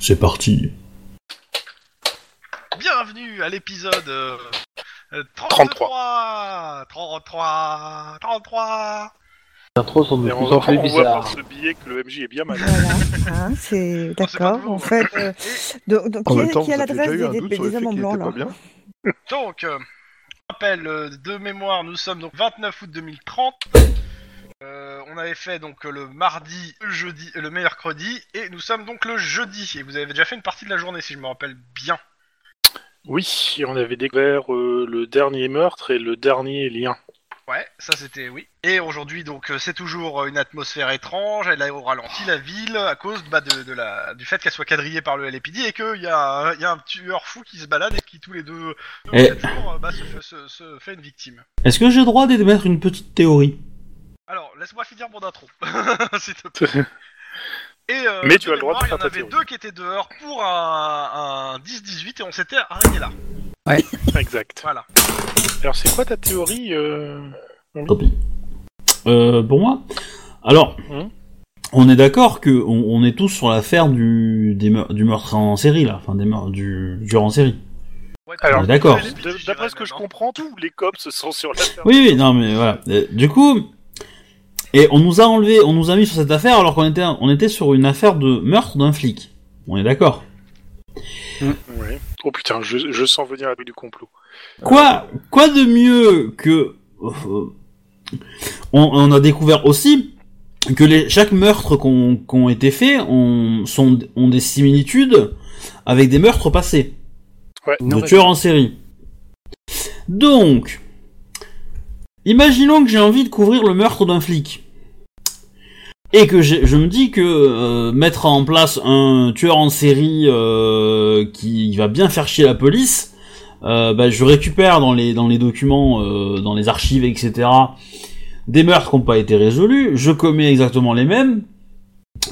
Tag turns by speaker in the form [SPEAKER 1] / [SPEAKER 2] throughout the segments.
[SPEAKER 1] C'est parti.
[SPEAKER 2] Bienvenue à l'épisode euh, euh, 33 33 33
[SPEAKER 3] Les intros sont de
[SPEAKER 4] Et
[SPEAKER 3] plus
[SPEAKER 4] on,
[SPEAKER 3] en plus
[SPEAKER 4] on voit par
[SPEAKER 3] bizarres.
[SPEAKER 4] ce billet que le MJ est bien mal.
[SPEAKER 5] Voilà, hein, c'est
[SPEAKER 2] c'est pas
[SPEAKER 5] d'accord.
[SPEAKER 2] nouveau.
[SPEAKER 5] En fait, euh, donc, donc,
[SPEAKER 6] En
[SPEAKER 5] qui,
[SPEAKER 6] même
[SPEAKER 5] est-
[SPEAKER 6] temps,
[SPEAKER 5] qui
[SPEAKER 6] vous
[SPEAKER 5] a
[SPEAKER 6] aviez
[SPEAKER 5] l'adresse
[SPEAKER 6] déjà eu
[SPEAKER 5] des,
[SPEAKER 6] un
[SPEAKER 5] des-
[SPEAKER 6] doute
[SPEAKER 5] des
[SPEAKER 6] sur le fait
[SPEAKER 5] hommes en
[SPEAKER 6] qu'il
[SPEAKER 5] blanc
[SPEAKER 6] était
[SPEAKER 5] là
[SPEAKER 6] pas bien.
[SPEAKER 2] Donc, euh, rappel euh, de mémoire, nous sommes donc 29 août 2030. Euh, on avait fait donc euh, le mardi, le jeudi, euh, le mercredi, et nous sommes donc le jeudi. Et vous avez déjà fait une partie de la journée, si je me rappelle bien.
[SPEAKER 4] Oui, on avait découvert euh, le dernier meurtre et le dernier lien.
[SPEAKER 2] Ouais, ça c'était oui. Et aujourd'hui donc euh, c'est toujours euh, une atmosphère étrange, elle a au ralenti la ville à cause bah, de, de la, du fait qu'elle soit quadrillée par le LAPD et qu'il y, a un- il y a un tueur fou qui se balade et qui tous les deux, deux ou
[SPEAKER 1] Eh.
[SPEAKER 2] quatre jours euh, bah, se, fait- se- se fait une victime.
[SPEAKER 1] Est-ce que j'ai le droit d'émettre une petite théorie
[SPEAKER 2] Alors laisse-moi finir mon intro, s'il te plaît. Et, euh,
[SPEAKER 4] Mais tu as le droit de
[SPEAKER 2] mémoire,
[SPEAKER 4] faire
[SPEAKER 2] Il y en
[SPEAKER 4] ta
[SPEAKER 2] avait
[SPEAKER 4] théorie.
[SPEAKER 2] deux qui étaient dehors pour un, un 10-18 et on s'était arrêté là.
[SPEAKER 4] Exact.
[SPEAKER 2] Voilà.
[SPEAKER 4] Alors c'est quoi ta théorie euh,
[SPEAKER 1] Tant pis. Euh, pour moi Alors,
[SPEAKER 4] Mhm.
[SPEAKER 1] on est d'accord que on, on est tous sur l'affaire du, des meur- du meurtre en série, là. Enfin, des meurs, du tueur en série.
[SPEAKER 2] Ouais,
[SPEAKER 4] Alors,
[SPEAKER 1] On est d'accord.
[SPEAKER 2] le LAPD,
[SPEAKER 4] de-
[SPEAKER 2] je dirais
[SPEAKER 4] D'après ce que
[SPEAKER 2] même,
[SPEAKER 4] je
[SPEAKER 2] hein.
[SPEAKER 4] comprends, tous les cops sont sur la ferme.
[SPEAKER 1] Oui, oui, non, mais voilà. Euh, Du coup, et on nous a enlevé, on nous a mis sur cette affaire alors qu'on était, on était sur une affaire de meurtre d'un flic. On est d'accord.
[SPEAKER 4] Ouais. Oh putain, je, je sens venir la bruit du complot.
[SPEAKER 1] Quoi, quoi de mieux que euh, on, on a découvert aussi que les, chaque meurtre qu'on qu'on été fait ont, sont, ont des similitudes avec des meurtres passés.
[SPEAKER 4] Ouais.
[SPEAKER 1] de tueurs en série. Donc, imaginons que j'ai envie de couvrir le meurtre d'un flic. Et que j'ai- je me dis que euh, mettre en place un tueur en série euh, qui va bien faire chier la police, euh, bah, je récupère dans les, dans les documents, euh, dans les archives, etc., des meurtres qui n'ont pas été résolus, je commets exactement les mêmes,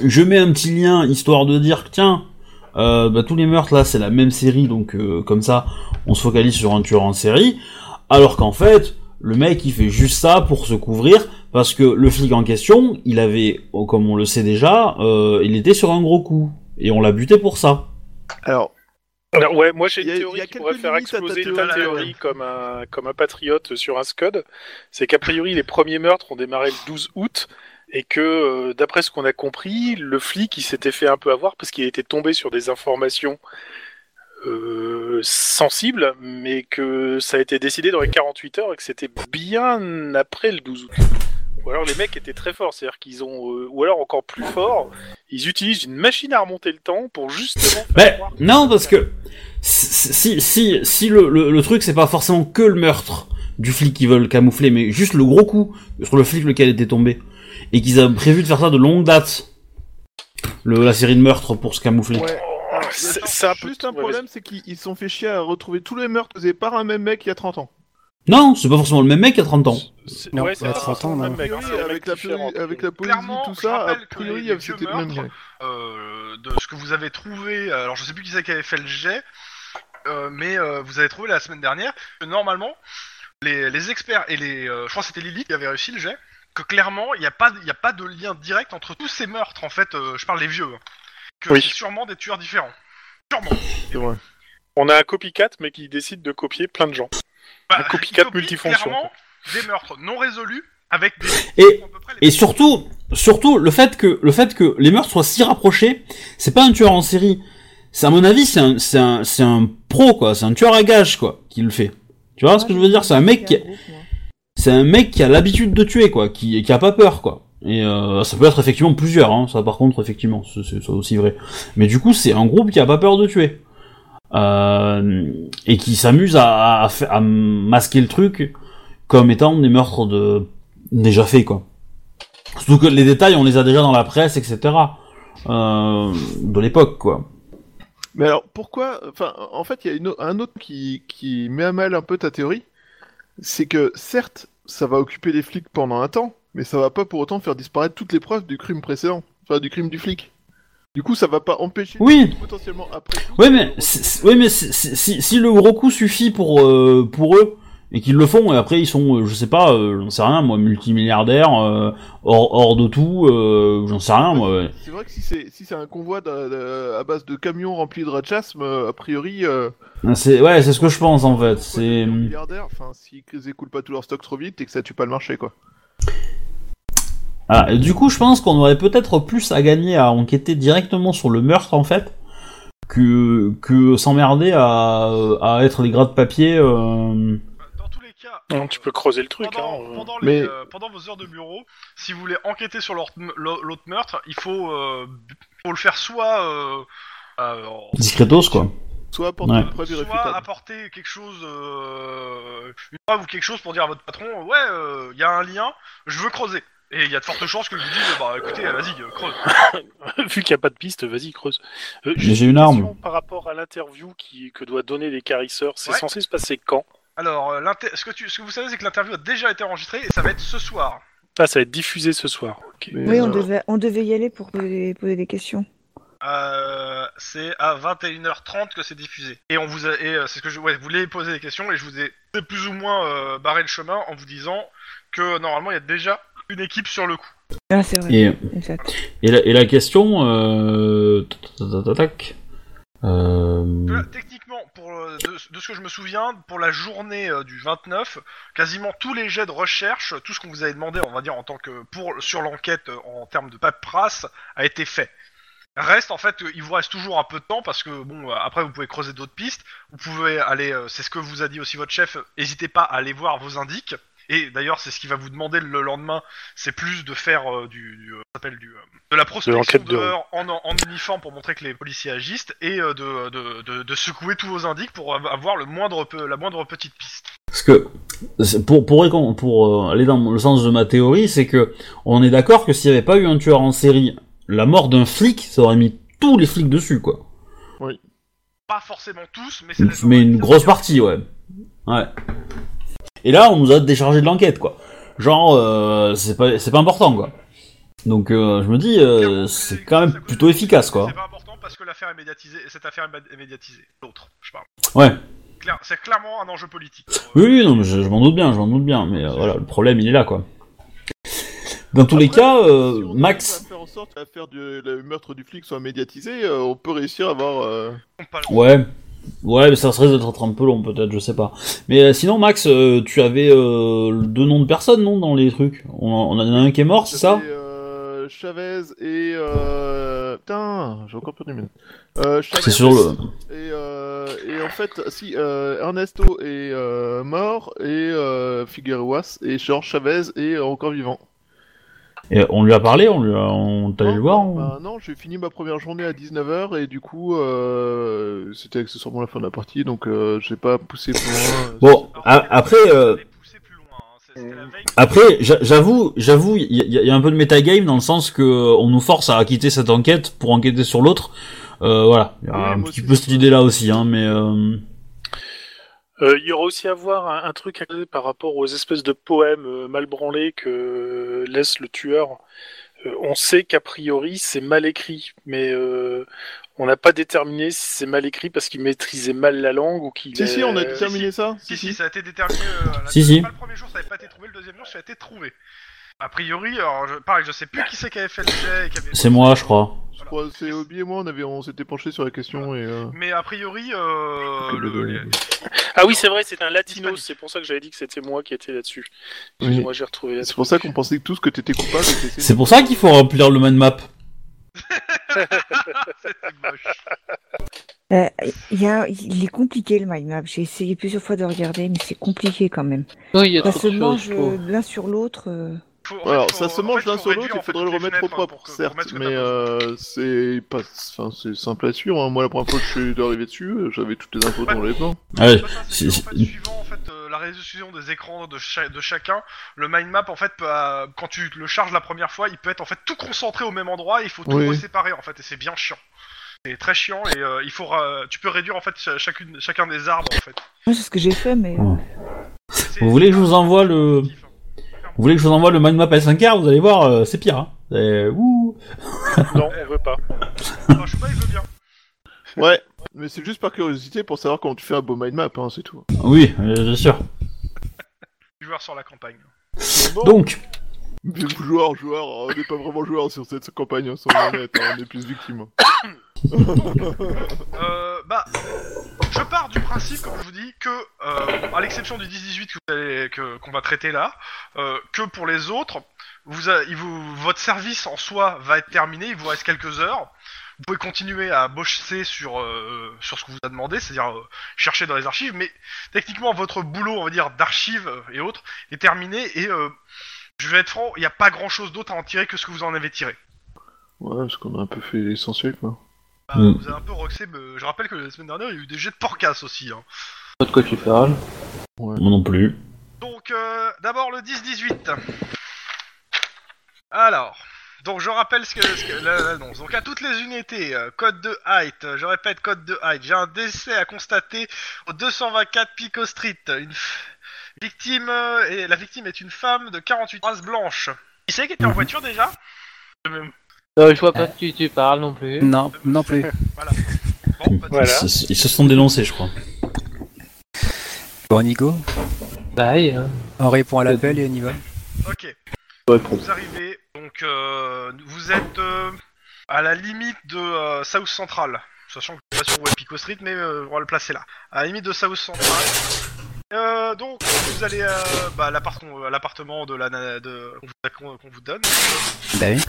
[SPEAKER 1] je mets un petit lien histoire de dire que tiens, euh, bah, tous les meurtres là c'est la même série donc euh, comme ça on se focalise sur un tueur en série alors qu'en fait le mec il fait juste ça pour se couvrir parce que le flic en question il avait oh, comme on le sait déjà euh, il était sur un gros coup et on l'a buté pour ça
[SPEAKER 6] Alors,
[SPEAKER 4] Alors, ouais, moi j'ai
[SPEAKER 6] Il y
[SPEAKER 4] une
[SPEAKER 6] a- il
[SPEAKER 4] théorie
[SPEAKER 6] y a
[SPEAKER 4] qui pourrait
[SPEAKER 6] quelques
[SPEAKER 4] faire
[SPEAKER 6] limites à ta
[SPEAKER 4] exploser ta
[SPEAKER 6] théorie.
[SPEAKER 4] théorie comme un, comme un patriote sur un scud. C'est qu'a priori, les premiers meurtres ont démarré le 12 août et que, euh, d'après ce qu'on a compris, le flic il s'était fait un peu avoir parce qu'il était tombé sur des informations euh, sensibles, mais que ça a été décidé dans les 48 heures et que c'était bien après le 12 août. Ou alors les mecs étaient très forts, c'est-à-dire qu'ils ont, euh, ou alors encore plus forts, ils utilisent une machine à remonter le temps pour justement. faire
[SPEAKER 1] Ben,
[SPEAKER 4] croire que-
[SPEAKER 1] non, parce que si, si, si, si le, le, le truc, c'est pas forcément que le meurtre du flic qu'ils veulent camoufler, mais juste le gros coup sur le flic lequel était tombé. Et qu'ils avaient prévu de faire ça de longue date. Le, la série de meurtres pour se camoufler.
[SPEAKER 6] ouais.
[SPEAKER 2] Oh,
[SPEAKER 4] Alors,
[SPEAKER 6] C'est-
[SPEAKER 4] c'est- c'est un peu-
[SPEAKER 6] juste un
[SPEAKER 4] ouais,
[SPEAKER 6] problème, c'est qu'ils ils se sont fait chier à retrouver tous les meurtres faits par un même mec il y a 30 ans.
[SPEAKER 1] Non, c'est pas forcément le même mec à 30 ans.
[SPEAKER 4] C'est-
[SPEAKER 7] Non,
[SPEAKER 4] ouais, c'est
[SPEAKER 7] à
[SPEAKER 2] Ah,
[SPEAKER 4] un-
[SPEAKER 7] 30
[SPEAKER 4] c'est
[SPEAKER 7] ans,
[SPEAKER 4] un
[SPEAKER 7] non.
[SPEAKER 4] mec, hein,
[SPEAKER 6] Oui,
[SPEAKER 4] c'est un mec
[SPEAKER 6] avec, la
[SPEAKER 4] différent.
[SPEAKER 6] poli- avec la police,
[SPEAKER 2] Clairement,
[SPEAKER 6] tout
[SPEAKER 2] je
[SPEAKER 6] ça, a
[SPEAKER 2] rappelle que les
[SPEAKER 6] priori,
[SPEAKER 2] vieux
[SPEAKER 6] c'était le même
[SPEAKER 2] meurtres,
[SPEAKER 6] gars.
[SPEAKER 2] euh, de ce que vous avez trouvé. euh, Alors, je sais plus qui c'est qui avait fait le jet, euh, mais euh, vous avez trouvé la semaine dernière que normalement, les, les experts et les. euh, je crois que c'était Lily qui avait réussi le jet. Que clairement, il n'y a, pas- il y a pas de lien direct entre tous ces meurtres, en fait. euh, je parle des vieux. hein, Que
[SPEAKER 4] Oui.
[SPEAKER 2] c'est sûrement des tueurs différents.
[SPEAKER 6] C'est vrai.
[SPEAKER 4] On a un copycat, mais qui décide de copier plein de gens.
[SPEAKER 2] Bah,
[SPEAKER 4] copycat
[SPEAKER 2] ils copient
[SPEAKER 4] multifonction,
[SPEAKER 2] clairement Des meurtres non résolus avec des.
[SPEAKER 1] Et-
[SPEAKER 2] à peu près les
[SPEAKER 1] Et surtout, surtout le fait que le fait que les meurtres soient si rapprochés, c'est pas un tueur en série. C'est à mon avis, c'est un, c'est un, c'est un pro quoi, c'est un tueur à gage quoi qui le fait. Tu vois ce que je veux dire C'est un mec qui, c'est un mec qui a l'habitude de tuer, quoi, qui, qui a pas peur, quoi. Et euh, ça peut être effectivement plusieurs, hein, ça par contre, effectivement, c'est- c'est c'est aussi vrai. Mais du coup, c'est un groupe qui a pas peur de tuer. Euh, et qui s'amuse à, à, fa- à masquer le truc comme étant des meurtres de... déjà faits, quoi. Surtout que les détails, on les a déjà dans la presse, etc. Euh, de l'époque, quoi.
[SPEAKER 6] Mais alors, pourquoi Enfin, en fait, il y a une au- un autre qui, qui met à mal un peu ta théorie. C'est que, certes, ça va occuper les flics pendant un temps, mais ça va pas pour autant faire disparaître toutes les preuves du crime précédent, enfin du crime du flic. Du coup, ça va pas empêcher
[SPEAKER 1] Oui,
[SPEAKER 6] potentiellement après. tout,
[SPEAKER 1] Oui mais,
[SPEAKER 6] euh,
[SPEAKER 1] si- si- oui, mais si, si- si- si le gros coup suffit pour, euh, pour eux et qu'ils le font et après ils sont euh, je sais pas euh, j'en sais rien moi multimilliardaires euh, hors, hors de tout euh, j'en sais rien moi ouais.
[SPEAKER 6] C'est vrai que si c'est si c'est un convoi d'un- d'un- à base de camions remplis de rachasme, euh, a priori. euh,
[SPEAKER 1] c'est ouais c'est ce que je pense en fait c'est
[SPEAKER 6] pourquoi les milliardaires, enfin, s'ils écoulent pas tout leur stock trop vite et que ça tue pas le marché, quoi.
[SPEAKER 1] Voilà, et du coup, je pense qu'on aurait peut-être plus à gagner à enquêter directement sur le meurtre, en fait, que, que s'emmerder à, à être des gras de papier. euh.
[SPEAKER 2] Bah, Dans tous les cas.
[SPEAKER 4] Non, tu peux creuser le truc.
[SPEAKER 2] Pendant,
[SPEAKER 4] hein.
[SPEAKER 2] pendant les,
[SPEAKER 6] Mais-
[SPEAKER 2] euh, pendant vos heures de bureau, si vous voulez enquêter sur l'autre l'autre meurtre, il faut, euh, faut le faire soit, euh, euh, en-
[SPEAKER 1] Discretos, quoi.
[SPEAKER 6] Soit apporter
[SPEAKER 1] Ouais.
[SPEAKER 6] une preuve
[SPEAKER 2] soit
[SPEAKER 6] irréfutable.
[SPEAKER 2] apporter quelque chose, euh, une preuve ou quelque chose pour dire à votre patron, ouais, euh, il y a un lien, je veux creuser. Et il y a de fortes chances que je vous dise, bah écoutez, vas-y, euh, creuse.
[SPEAKER 4] Vu qu'il n'y a pas de piste, vas-y, creuse. Euh,
[SPEAKER 1] Mais
[SPEAKER 4] juste
[SPEAKER 1] j'ai une
[SPEAKER 4] question
[SPEAKER 1] arme.
[SPEAKER 4] Par rapport à l'interview qui... que doit donner l'écarisseur, c'est
[SPEAKER 2] Ouais.
[SPEAKER 4] censé se passer quand
[SPEAKER 2] Alors, euh, l'inter- ce, que tu- ce que vous savez, c'est que l'interview a déjà été enregistrée et ça va être ce soir.
[SPEAKER 4] Ah, ça va être diffusé ce soir. ok.
[SPEAKER 6] Mais,
[SPEAKER 5] Oui, on
[SPEAKER 6] euh,
[SPEAKER 5] devait, on devait y aller pour poser, poser des questions.
[SPEAKER 2] Euh, c'est à 21h30 que c'est diffusé. Et on vous a, et euh, c'est ce que je ouais, vous voulez poser des questions et je vous ai plus ou moins euh, barré le chemin en vous disant que normalement il y a déjà une équipe sur le coup.
[SPEAKER 5] Ah, c'est vrai.
[SPEAKER 1] Et,
[SPEAKER 5] exact.
[SPEAKER 1] et, la, et la question. Euh... tac, tac, tac, tac. Euh,
[SPEAKER 2] Là, techniquement, pour euh, de, de ce que je me souviens, pour la journée euh, du 29, quasiment tous les jets de recherche, tout ce qu'on vous avait demandé, on va dire en tant que pour sur l'enquête euh, en termes de paperasse, a été fait. Reste en fait, euh, il vous reste toujours un peu de temps parce que bon, euh, après vous pouvez creuser d'autres pistes. Vous pouvez aller, euh, c'est ce que vous a dit aussi votre chef. N'hésitez pas à aller voir vos indices. Et d'ailleurs, c'est ce qui va vous demander le lendemain. C'est plus de faire euh, du, du, euh, ça s'appelle du, euh, de la prospection
[SPEAKER 4] l'enquête de
[SPEAKER 2] dehors en, en uniforme pour montrer que les policiers agissent et euh, de, de, de, de secouer tous vos indices pour av- avoir le moindre, pe- la moindre petite piste.
[SPEAKER 1] Parce que c'est- pour pour récon- pour euh, aller dans le sens de ma théorie, c'est que on est d'accord que s'il n'y avait pas eu un tueur en série, la mort d'un flic, ça aurait mis tous les flics dessus, quoi.
[SPEAKER 2] Pas forcément tous, mais c'est la-
[SPEAKER 1] mais une grosse partie, ouais. Ouais. Et là, on nous a déchargé de l'enquête, quoi. Genre, euh, c'est pas, c'est pas important, quoi. Donc, euh, je me dis, euh, c'est quand même plutôt efficace, quoi.
[SPEAKER 2] C'est pas important parce que l'affaire est médiatisée, et cette affaire est ma- est médiatisée. L'autre, je parle.
[SPEAKER 1] Ouais.
[SPEAKER 2] Claire- c'est clairement un enjeu politique.
[SPEAKER 1] Oui, oui, non, mais je, je m'en doute bien, je m'en doute bien. Mais euh, voilà, le problème, il est là, quoi. Dans tous les
[SPEAKER 6] Après,
[SPEAKER 1] cas, euh,
[SPEAKER 6] si on
[SPEAKER 1] Max.
[SPEAKER 6] arrive à faire en sorte que l'affaire du le meurtre du flic soit médiatisée, euh, on peut réussir à avoir. euh,
[SPEAKER 2] On parle-
[SPEAKER 1] Ouais. Ouais, mais ça serait d'être un peu long, peut-être, je sais pas. Mais euh, sinon, Max, euh, tu avais euh, deux noms de personnes, non, dans les trucs On, on en a un qui est mort, c'est ça
[SPEAKER 6] j'avais, euh, Chavez et. Euh... Putain, j'ai encore perdu mes notes. Euh, Chavez
[SPEAKER 1] C'est sur le.
[SPEAKER 6] Et, euh, et en fait, si, euh, Ernesto est euh, mort, et euh, Figueroas, et George Chavez est encore vivant.
[SPEAKER 1] Et on lui a parlé, on lui a, on t'allait le voir. hein on-
[SPEAKER 6] Bah non, j'ai fini ma première journée à 19h, et du coup, euh, c'était accessoirement la fin de la partie, donc euh, j'ai pas poussé plus loin. euh,
[SPEAKER 1] Bon,
[SPEAKER 2] Alors,
[SPEAKER 1] a- après, euh, ah,
[SPEAKER 2] on est poussé plus loin, hein. C'est- c'était la veille.
[SPEAKER 1] après, j'a- j'avoue, j'avoue, il y, a- y a un peu de metagame dans le sens que euh, on nous force à quitter cette enquête pour enquêter sur l'autre. Euh, voilà, il y a
[SPEAKER 6] Oui,
[SPEAKER 1] un
[SPEAKER 6] moi
[SPEAKER 1] petit
[SPEAKER 6] aussi,
[SPEAKER 1] peu
[SPEAKER 6] c'est
[SPEAKER 1] cette idée-là aussi, hein, mais euh,
[SPEAKER 4] Euh, il y aura aussi à voir un, un truc à creuser par rapport aux espèces de poèmes euh, mal branlés que euh, laisse le tueur. Euh, on sait qu'a priori c'est mal écrit, mais euh, on n'a pas déterminé si c'est mal écrit parce qu'il maîtrisait mal la langue ou qu'il.
[SPEAKER 6] Si, si, on a
[SPEAKER 4] euh,
[SPEAKER 6] déterminé ça
[SPEAKER 2] Si, si, ça a été déterminé. euh, à la-
[SPEAKER 1] Si, si.
[SPEAKER 2] Pas le premier jour, ça n'avait pas été trouvé, le deuxième jour, ça a été trouvé. A priori, alors, je... pareil, je sais plus qui c'est qui avait fait le jet. et qui avait-
[SPEAKER 1] c'est moi, je crois.
[SPEAKER 6] Je crois que c'est Obi et moi, on, avait- on s'était penché sur la question, et. euh,
[SPEAKER 2] Mais a priori, euh, le- les-
[SPEAKER 4] Ah oui, c'est vrai, c'est un latino.
[SPEAKER 2] Hispanique.
[SPEAKER 4] C'est pour ça que j'avais dit que c'était moi qui étais là-dessus.
[SPEAKER 6] Oui.
[SPEAKER 4] Moi, j'ai retrouvé. la-
[SPEAKER 6] C'est pour ça qu'on pensait tous que t'étais coupable. et que
[SPEAKER 1] C'est pour ça qu'il faut remplir le mind map.
[SPEAKER 2] c'est moche.
[SPEAKER 5] Euh, il y a- il est compliqué le mind map. J'ai essayé plusieurs fois de regarder, mais c'est compliqué quand même.
[SPEAKER 3] Non, il y a
[SPEAKER 5] Ça
[SPEAKER 3] trop
[SPEAKER 5] se
[SPEAKER 3] de choses.
[SPEAKER 5] mange
[SPEAKER 3] je trouve.
[SPEAKER 5] euh, l'un sur l'autre. euh.
[SPEAKER 2] Faut- en fait,
[SPEAKER 6] Alors,
[SPEAKER 2] faut-
[SPEAKER 6] ça se
[SPEAKER 2] en
[SPEAKER 6] mange
[SPEAKER 2] fait,
[SPEAKER 6] l'un
[SPEAKER 2] faut
[SPEAKER 6] sur
[SPEAKER 2] réduire,
[SPEAKER 6] l'autre, il
[SPEAKER 2] en fait,
[SPEAKER 6] faudrait le
[SPEAKER 2] toutes les
[SPEAKER 6] remettre au
[SPEAKER 2] fenêtres, hein,
[SPEAKER 6] propre,
[SPEAKER 2] pour que- pour mettre
[SPEAKER 6] certes,
[SPEAKER 2] ce que
[SPEAKER 6] mais
[SPEAKER 2] t'as besoin.
[SPEAKER 6] euh, c'est pas, enfin, c'est simple à suivre. hein. Moi, la première fois que je suis arrivé dessus, euh, j'avais toutes les infos
[SPEAKER 2] Ouais.
[SPEAKER 6] dans les plans.
[SPEAKER 1] Ah Ouais,
[SPEAKER 2] Soit ça,
[SPEAKER 1] c'est-
[SPEAKER 2] c'est que, en fait, suivant en fait euh, la résolution des écrans de, cha- de chacun, le mind map en fait peut, euh, quand tu le charges la première fois, il peut être en fait tout concentré au même endroit, et il faut tout
[SPEAKER 6] Oui.
[SPEAKER 2] séparer en fait et c'est bien chiant. C'est très chiant et euh, il faut ra- tu peux réduire en fait ch- chacune chacun des arbres en fait.
[SPEAKER 5] Moi, c'est ce que j'ai fait, mais. euh,
[SPEAKER 2] C'est-
[SPEAKER 1] Vous voulez que
[SPEAKER 2] c'est
[SPEAKER 1] je vous
[SPEAKER 2] un-
[SPEAKER 1] envoie le-
[SPEAKER 2] Vous
[SPEAKER 1] Vous voulez que je vous envoie le mind map L5R Vous allez voir, euh, c'est pire. Hein. C'est- ouh.
[SPEAKER 4] Non, on veut pas.
[SPEAKER 2] Enfin, je sais pas, il veut bien.
[SPEAKER 6] Ouais, mais c'est juste par curiosité pour savoir comment tu fais un beau mind map, hein, c'est tout.
[SPEAKER 1] Oui, euh, bien sûr.
[SPEAKER 2] joueur sur la campagne.
[SPEAKER 6] Bon,
[SPEAKER 1] Donc,
[SPEAKER 6] mais joueur, joueur, euh, on n'est pas vraiment joueur sur cette campagne, hein, soyons honnêtes, hein, on est plus victime.
[SPEAKER 2] Euh, bah, je pars du principe, comme je vous dis, que, euh, à l'exception du 10-18 que vous allez- que- qu'on va traiter là, euh, que pour les autres, vous, a- il vous- votre service en soi va être terminé, il vous reste quelques heures. Vous pouvez continuer à bosser sur, euh, sur ce que vous a demandé, c'est-à-dire euh, chercher dans les archives, mais techniquement, votre boulot, on va dire, d'archives et autres, est terminé et. euh, je vais être franc, il n'y a pas grand chose d'autre à en tirer que ce que vous en avez tiré.
[SPEAKER 6] Ouais, parce qu'on a un peu fait l'essentiel, quoi.
[SPEAKER 2] Bah,
[SPEAKER 1] Mm.
[SPEAKER 2] Vous avez un peu roxé, mais je rappelle que la semaine dernière, il y a eu des jets de porcasse aussi. Hein.
[SPEAKER 3] Pas de quoi tu parles.
[SPEAKER 1] moi non plus.
[SPEAKER 2] Donc, euh, d'abord le 10-18. Alors, donc je rappelle ce que, ce que- la- l'annonce. Donc, à toutes les unités, euh, code de height, euh, je répète, code de height, j'ai un décès à constater au 224 Pico Street. Une f- victime, euh, et la victime est une femme de 48 race blanche. Qui c'est qui était en
[SPEAKER 7] Mhm.
[SPEAKER 2] voiture déjà De même.
[SPEAKER 3] Non, je vois pas de qui tu parles non plus.
[SPEAKER 7] Non, non plus.
[SPEAKER 2] Bon, pas de-
[SPEAKER 4] Voilà.
[SPEAKER 1] Ils se- Ils se sont dénoncés, je crois.
[SPEAKER 7] Bon, Nico,
[SPEAKER 3] Bye. hein.
[SPEAKER 7] on répond à l'appel et on y va.
[SPEAKER 2] Ok.
[SPEAKER 3] Ouais, pour-
[SPEAKER 2] Vous arrivez, donc euh, vous êtes euh, à la limite de euh, South Central. Sachant que je suis pas sur où est Pico Street, mais euh, on va le placer là. À la limite de South Central. Euh, donc vous allez euh, bah, à l'appart- qu'on- à l'appartement de la nana- de- qu'on vous- qu'on qu'on vous donne.
[SPEAKER 7] Bah oui.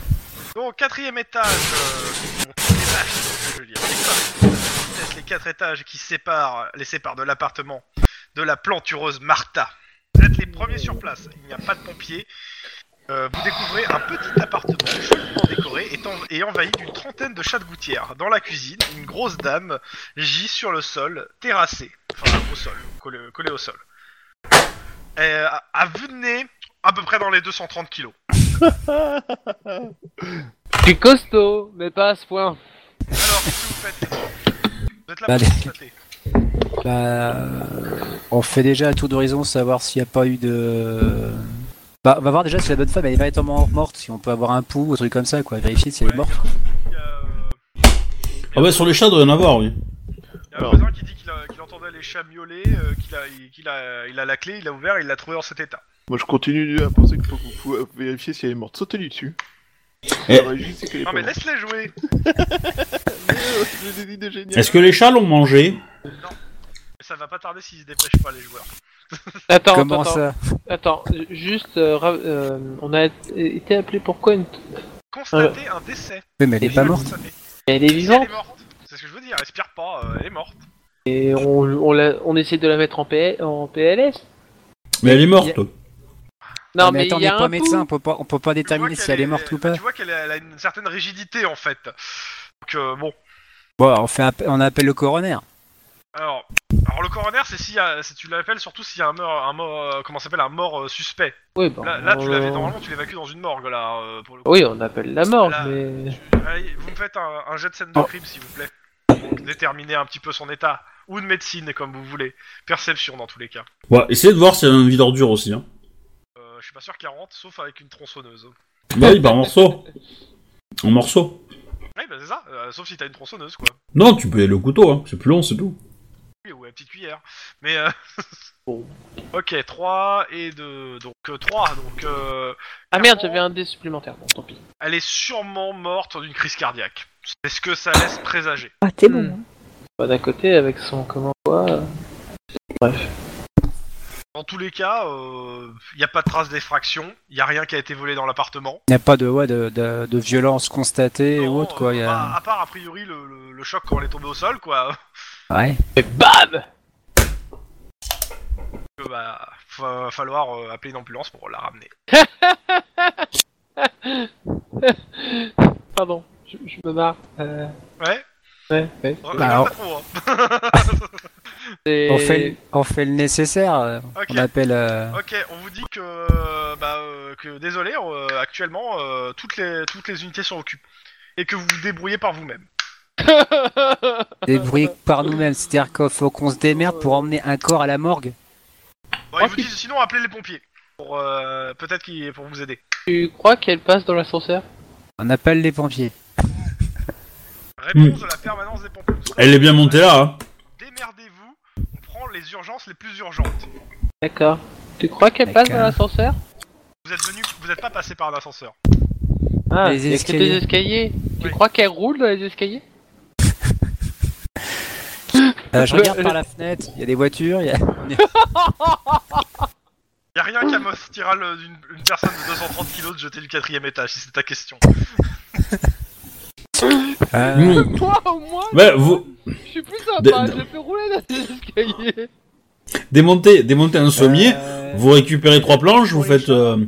[SPEAKER 2] Donc quatrième étage. euh, bon, les vaches, je veux dire, les vaches. Les quatre étages qui séparent les séparent de l'appartement de la plantureuse Martha. Vous êtes les premiers sur place. Il n'y a pas de pompiers. Euh, vous découvrez un petit appartement joliment décoré et, en- et envahi d'une trentaine de chats de gouttière. Dans la cuisine, une grosse dame gît sur le sol, terrassée. Enfin, au sol, collée, collée au sol. Euh, à, à vue de nez, à peu près dans les 230 kilos.
[SPEAKER 3] Je suis costaud, mais pas à ce point.
[SPEAKER 2] Alors, qu'est-ce que vous faites les autres Vous êtes là pour
[SPEAKER 7] Bah, des-
[SPEAKER 2] constater.
[SPEAKER 7] Bah, on fait déjà un tour d'horizon, savoir s'il n'y a pas eu de. Bah, on va voir déjà si la bonne femme elle est véritablement morte, si on peut avoir un pouls ou un truc comme ça, quoi. Vérifier si elle est
[SPEAKER 2] Ouais,
[SPEAKER 7] morte.
[SPEAKER 2] Il y a, euh,
[SPEAKER 1] Ah bah sur les chats, il doit y en avoir, oui.
[SPEAKER 2] il y a un
[SPEAKER 6] Alors-
[SPEAKER 2] voisin qui dit qu'il a- qu'il entendait les chats miauler, euh, qu'il a, il- qu'il a, il a la clé, il l'a ouvert, il l'a trouvé dans cet état.
[SPEAKER 6] Moi, je continue à penser qu'il faut que vous pouvez vérifier si elle est morte. Sautez-lui dessus.
[SPEAKER 1] Eh.
[SPEAKER 6] Alors, je sais qu'elle est
[SPEAKER 2] Non
[SPEAKER 6] pas
[SPEAKER 2] mais
[SPEAKER 6] morte.
[SPEAKER 2] laisse-les jouer
[SPEAKER 6] Je vous ai dit de génial.
[SPEAKER 1] Est-ce que les chats l'ont mangé
[SPEAKER 2] Ça va pas tarder s'ils se dépêchent pas les joueurs.
[SPEAKER 3] Attends,
[SPEAKER 7] Comment
[SPEAKER 3] attends,
[SPEAKER 7] ça
[SPEAKER 3] attends. Ju- Juste, euh, ra- euh, on a été appelé pourquoi une... t-
[SPEAKER 2] Constater un décès.
[SPEAKER 7] Oui, mais elle Ah. est pas morte.
[SPEAKER 2] Constater.
[SPEAKER 3] Elle est
[SPEAKER 2] Si Elle
[SPEAKER 3] vivante
[SPEAKER 2] est morte. C'est ce que je veux dire, elle respire pas, euh, elle est morte.
[SPEAKER 3] et on, on, la- on essaie de la mettre en, PL en PLS.
[SPEAKER 1] Mais elle est morte.
[SPEAKER 3] Non,
[SPEAKER 7] Ah,
[SPEAKER 3] mais,
[SPEAKER 7] attends,
[SPEAKER 3] il y a
[SPEAKER 7] on n'est pas
[SPEAKER 3] un
[SPEAKER 7] médecin,
[SPEAKER 3] pouls.
[SPEAKER 7] on peut pas, on peut pas
[SPEAKER 2] Tu vois
[SPEAKER 7] déterminer
[SPEAKER 2] qu'elle
[SPEAKER 7] si elle est morte ou pas.
[SPEAKER 2] Tu vois qu'elle est- elle a une certaine rigidité en fait. Donc euh, bon.
[SPEAKER 7] Bon, alors, on, fait app- on appelle le coroner.
[SPEAKER 2] Alors, alors le coroner, c'est si, si tu l'appelles surtout s'il y a un mort, un mort, euh, comment ça s'appelle, un mort euh, suspect.
[SPEAKER 3] Oui, bon,
[SPEAKER 2] Là, là, tu
[SPEAKER 3] on-
[SPEAKER 2] l'avais normalement, tu l'évacues dans une morgue là euh, pour le coup.
[SPEAKER 3] Oui, on appelle la mort,
[SPEAKER 2] Là.
[SPEAKER 3] mais...
[SPEAKER 2] Allez, vous me faites un, un jet de scène de
[SPEAKER 7] Oh.
[SPEAKER 2] crime s'il vous plaît. Donc déterminer un petit peu son état ou de médecine comme vous voulez, perception dans tous les cas.
[SPEAKER 1] Ouais, essayez de voir s'il y a un vide ordure aussi. Hein.
[SPEAKER 2] Euh, je suis pas sûr 40 sauf avec une tronçonneuse.
[SPEAKER 1] Bah oui, par morceau. En morceaux.
[SPEAKER 2] Ouais, bah c'est ça, euh, sauf si t'as une tronçonneuse quoi.
[SPEAKER 1] Non, tu peux y aller au couteau, hein. c'est plus long, c'est tout.
[SPEAKER 2] Oui, ou la petite cuillère. Mais euh... Ok, 3 et 2. Donc 3, donc euh,
[SPEAKER 3] Ah merde, j'avais un dé supplémentaire, bon, tant pis.
[SPEAKER 2] elle est sûrement morte d'une crise cardiaque. C'est ce que ça laisse présager.
[SPEAKER 5] Ah, t'es bon.
[SPEAKER 3] Hmm.
[SPEAKER 5] hein.
[SPEAKER 3] Bah, D'un côté, avec son... comment quoi euh, Bref.
[SPEAKER 2] Dans tous les cas, il n'y a pas de trace d'effraction, il n'y a rien qui a été volé dans l'appartement.
[SPEAKER 7] Il n'y a pas de, ouais, de, de, de violence constatée ou
[SPEAKER 2] Non,
[SPEAKER 7] autre, quoi.
[SPEAKER 2] euh,
[SPEAKER 7] il y
[SPEAKER 2] bah,
[SPEAKER 7] a-
[SPEAKER 2] à part a priori le, le- le choc quand elle est tombée au sol, quoi.
[SPEAKER 7] Ouais.
[SPEAKER 3] Et BAM
[SPEAKER 2] Que, bah, va falloir euh, appeler une ambulance pour la ramener.
[SPEAKER 3] Pardon, je, je me barre. Euh...
[SPEAKER 2] Ouais,
[SPEAKER 3] Ouais, ouais.
[SPEAKER 2] on
[SPEAKER 7] Bah, alors-
[SPEAKER 2] pas trop. Hein.
[SPEAKER 3] C'est-
[SPEAKER 7] On, fait, le- on fait le nécessaire. euh,
[SPEAKER 2] Ok.
[SPEAKER 7] On appelle. euh,
[SPEAKER 2] Ok, on vous dit que bah euh, que désolé, euh, actuellement euh, toutes les toutes les unités sont occupées et que vous vous débrouillez par vous-même.
[SPEAKER 7] débrouiller par nous-mêmes. C'est-à-dire qu'il faut qu'on se démerde pour emmener un corps à la morgue.
[SPEAKER 2] Bon, ils
[SPEAKER 7] Ah,
[SPEAKER 3] Ok.
[SPEAKER 2] vous disent sinon appelez les pompiers pour euh, peut-être qu'ils pour vous aider.
[SPEAKER 3] Tu crois qu'elle passe dans l'ascenseur
[SPEAKER 7] On appelle les pompiers.
[SPEAKER 2] Réponse de la permanence des pompiers.
[SPEAKER 1] Hmm. Elle est bien montée là. Hein.
[SPEAKER 2] Démerdez-vous, on prend les urgences les plus urgentes.
[SPEAKER 3] D'accord. Tu crois qu'elle
[SPEAKER 7] Mec,
[SPEAKER 3] passe dans
[SPEAKER 7] euh,
[SPEAKER 3] l'ascenseur
[SPEAKER 2] Vous êtes venu, vous êtes pas passé par un ascenseur.
[SPEAKER 3] Ah,
[SPEAKER 7] les
[SPEAKER 3] il y a que
[SPEAKER 7] escaliers.
[SPEAKER 3] des escaliers. Tu
[SPEAKER 2] Oui.
[SPEAKER 3] crois qu'elle roule dans les escaliers
[SPEAKER 7] Euh, je
[SPEAKER 3] Le-
[SPEAKER 7] regarde par la fenêtre, il y a des voitures, il y a...
[SPEAKER 2] Y a rien qui amortira le- d'une une personne de 230 kilos de jeter du quatrième étage, si c'est ta question.
[SPEAKER 7] Euh,
[SPEAKER 3] Toi, au moins,
[SPEAKER 1] Mmh. Bah, vous
[SPEAKER 3] je suis plus sympa,
[SPEAKER 1] De-
[SPEAKER 3] je peux rouler dans les escaliers.
[SPEAKER 1] démontez, démontez un sommier,
[SPEAKER 7] euh,
[SPEAKER 1] vous récupérez trois planches, vous
[SPEAKER 7] pour les
[SPEAKER 1] faites euh,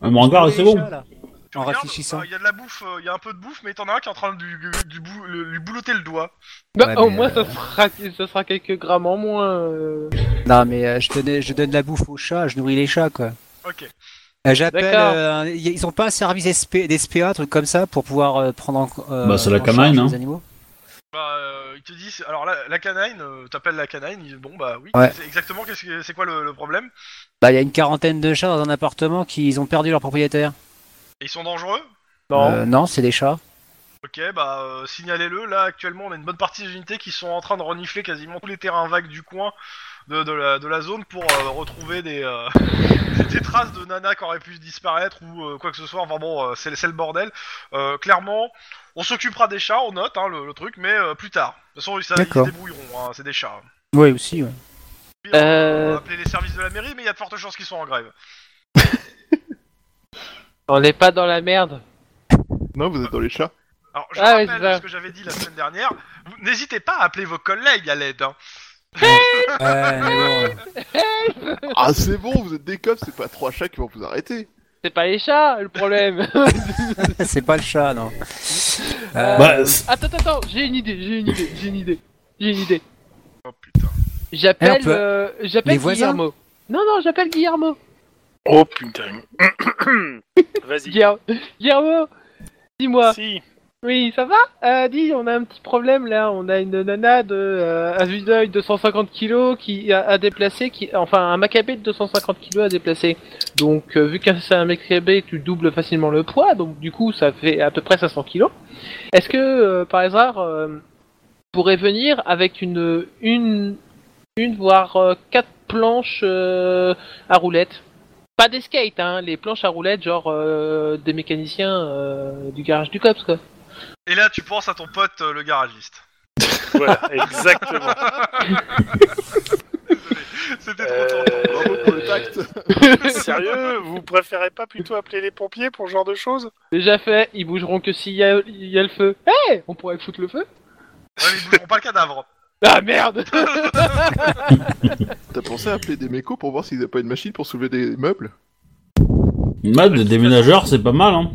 [SPEAKER 1] un hangar et
[SPEAKER 7] les
[SPEAKER 1] c'est bon.
[SPEAKER 7] chats, là.
[SPEAKER 2] Tu
[SPEAKER 7] En
[SPEAKER 2] regardes,
[SPEAKER 7] rafraîchissant.
[SPEAKER 2] euh, y a de la bouffe, euh, y a un peu de bouffe, mais t'en as un qui est en train de lui, lui bou- le- lui boulotter le doigt.
[SPEAKER 3] Bah,
[SPEAKER 7] Ouais,
[SPEAKER 3] au
[SPEAKER 7] mais,
[SPEAKER 3] moins,
[SPEAKER 7] euh,
[SPEAKER 3] ça, sera, ça sera quelques grammes en moins. euh.
[SPEAKER 7] Non, mais euh, je, donnais- je donne la bouffe aux chats, je nourris les chats, quoi.
[SPEAKER 2] Ok.
[SPEAKER 7] Euh, J'appelle.
[SPEAKER 3] D'accord.
[SPEAKER 7] euh, un- y- ils ont pas un service SP, d'SPA, truc comme ça, pour pouvoir euh, prendre en. euh,
[SPEAKER 1] Bah, c'est la
[SPEAKER 7] en charge
[SPEAKER 1] camaïne, hein.
[SPEAKER 7] les animaux
[SPEAKER 2] Bah, euh, il te dit, c'est- alors la, la canine, euh, t'appelles la canine, il dit, bon bah oui,
[SPEAKER 7] Ouais.
[SPEAKER 2] c'est exactement qu'est-ce que- c'est quoi le, le problème
[SPEAKER 7] Bah, il y a une quarantaine de chats dans un appartement qui ils ont perdu leur propriétaire.
[SPEAKER 2] Et Ils sont dangereux
[SPEAKER 3] Non.
[SPEAKER 7] Euh, non, c'est des chats.
[SPEAKER 2] Ok, bah euh, signalez-le, là actuellement on a une bonne partie des unités qui sont en train de renifler quasiment tous les terrains vagues du coin de, de la, de la zone pour euh, retrouver des, euh, des- des traces de nana qui auraient pu disparaître ou euh, quoi que ce soit, enfin bon, euh, c'est c'est le bordel. Euh, clairement, on s'occupera des chats, on note hein, le, le truc, mais euh, plus tard. De toute façon, ils, ça- ils se
[SPEAKER 7] D'accord.
[SPEAKER 2] débrouilleront, hein, c'est des chats.
[SPEAKER 7] Oui, aussi, ouais.
[SPEAKER 2] Puis, on-
[SPEAKER 3] Euh.
[SPEAKER 2] on va appeler les services de la mairie, mais il y a de fortes chances qu'ils soient en grève.
[SPEAKER 3] On n'est pas dans la merde.
[SPEAKER 6] Non, vous êtes dans les chats.
[SPEAKER 2] Alors, je
[SPEAKER 3] Ah ouais,
[SPEAKER 2] rappelle
[SPEAKER 3] c'est ça.
[SPEAKER 2] ce que j'avais dit la semaine dernière, vous- n'hésitez pas à appeler vos collègues à l'aide. hein.
[SPEAKER 7] Ouais, Euh, mais bon.
[SPEAKER 6] Ah, c'est bon, vous êtes des cops, c'est pas trois chats qui vont vous arrêter.
[SPEAKER 3] C'est pas les chats le problème.
[SPEAKER 7] Euh, c'est pas le chat, non. Euh,
[SPEAKER 1] Bah, c'est-
[SPEAKER 3] Attends, attends, attends, j'ai une idée, j'ai une idée, j'ai une idée, j'ai une idée.
[SPEAKER 2] Oh putain.
[SPEAKER 7] Eh,
[SPEAKER 3] J'appelle,
[SPEAKER 7] on peut-
[SPEAKER 3] euh, j'appelle
[SPEAKER 7] Les voisins
[SPEAKER 3] Guillermo. Non, non, j'appelle Guillermo.
[SPEAKER 4] Oh putain. Vas-y.
[SPEAKER 3] Guillermo, Guillermo dis-moi.
[SPEAKER 4] Si.
[SPEAKER 3] Oui, ça va euh, Dis, on a un petit problème là. On a une nana de euh, à vue d'œil de 150 kilos qui a, a déplacé, qui, enfin un macabé de 250 kilos a déplacé. Donc euh, vu que c'est un macabé, tu doubles facilement le poids. Donc du coup, ça fait à peu près 500 kilos. Est-ce que euh, par hasard, euh, pourrait venir avec une une une voire euh, quatre planches euh, à roulettes pas des skates, hein, les planches à roulettes, genre euh, des mécaniciens euh, du garage du COPS, quoi.
[SPEAKER 2] Et là, tu penses à ton pote, euh, le garagiste.
[SPEAKER 4] Voilà, exactement.
[SPEAKER 2] C'était trop
[SPEAKER 4] Euh,
[SPEAKER 2] tentant.
[SPEAKER 6] Bravo pour le tact.
[SPEAKER 4] Sérieux, vous préférez pas plutôt appeler les pompiers pour ce genre de choses
[SPEAKER 3] Déjà fait, ils bougeront que s'il y, a- il y a le feu. Hé On pourrait foutre le feu
[SPEAKER 2] Ouais, mais ils bougeront pas le cadavre.
[SPEAKER 3] Ah merde
[SPEAKER 6] T'as pensé à appeler des mécos pour voir s'ils avaient pas une machine pour soulever des meubles
[SPEAKER 1] ouais, des déménageurs, c'est pas mal, hein.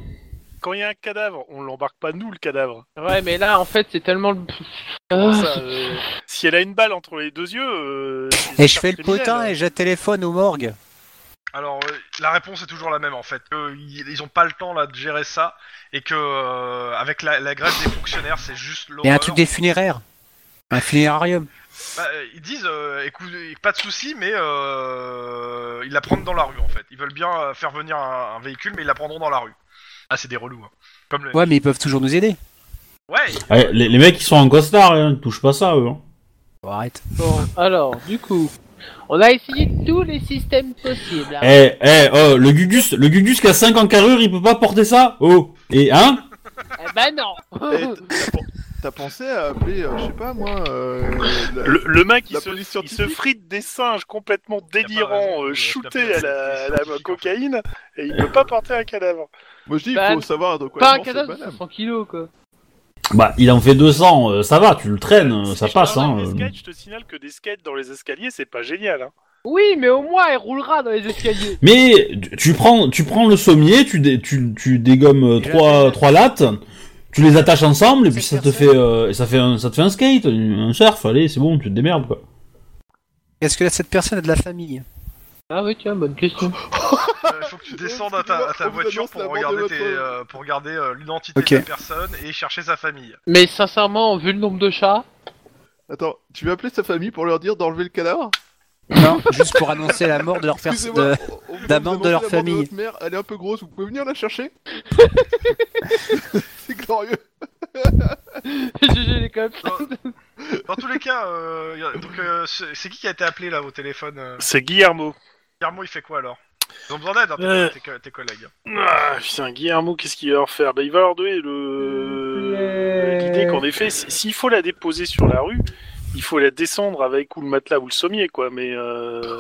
[SPEAKER 4] Quand il y a un cadavre, on l'embarque pas nous le cadavre.
[SPEAKER 3] Ouais, mais là, en fait, c'est tellement... le- Ah,
[SPEAKER 4] Ça, euh, si elle a une balle entre les deux yeux. euh, c'est
[SPEAKER 7] Et je fais le
[SPEAKER 4] criminel.
[SPEAKER 7] potin et je téléphone aux morgues.
[SPEAKER 2] Alors, euh, la réponse est toujours la même en fait. Que ils ils ont pas le temps là de gérer ça et que euh, avec la, la grève des fonctionnaires, c'est juste l'horreur.
[SPEAKER 7] Il y a un truc des funéraires. Un funérarium.
[SPEAKER 2] Bah, euh, ils disent, euh, écoute, euh, pas de souci, mais euh, ils la prennent dans la rue en fait. Ils veulent bien euh, faire venir un, un véhicule, mais ils la prendront dans la rue. Ah, c'est des relous. hein. Comme les...
[SPEAKER 7] Ouais, mais ils peuvent toujours nous aider.
[SPEAKER 2] ouais.
[SPEAKER 1] Ouais, Eh, les, les mecs, ils sont en costard, hein, ils touchent pas ça, eux. hein.
[SPEAKER 7] Bon, arrête.
[SPEAKER 3] bon, alors, du coup... On a essayé tous les systèmes possibles. hein.
[SPEAKER 1] Eh, eh, oh, le Gugus, le Gugus qui a 5 encadrures, il peut pas porter ça Oh Et hein
[SPEAKER 3] Eh ben non
[SPEAKER 6] Eh, t'as pen- T'as pensé à appeler, euh, je sais pas moi, euh, la-
[SPEAKER 4] Le, le mec, il
[SPEAKER 6] La
[SPEAKER 4] se,
[SPEAKER 6] police
[SPEAKER 4] il se
[SPEAKER 6] scientifique.
[SPEAKER 4] frite des singes complètement
[SPEAKER 2] raison
[SPEAKER 4] délirants,
[SPEAKER 2] de-
[SPEAKER 4] euh,
[SPEAKER 2] de
[SPEAKER 4] shootés
[SPEAKER 2] taper la
[SPEAKER 4] à la, à
[SPEAKER 2] police
[SPEAKER 4] la
[SPEAKER 2] scientifique,
[SPEAKER 4] cocaïne, et il peut pas porter un cadavre.
[SPEAKER 6] Moi je dis, il
[SPEAKER 3] Bah,
[SPEAKER 6] faut savoir de quoi
[SPEAKER 3] Pas un
[SPEAKER 6] il mange,
[SPEAKER 3] cadavre de
[SPEAKER 6] cette banane.
[SPEAKER 3] 500 kilos, quoi.
[SPEAKER 1] Bah, il en fait 200, euh, ça va, tu le traînes, euh, ça
[SPEAKER 4] Si je
[SPEAKER 1] passe,
[SPEAKER 4] parle
[SPEAKER 1] hein.
[SPEAKER 4] avec des
[SPEAKER 1] euh.
[SPEAKER 4] skates, je te signale que des skates dans les escaliers, c'est pas génial. Hein.
[SPEAKER 3] Oui, mais au moins, elle roulera dans les escaliers.
[SPEAKER 1] Mais tu- tu prends, tu prends le sommier, tu, dé- tu, tu dégommes
[SPEAKER 7] Déjà,
[SPEAKER 1] 3,
[SPEAKER 7] déjà.
[SPEAKER 1] trois lattes, tu les attaches ensemble, et puis ça
[SPEAKER 7] Cette
[SPEAKER 1] te, fait,
[SPEAKER 7] personne.
[SPEAKER 1] euh, ça, fait un, ça te fait un skate, un surf, allez, c'est bon, tu te démerdes, quoi.
[SPEAKER 7] Est-ce que cette personne a de la famille
[SPEAKER 3] Ah oui, tiens, bonne question.
[SPEAKER 2] Euh, faut que tu descendes à ta, à ta
[SPEAKER 6] On vous
[SPEAKER 2] voiture
[SPEAKER 6] annonce la
[SPEAKER 2] pour
[SPEAKER 6] mort
[SPEAKER 2] regarder,
[SPEAKER 6] de
[SPEAKER 2] tes,
[SPEAKER 6] votre-
[SPEAKER 2] euh, pour regarder euh, l'identité
[SPEAKER 7] Ok.
[SPEAKER 2] de la personne et chercher sa famille.
[SPEAKER 3] Mais sincèrement, vu le nombre de chats...
[SPEAKER 6] Attends, tu vas appeler sa famille pour leur dire d'enlever le cadavre
[SPEAKER 7] Non, juste pour annoncer la mort de leur personne.
[SPEAKER 6] Excusez-moi, on- on vous
[SPEAKER 7] d'un membre
[SPEAKER 6] annonce
[SPEAKER 7] de leur
[SPEAKER 6] la mort
[SPEAKER 7] famille.
[SPEAKER 6] notre mère, elle est un peu grosse, vous pouvez venir la chercher C'est glorieux.
[SPEAKER 3] GG les cops
[SPEAKER 2] Dans tous les cas, euh, y a- donc euh, c'est c'est qui qui a été appelé là au téléphone euh
[SPEAKER 4] C'est Guillermo.
[SPEAKER 2] Guillermo, il fait quoi alors Ils ont besoin d'aide, hein, tes-
[SPEAKER 4] Euh.
[SPEAKER 2] tes, co- tes collègues.
[SPEAKER 4] Ah, putain, Guillermo, qu'est-ce qu'il va leur faire ben, Il va leur donner le... l'idée qu'en effet, si- s'il faut la déposer sur la rue, il faut la descendre avec ou le matelas ou le sommier, quoi. Mais. Euh...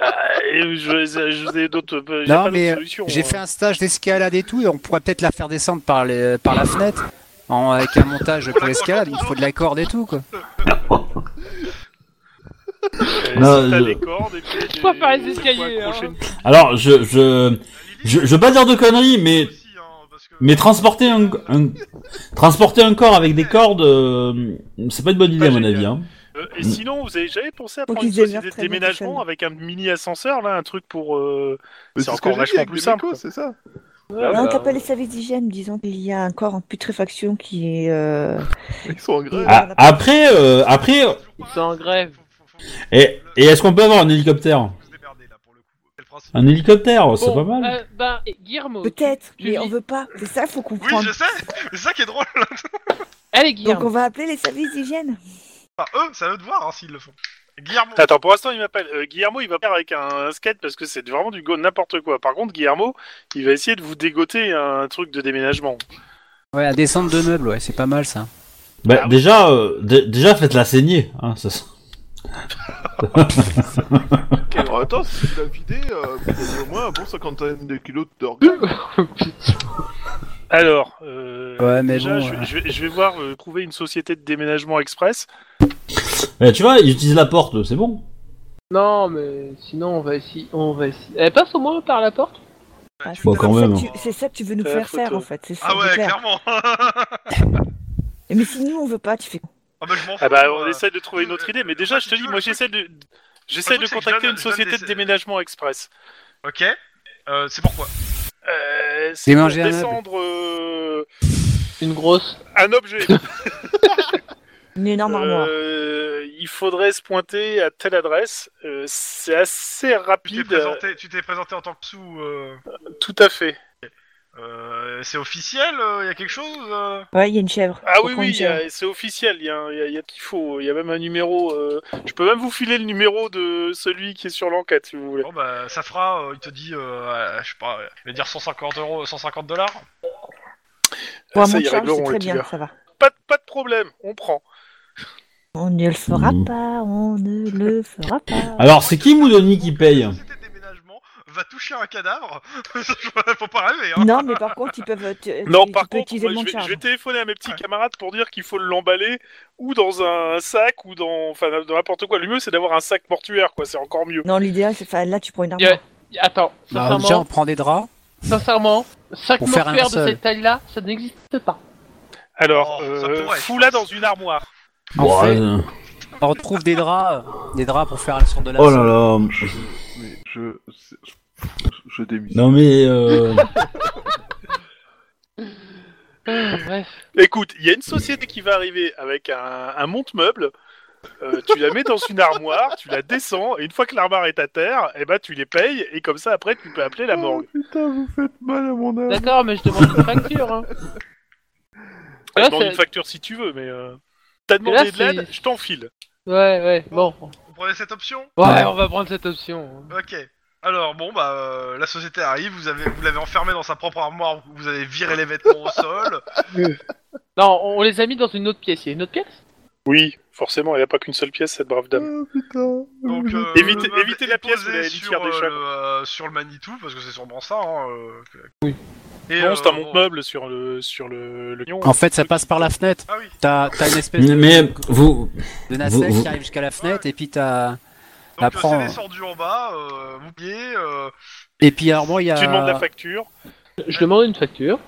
[SPEAKER 4] Ah, et je, je, je vous ai d'autres. j'ai
[SPEAKER 7] Non,
[SPEAKER 4] pas
[SPEAKER 7] mais euh,
[SPEAKER 4] d'autres solutions,
[SPEAKER 7] J'ai
[SPEAKER 4] hein.
[SPEAKER 7] fait un stage d'escalade et tout, et on pourrait peut-être la faire descendre par, les- par la fenêtre, en, avec un montage pour l'escalade, il faut de la corde et tout, quoi.
[SPEAKER 4] Euh,
[SPEAKER 1] Non,
[SPEAKER 4] si t'as
[SPEAKER 1] je-
[SPEAKER 4] des cordes et puis des-
[SPEAKER 3] Je préfère les
[SPEAKER 4] des fois
[SPEAKER 3] escaliers,
[SPEAKER 4] accrocher
[SPEAKER 3] hein.
[SPEAKER 4] une-
[SPEAKER 1] Alors, je, je, je, je veux pas dire de conneries, mais,
[SPEAKER 2] Aussi, hein, parce que-
[SPEAKER 1] mais transporter un, un- transporter un corps avec des cordes, euh, c'est pas une bonne idée à
[SPEAKER 2] Pas
[SPEAKER 1] mon
[SPEAKER 2] génial.
[SPEAKER 1] avis. Hein.
[SPEAKER 4] Euh, et sinon, vous avez jamais pensé à
[SPEAKER 5] Mm. Faut
[SPEAKER 4] prendre une
[SPEAKER 5] qu'ils aient l'air
[SPEAKER 4] société de
[SPEAKER 5] très bien
[SPEAKER 4] déménagement
[SPEAKER 5] fonctionnés.
[SPEAKER 4] avec un mini ascenseur, là, un truc pour. euh,
[SPEAKER 6] Mais
[SPEAKER 4] C'est
[SPEAKER 6] ce
[SPEAKER 4] encore
[SPEAKER 6] que j'ai dit
[SPEAKER 4] vachement
[SPEAKER 6] avec
[SPEAKER 4] plus
[SPEAKER 6] les
[SPEAKER 4] simple,
[SPEAKER 6] mécos,
[SPEAKER 4] quoi.
[SPEAKER 6] c'est ça.
[SPEAKER 4] Ah, bah,
[SPEAKER 5] on t'appelle les services d'hygiène, disons qu'il y a un corps en putréfaction qui est. euh,
[SPEAKER 6] Ils sont en grève.
[SPEAKER 1] Ah, après, euh, après,
[SPEAKER 3] Ils sont en grève.
[SPEAKER 2] Faut- faut- faut-
[SPEAKER 1] et, et est-ce qu'on peut avoir un hélicoptère
[SPEAKER 2] faut se démerder, là, pour le coup. C'est le principe.
[SPEAKER 1] Un hélicoptère, c'est
[SPEAKER 3] Bon,
[SPEAKER 1] pas mal.
[SPEAKER 3] euh, ben, et Guillermo. tu-
[SPEAKER 5] Peut-être,
[SPEAKER 3] tu
[SPEAKER 5] mais
[SPEAKER 3] lis-
[SPEAKER 5] on veut pas. C'est ça, faut
[SPEAKER 2] Oui,
[SPEAKER 5] comprendre.
[SPEAKER 2] je sais C'est ça qui est drôle là.
[SPEAKER 3] Allez,
[SPEAKER 5] Donc
[SPEAKER 3] Guillermo.
[SPEAKER 5] on va appeler les services d'hygiène.
[SPEAKER 2] Enfin, eux, c'est à eux de voir hein, s'ils le font. Guillermo,
[SPEAKER 5] Ah,
[SPEAKER 4] Attends, pour l'instant, il m'appelle. Euh, Guillermo, il va faire avec un, un skate parce que c'est vraiment du go n'importe quoi. Par contre, Guillermo, il va essayer de vous dégoter un truc de déménagement.
[SPEAKER 7] Ouais, la descente de meubles, ouais, c'est pas mal ça.
[SPEAKER 1] Bah, déjà, euh, dé- déjà faites-la saigner. Hein, ça-
[SPEAKER 6] En même temps, si tu l'as vidé, euh, il y a au moins un bon cinquantaine de kilos d'organes.
[SPEAKER 4] Alors, euh,
[SPEAKER 7] Ouais, mais
[SPEAKER 4] déjà,
[SPEAKER 7] bon,
[SPEAKER 4] je,
[SPEAKER 7] ouais.
[SPEAKER 4] je vais- je vais voir euh, trouver une société de déménagement express.
[SPEAKER 1] Ouais, Eh, tu vois, ils utilisent la porte, c'est bon.
[SPEAKER 3] Non, mais sinon, on va essayer. On va essayer. Elle passe au moins par la porte.
[SPEAKER 6] Bah,
[SPEAKER 5] Ah,
[SPEAKER 1] Bon,
[SPEAKER 5] c'est
[SPEAKER 1] quand
[SPEAKER 5] ça
[SPEAKER 1] même,
[SPEAKER 5] que
[SPEAKER 1] hein.
[SPEAKER 5] tu- C'est ça que tu veux nous
[SPEAKER 4] Euh,
[SPEAKER 5] faire
[SPEAKER 4] faut
[SPEAKER 5] faire
[SPEAKER 4] te-
[SPEAKER 5] en fait, c'est ça.
[SPEAKER 2] Ah ouais,
[SPEAKER 5] c'est clair.
[SPEAKER 2] clairement Ah
[SPEAKER 5] Mais si nous on veut pas, tu fais quoi
[SPEAKER 2] bah je m'en fous
[SPEAKER 4] Ah bah, on
[SPEAKER 2] moi.
[SPEAKER 4] essaie de trouver une autre idée. Mais déjà, Ah, je te dis, moi, j'essaie de. J'essaie
[SPEAKER 2] Le
[SPEAKER 4] de
[SPEAKER 2] truc, c'est que je
[SPEAKER 4] contacter
[SPEAKER 2] donne-
[SPEAKER 4] une
[SPEAKER 2] je donne
[SPEAKER 4] société
[SPEAKER 2] des-
[SPEAKER 4] de déménagement express.
[SPEAKER 2] Ok, euh, c'est pourquoi
[SPEAKER 4] Euh, c'est pour
[SPEAKER 7] Déménager un meuble.
[SPEAKER 4] descendre euh,
[SPEAKER 3] Une grosse.
[SPEAKER 4] un objet.
[SPEAKER 5] Une énorme armoire.
[SPEAKER 4] Euh, il faudrait se pointer à telle adresse. Euh, c'est assez
[SPEAKER 2] Tu t'es
[SPEAKER 4] rapide.
[SPEAKER 2] présenté, tu t'es présenté en tant que sous. euh,
[SPEAKER 4] Tout à fait.
[SPEAKER 2] euh, c'est officiel Il y a quelque chose euh
[SPEAKER 5] Ouais, il y a une chèvre.
[SPEAKER 4] Ah
[SPEAKER 5] Faut
[SPEAKER 4] oui,
[SPEAKER 5] prendre
[SPEAKER 4] oui,
[SPEAKER 5] une
[SPEAKER 4] il y a-
[SPEAKER 5] chèvre.
[SPEAKER 4] c'est officiel. Il y a, un- il y a- il y a qu'il faut. Il y a même un numéro. euh, Je peux même vous filer le numéro de celui qui est sur l'enquête, si vous voulez.
[SPEAKER 2] Bon bah ça fera, euh, il te dit, euh, euh, je sais pas, euh, il va dire 150 euros, 150 dollars
[SPEAKER 5] Pour un
[SPEAKER 4] ah, ça,
[SPEAKER 5] mont
[SPEAKER 4] ils
[SPEAKER 5] Charles,
[SPEAKER 4] régleront
[SPEAKER 5] c'est
[SPEAKER 4] les
[SPEAKER 5] très bien,
[SPEAKER 4] tigres.
[SPEAKER 5] ça va.
[SPEAKER 4] Pas, de- pas de problème, on prend.
[SPEAKER 5] On ne le fera
[SPEAKER 1] Mm.
[SPEAKER 5] pas, on ne le fera pas.
[SPEAKER 6] Ah.
[SPEAKER 1] Alors, c'est Kim ou Denis qui paye
[SPEAKER 2] La société de déménagement va toucher un cadavre Faut pas rêver, hein
[SPEAKER 5] Non, mais par contre, ils peuvent. euh, tu-
[SPEAKER 4] Non,
[SPEAKER 5] tu
[SPEAKER 4] par
[SPEAKER 5] peux
[SPEAKER 4] contre,
[SPEAKER 5] utiliser
[SPEAKER 4] moi,
[SPEAKER 5] le
[SPEAKER 4] je,
[SPEAKER 5] mont
[SPEAKER 4] vais, je
[SPEAKER 5] Charles.
[SPEAKER 4] vais téléphoner à mes petits camarades pour dire qu'il faut l'emballer ou dans un sac ou dans, enfin, dans n'importe quoi. Le mieux, c'est d'avoir un sac mortuaire, quoi. C'est encore mieux.
[SPEAKER 5] Non, l'idéal, c'est. Enfin, là, tu prends une
[SPEAKER 3] Yeah.
[SPEAKER 5] armoire.
[SPEAKER 3] Attends,
[SPEAKER 7] Bah, déjà, on
[SPEAKER 3] sincèrement,
[SPEAKER 7] prend des draps.
[SPEAKER 3] sincèrement, 5
[SPEAKER 7] Pour faire un
[SPEAKER 3] mortuaires de
[SPEAKER 7] seul.
[SPEAKER 3] cette taille-là, ça n'existe pas.
[SPEAKER 4] Alors,
[SPEAKER 2] Oh, ça
[SPEAKER 4] euh,
[SPEAKER 2] pourrait, je
[SPEAKER 4] fous-la
[SPEAKER 2] pense.
[SPEAKER 4] dans une armoire.
[SPEAKER 7] En
[SPEAKER 1] Ouais,
[SPEAKER 7] fait,
[SPEAKER 1] euh,
[SPEAKER 7] on retrouve des draps, euh, des draps pour faire la sorte de la.
[SPEAKER 1] Oh là là.
[SPEAKER 6] Mais je. c'est- Je démissionne.
[SPEAKER 1] Non mais... Euh...
[SPEAKER 3] Euh, Bref.
[SPEAKER 4] Écoute, il y a une société qui va arriver avec un, un monte-meuble. Euh, tu la mets dans une armoire, tu la descends, et une fois que l'armoire est à terre, eh ben, tu les payes, et comme ça, après, tu peux appeler la
[SPEAKER 6] Oh,
[SPEAKER 4] morgue.
[SPEAKER 6] putain, vous faites mal à mon âme.
[SPEAKER 3] D'accord, mais je demande une facture. Hein.
[SPEAKER 4] Je
[SPEAKER 3] Là,
[SPEAKER 4] demande
[SPEAKER 3] c'est-
[SPEAKER 4] une facture si tu veux, mais. euh, T'as demandé
[SPEAKER 3] Là,
[SPEAKER 4] de
[SPEAKER 3] c'est-
[SPEAKER 4] l'aide, je t'enfile.
[SPEAKER 3] Ouais, ouais, bon.
[SPEAKER 2] Vous prenez cette option
[SPEAKER 3] Ouais,
[SPEAKER 7] Ouais.
[SPEAKER 3] on va prendre cette option.
[SPEAKER 2] Ok. Alors bon bah euh, la société arrive, vous avez vous l'avez enfermé dans sa propre armoire, vous avez viré les vêtements au sol.
[SPEAKER 3] Non, on on les a mis dans une autre pièce. Il y a une autre pièce
[SPEAKER 4] Oui, forcément, il n'y a pas qu'une seule pièce, cette brave dame.
[SPEAKER 6] Ah, putain.
[SPEAKER 2] Donc
[SPEAKER 6] Vous
[SPEAKER 2] euh,
[SPEAKER 6] êtes-
[SPEAKER 4] Évitez-
[SPEAKER 2] le meuble
[SPEAKER 4] évitez
[SPEAKER 2] est
[SPEAKER 4] la pièce,
[SPEAKER 2] posé
[SPEAKER 4] vous allez lui faire
[SPEAKER 2] sur,
[SPEAKER 4] des
[SPEAKER 2] euh,
[SPEAKER 4] chocs.
[SPEAKER 2] le, euh, sur le Manitou parce que c'est sûrement ça. Hein, euh, que-
[SPEAKER 3] Oui.
[SPEAKER 2] Et,
[SPEAKER 4] non,
[SPEAKER 2] euh,
[SPEAKER 4] c'est un
[SPEAKER 2] bon.
[SPEAKER 4] monte-meuble sur le sur le, le lion.
[SPEAKER 7] En fait, ça passe par la fenêtre.
[SPEAKER 2] Ah oui.
[SPEAKER 7] T'as t'as une espèce de,
[SPEAKER 1] mais vous...
[SPEAKER 7] de nacelle
[SPEAKER 1] vous-
[SPEAKER 7] qui arrive jusqu'à la fenêtre, et puis t'as.
[SPEAKER 2] Donc euh,
[SPEAKER 7] Apprends.
[SPEAKER 2] c'est descendu en bas, euh, vous pliez, euh,
[SPEAKER 7] Et puis, alors, moi, il y a.
[SPEAKER 6] euh,
[SPEAKER 4] Tu demandes la facture.
[SPEAKER 3] Je demande une facture.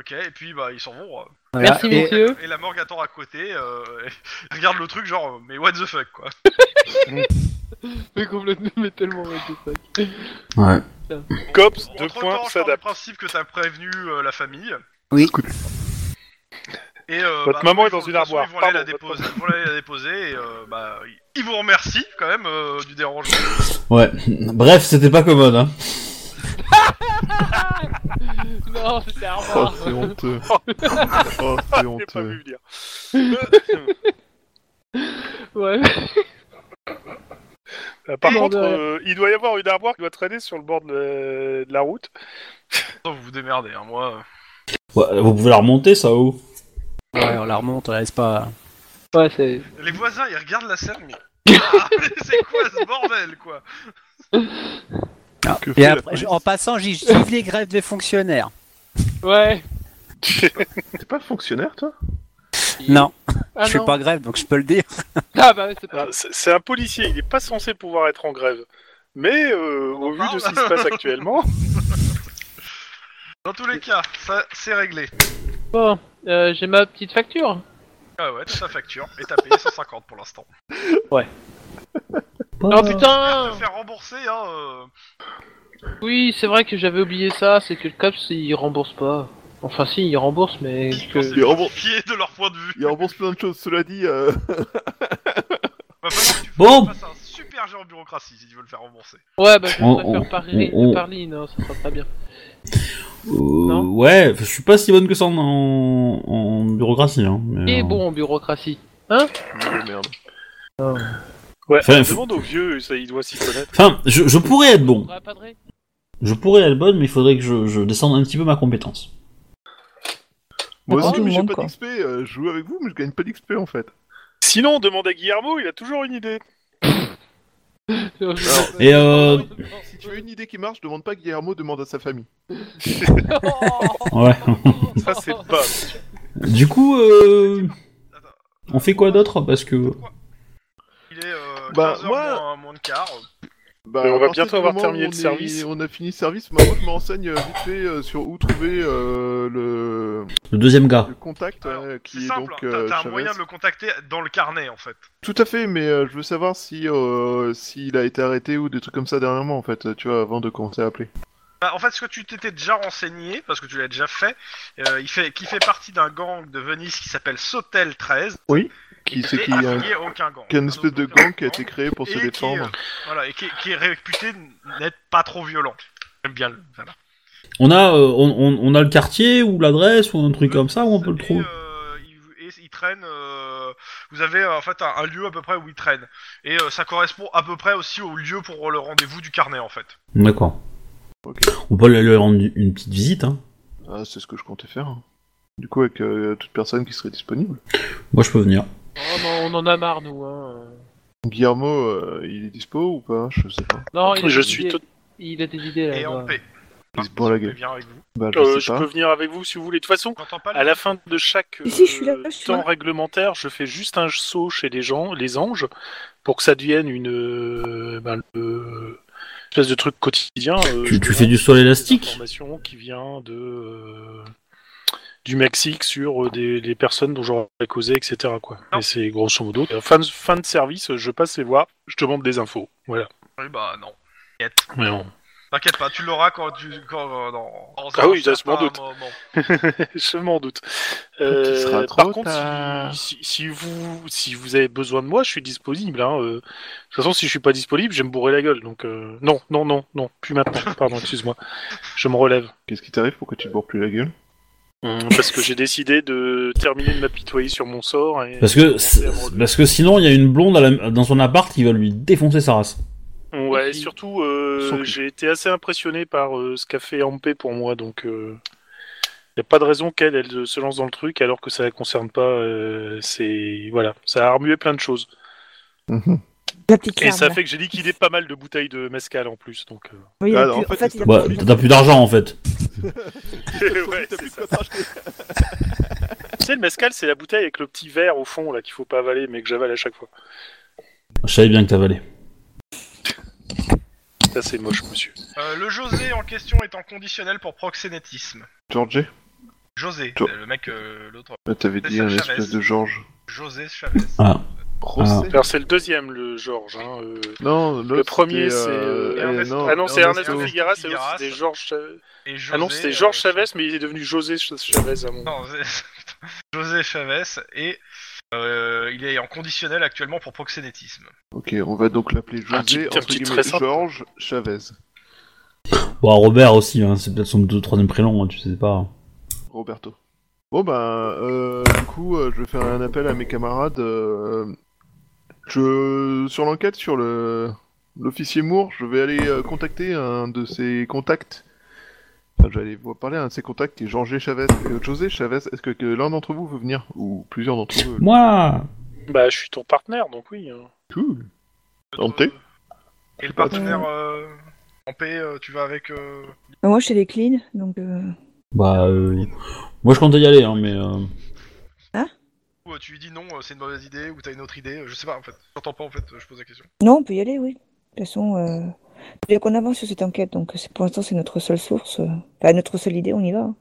[SPEAKER 2] ok et puis bah ils s'en vont. euh.
[SPEAKER 7] Voilà,
[SPEAKER 3] Merci,
[SPEAKER 7] et-
[SPEAKER 3] messieurs.
[SPEAKER 2] Et la morgue attend à côté, euh, et regarde le truc genre euh, mais what the fuck quoi.
[SPEAKER 3] Mais complètement, mais tellement what the fuck.
[SPEAKER 1] Ouais.
[SPEAKER 4] Cops, deux
[SPEAKER 2] Entre temps,
[SPEAKER 4] points,
[SPEAKER 2] je pars du
[SPEAKER 4] s'adapte.
[SPEAKER 2] principe que t'as prévenu euh, la famille.
[SPEAKER 7] Oui.
[SPEAKER 2] Et, euh,
[SPEAKER 4] Votre
[SPEAKER 2] bah,
[SPEAKER 4] maman
[SPEAKER 2] ils
[SPEAKER 4] est dans
[SPEAKER 2] vont-
[SPEAKER 4] une
[SPEAKER 2] de toute façon,
[SPEAKER 4] armoire.
[SPEAKER 2] Ils vont aller la
[SPEAKER 4] Pardon, votre
[SPEAKER 2] déposer, ils vont aller la déposer et euh, bah, ils vous remercient quand même euh, du dérangement.
[SPEAKER 1] Ouais. Bref, c'était pas commode. Hein.
[SPEAKER 3] Non, c'était
[SPEAKER 6] Oh,
[SPEAKER 3] armoire.
[SPEAKER 6] c'est honteux. Oh, c'est
[SPEAKER 4] J'ai pas
[SPEAKER 6] honteux.
[SPEAKER 4] vu venir.
[SPEAKER 3] Ouais.
[SPEAKER 4] Euh, par
[SPEAKER 3] Et-
[SPEAKER 4] contre,
[SPEAKER 3] Ouais.
[SPEAKER 4] euh, il doit y avoir une armoire qui doit traîner sur le bord de la, de la route.
[SPEAKER 2] Vous vous démerdez, hein, moi. euh,
[SPEAKER 1] Ouais, vous pouvez la remonter, ça, haut
[SPEAKER 7] Ouais, on la remonte, on la laisse pas.
[SPEAKER 3] Ouais, c'est.
[SPEAKER 2] Les voisins, ils regardent la scène, mais. Ah, mais c'est quoi ce bordel, quoi
[SPEAKER 7] Ah,
[SPEAKER 6] Que fait
[SPEAKER 7] Et
[SPEAKER 6] la Ah
[SPEAKER 7] après,
[SPEAKER 6] police
[SPEAKER 7] je- en passant, j'ai vive les grèves des fonctionnaires.
[SPEAKER 3] Ouais.
[SPEAKER 6] T'es pas fonctionnaire, toi
[SPEAKER 7] Non,
[SPEAKER 3] Ah,
[SPEAKER 7] je fais
[SPEAKER 3] non.
[SPEAKER 7] pas grève, donc je peux le dire.
[SPEAKER 3] Ah bah ouais, c'est pas.
[SPEAKER 4] Ah, C'est c'est un policier, il n'est pas censé pouvoir être en grève. Mais euh,
[SPEAKER 2] On en
[SPEAKER 4] au vu
[SPEAKER 2] parle
[SPEAKER 4] de ce qui se passe actuellement,
[SPEAKER 2] Dans tous les cas, ça, c'est réglé.
[SPEAKER 3] Bon, euh, j'ai ma petite facture.
[SPEAKER 2] Ah ouais, t'as ta facture, et t'as payé 150 pour l'instant.
[SPEAKER 3] Oh
[SPEAKER 2] Te
[SPEAKER 3] putain
[SPEAKER 2] faire rembourser, hein. euh,
[SPEAKER 3] Oui, c'est vrai que j'avais oublié ça, c'est que le COPS il rembourse pas. Enfin si, il rembourse, mais que...
[SPEAKER 2] c'est
[SPEAKER 6] Il rembourse-
[SPEAKER 2] justifié de leur point de vue.
[SPEAKER 6] Il rembourse plein de choses, cela dit. euh,
[SPEAKER 2] Va falloir que tu
[SPEAKER 1] Bon.
[SPEAKER 2] fasses un super géant en bureaucratie si tu veux le faire rembourser.
[SPEAKER 3] Ouais, bah je
[SPEAKER 1] On- on-
[SPEAKER 3] préfère par
[SPEAKER 1] on-
[SPEAKER 3] ligne, par ligne, hein, ça sera pas bien.
[SPEAKER 1] Euh,
[SPEAKER 3] Non.
[SPEAKER 1] ouais, enfin, je suis pas si bonne que ça en, en- en bureaucratie. Hein, mais,
[SPEAKER 3] Et
[SPEAKER 1] euh,
[SPEAKER 3] bon, en bureaucratie.
[SPEAKER 4] Ah,
[SPEAKER 6] mais merde.
[SPEAKER 4] ouais,
[SPEAKER 1] Enfin,
[SPEAKER 4] demande aux vieux, ça, il doit s'y connaître.
[SPEAKER 1] Enfin, je, je pourrais être bon.
[SPEAKER 3] Faudra padrer
[SPEAKER 1] Je pourrais être bonne, mais il faudrait que je, je descende un petit peu ma compétence.
[SPEAKER 6] Moi
[SPEAKER 5] Pas
[SPEAKER 6] aussi,
[SPEAKER 5] tout le
[SPEAKER 6] mais j'ai
[SPEAKER 5] monde,
[SPEAKER 6] pas
[SPEAKER 5] quoi.
[SPEAKER 6] d'XP. euh, je joue avec vous, mais je gagne pas d'XP en fait.
[SPEAKER 4] Sinon, demande à Guillermo, il a toujours une idée.
[SPEAKER 1] Et euh,
[SPEAKER 6] Si tu as une idée qui marche, demande pas à Guillermo, demande à sa famille.
[SPEAKER 3] Oh.
[SPEAKER 1] ouais.
[SPEAKER 4] Ça, c'est pas.
[SPEAKER 1] du coup, euh,
[SPEAKER 2] Attends,
[SPEAKER 1] on fait quoi d'autre Parce que
[SPEAKER 2] Il est euh,
[SPEAKER 6] Bah,
[SPEAKER 2] 15h
[SPEAKER 6] moi-
[SPEAKER 2] moins, moins de quart.
[SPEAKER 6] Bah,
[SPEAKER 4] Mais on
[SPEAKER 6] à
[SPEAKER 4] va
[SPEAKER 6] partir
[SPEAKER 4] bientôt
[SPEAKER 6] du
[SPEAKER 4] avoir
[SPEAKER 6] moment
[SPEAKER 4] terminé
[SPEAKER 6] où on
[SPEAKER 4] le
[SPEAKER 6] est-
[SPEAKER 4] service.
[SPEAKER 6] On a fini le service. Maintenant, je m'enseigne euh, vite fait euh, sur où trouver euh, le...
[SPEAKER 1] le deuxième gars.
[SPEAKER 6] le contact
[SPEAKER 2] Alors,
[SPEAKER 6] euh,
[SPEAKER 2] C'est
[SPEAKER 6] qui est,
[SPEAKER 2] simple,
[SPEAKER 6] donc.
[SPEAKER 2] hein, t'as-
[SPEAKER 6] euh,
[SPEAKER 2] t'as un
[SPEAKER 6] Chavez.
[SPEAKER 2] moyen de le contacter dans le carnet en fait.
[SPEAKER 6] Tout à fait, mais euh, je veux savoir si euh, s'il a été arrêté ou des trucs comme ça dernièrement en fait. euh, Tu vois, avant de commencer à appeler.
[SPEAKER 2] Bah, en fait, ce que tu t'étais déjà renseigné, parce que tu l'as déjà fait, euh, il fait, qui fait partie d'un gang de Venise qui s'appelle Sotel 13.
[SPEAKER 6] Qui c'est
[SPEAKER 2] et
[SPEAKER 6] qui a
[SPEAKER 2] affilié à aucun gang.
[SPEAKER 6] qui a une
[SPEAKER 2] Un
[SPEAKER 6] espèce
[SPEAKER 2] autre
[SPEAKER 6] de
[SPEAKER 2] aucun
[SPEAKER 6] gang qui a été créé pour se
[SPEAKER 2] et qui est,
[SPEAKER 6] défendre.
[SPEAKER 2] euh, voilà, et qui, qui est réputé n'être pas trop violent. J'aime bien le. Voilà.
[SPEAKER 1] On a, euh, on, on- on a le quartier ou l'adresse ou un truc comme ça où on peut le
[SPEAKER 2] Et,
[SPEAKER 1] trouver.
[SPEAKER 2] euh, il, et il traîne. euh, vous avez euh, en fait un, un lieu à peu près où il traîne. Et euh, ça correspond à peu près aussi au lieu pour le rendez-vous du carnet en fait.
[SPEAKER 1] D'accord.
[SPEAKER 6] Ok.
[SPEAKER 1] On peut lui rendre une petite visite. Hein.
[SPEAKER 4] euh,
[SPEAKER 6] Ah, c'est ce que je comptais faire. hein. Du coup, avec euh, toute personne qui serait disponible.
[SPEAKER 1] Moi, je peux venir.
[SPEAKER 3] Oh non, on en a marre nous, hein.
[SPEAKER 6] Guillermo, euh, il est dispo ou pas Je sais pas.
[SPEAKER 3] Non, il a
[SPEAKER 4] Je
[SPEAKER 3] des
[SPEAKER 4] suis
[SPEAKER 3] idées.
[SPEAKER 4] tot-
[SPEAKER 3] Il a des idées là.
[SPEAKER 2] Et en
[SPEAKER 3] ouais.
[SPEAKER 2] paix.
[SPEAKER 6] Il se bourre la gueule.
[SPEAKER 2] vient avec vous.
[SPEAKER 6] Bah, je
[SPEAKER 4] Euh,
[SPEAKER 6] sais
[SPEAKER 4] je
[SPEAKER 6] pas.
[SPEAKER 4] peux venir avec vous si vous voulez. De toute façon,
[SPEAKER 2] J'entends pas.
[SPEAKER 4] à la fin de chaque euh,
[SPEAKER 5] Si, je suis là, je suis
[SPEAKER 4] temps
[SPEAKER 5] là.
[SPEAKER 4] réglementaire, je fais juste un saut chez les gens, les anges, pour que ça devienne une euh, ben, le- espèce de truc quotidien. euh,
[SPEAKER 1] Tu,
[SPEAKER 4] je
[SPEAKER 1] tu
[SPEAKER 4] dirais,
[SPEAKER 1] fais du sol
[SPEAKER 4] une
[SPEAKER 1] élastique
[SPEAKER 4] information qui vient de euh, du Mexique sur euh, des, des personnes dont j'aurais causé, etc. Quoi.
[SPEAKER 2] Non.
[SPEAKER 4] Et c'est grosso modo. Euh, Fin, de- fin de service, je passe les voir, je te demande des infos. Voilà.
[SPEAKER 2] Oui, bah non.
[SPEAKER 4] Mais bon.
[SPEAKER 2] T'inquiète pas, tu l'auras quand tu. Quand, euh, dans, dans
[SPEAKER 4] Ah
[SPEAKER 2] un
[SPEAKER 4] oui, ça, je m'en
[SPEAKER 2] certain
[SPEAKER 4] doute.
[SPEAKER 2] moment.
[SPEAKER 4] je m'en doute. Euh,
[SPEAKER 6] il sera trop
[SPEAKER 4] par contre,
[SPEAKER 6] tard.
[SPEAKER 4] si, si- si vous, si vous avez besoin de moi, je suis disponible. hein, euh. De toute façon, si je suis pas disponible, je vais me bourrer la gueule. Donc euh, non, non, non, non, plus maintenant. Pardon, excuse-moi. Je me relève.
[SPEAKER 6] Qu'est-ce qui t'arrive Pourquoi tu te bourres plus la gueule
[SPEAKER 4] Hum, Parce que j'ai décidé de terminer de m'apitoyer sur mon sort. Et...
[SPEAKER 1] parce que c'est- parce que sinon, il y a une blonde à la- dans son appart qui va lui défoncer sa race.
[SPEAKER 4] Mmh, Ouais,
[SPEAKER 3] Et puis-
[SPEAKER 4] surtout, euh,
[SPEAKER 6] Son cul.
[SPEAKER 4] j'ai été assez impressionné par euh, ce qu'a fait Ampé pour moi, donc il n'y a pas de raison qu'elle elle, euh, se lance dans le truc alors que ça ne concerne pas. euh, c'est voilà, ça a remué plein de choses.
[SPEAKER 5] La petite
[SPEAKER 4] Et
[SPEAKER 5] larme.
[SPEAKER 4] ça
[SPEAKER 5] là.
[SPEAKER 4] fait que j'ai liquidé pas mal de bouteilles de mescal en plus, donc. euh,
[SPEAKER 5] Oui, il a
[SPEAKER 6] Ah, non,
[SPEAKER 5] plus-
[SPEAKER 6] en fait,
[SPEAKER 5] il a
[SPEAKER 1] Ouais,
[SPEAKER 5] plus-
[SPEAKER 1] Bah, t'as plus d'argent en fait.
[SPEAKER 4] ouais, c'est
[SPEAKER 6] T'as plus de
[SPEAKER 4] ça.
[SPEAKER 6] quoi t'acheter.
[SPEAKER 4] euh. Tu sais, le mescal, c'est la bouteille avec le petit verre au fond là qu'il faut pas avaler, mais que j'avale à chaque fois.
[SPEAKER 1] Je savais bien que t'avalais.
[SPEAKER 4] Ça, c'est moche, monsieur.
[SPEAKER 2] Euh, le José en question est en conditionnel pour proxénétisme.
[SPEAKER 6] Georgie
[SPEAKER 2] José,
[SPEAKER 6] Jo-
[SPEAKER 2] euh, le mec, euh, l'autre.
[SPEAKER 6] Bah, T'avais
[SPEAKER 2] C'est
[SPEAKER 6] dit
[SPEAKER 2] ça,
[SPEAKER 6] un
[SPEAKER 2] Chavez.
[SPEAKER 6] espèce de Georges.
[SPEAKER 2] José Chavez.
[SPEAKER 1] Ah.
[SPEAKER 6] Rosset
[SPEAKER 4] Alors, c'est le deuxième, le Georges. hein, euh.
[SPEAKER 6] Non, l'autre,
[SPEAKER 4] Le premier,
[SPEAKER 6] c'était,
[SPEAKER 4] c'est euh,
[SPEAKER 6] euh, eh,
[SPEAKER 4] Ernest-
[SPEAKER 6] non,
[SPEAKER 4] Ah non, c'est Ernesto,
[SPEAKER 2] Ernesto
[SPEAKER 4] Figueras, et l'autre,
[SPEAKER 2] Figueras.
[SPEAKER 4] c'était Georges. Cha-
[SPEAKER 2] Et José,
[SPEAKER 4] Ah non, c'était
[SPEAKER 2] euh,
[SPEAKER 4] Georges Chavez, mais il est devenu José Ch- Chavez à mon.
[SPEAKER 2] Non, c'est- putain, José Chavez et euh, il est en conditionnel actuellement pour proxénétisme.
[SPEAKER 6] Ok, on va donc l'appeler José,
[SPEAKER 4] Un petit-
[SPEAKER 6] entre
[SPEAKER 4] un petit
[SPEAKER 6] guillemets,
[SPEAKER 4] très simple.
[SPEAKER 6] Georges Chavez.
[SPEAKER 1] Bon, Robert aussi, hein, c'est peut-être son deux, troisième prénom, hein, tu sais pas.
[SPEAKER 6] Roberto. Bon bah, euh, du coup, euh, je vais faire un appel à mes camarades. euh, je sur l'enquête sur le l'officier Moore, je vais aller euh, contacter un de ses contacts. Enfin, je vais aller vous parler à un de ses contacts qui est Jorge Chavez. Et José Chavez, est-ce que, que l'un d'entre vous veut venir Ou plusieurs d'entre vous euh, veulent
[SPEAKER 1] Moi
[SPEAKER 4] Bah, je suis ton partenaire, donc oui. hein.
[SPEAKER 6] Cool. Tenté.
[SPEAKER 2] Euh, Et le partenaire euh, en paix, euh, tu vas avec. euh,
[SPEAKER 5] Bah, moi, je fais des clean, donc. euh,
[SPEAKER 1] Bah, euh, moi je comptais y aller, hein, mais. euh,
[SPEAKER 2] ou, euh, tu lui dis non, euh, c'est une mauvaise idée, ou t'as une autre idée, euh, je sais pas en fait. J'entends pas en fait, euh, je pose la question.
[SPEAKER 5] Non, on peut y aller, oui. De toute façon, euh... dès qu'on avance sur cette enquête, donc c'est pour l'instant, c'est notre seule source. euh, Enfin, notre seule idée, on y va. hein.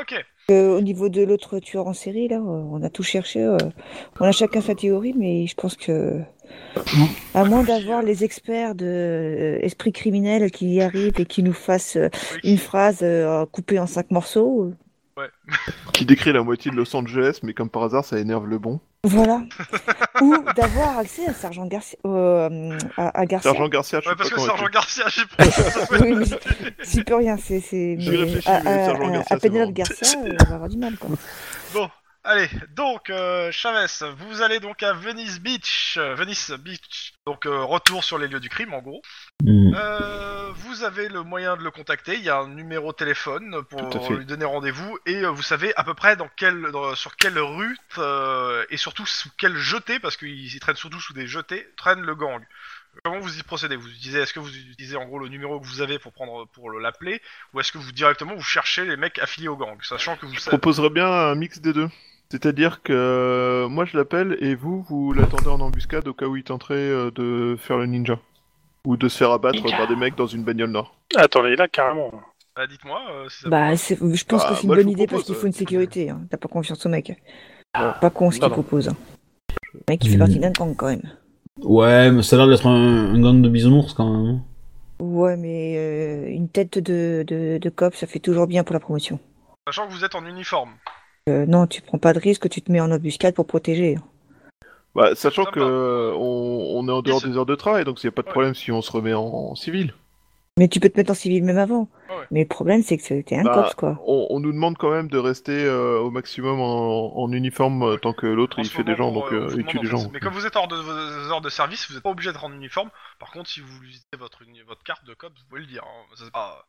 [SPEAKER 2] Ok,
[SPEAKER 5] Euh, au niveau de l'autre tueur en série, là, euh, on a tout cherché. euh, on a chacun sa théorie, mais je pense que. À moins d'avoir les experts de euh, esprit criminel qui y arrivent et qui nous fassent euh, une phrase euh, coupée en cinq morceaux, euh,
[SPEAKER 6] Qui décrit la moitié de Los Angeles, mais comme par hasard, ça énerve le bon.
[SPEAKER 5] voilà. Ou d'avoir accès à Sergent Garcia. euh, à, à Garcia.
[SPEAKER 6] Sergent Garcia, je suis
[SPEAKER 2] Ouais, parce
[SPEAKER 6] pas
[SPEAKER 2] que
[SPEAKER 6] convaincu.
[SPEAKER 2] Sergent Garcia, j'ai pas.
[SPEAKER 5] Oui, mais j'y peux rien, c'est. c'est-
[SPEAKER 6] J'y
[SPEAKER 5] mais
[SPEAKER 6] réfléchis,
[SPEAKER 5] à,
[SPEAKER 6] mais
[SPEAKER 5] à-
[SPEAKER 6] Sergent
[SPEAKER 5] à-
[SPEAKER 6] Garcia,
[SPEAKER 5] à
[SPEAKER 6] c'est
[SPEAKER 5] Penelope
[SPEAKER 6] marrant.
[SPEAKER 5] Garcia, euh, on va avoir du mal, quoi.
[SPEAKER 2] Bon, allez, donc euh, Chavez, vous allez donc à Venice Beach, euh, Venice Beach. Donc euh, retour sur les lieux du crime en gros.
[SPEAKER 1] hmm.
[SPEAKER 2] Euh, vous avez le moyen de le contacter, il y a un numéro de téléphone
[SPEAKER 6] Tout à
[SPEAKER 2] pour
[SPEAKER 6] fait.
[SPEAKER 2] lui donner rendez-vous et euh, vous savez à peu près dans quelle dans- sur quelle rue euh, et surtout sous quel jeté parce qu'ils y traînent surtout sous des jetés, traîne le gang. Comment vous y procédez Vous utilisez est-ce que vous utilisez en gros le numéro que vous avez pour prendre pour le- l'appeler ou est-ce que vous directement vous cherchez les mecs affiliés au gang sachant que vous
[SPEAKER 6] Je
[SPEAKER 2] savez
[SPEAKER 6] proposerais bien un mix des deux. C'est-à-dire que euh, moi je l'appelle et vous, vous l'attendez en embuscade au cas où il tenterait euh, de faire le ninja. Ou de se faire abattre
[SPEAKER 3] Ninja.
[SPEAKER 6] par des mecs dans une bagnole noire.
[SPEAKER 4] Ah, Attends, il est là carrément.
[SPEAKER 2] Bah, dites-moi euh, si ça vous
[SPEAKER 5] Bah, c'est- je pense
[SPEAKER 6] Bah,
[SPEAKER 5] que c'est une
[SPEAKER 6] moi, je
[SPEAKER 5] bonne
[SPEAKER 6] vous
[SPEAKER 5] idée parce
[SPEAKER 6] propose,
[SPEAKER 5] qu'il
[SPEAKER 6] euh, Ah.
[SPEAKER 5] faut une sécurité. hein. T'as pas confiance au mec. Pas con ce qu'il
[SPEAKER 4] Pardon.
[SPEAKER 5] propose. hein. Le mec, il fait
[SPEAKER 1] Hmm.
[SPEAKER 5] partie d'un gang quand même.
[SPEAKER 1] Ouais, mais ça a l'air d'être un, un gang de bisounours quand même. hein.
[SPEAKER 5] Ouais, mais euh, une tête de, de, de cop, ça fait toujours bien pour la promotion.
[SPEAKER 2] Sachant que vous êtes en uniforme.
[SPEAKER 5] Euh, non, tu prends pas de risque, tu te mets en embuscade pour protéger. hein.
[SPEAKER 6] Bah, sachant
[SPEAKER 2] Sympa.
[SPEAKER 6] que euh, on, on est en dehors
[SPEAKER 2] c'est-
[SPEAKER 6] des heures de travail, donc il n'y a pas de
[SPEAKER 2] Ouais.
[SPEAKER 6] problème si on se remet en, en civil.
[SPEAKER 5] Mais tu peux te mettre en civil même avant.
[SPEAKER 2] Ah ouais.
[SPEAKER 5] Mais le problème, c'est que c'est- t'es un
[SPEAKER 6] Bah,
[SPEAKER 5] cop, quoi.
[SPEAKER 6] On, on nous demande quand même de rester euh, au maximum en, en uniforme euh, tant que l'autre
[SPEAKER 2] En
[SPEAKER 6] il
[SPEAKER 2] ce
[SPEAKER 6] fait des gens,
[SPEAKER 2] moment,
[SPEAKER 6] donc
[SPEAKER 2] pour,
[SPEAKER 6] euh,
[SPEAKER 2] euh,
[SPEAKER 6] il
[SPEAKER 2] pour
[SPEAKER 6] tue
[SPEAKER 2] le
[SPEAKER 6] des
[SPEAKER 2] moment, en fait.
[SPEAKER 6] gens.
[SPEAKER 2] Mais comme vous êtes hors de vos heures de service, vous n'êtes pas obligé d'être en uniforme. Par contre, si vous utilisez votre, uni- votre carte de cop, vous pouvez le dire. hein. Ça, c'est pas-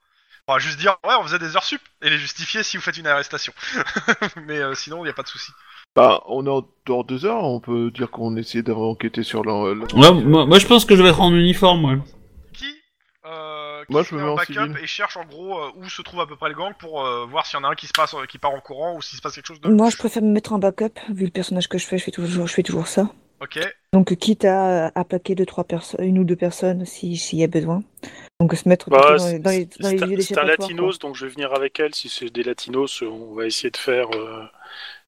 [SPEAKER 2] On va juste dire, ouais, on faisait des heures sup, et les justifier si vous faites une arrestation. mais euh, sinon, il n'y a pas de souci.
[SPEAKER 6] Bah, on est en dehors des heures, on peut dire qu'on essayait d'avoir enquêté sur la. la-
[SPEAKER 1] Ouais, moi, moi, je pense que je vais être en uniforme, ouais.
[SPEAKER 2] Qui, euh, qui
[SPEAKER 6] Moi, je
[SPEAKER 2] fait
[SPEAKER 6] me
[SPEAKER 2] un
[SPEAKER 6] mets en
[SPEAKER 2] backup
[SPEAKER 6] civil.
[SPEAKER 2] et cherche en gros euh, où se trouve à peu près le gang pour euh, voir s'il y en a un qui, se passe, qui part en courant ou s'il se passe quelque chose de.
[SPEAKER 5] Moi, je préfère me mettre en backup, vu le personnage que je fais, je fais toujours, je fais toujours ça.
[SPEAKER 2] Ok,
[SPEAKER 5] Donc, quitte à, à plaquer deux, trois personnes, une ou deux personnes si- s'il y a besoin. Donc, se mettre plutôt
[SPEAKER 4] Bah,
[SPEAKER 5] dans, les- dans les, dans les
[SPEAKER 4] c'est un- c'est
[SPEAKER 5] lieux
[SPEAKER 4] un
[SPEAKER 5] d'échappatoire, quoi.
[SPEAKER 4] latinos, donc je vais venir avec elle. Si c'est des latinos, euh, on va essayer de faire. euh,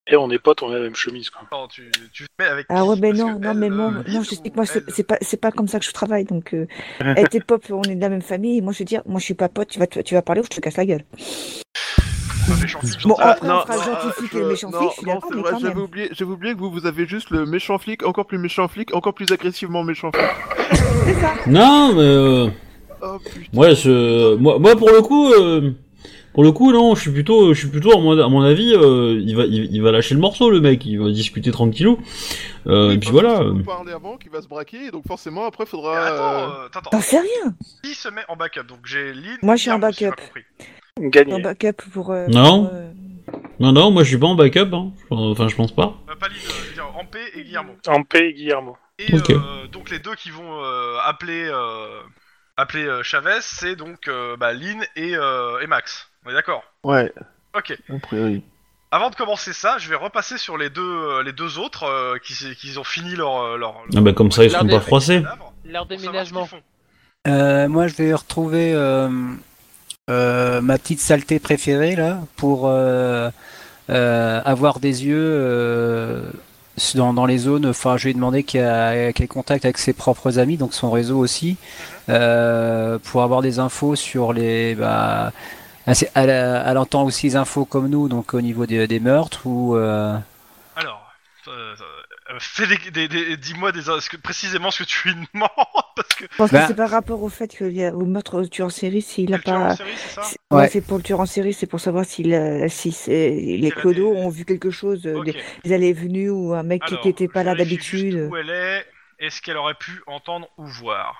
[SPEAKER 4] Eh, on est potes, on a la même chemise, quoi.
[SPEAKER 2] attends, tu, tu fais avec.
[SPEAKER 5] Ah
[SPEAKER 2] qui
[SPEAKER 5] ouais, ben
[SPEAKER 2] Parce
[SPEAKER 5] non,
[SPEAKER 2] que
[SPEAKER 5] non,
[SPEAKER 2] elle,
[SPEAKER 5] mais
[SPEAKER 2] euh,
[SPEAKER 5] moi,
[SPEAKER 2] Liz
[SPEAKER 5] non, je
[SPEAKER 2] ou
[SPEAKER 5] sais que moi, c'est
[SPEAKER 2] elle-
[SPEAKER 5] c'est pas, c'est pas comme ça que je travaille, donc, euh, eh, t'es pop, on est de la même famille, et moi, je veux dire, moi, je suis pas pote, tu vas, te- tu vas parler ou je te casse la gueule.
[SPEAKER 2] Ah, méchant fils,
[SPEAKER 5] Bon,
[SPEAKER 2] gentil.
[SPEAKER 5] après, on fera le gentil flic et le méchant
[SPEAKER 6] Ah, non,
[SPEAKER 5] flic, je suis
[SPEAKER 6] non,
[SPEAKER 5] d'accord,
[SPEAKER 6] c'est
[SPEAKER 5] mais
[SPEAKER 6] vrai,
[SPEAKER 5] quand
[SPEAKER 6] j'avais
[SPEAKER 5] même.
[SPEAKER 6] oublié, j'avais oublié que vous, vous avez juste le méchant flic, encore plus méchant flic, encore plus agressivement méchant flic.
[SPEAKER 5] C'est ça.
[SPEAKER 1] Non, mais. euh,
[SPEAKER 6] Oh putain.
[SPEAKER 1] Ouais, je- moi, moi pour le coup, euh, pour le coup, non, je suis plutôt, je suis plutôt à mon, à mon avis, euh, il va, il, il va lâcher le morceau, le mec, il va discuter tranquillou. Euh, et puis voilà.
[SPEAKER 6] On
[SPEAKER 1] euh.
[SPEAKER 6] parlait avant qu'il va se braquer, donc forcément après faudra.
[SPEAKER 2] Attends,
[SPEAKER 6] euh,
[SPEAKER 2] euh, attends,
[SPEAKER 5] T'en sais rien.
[SPEAKER 2] Qui se met en backup Donc j'ai Lynn.
[SPEAKER 5] Moi, je suis en
[SPEAKER 2] Guillermo, si j'ai
[SPEAKER 5] backup.
[SPEAKER 2] pas compris. Ah
[SPEAKER 5] En
[SPEAKER 4] Gagner.
[SPEAKER 5] backup pour. euh,
[SPEAKER 1] Non.
[SPEAKER 5] pour, euh,
[SPEAKER 1] Non, non, moi je suis pas en backup, hein. enfin je pense pas.
[SPEAKER 2] Euh, pas Lynn, euh, je veux dire Ampé et Guillermo.
[SPEAKER 4] Ampé et Guillermo.
[SPEAKER 2] Et
[SPEAKER 1] Ok.
[SPEAKER 2] euh, donc les deux qui vont euh, appeler, euh, appeler euh, Chavez, c'est donc euh, bah, Lynn et, euh, et Max. On est d'accord
[SPEAKER 6] Ouais,
[SPEAKER 2] Ok.
[SPEAKER 6] a priori.
[SPEAKER 2] Avant de commencer ça, je vais repasser sur les deux, euh, les deux autres euh, qui, s- qui ont fini leur. euh, leur,
[SPEAKER 1] Ah bah comme ça ils seront
[SPEAKER 3] Regardez.
[SPEAKER 1] pas froissés.
[SPEAKER 3] Leur déménagement.
[SPEAKER 7] Euh, moi, je vais retrouver euh, euh, ma petite saleté préférée là pour euh, euh, avoir des yeux euh, dans, dans les zones. Enfin, je lui ai demandé qu'il y a- qu'elle contacte avec ses propres amis, donc son réseau aussi, euh, pour avoir des infos sur les. Bah, elle, sait- elle, euh, elle entend aussi les infos comme nous, donc au niveau des, des meurtres ou. euh,
[SPEAKER 2] Alors. euh, euh, fais des, des- des- dis-moi des, ce que- précisément ce que tu lui demandes parce que
[SPEAKER 5] Je pense
[SPEAKER 7] Bah.
[SPEAKER 5] que c'est par rapport au fait qu'il y a au meurtre au tueur en série, s'il
[SPEAKER 2] C'est
[SPEAKER 5] a
[SPEAKER 2] le tueur en
[SPEAKER 5] pas.
[SPEAKER 2] série, c'est ça
[SPEAKER 5] c'est- ouais,
[SPEAKER 7] Ouais.
[SPEAKER 5] c'est pour le tueur en série, c'est pour savoir s'il a- si, c'est- les
[SPEAKER 2] a
[SPEAKER 5] clodos
[SPEAKER 2] des-
[SPEAKER 5] ont vu quelque chose, euh,
[SPEAKER 2] Ok.
[SPEAKER 5] des- des allées et venues ou un mec qui
[SPEAKER 2] Alors,
[SPEAKER 5] n'était pas là
[SPEAKER 2] je vérifie juste
[SPEAKER 5] d'habitude.
[SPEAKER 2] Où elle est Est-ce qu'elle aurait pu entendre ou voir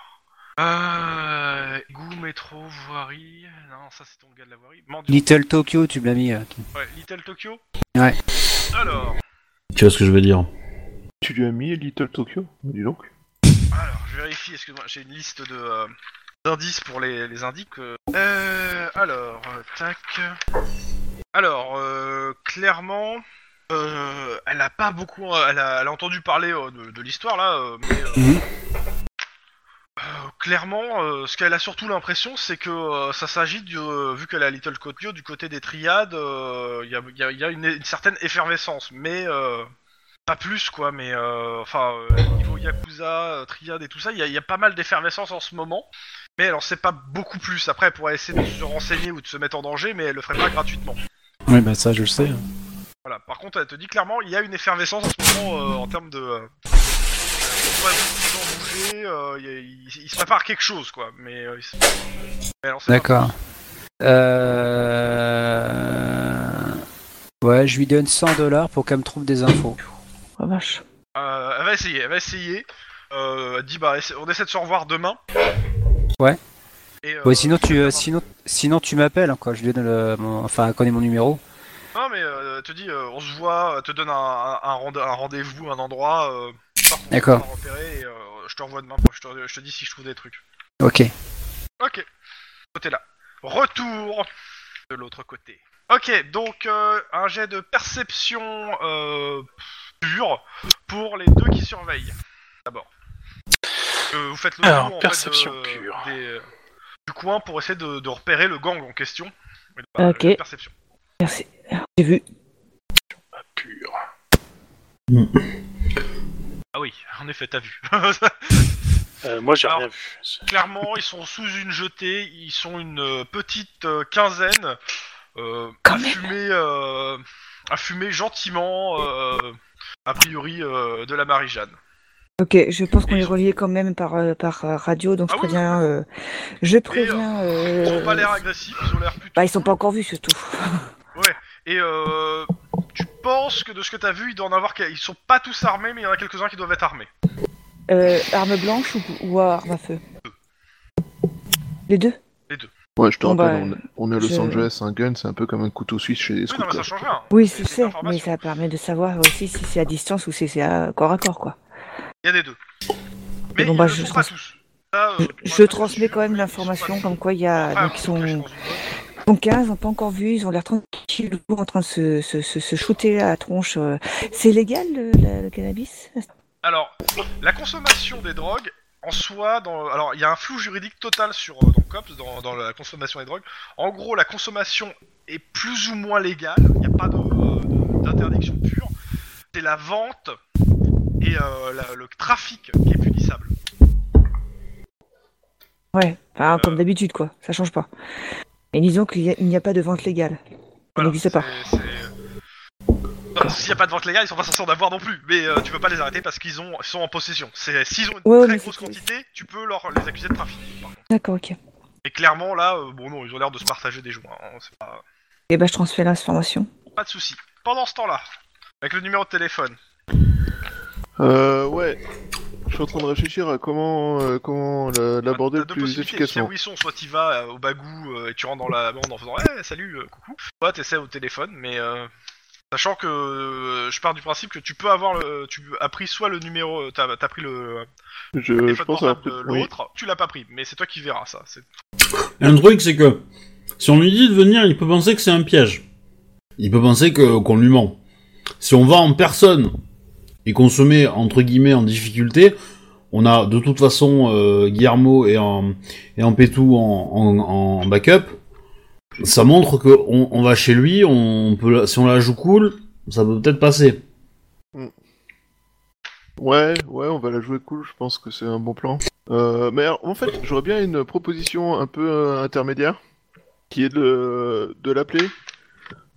[SPEAKER 2] Euh, Goût, métro, voirie. Non, ça c'est ton gars de la voirie. Mendiant.
[SPEAKER 7] Little Tokyo, tu me l'as mis. euh, qui-
[SPEAKER 2] Ouais, Little Tokyo.
[SPEAKER 7] Ouais.
[SPEAKER 2] Alors,
[SPEAKER 1] Tu vois ce que je veux dire
[SPEAKER 6] Tu lui as mis Little Tokyo Dis donc.
[SPEAKER 2] alors, je vérifie. Excuse-moi, j'ai une liste de euh, d'indices pour les, les indiques. euh. Euh, alors, euh, tac. Alors, euh, clairement, euh, elle a pas beaucoup. euh, Elle a, elle a entendu parler euh, de, de l'histoire là, euh, mais euh,
[SPEAKER 7] Mhm.
[SPEAKER 2] euh, clairement, euh, ce qu'elle a surtout l'impression, c'est que euh, ça s'agit du, euh, vu qu'elle a Little Tokyo du côté des triades, euh, il y a- il y a, il y a une, une certaine effervescence, mais euh, pas plus quoi. Mais euh, enfin, euh, niveau yakuza, euh, triade et tout ça, il y a- il y a pas mal d'effervescence en ce moment. Mais elle en sait pas beaucoup plus. Après, elle pourrait essayer de se renseigner ou de se mettre en danger, mais elle le ferait pas gratuitement.
[SPEAKER 7] Oui, bah ça, je le sais.
[SPEAKER 2] Voilà. Par contre, elle te dit clairement, il y a une effervescence en ce moment euh, en termes de. euh, on va vous- vous en bouger, euh, il y a- il, il se prépare quelque chose, quoi. Mais, euh, il se- mais elle en sait pas.
[SPEAKER 7] D'accord. Euh... Ouais, je lui donne 100 dollars pour qu'elle me trouve des infos.
[SPEAKER 5] Oh vache.
[SPEAKER 2] Euh, elle va essayer, elle va essayer. Euh, elle dit, bah, essa- on essaie de se revoir demain.
[SPEAKER 7] Ouais.
[SPEAKER 2] Et, euh,
[SPEAKER 7] Ouais, sinon tu, euh,
[SPEAKER 2] demain.
[SPEAKER 7] sinon, sinon tu m'appelles quoi. Je lui donne le, mon- enfin, elle connaît mon numéro.
[SPEAKER 2] Non, mais euh, elle te dit, euh, on se voit, elle te donne un, un, un rende- un rendez-vous, un endroit. Euh, par contre,
[SPEAKER 7] D'accord.
[SPEAKER 2] on va repérer et, euh, je te revois demain, je te, je te dis si je trouve des trucs.
[SPEAKER 7] Ok.
[SPEAKER 2] Ok, côté là. Retour de l'autre côté. Ok, donc euh, un jet de perception euh, pure pour les deux qui surveillent. D'abord. Euh, vous faites le
[SPEAKER 4] Alors,
[SPEAKER 2] tour, en fait,
[SPEAKER 4] perception
[SPEAKER 2] de-
[SPEAKER 4] pure.
[SPEAKER 2] des- euh, du coin pour essayer de, de repérer le gang en question.
[SPEAKER 5] Ok.
[SPEAKER 2] jet de Perception.
[SPEAKER 5] Merci. J'ai vu.
[SPEAKER 4] Pur.
[SPEAKER 2] Ah oui, en effet, t'as vu.
[SPEAKER 4] Euh, moi, j'ai
[SPEAKER 2] Alors-
[SPEAKER 4] rien vu.
[SPEAKER 2] Clairement, ils sont sous une jetée, ils sont une euh, petite euh, quinzaine, euh,
[SPEAKER 5] Quand
[SPEAKER 2] à,
[SPEAKER 5] même.
[SPEAKER 2] fumer, euh, à fumer gentiment, euh, a priori, euh, de la Marie-Jeanne.
[SPEAKER 5] Ok, je pense qu'on est relié quand même par, euh, par euh, radio, donc
[SPEAKER 2] Ah
[SPEAKER 5] je
[SPEAKER 2] oui,
[SPEAKER 5] préviens. euh, je préviens.
[SPEAKER 2] Ils ont
[SPEAKER 5] euh,
[SPEAKER 2] pas l'air agressifs, ils ont l'air plutôt...
[SPEAKER 5] Bah, ils sont pas encore vus surtout.
[SPEAKER 2] Et euh, tu penses que de ce que t'as vu, il doit en avoir... quel- Ils sont pas tous armés, mais il y en a quelques-uns qui doivent être armés.
[SPEAKER 5] Euh, arme blanche ou, ou à arme à feu Les deux
[SPEAKER 6] Ouais, je te
[SPEAKER 5] Bon,
[SPEAKER 6] rappelle,
[SPEAKER 5] bah,
[SPEAKER 6] on, on est à Los
[SPEAKER 5] je-
[SPEAKER 6] Angeles, un gun c'est un peu comme un couteau suisse chez les
[SPEAKER 2] Oui,
[SPEAKER 6] scouts.
[SPEAKER 2] non, mais ça
[SPEAKER 6] quoi.
[SPEAKER 2] change rien. hein.
[SPEAKER 5] Oui, je
[SPEAKER 2] C'est
[SPEAKER 5] sais,
[SPEAKER 2] des
[SPEAKER 5] mais ça permet de savoir aussi si c'est à distance ou si c'est à corps à corps, quoi.
[SPEAKER 2] Il y a des deux. Mais
[SPEAKER 5] bon,
[SPEAKER 2] ils
[SPEAKER 5] bah,
[SPEAKER 2] ne
[SPEAKER 5] je
[SPEAKER 2] sont
[SPEAKER 5] trans-
[SPEAKER 2] pas tous. Ça, euh,
[SPEAKER 5] Je,
[SPEAKER 2] tu
[SPEAKER 5] je
[SPEAKER 2] pourras-
[SPEAKER 5] transmets quand même
[SPEAKER 2] Ils sont
[SPEAKER 5] l'information
[SPEAKER 2] pas tous.
[SPEAKER 5] comme quoi il y a.
[SPEAKER 2] Enfin,
[SPEAKER 5] Donc ils sont,
[SPEAKER 2] je pense-
[SPEAKER 5] ils sont 15, ils n'ont pas encore vu, ils ont l'air tranquilles en train de se, se, se, se shooter à la tronche. euh. C'est légal le, la- le cannabis
[SPEAKER 2] Alors, la consommation des drogues, en soi, dans, alors il y a un flou juridique total sur euh, dans COPS, dans, dans la consommation des drogues. En gros, la consommation est plus ou moins légale, il n'y a pas de, euh, d'interdiction pure. C'est la vente et euh, la- le trafic qui est punissable.
[SPEAKER 5] Ouais, enfin, comme
[SPEAKER 2] Euh.
[SPEAKER 5] d'habitude, quoi, ça change pas. Et disons qu'il y a- il n'y a, pas de vente légale. Ça
[SPEAKER 2] Voilà,
[SPEAKER 5] n'existe pas.
[SPEAKER 2] c'est- c'est- Non, S'il n'y a pas de vente légale, ils sont pas censés en avoir non plus. Mais euh, tu peux pas les arrêter parce qu'ils ont, ils sont en possession. C'est- S'ils ont une
[SPEAKER 5] Ouais, ouais,
[SPEAKER 2] très
[SPEAKER 5] mais
[SPEAKER 2] grosse
[SPEAKER 5] c'est-
[SPEAKER 2] quantité, tu peux leur, les accuser de trafic. par contre.
[SPEAKER 5] D'accord, ok.
[SPEAKER 2] Et clairement, là, euh, bon, non, ils ont l'air de se partager des joints. hein, c'est pas...
[SPEAKER 5] Et bah, je transmets l'information.
[SPEAKER 2] Pas de souci. Pendant ce temps-là, avec le numéro de téléphone.
[SPEAKER 6] Euh, ouais. Je suis en train de réfléchir à comment, euh, comment la- l'aborder
[SPEAKER 2] t'as
[SPEAKER 6] le
[SPEAKER 2] deux
[SPEAKER 6] plus hein.
[SPEAKER 2] possibilités. Tu sais
[SPEAKER 6] efficacement.
[SPEAKER 2] où ils sont, soit tu vas euh, au bagou euh, et tu rentres dans la bande en faisant Eh, salut, euh, coucou. Soit t'essaies au téléphone, mais euh, sachant que euh, je pars du principe que tu peux avoir le, tu as pris soit le numéro, euh, t'as as pris le
[SPEAKER 6] Euh, Je, je
[SPEAKER 2] téléphone
[SPEAKER 6] pense avoir
[SPEAKER 2] portable
[SPEAKER 6] pris...
[SPEAKER 2] de
[SPEAKER 6] oui.
[SPEAKER 2] l'autre, tu l'as pas pris, mais c'est toi qui verras ça. c'est-
[SPEAKER 1] Un truc, c'est que si on lui dit de venir, il peut penser que c'est un piège. Il peut penser que qu'on lui ment. Si on va en personne et qu'on se met entre guillemets en difficulté, on a de toute façon euh, Guillermo et en et en Pétou en, en, en backup. Ça montre que on, on va chez lui, on peut la- si on la joue cool, ça peut peut-être passer.
[SPEAKER 6] Ouais, ouais, on va la jouer cool, je pense que c'est un bon plan. Euh, mais alors, en fait, j'aurais bien une proposition un peu euh, intermédiaire, qui est de, de l'appeler,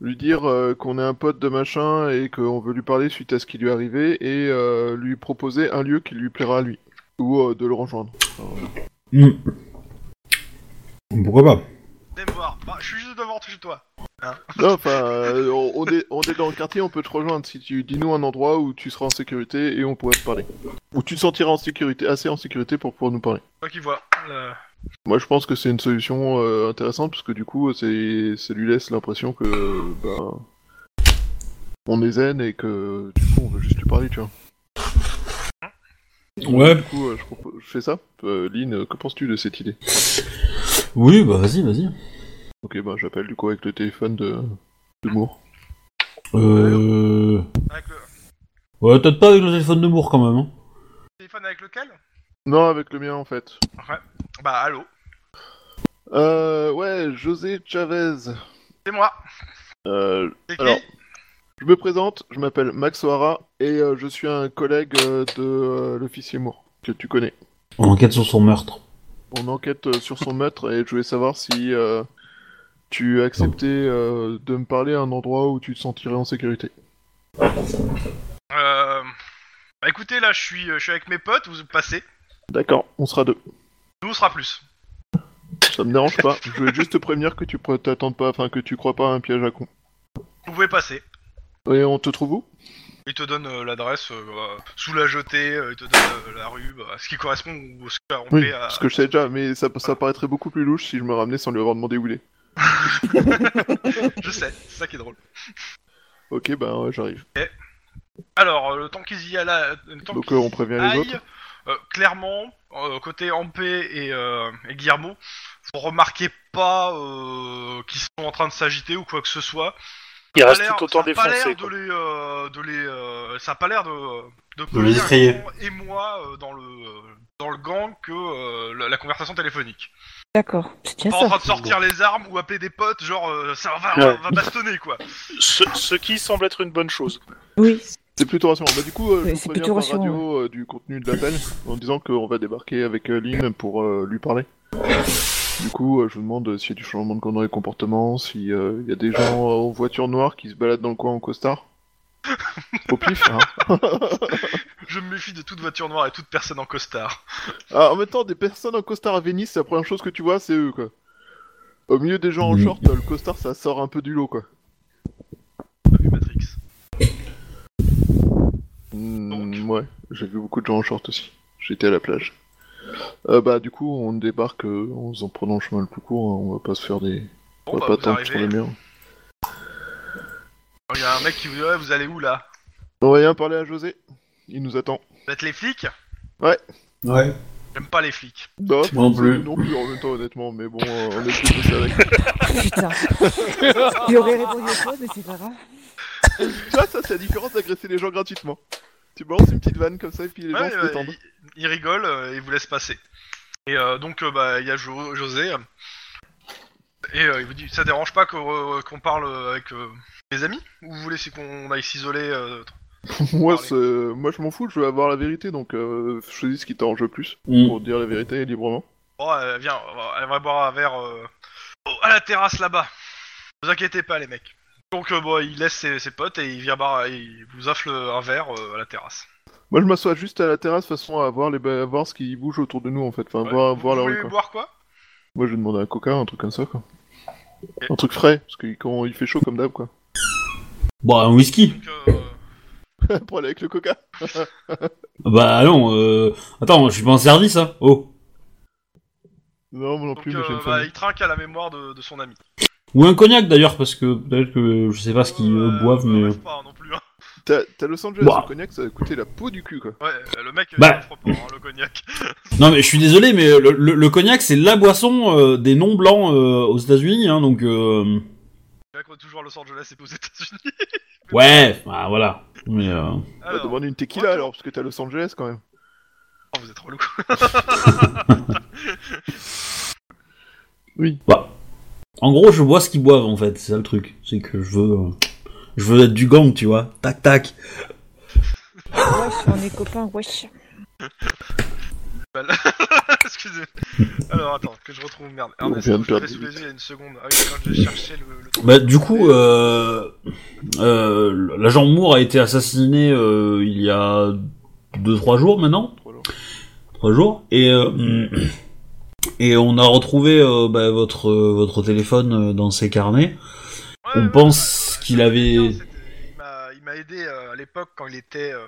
[SPEAKER 6] lui dire euh, qu'on est un pote de machin et qu'on veut lui parler suite à ce qui lui est arrivé, et euh, lui proposer un lieu qui lui plaira à lui, ou euh, de le rejoindre.
[SPEAKER 1] Hmm. Pourquoi pas
[SPEAKER 2] Viens me voir. Bah, je suis juste devant chez toi.
[SPEAKER 6] Non, enfin, euh, on, on est, on est dans le quartier, on peut te rejoindre si tu dis-nous un endroit où tu seras en sécurité et on pourrait te parler. Où tu te sentiras en sécurité, assez en sécurité pour pouvoir nous parler.
[SPEAKER 2] Toi qui vois. euh,
[SPEAKER 6] Moi, je pense que c'est une solution euh, intéressante parce que du coup, c'est, ça lui laisse l'impression que euh, ben, on est zen et que du coup, on veut juste lui parler, tu vois.
[SPEAKER 1] Ouais.
[SPEAKER 6] Du coup, euh, je, propo- je fais ça. Euh, Lynn, euh, que penses-tu de cette idée
[SPEAKER 1] Oui, bah vas-y, vas-y.
[SPEAKER 6] Ok, ben j'appelle du coup avec le téléphone de, de Moore.
[SPEAKER 1] Euh...
[SPEAKER 2] avec le
[SPEAKER 1] Ouais, peut-être pas avec le téléphone de Moore quand même. Hein.
[SPEAKER 2] téléphone avec lequel
[SPEAKER 6] Non, avec le mien en fait.
[SPEAKER 2] Bah allô,
[SPEAKER 6] Euh, ouais, José Chavez.
[SPEAKER 2] c'est moi.
[SPEAKER 6] Euh,
[SPEAKER 2] C'est qui
[SPEAKER 6] Alors, je me présente, je m'appelle Max O'Hara et euh, je suis un collègue euh, de euh, l'officier Moore, que tu connais.
[SPEAKER 1] On enquête sur son meurtre.
[SPEAKER 6] On enquête euh, sur son maître et je voulais savoir si euh, tu acceptais euh, de me parler à un endroit où tu te sentirais en sécurité.
[SPEAKER 2] Euh, Bah écoutez, là je suis, je suis avec mes potes, vous passez.
[SPEAKER 6] D'accord, on sera deux.
[SPEAKER 2] Nous on sera plus.
[SPEAKER 6] Ça me dérange pas. je voulais juste te prévenir que tu pr- t'attends pas, enfin que tu crois pas à un piège à con.
[SPEAKER 2] Vous pouvez passer.
[SPEAKER 6] Et on te trouve où
[SPEAKER 2] Il te donne euh, l'adresse euh, bah, sous la jetée, euh, il te donne euh, la rue, bah, ce qui correspond ou ce qu'on
[SPEAKER 6] Oui,
[SPEAKER 2] fait à...
[SPEAKER 6] parce que je sais déjà, mais ça, ça paraîtrait beaucoup plus louche si je me ramenais sans lui avoir demandé où il est.
[SPEAKER 2] Je sais, c'est ça qui est drôle.
[SPEAKER 6] Ok, ben ouais, j'arrive.
[SPEAKER 2] Alors, euh, le temps qu'ils y aillent, là, le temps
[SPEAKER 6] Donc
[SPEAKER 2] qu'ils
[SPEAKER 6] euh, on prévient les
[SPEAKER 2] aillent,
[SPEAKER 6] autres.
[SPEAKER 2] euh, clairement, euh, côté Ampé et, euh, et Guillermo, vous remarquez pas euh, qu'ils sont en train de s'agiter ou quoi que ce soit.
[SPEAKER 4] Il
[SPEAKER 2] Ça a
[SPEAKER 4] reste
[SPEAKER 2] l'air-
[SPEAKER 4] tout autant
[SPEAKER 2] ça a pas
[SPEAKER 4] défoncé.
[SPEAKER 2] l'air
[SPEAKER 4] quoi.
[SPEAKER 2] de les, euh, de les, euh, ça a pas l'air de, de,
[SPEAKER 1] les
[SPEAKER 2] coller un
[SPEAKER 1] effrayer.
[SPEAKER 2] grand émoi euh, dans le dans le gang que euh, la, la conversation téléphonique.
[SPEAKER 5] D'accord, c'est bien
[SPEAKER 2] Pas en
[SPEAKER 5] ça.
[SPEAKER 2] train de sortir les armes ou appeler des potes, genre euh, ça on va, on va- on va bastonner quoi.
[SPEAKER 4] Ce, ce qui semble être une bonne chose.
[SPEAKER 5] Oui,
[SPEAKER 6] C'est plutôt rassurant. Bah, du coup, euh, je
[SPEAKER 5] Oui,
[SPEAKER 6] vous
[SPEAKER 5] c'est
[SPEAKER 6] préviens
[SPEAKER 5] plutôt
[SPEAKER 6] par
[SPEAKER 5] rassurant,
[SPEAKER 6] radio euh, du contenu de l'appel en disant qu'on va débarquer avec euh, Lynn pour euh, lui parler. Du coup, euh, je vous demande euh, s'il y a du changement de comportement et comportement, s'il y a des gens euh, en voiture noire qui se baladent dans le coin en costard. Au pif, hein.
[SPEAKER 2] Je me méfie de toute voiture noire et toute personne en costard.
[SPEAKER 6] Ah, en même temps, des personnes en costard à Venise, c'est la première chose que tu vois, c'est eux, quoi. Au milieu des gens en
[SPEAKER 1] Oui.
[SPEAKER 6] short, euh, le costard, ça sort un peu du lot, quoi.
[SPEAKER 2] T'as vu Matrix.
[SPEAKER 6] Hmm,
[SPEAKER 2] Donc.
[SPEAKER 6] ouais, j'ai vu beaucoup de gens en short aussi. J'étais à la plage. Euh, bah, du coup, on débarque euh, en en prenant le chemin le plus court, hein, on va pas se faire des.
[SPEAKER 2] Bon,
[SPEAKER 6] on va
[SPEAKER 2] bah,
[SPEAKER 6] pas
[SPEAKER 2] vous
[SPEAKER 6] attendre sur les
[SPEAKER 2] arrivez.
[SPEAKER 6] murs.
[SPEAKER 2] Il y a un mec qui vous dit ouais, vous allez où là
[SPEAKER 6] On va y en parler à José. Il nous attend.
[SPEAKER 2] Vous êtes les flics
[SPEAKER 1] Ouais.
[SPEAKER 2] J'aime pas les flics.
[SPEAKER 6] Non,
[SPEAKER 1] Non plus.
[SPEAKER 6] Bah, Non plus en même temps, honnêtement, mais bon, euh, on est tous bossés avec.
[SPEAKER 5] putain. Il aurait répondu à toi, mais c'est pas grave.
[SPEAKER 6] Tu vois, Ah, ça, c'est la différence d'agresser les gens gratuitement. Tu balances une petite vanne comme ça, et puis les
[SPEAKER 2] Ouais,
[SPEAKER 6] gens se
[SPEAKER 2] ouais,
[SPEAKER 6] détendent.
[SPEAKER 2] ils, ils rigolent euh, et ils vous laissent passer. Et euh, donc, euh, bah, il y a Jo- José. euh, Et euh, il vous dit, ça dérange pas qu'on euh, qu'on parle euh, avec euh, les amis Ou vous voulez c'est qu'on aille s'isoler euh,
[SPEAKER 6] Moi,
[SPEAKER 2] parler.
[SPEAKER 6] c'est- Moi, je m'en fous, je veux avoir la vérité, donc euh, choisis ce qui t'arrange le plus
[SPEAKER 1] Mm.
[SPEAKER 6] pour dire la vérité librement.
[SPEAKER 2] Bon, euh, viens, on va- on va boire un verre euh, au- à la terrasse là-bas. Ne vous inquiétez pas, les mecs. Donc, euh, bon, il laisse ses, ses potes et il vient bar- il vous offre le- un verre euh, à la terrasse.
[SPEAKER 6] Moi, je m'assois juste à la terrasse, façon à voir, les... ba- à voir ce qui bouge autour de nous, en fait. Enfin,
[SPEAKER 2] Ouais.
[SPEAKER 6] voir,
[SPEAKER 2] Vous
[SPEAKER 6] voir la
[SPEAKER 2] voulez
[SPEAKER 6] rue, quoi.
[SPEAKER 2] boire quoi
[SPEAKER 6] Moi, je vais demander un coca, un truc comme ça, quoi.
[SPEAKER 2] Ok.
[SPEAKER 6] Un truc frais, parce que quand il fait chaud, comme d'hab, quoi.
[SPEAKER 1] Bon, Bah, un whisky.
[SPEAKER 2] Donc, euh,
[SPEAKER 6] pour aller avec le coca.
[SPEAKER 1] Bah non, euh... Attends, je suis pas en service, hein. Oh.
[SPEAKER 6] Non, moi non plus,
[SPEAKER 2] donc,
[SPEAKER 6] mais j'ai
[SPEAKER 2] euh,
[SPEAKER 6] une
[SPEAKER 2] bah,
[SPEAKER 6] famille.
[SPEAKER 2] il trinque à la mémoire de, de son ami.
[SPEAKER 1] Ou un cognac d'ailleurs, parce que peut-être que je sais pas ce qu'ils euh,
[SPEAKER 2] Euh,
[SPEAKER 1] boivent,
[SPEAKER 2] on
[SPEAKER 1] mais...
[SPEAKER 2] rêve pas non plus. hein.
[SPEAKER 6] T'as t'as Los Angeles,
[SPEAKER 1] Bah.
[SPEAKER 6] le cognac, ça va coûter la peau du cul, quoi.
[SPEAKER 2] Ouais, euh, le mec,
[SPEAKER 1] Bah.
[SPEAKER 2] il offre pas hein, le cognac.
[SPEAKER 1] Non mais je suis désolé, mais le, le- le cognac c'est la boisson euh, des non blancs euh, aux États-Unis, hein, donc euh,
[SPEAKER 2] Le mec, on est toujours à Los Angeles et pas aux États-Unis.
[SPEAKER 1] ouais, bah, voilà. Mais euh,
[SPEAKER 6] On va
[SPEAKER 2] Alors,
[SPEAKER 6] demander une tequila,
[SPEAKER 2] retour.
[SPEAKER 6] alors, parce que t'as Los Angeles, quand même.
[SPEAKER 2] oh, vous êtes relou.
[SPEAKER 1] en gros, je bois ce qu'ils boivent en fait, c'est ça le truc, c'est que je veux, euh, je veux être du gang, tu vois, tac tac.
[SPEAKER 5] Wesh, on est copains, wesh.
[SPEAKER 2] Excusez. Alors, attends, que je retrouve. Merde.
[SPEAKER 6] On
[SPEAKER 2] Ernest,
[SPEAKER 6] vient de
[SPEAKER 2] je l'avais sous
[SPEAKER 6] perdre des
[SPEAKER 2] les yeux il y a une seconde. Ah oui, quand je cherchais le. le...
[SPEAKER 1] Bah du coup, euh, euh, l'agent Moore a été assassiné euh, il y a deux trois jours maintenant.
[SPEAKER 6] Trois jours.
[SPEAKER 1] Trois jours. Et euh, et on a retrouvé euh, bah, votre euh, votre téléphone euh, dans ses carnets.
[SPEAKER 2] Ouais,
[SPEAKER 1] On
[SPEAKER 2] ouais,
[SPEAKER 1] pense
[SPEAKER 2] ouais,
[SPEAKER 1] qu'il
[SPEAKER 2] je me
[SPEAKER 1] avait-
[SPEAKER 2] souviens, c'était- il m'a- Il m'a aidé euh, à l'époque quand il était. euh,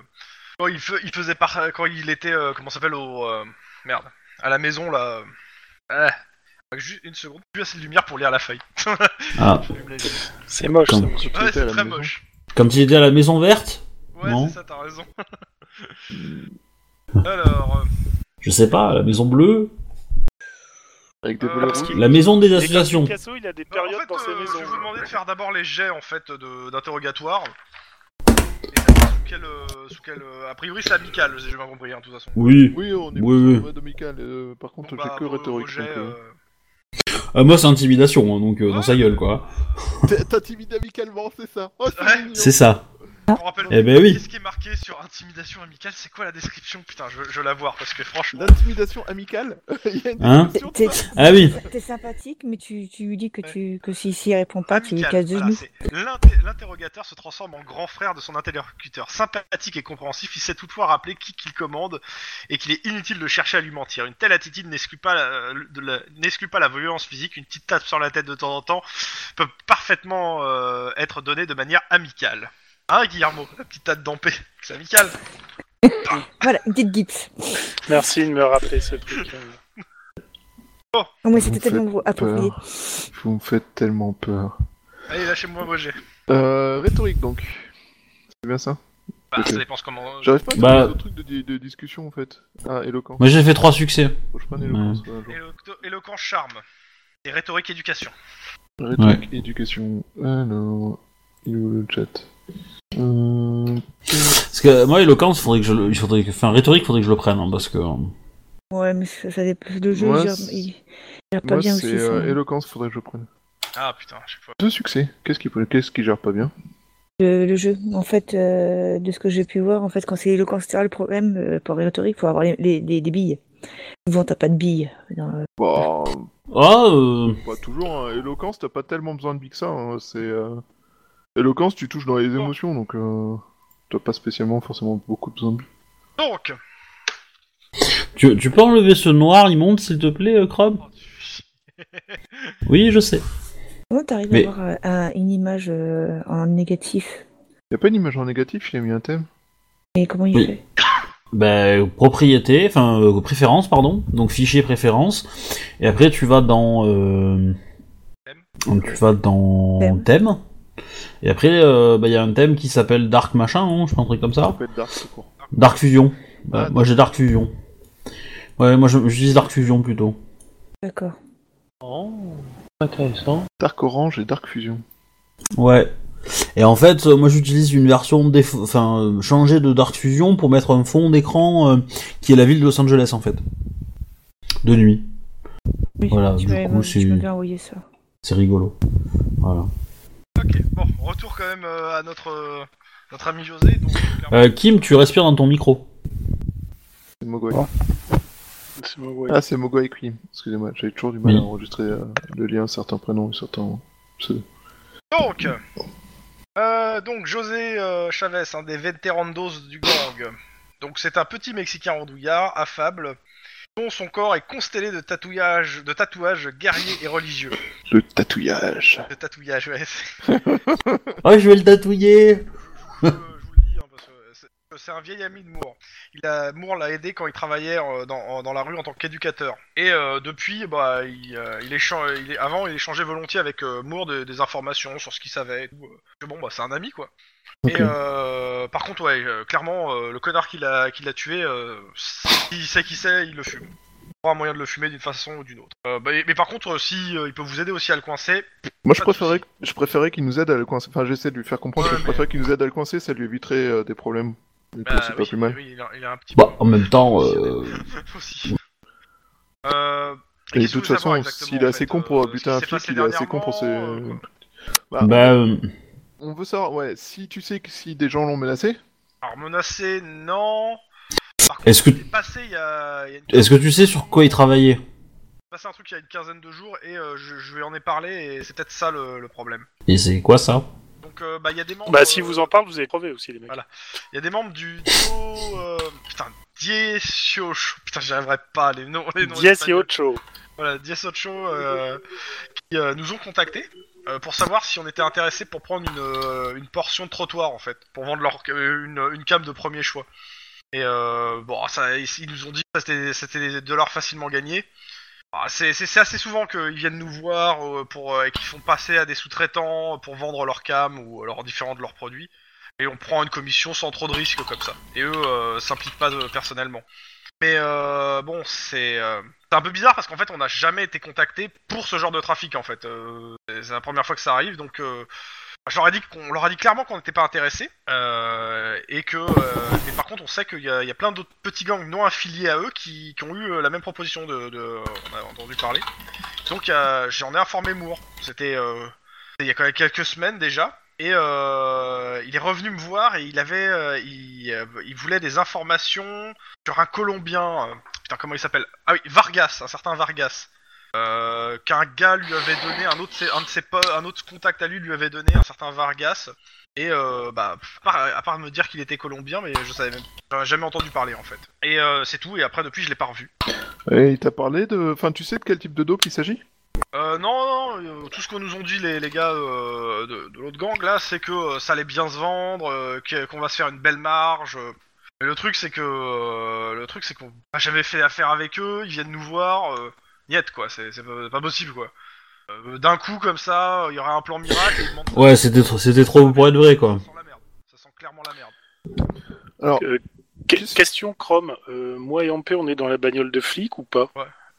[SPEAKER 2] Quand il, fe- il faisait par... quand il était. euh, Comment ça s'appelle au. euh, Merde. À la maison là. Ah, juste une seconde, plus assez de lumière pour lire la feuille.
[SPEAKER 1] Ah,
[SPEAKER 2] J'allume la lumière.
[SPEAKER 4] C'est moche.
[SPEAKER 1] Comme-
[SPEAKER 4] ça, monsieur.
[SPEAKER 2] ouais,
[SPEAKER 6] étais à
[SPEAKER 2] c'est
[SPEAKER 6] la
[SPEAKER 2] très
[SPEAKER 6] maison.
[SPEAKER 2] moche.
[SPEAKER 1] quand il était à la maison verte,
[SPEAKER 2] Ouais,
[SPEAKER 1] Non.
[SPEAKER 2] c'est ça, t'as raison. Alors, euh,
[SPEAKER 1] je sais pas, la maison bleue,
[SPEAKER 6] Avec des
[SPEAKER 2] Euh,
[SPEAKER 6] volets
[SPEAKER 2] parce
[SPEAKER 6] rouges.
[SPEAKER 1] la maison des
[SPEAKER 4] Et comme
[SPEAKER 1] associations.
[SPEAKER 4] Picasso, il a des
[SPEAKER 2] non, en
[SPEAKER 4] périodes
[SPEAKER 2] fait,
[SPEAKER 4] dans ses
[SPEAKER 2] euh,
[SPEAKER 4] maisons.
[SPEAKER 2] je vais vous demander de faire d'abord les jets en fait de- d'interrogatoire. Et ça va sous quel, euh, sous quel, euh, a priori, c'est amical, j'ai bien compris, hein, de toute façon.
[SPEAKER 1] Oui.
[SPEAKER 6] Oui, on est
[SPEAKER 1] Oui,
[SPEAKER 6] plus
[SPEAKER 1] oui.
[SPEAKER 6] en mode amical, euh, par contre,
[SPEAKER 2] Bon,
[SPEAKER 6] j'ai
[SPEAKER 2] bah,
[SPEAKER 6] que
[SPEAKER 2] re-
[SPEAKER 6] rhétorique.
[SPEAKER 2] rejet,
[SPEAKER 6] donc, euh,
[SPEAKER 2] euh,
[SPEAKER 1] Ah, moi, c'est intimidation, hein, donc euh, dans
[SPEAKER 2] Ouais.
[SPEAKER 1] sa gueule, quoi.
[SPEAKER 6] T'as- T'intimides amicalement, c'est ça Oh, c'est
[SPEAKER 2] Ouais.
[SPEAKER 6] mignon.
[SPEAKER 1] C'est ça.
[SPEAKER 2] On rappelle
[SPEAKER 1] Eh ben oui.
[SPEAKER 2] ce qui est marqué sur intimidation amicale, c'est quoi la description Putain, je, je la voir parce que franchement.
[SPEAKER 6] L'intimidation amicale Il y a une
[SPEAKER 1] Hein
[SPEAKER 5] T'es-
[SPEAKER 6] description
[SPEAKER 5] T'es
[SPEAKER 6] de ça
[SPEAKER 1] Ah oui.
[SPEAKER 5] t'es sympathique, mais tu, tu lui dis que, tu, que s'il s'y répond pas, tu lui
[SPEAKER 2] Amical,
[SPEAKER 5] casses de
[SPEAKER 2] voilà,
[SPEAKER 5] genoux.
[SPEAKER 2] c'est l'inter- L'interrogateur se transforme en grand frère de son interlocuteur. Sympathique et compréhensif, il sait toutefois rappeler qui qu'il commande et qu'il est inutile de chercher à lui mentir. Une telle attitude n'exclut pas, la- de la- n'exclut pas la violence physique. Une petite tape sur la tête de temps en temps peut parfaitement euh, être donnée de manière amicale. Hein, Guillermo La petite tape d'empé, c'est amical.
[SPEAKER 5] Voilà, une petite gips.
[SPEAKER 4] Merci de me rappeler ce truc. euh.
[SPEAKER 5] Ah, moi,
[SPEAKER 6] Vous
[SPEAKER 5] c'était
[SPEAKER 6] me
[SPEAKER 5] tellement gros- approprié.
[SPEAKER 6] Peur. Vous me faites tellement peur.
[SPEAKER 2] Allez, lâchez-moi vos jets.
[SPEAKER 6] Euh, rhétorique donc. C'est bien ça
[SPEAKER 2] Bah,
[SPEAKER 6] Ok.
[SPEAKER 2] ça dépend comment.
[SPEAKER 6] J'arrive pas à
[SPEAKER 1] Bah-
[SPEAKER 6] trouver d'autres trucs de, di- de discussion en fait. Ah, éloquent.
[SPEAKER 1] Moi, j'ai fait trois succès.
[SPEAKER 6] Faut que je prenne éloquence. ouais, genre.
[SPEAKER 2] Élo- Éloquent charme. Et rhétorique éducation.
[SPEAKER 6] Rhétorique, éducation. Alors, il est où le chat Euh,
[SPEAKER 1] Parce que euh, moi, éloquence, faudrait que je le. il Faudrait que... Enfin, rhétorique, faudrait que je le prenne, hein, parce que.
[SPEAKER 5] Ouais, mais ça, ça dépend. Le jeu,
[SPEAKER 6] Moi,
[SPEAKER 5] il gère-
[SPEAKER 6] c'est-
[SPEAKER 5] il gère pas
[SPEAKER 6] Moi,
[SPEAKER 5] bien
[SPEAKER 6] c'est
[SPEAKER 5] aussi.
[SPEAKER 6] euh,
[SPEAKER 5] son-
[SPEAKER 6] éloquence, faudrait que je prenne.
[SPEAKER 2] Ah putain, je sais pas.
[SPEAKER 6] Deux succès. Qu'est-ce qui, peut- qu'est-ce qui gère pas bien
[SPEAKER 5] le, le jeu. En fait, euh, de ce que j'ai pu voir, en fait, quand c'est éloquent, etc., le problème euh, pour rhétorique, il faut avoir les, les- les- des billes. Souvent, t'as pas de billes. euh, dans le-
[SPEAKER 6] Bah,
[SPEAKER 1] Ah, euh...
[SPEAKER 6] pas toujours. hein. Éloquence, t'as pas tellement besoin de big ça. hein. C'est euh, éloquence, tu touches dans les émotions, donc euh, t'as pas spécialement forcément beaucoup besoin de.
[SPEAKER 2] Donc,
[SPEAKER 1] tu, tu peux enlever ce noir immonde, s'il te plaît, euh, Chrome Oui, je sais.
[SPEAKER 5] Comment t'arrives
[SPEAKER 1] Mais-
[SPEAKER 5] à avoir euh, un- une image euh, en négatif
[SPEAKER 6] Y a pas une image en négatif. Il a mis un thème.
[SPEAKER 5] Et comment il
[SPEAKER 1] Oui.
[SPEAKER 5] fait
[SPEAKER 1] Ben, propriété, enfin, euh, préférence, pardon. Donc, fichier préférence. Et après, tu vas dans. euh,
[SPEAKER 2] Thème.
[SPEAKER 1] donc, Tu vas dans.
[SPEAKER 5] Thème.
[SPEAKER 1] Thème. Et après, euh, ben, il y a un thème qui s'appelle Dark Machin, hein, je pense un truc comme
[SPEAKER 6] Ça
[SPEAKER 1] ça.
[SPEAKER 6] peut être dark, c'est court.
[SPEAKER 1] Dark Fusion. Ouais,
[SPEAKER 6] Ah,
[SPEAKER 1] moi, j'ai Dark Fusion. Ouais, moi, je- j'utilise Dark Fusion plutôt.
[SPEAKER 5] D'accord.
[SPEAKER 3] Oh, intéressant.
[SPEAKER 6] Dark orange et dark fusion.
[SPEAKER 1] Ouais. Et en fait, euh, moi j'utilise une version déf- enfin euh, changée de Dark Fusion pour mettre un fond d'écran euh, qui est la ville de Los Angeles en fait. De nuit.
[SPEAKER 5] Oui,
[SPEAKER 1] Voilà,
[SPEAKER 5] tu
[SPEAKER 1] du
[SPEAKER 5] m'avais-
[SPEAKER 1] coup, c'est-
[SPEAKER 5] tu m'avais envoyé ça.
[SPEAKER 1] C'est rigolo. Voilà.
[SPEAKER 2] ok, bon, retour quand même euh, à notre, euh, notre ami José. Donc, clairement,
[SPEAKER 1] Euh, Kim, tu respires dans ton micro.
[SPEAKER 6] C'est Mogwai.
[SPEAKER 7] Oh.
[SPEAKER 2] Ah,
[SPEAKER 4] C'est bon, ouais.
[SPEAKER 6] Ah, c'est Mogwai Cream. Excusez-moi, j'avais toujours du mal à
[SPEAKER 1] Oui.
[SPEAKER 6] enregistrer euh, le lien certains prénoms et certains pseudos.
[SPEAKER 2] donc, euh, donc, José euh, Chavez, un des vétérandos du gang. Donc, c'est un petit Mexicain rondouillard, affable, dont son corps est constellé de tatouages, de tatouages guerriers et religieux.
[SPEAKER 6] Le tatouillage.
[SPEAKER 2] De tatouages, ouais.
[SPEAKER 1] Ah, je vais le tatouiller
[SPEAKER 2] je, je vous le dis, hein, parce que c'est- c'est un vieil ami de Moore. Il a, Moore l'a aidé quand il travaillait euh, dans, en- dans la rue en tant qu'éducateur. Et euh, depuis, bah, il, euh, il échan- il est- avant, il échangeait volontiers avec euh, Moore de- des informations sur ce qu'il savait. et tout. Parce que bon, bah, c'est un ami, quoi.
[SPEAKER 6] Ok.
[SPEAKER 2] Et euh, par contre, ouais, euh, clairement, euh, le connard qui l'a qui l'a tué, euh, s'il sait qui c'est, il le fume. Il trouvera un moyen de le fumer d'une façon ou d'une autre. Euh, bah, et- mais par contre, euh, si euh, il peut vous aider aussi à le coincer,
[SPEAKER 6] Moi, je
[SPEAKER 2] Pas de
[SPEAKER 6] préférais, je préférais qu'il nous aide à le coincer. Enfin, j'essaie de lui faire comprendre
[SPEAKER 2] Ouais,
[SPEAKER 6] que je
[SPEAKER 2] mais-
[SPEAKER 6] préférais qu'il nous aide à le coincer, ça lui éviterait euh, des problèmes. Du coup,
[SPEAKER 2] bah,
[SPEAKER 6] c'est
[SPEAKER 2] oui,
[SPEAKER 6] pas plus mal.
[SPEAKER 2] oui, il, a, il a un petit
[SPEAKER 1] Bah, en même temps, euh,
[SPEAKER 2] aussi. Euh,
[SPEAKER 6] Et, de
[SPEAKER 2] qu'est-ce que
[SPEAKER 6] toute
[SPEAKER 2] vous
[SPEAKER 6] façon,
[SPEAKER 2] avez exactement,
[SPEAKER 6] s'il est
[SPEAKER 2] en
[SPEAKER 6] assez
[SPEAKER 2] fait,
[SPEAKER 6] con pour
[SPEAKER 2] euh,
[SPEAKER 6] buter un
[SPEAKER 2] ce qui s'est
[SPEAKER 6] flic,
[SPEAKER 2] passé
[SPEAKER 6] il est assez con pour ses.
[SPEAKER 2] dernièrement, euh,
[SPEAKER 6] Bah,
[SPEAKER 1] bah, euh,
[SPEAKER 6] On veut savoir, ouais, si tu sais que si des gens l'ont menacé,
[SPEAKER 2] Alors menacé, non. Par contre,
[SPEAKER 1] Est-ce que-
[SPEAKER 2] il est passé il y a, il y a une-
[SPEAKER 1] est-ce que tu sais sur quoi il travaillait
[SPEAKER 2] il est passé un truc il y a une quinzaine de jours et euh, je, je vais en ai parlé et c'est peut-être ça le, le problème.
[SPEAKER 1] Et c'est quoi ça
[SPEAKER 2] Donc euh, bah il y a des membres.
[SPEAKER 4] Bah, si vous
[SPEAKER 2] euh, Ah,
[SPEAKER 4] en parlez, vous allez crever aussi, les mecs.
[SPEAKER 2] Voilà. Il y a des membres du duo. euh, putain, Dieciocho. Putain, j'y arriverai pas les noms. Les noms
[SPEAKER 4] Yes, et
[SPEAKER 2] espagnols.
[SPEAKER 4] autre chose.
[SPEAKER 2] Voilà, Diesocho, euh, qui euh, nous ont contactés euh, pour savoir si on était intéressé pour prendre une, euh, une portion de trottoir en fait, pour vendre leur euh, une, une cam de premier choix. Et euh, bon, ça, ils, ils nous ont dit que ça, c'était c'était de l'or facilement gagné. Ah, C'est c'est- c'est assez souvent qu'ils viennent nous voir euh, pour euh, et qu'ils font passer à des sous-traitants pour vendre leur cam ou euh, leurs différents de leurs produits. Et on prend une commission sans trop de risques comme ça. Et eux euh, s'impliquent pas euh, personnellement. Mais euh, bon, c'est euh, c'est un peu bizarre parce qu'en fait, on n'a jamais été contacté pour ce genre de trafic en fait. Euh, c'est la première fois que ça arrive, donc euh, je leur ai dit qu'on on leur a dit clairement qu'on n'était pas intéressé et que. euh, mais par contre, on sait qu'il y, a il y a plein d'autres petits gangs non affiliés à eux qui, qui ont eu euh, la même proposition de, de- on a entendu parler. Donc euh, j'en ai informé Moore. C'était euh, il y a quand même quelques semaines déjà. Et euh, il est revenu me voir et il avait, euh, il, euh, il voulait des informations sur un Colombien. euh, putain, comment il s'appelle Ah oui, Vargas, un certain Vargas. Euh, qu'un gars lui avait donné, un autre, un de ses po- un autre contact à lui lui avait donné un certain Vargas. Et euh, bah, pff, par- à part me dire qu'il était colombien, mais je savais même, j'en ai jamais entendu parler en fait. Et euh, c'est tout. Et après, depuis, je l'ai pas revu.
[SPEAKER 6] Et il t'a parlé de. Enfin, tu sais de quel type de dope il s'agit
[SPEAKER 2] Euh, non, non, euh, tout ce qu'on nous ont dit les, les gars euh, de, de l'autre gang là, c'est que euh, ça allait bien se vendre, euh, que- qu'on va se faire une belle marge. euh. Mais le truc c'est que euh, le truc c'est qu'on ah, j'avais fait affaire avec eux, ils viennent nous voir, euh, niette quoi, c'est c'est pas, pas possible quoi. Euh, D'un coup comme ça, il y aurait un plan miracle. et ils demandent-
[SPEAKER 1] Ouais, c'était trop- c'était trop pour être vrai, quoi.
[SPEAKER 2] Ça sent la merde. Ça sent clairement la merde.
[SPEAKER 6] Alors,
[SPEAKER 4] Que- question, Chrome. euh, moi et Ampé, on est dans la bagnole de flic ou pas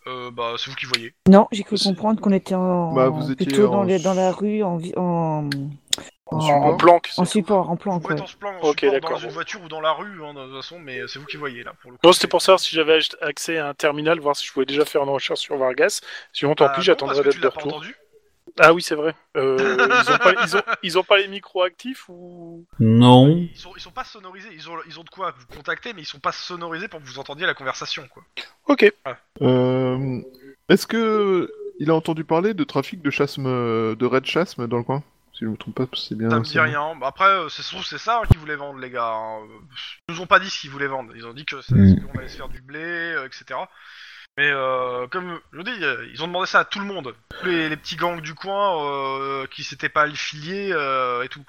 [SPEAKER 2] Euh, bah c'est vous qui voyez.
[SPEAKER 5] Non, j'ai cru
[SPEAKER 4] C'est-
[SPEAKER 5] comprendre qu'on était en,
[SPEAKER 6] Bah, vous étiez
[SPEAKER 5] plutôt dans,
[SPEAKER 6] en-
[SPEAKER 5] les- dans la rue, en, vi- en, en-
[SPEAKER 4] En
[SPEAKER 6] support.
[SPEAKER 4] planque. c'est
[SPEAKER 5] en
[SPEAKER 4] tout.
[SPEAKER 5] support, en plan.
[SPEAKER 2] Vous pouvez être
[SPEAKER 5] Quoi.
[SPEAKER 2] en ce plan, en
[SPEAKER 4] Ok,
[SPEAKER 2] support dans
[SPEAKER 4] d'accord.
[SPEAKER 2] une voiture ou dans la rue hein, de toute façon, mais c'est vous qui voyez là pour le coup.
[SPEAKER 4] Non, c'était pour savoir si j'avais ach- accès à un terminal, voir si je pouvais déjà faire une recherche sur Vargas. Sinon, tant
[SPEAKER 2] Bah,
[SPEAKER 4] pis,
[SPEAKER 2] non,
[SPEAKER 4] j'attendrai
[SPEAKER 2] parce que
[SPEAKER 4] d'être
[SPEAKER 2] tu
[SPEAKER 4] de
[SPEAKER 2] l'as pas
[SPEAKER 4] retour.
[SPEAKER 2] entendu.
[SPEAKER 4] Ah oui, c'est vrai. Euh, ils, ont pas, ils, ont, ils ont pas les micros actifs ou
[SPEAKER 1] Non.
[SPEAKER 2] Ils sont, ils sont pas sonorisés, ils ont, ils ont de quoi vous contacter, mais ils sont pas sonorisés pour que vous entendiez la conversation, quoi.
[SPEAKER 4] Ok.
[SPEAKER 6] euh, est-ce que il a entendu parler de trafic de chasme, euh, de raid chasme dans le coin Si je me trompe pas, c'est bien.
[SPEAKER 2] Ça me
[SPEAKER 6] c'est
[SPEAKER 2] dit
[SPEAKER 6] bien.
[SPEAKER 2] rien. Bah, Après, euh, c'est trouve c'est ça hein, qu'ils voulaient vendre, les gars. hein. Ils nous ont pas dit ce qu'ils voulaient vendre. Ils ont dit que ça-
[SPEAKER 1] Mm.
[SPEAKER 2] qu'on allait se faire du blé, euh, etc. Mais euh, comme je vous dis, euh, ils ont demandé ça à tout le monde. Tous les, les petits gangs du coin euh, qui s'étaient pas affiliés euh, et tout.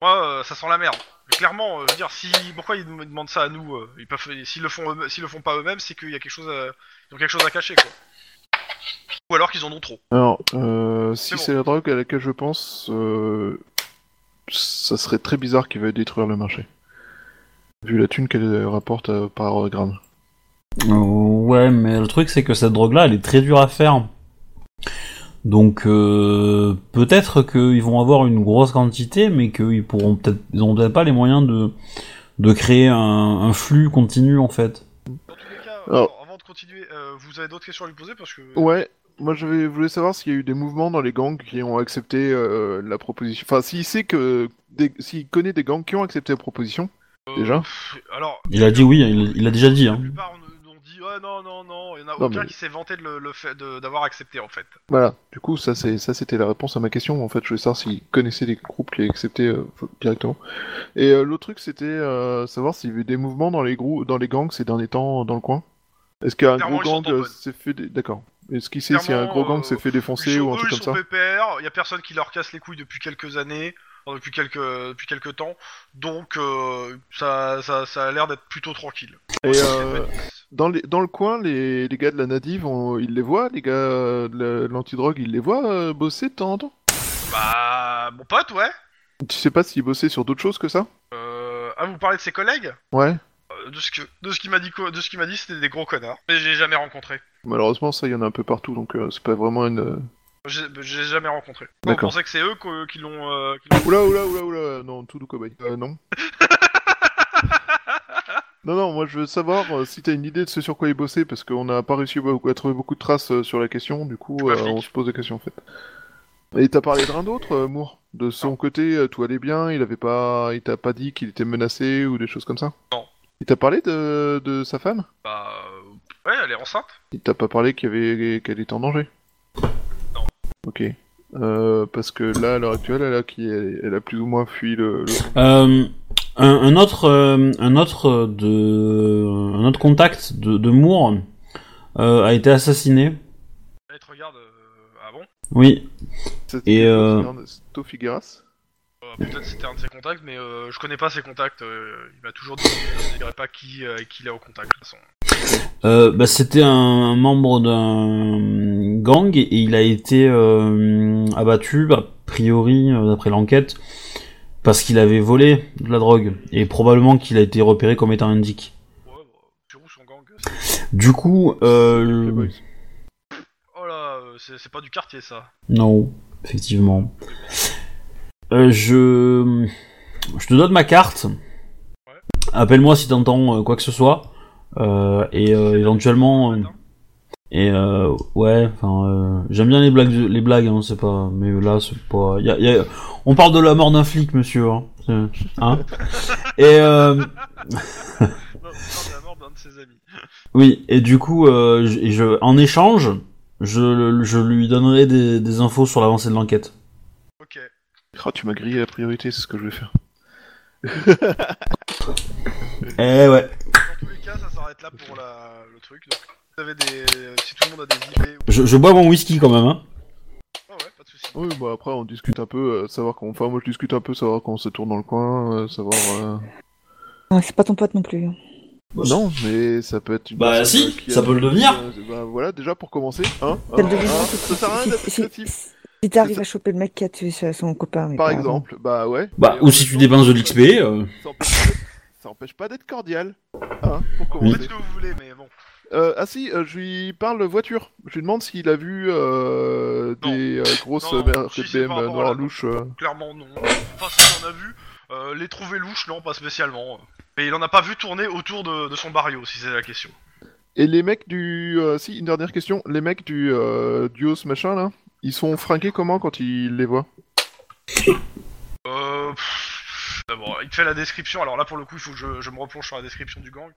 [SPEAKER 2] Moi, euh, ça sent la merde. Clairement, euh, je veux dire, si pourquoi ils me demandent ça à nous euh, Ils peuvent, s'ils le font, eux- s'ils le font pas eux-mêmes, c'est qu'il y a quelque chose, à- ils ont quelque chose à cacher, quoi. Ou alors qu'ils en ont trop.
[SPEAKER 6] Alors, euh, si
[SPEAKER 2] C'est bon.
[SPEAKER 6] c'est la drogue à laquelle je pense, euh, ça serait très bizarre qu'il veuille détruire le marché. Vu la thune qu'elle euh, rapporte euh, par gramme.
[SPEAKER 1] Euh, Ouais, mais le truc, c'est que cette drogue-là, elle est très dure à faire. Donc, euh, peut-être qu'ils vont avoir une grosse quantité, mais qu'ils pourront peut-être, ils auront peut-être pas les moyens de, de créer un, un flux continu, en fait.
[SPEAKER 2] Dans tous les cas, euh,
[SPEAKER 6] Alors-
[SPEAKER 2] avant de continuer, euh, vous avez d'autres questions à lui poser parce que.
[SPEAKER 6] Oh. Ouais, moi je voulais savoir s'il y a eu des mouvements dans les gangs qui ont accepté euh, la proposition. Enfin, s'il sait que. des- S'il connaît des gangs qui ont accepté la proposition.
[SPEAKER 2] Euh,
[SPEAKER 6] Déjà
[SPEAKER 2] pff, Alors.
[SPEAKER 1] Il a dit oui, hein, il- il a déjà dit,
[SPEAKER 2] La
[SPEAKER 1] hein.
[SPEAKER 2] plupart on- on dit ouais non non non, il y en a
[SPEAKER 6] Non,
[SPEAKER 2] aucun
[SPEAKER 6] mais-
[SPEAKER 2] qui s'est vanté de le, le fait de- d'avoir accepté en fait.
[SPEAKER 6] Voilà, du coup, ça c'est ça c'était la réponse à ma question. En fait, je voulais savoir s'il connaissait des groupes qui acceptaient euh, directement. Et euh, l'autre truc, c'était euh, savoir s'il y avait des mouvements dans les groupes, dans les gangs ces derniers temps euh, dans le coin. Est-ce qu'un
[SPEAKER 2] Clairement,
[SPEAKER 6] gros
[SPEAKER 2] ils sont
[SPEAKER 6] gang
[SPEAKER 2] en
[SPEAKER 6] euh,
[SPEAKER 2] bonne.
[SPEAKER 6] s'est fait. dé- D'accord. Est-ce qu'il sait si un
[SPEAKER 2] Clairement,
[SPEAKER 6] gros gang
[SPEAKER 2] euh,
[SPEAKER 6] s'est fait défoncer
[SPEAKER 2] Ils sont-
[SPEAKER 6] ou un
[SPEAKER 2] eux,
[SPEAKER 6] truc
[SPEAKER 2] ils
[SPEAKER 6] comme
[SPEAKER 2] sont
[SPEAKER 6] ça
[SPEAKER 2] pépères, il y a personne qui leur casse les couilles depuis quelques années, enfin, depuis quelques depuis quelques temps, donc euh, ça, ça ça a l'air d'être plutôt tranquille.
[SPEAKER 6] Et
[SPEAKER 2] C'est
[SPEAKER 6] euh,
[SPEAKER 2] pas-
[SPEAKER 6] dans, les, dans le coin, les, les gars de la Nadive, on- ils les voient, les gars euh, de la- de l'antidrogue, ils les voient euh, bosser de temps en temps.
[SPEAKER 2] Bah mon pote ouais.
[SPEAKER 6] Tu sais pas s'ils bossaient sur d'autres choses que ça
[SPEAKER 2] Euh, ah vous parlez de ses collègues
[SPEAKER 6] Ouais.
[SPEAKER 2] Euh, De ce que de ce qu'il m'a dit quoi- de ce qu'il m'a dit c'était des gros connards. Mais je l'ai jamais rencontré.
[SPEAKER 6] Malheureusement, ça, il y en a un peu partout, donc euh, c'est pas vraiment une. euh,
[SPEAKER 2] J'ai j'ai jamais rencontré. Vous
[SPEAKER 6] D'accord.
[SPEAKER 2] pensez que c'est eux qu'o- qui l'ont euh, qui l'ont-
[SPEAKER 6] Oula, oula, oula, oula, non, tout doux cobaye. Euh, non. non, non, moi je veux savoir euh, si t'as une idée de ce sur quoi il bossait, parce qu'on n'a pas réussi à à trouver beaucoup de traces euh, sur la question, du coup
[SPEAKER 2] suis pas
[SPEAKER 6] euh,
[SPEAKER 2] flic.
[SPEAKER 6] on se pose des questions en fait. Et t'as parlé de rien d'autre, euh, Moore De son côté, euh, tout allait bien, il avait pas, il t'a pas dit qu'il était menacé ou des choses comme ça
[SPEAKER 2] Non.
[SPEAKER 6] Il t'a parlé de, de sa femme
[SPEAKER 2] Bah euh, ouais elle est enceinte.
[SPEAKER 6] Il t'a pas parlé qu'il y avait qu'elle était en danger
[SPEAKER 2] Non.
[SPEAKER 6] Ok. Euh, parce que là, à l'heure actuelle, elle a, qui, elle, elle a plus ou moins fui le- le...
[SPEAKER 1] Euh, un, un autre, euh, un autre euh, de, un autre contact de, de Moore euh, a été assassiné.
[SPEAKER 2] Elle te regarde. euh, ah bon
[SPEAKER 1] Oui.
[SPEAKER 6] C'était
[SPEAKER 1] Et, euh,
[SPEAKER 6] Ernesto Figueras.
[SPEAKER 2] Euh, Peut-être c'était un de ses contacts, mais euh, je connais pas ses contacts. euh, il m'a toujours dit que je ne dirais pas qui, euh, qui il est au contact. De toute façon.
[SPEAKER 1] Euh, bah, c'était un membre d'un gang et il a été euh, abattu, a priori, euh, d'après l'enquête, parce qu'il avait volé de la drogue et probablement qu'il a été repéré comme étant un dick.
[SPEAKER 2] Ouais, bah, tu roues son gang.
[SPEAKER 1] Du coup, euh,
[SPEAKER 2] Oh là, euh, c'est c'est pas du quartier ça.
[SPEAKER 1] Non, effectivement. Euh, je... je te donne ma carte. Appelle-moi si t'entends euh, quoi que ce soit. Euh, et euh, éventuellement. euh, et euh, ouais, enfin, euh, j'aime bien les blagues, de- les blagues, hein, c'est pas. Mais là, c'est pas. y a- y a- On parle de la mort d'un flic, monsieur. Hein. C'est- hein. et euh,
[SPEAKER 2] hein. Non, c'est la mort d'un de ses amis.
[SPEAKER 1] oui, et du coup, euh, je, et je- en échange, je, je lui donnerai des, des infos sur l'avancée de l'enquête.
[SPEAKER 2] Ok.
[SPEAKER 6] Ah, tu m'as grillé la priorité, c'est ce que je vais faire.
[SPEAKER 1] Eh ouais.
[SPEAKER 2] Dans tous les cas, ça s'arrête là pour la... le truc. Donc, si vous avez des... si tout le monde a des idées. Ou...
[SPEAKER 1] Je, je bois mon whisky quand même. Hein.
[SPEAKER 2] Ah ouais, pas de soucis.
[SPEAKER 6] Oui, bah après, on discute un peu, euh, savoir qu'on. Enfin, moi je discute un peu, savoir qu'on se tourne dans le coin, euh, savoir. euh,
[SPEAKER 5] Ah, c'est pas ton pote non plus. hein.
[SPEAKER 6] Non, mais ça peut être une.
[SPEAKER 1] Bah,
[SPEAKER 6] personne,
[SPEAKER 1] si,
[SPEAKER 6] euh, qui
[SPEAKER 1] ça
[SPEAKER 6] a-
[SPEAKER 1] peut le devenir.
[SPEAKER 6] Euh, Bah voilà, déjà pour commencer, hein.
[SPEAKER 5] T'as
[SPEAKER 6] hein,
[SPEAKER 5] le devis,
[SPEAKER 6] hein,
[SPEAKER 5] si-
[SPEAKER 6] ça sert à rien
[SPEAKER 5] si-
[SPEAKER 6] d'être
[SPEAKER 5] si-
[SPEAKER 6] créatif.
[SPEAKER 5] Si t'arrives à choper le mec qui a tué sa- son copain. mais
[SPEAKER 6] Par
[SPEAKER 5] pardon.
[SPEAKER 6] exemple, bah ouais.
[SPEAKER 1] Bah,
[SPEAKER 6] Et en
[SPEAKER 1] ou si
[SPEAKER 6] même
[SPEAKER 1] tu
[SPEAKER 6] temps,
[SPEAKER 1] dépenses de
[SPEAKER 6] ça-
[SPEAKER 1] l'XP. euh,
[SPEAKER 6] Ça empêche pas d'être- ça empêche pas d'être cordial. Hein, pour commencer.
[SPEAKER 2] Faites ce que vous voulez, mais bon.
[SPEAKER 6] Euh, ah si, euh, je lui parle voiture. Je lui demande s'il a vu euh,
[SPEAKER 2] Non.
[SPEAKER 6] des euh, grosses
[SPEAKER 2] Non,
[SPEAKER 6] merdes
[SPEAKER 2] si, c'est
[SPEAKER 6] BM
[SPEAKER 2] par rapport à
[SPEAKER 6] noires
[SPEAKER 2] la-
[SPEAKER 6] louches. euh.
[SPEAKER 2] Clairement, non. Enfin, si on a vu, euh, les trouver louches, non, pas spécialement. Mais il en a pas vu tourner autour de, de son barrio, si c'est la question.
[SPEAKER 6] Et les mecs du... euh, si, une dernière question. Les mecs du euh, Dios machin là, ils sont fringués comment quand ils les voient
[SPEAKER 2] Euh. pff, D'abord, il te fait la description. Alors là, pour le coup, il faut que je, je me replonge sur la description du gang.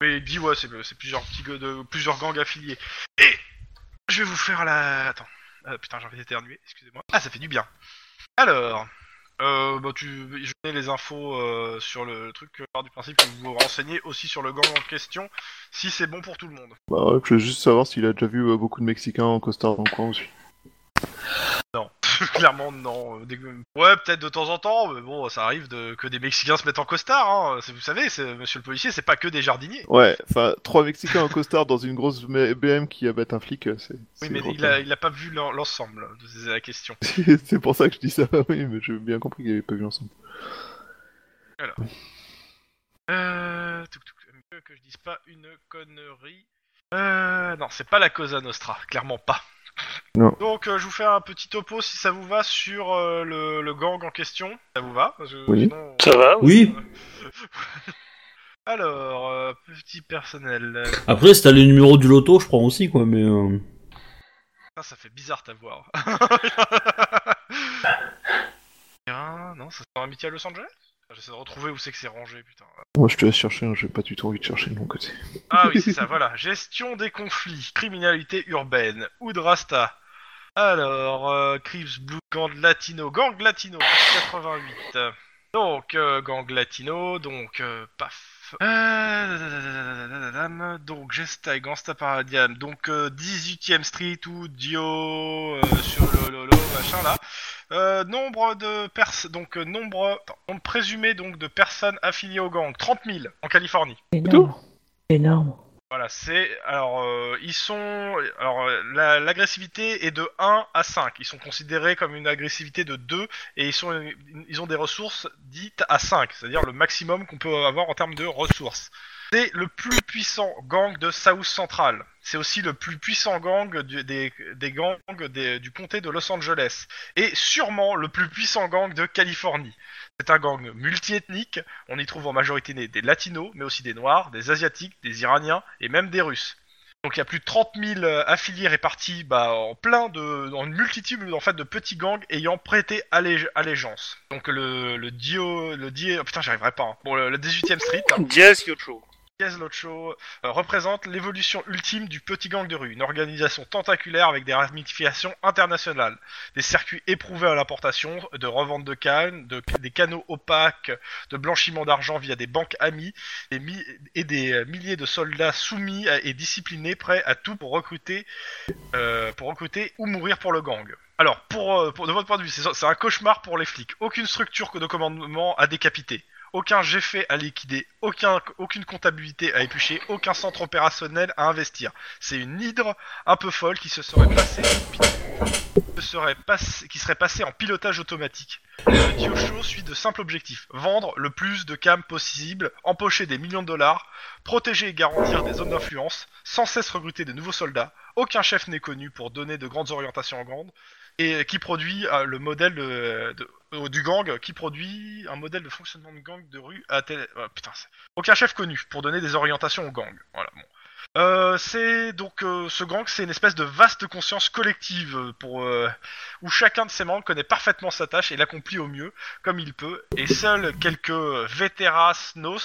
[SPEAKER 2] Mais il dit, ouais, c'est c'est plusieurs petits gueux de plusieurs gangs affiliés. Et je vais vous faire la. Attends. Euh, putain, j'ai envie d'éternuer. Excusez-moi. Ah, ça fait du bien. Alors. Euh, bah, tu, je vais donner les infos euh, sur le, truc euh, par du principe que vous vous renseignez aussi sur le gang en question si c'est bon pour tout le monde.
[SPEAKER 6] Bah ouais, je veux juste savoir s'il a déjà vu euh, beaucoup de Mexicains en costard dans le coin aussi.
[SPEAKER 2] Clairement, non. Dès que- Ouais, peut-être de temps en temps, mais bon, ça arrive de... que des Mexicains se mettent en costard. Hein. C'est- Vous savez, c'est- monsieur le policier, c'est pas que des jardiniers.
[SPEAKER 6] Ouais, enfin, trois Mexicains en costard dans une grosse me- BM qui abattent un flic, euh, c'est...
[SPEAKER 2] Oui,
[SPEAKER 6] c'est
[SPEAKER 2] mais
[SPEAKER 6] drôle.
[SPEAKER 2] il a, il a pas vu l'en- l'ensemble, c'est la question.
[SPEAKER 6] c'est pour ça que je dis ça, oui, mais j'ai bien compris qu'ils avaient pas vu ensemble.
[SPEAKER 2] Euh... touc, touc, mieux que je dise pas une connerie. Euh... Non, c'est pas la Cosa Nostra, clairement pas.
[SPEAKER 6] Non.
[SPEAKER 2] Donc, euh, je vous fais un petit topo si ça vous va sur euh, le, le gang en question. Ça vous va Parce que
[SPEAKER 6] Oui.
[SPEAKER 2] sinon- euh,
[SPEAKER 4] Ça va
[SPEAKER 1] Oui.
[SPEAKER 2] Alors, euh, petit personnel. euh,
[SPEAKER 1] Après, si t'as les numéros du loto, je prends aussi, quoi, mais... euh,
[SPEAKER 2] Putain, ça fait bizarre hein. t'avoir. Bien, Hein, non, ça c'est dans Amitié à Los Angeles J'essaie de retrouver où c'est que c'est rangé, putain.
[SPEAKER 6] Moi, je te laisse chercher, hein, j'ai pas du tout envie de chercher de mon côté.
[SPEAKER 2] Ah oui, c'est ça, voilà. Gestion des conflits, criminalité urbaine, Oudrasta. Alors, euh, Crips Blue, gang latino, gang latino, 88. Donc, euh, gang latino, donc, euh, paf. Euh, dadadadadadadadam, donc, Gesta et Gangsta Paradiam, donc, euh, 18ème Street ou Dio, euh, sur le Lolo, machin là. Euh, nombre de personnes, donc, euh, nombre, attends, nombre présumé donc de personnes affiliées au gang, 30 000 en Californie.
[SPEAKER 5] Énorme. Énorme.
[SPEAKER 2] Voilà, c'est. Alors, euh, ils sont. Alors, euh, la- l'agressivité est de 1 à 5. Ils sont considérés comme une agressivité de 2 et ils, sont, ils ont des ressources dites à 5, c'est-à-dire le maximum qu'on peut avoir en termes de ressources. C'est le plus puissant gang de South Central. C'est aussi le plus puissant gang du- des, des gangs des- du comté de Los Angeles. Et sûrement le plus puissant gang de Californie. C'est un gang multiethnique on y trouve en majorité des, des latinos, mais aussi des noirs, des asiatiques, des iraniens et même des russes. Donc il y a plus de 30 000 euh, affiliés répartis bah, en plein de, en une multitude en fait de petits gangs ayant prêté allé- allégeance. Donc le, le Dio, le Dio, oh, putain j'arriverai pas. hein. Bon le, le 18e Street, hein,
[SPEAKER 4] Yes, Yocho.
[SPEAKER 2] Diaz Locho, euh, représente l'évolution ultime du petit gang de rue, une organisation tentaculaire avec des ramifications internationales, des circuits éprouvés à l'importation, de revente de cannes, de- des canaux opaques, de blanchiment d'argent via des banques amies, des mi- et des euh, milliers de soldats soumis à- et disciplinés, prêts à tout pour recruter, euh, pour recruter ou mourir pour le gang. Alors, pour, euh, pour- de votre point de vue, c'est c'est un cauchemar pour les flics. Aucune structure de commandement à décapiter. aucun jet fait à liquider, aucun, aucune comptabilité à éplucher, aucun centre opérationnel à investir. C'est une hydre un peu folle qui se serait passée, en pi- se serait pass- qui serait passée en pilotage automatique. Le Kyosho suit de simples objectifs vendre le plus de cam possible, empocher des millions de dollars, protéger et garantir des zones d'influence, sans cesse recruter de nouveaux soldats. Aucun chef n'est connu pour donner de grandes orientations en grande et qui produit euh, le modèle de- de- euh, du gang, qui produit un modèle de fonctionnement de gang de rue à tel... ah, putain, c'est- aucun chef connu pour donner des orientations au gang. Voilà, bon. Euh, c'est donc euh, ce gang, c'est une espèce de vaste conscience collective euh, pour euh, où chacun de ses membres connaît parfaitement sa tâche et l'accomplit au mieux comme il peut, et seuls quelques vétéras nos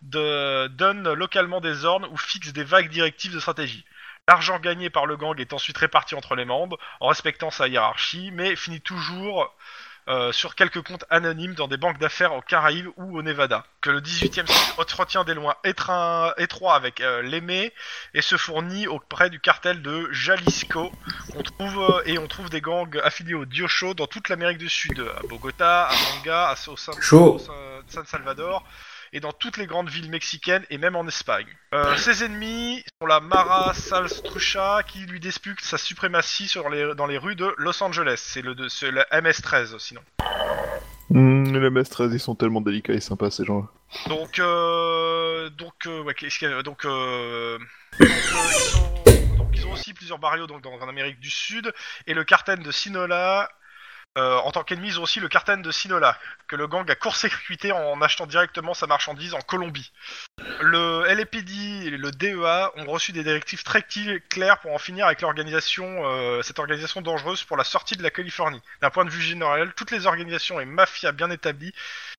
[SPEAKER 2] de, donnent localement des ordres ou fixent des vagues directives de stratégie. L'argent gagné par le gang est ensuite réparti entre les membres en respectant sa hiérarchie, mais finit toujours euh, sur quelques comptes anonymes dans des banques d'affaires aux Caraïbes ou au Nevada. Que le 18e siècle entretient des lois étreint- étroits avec euh, l'Aimé et se fournit auprès du cartel de Jalisco. On trouve, euh, et on trouve des gangs affiliés au Diocho dans toute l'Amérique du Sud, à Bogota, à Manga, à Sao- San,
[SPEAKER 1] Chaud.
[SPEAKER 2] San- San Salvador. Et dans toutes les grandes villes mexicaines et même en Espagne. Euh, ses ennemis sont la Mara Salstrucha qui lui dispute sa suprématie sur les, dans les rues de Los Angeles. C'est le, de- c'est le MS-13 sinon.
[SPEAKER 6] Hmm, les MS-13, ils sont tellement délicats et sympas, ces gens-là.
[SPEAKER 2] Donc, euh, donc, euh, ouais, qu'est-ce qu'il y a- donc, euh, donc, euh, ils sont- donc, ils ont aussi plusieurs barrios donc, dans, en Amérique du Sud et le cartel de Sinola. euh, en tant qu'ennemi, ils ont aussi le cartel de Sinola que le gang a court-circuité en achetant directement sa marchandise en Colombie. Le LAPD et le DEA ont reçu des directives très cli- claires pour en finir avec l'organisation, euh, cette organisation dangereuse pour la sortie de la Californie. D'un point de vue général, toutes les organisations et mafias bien établies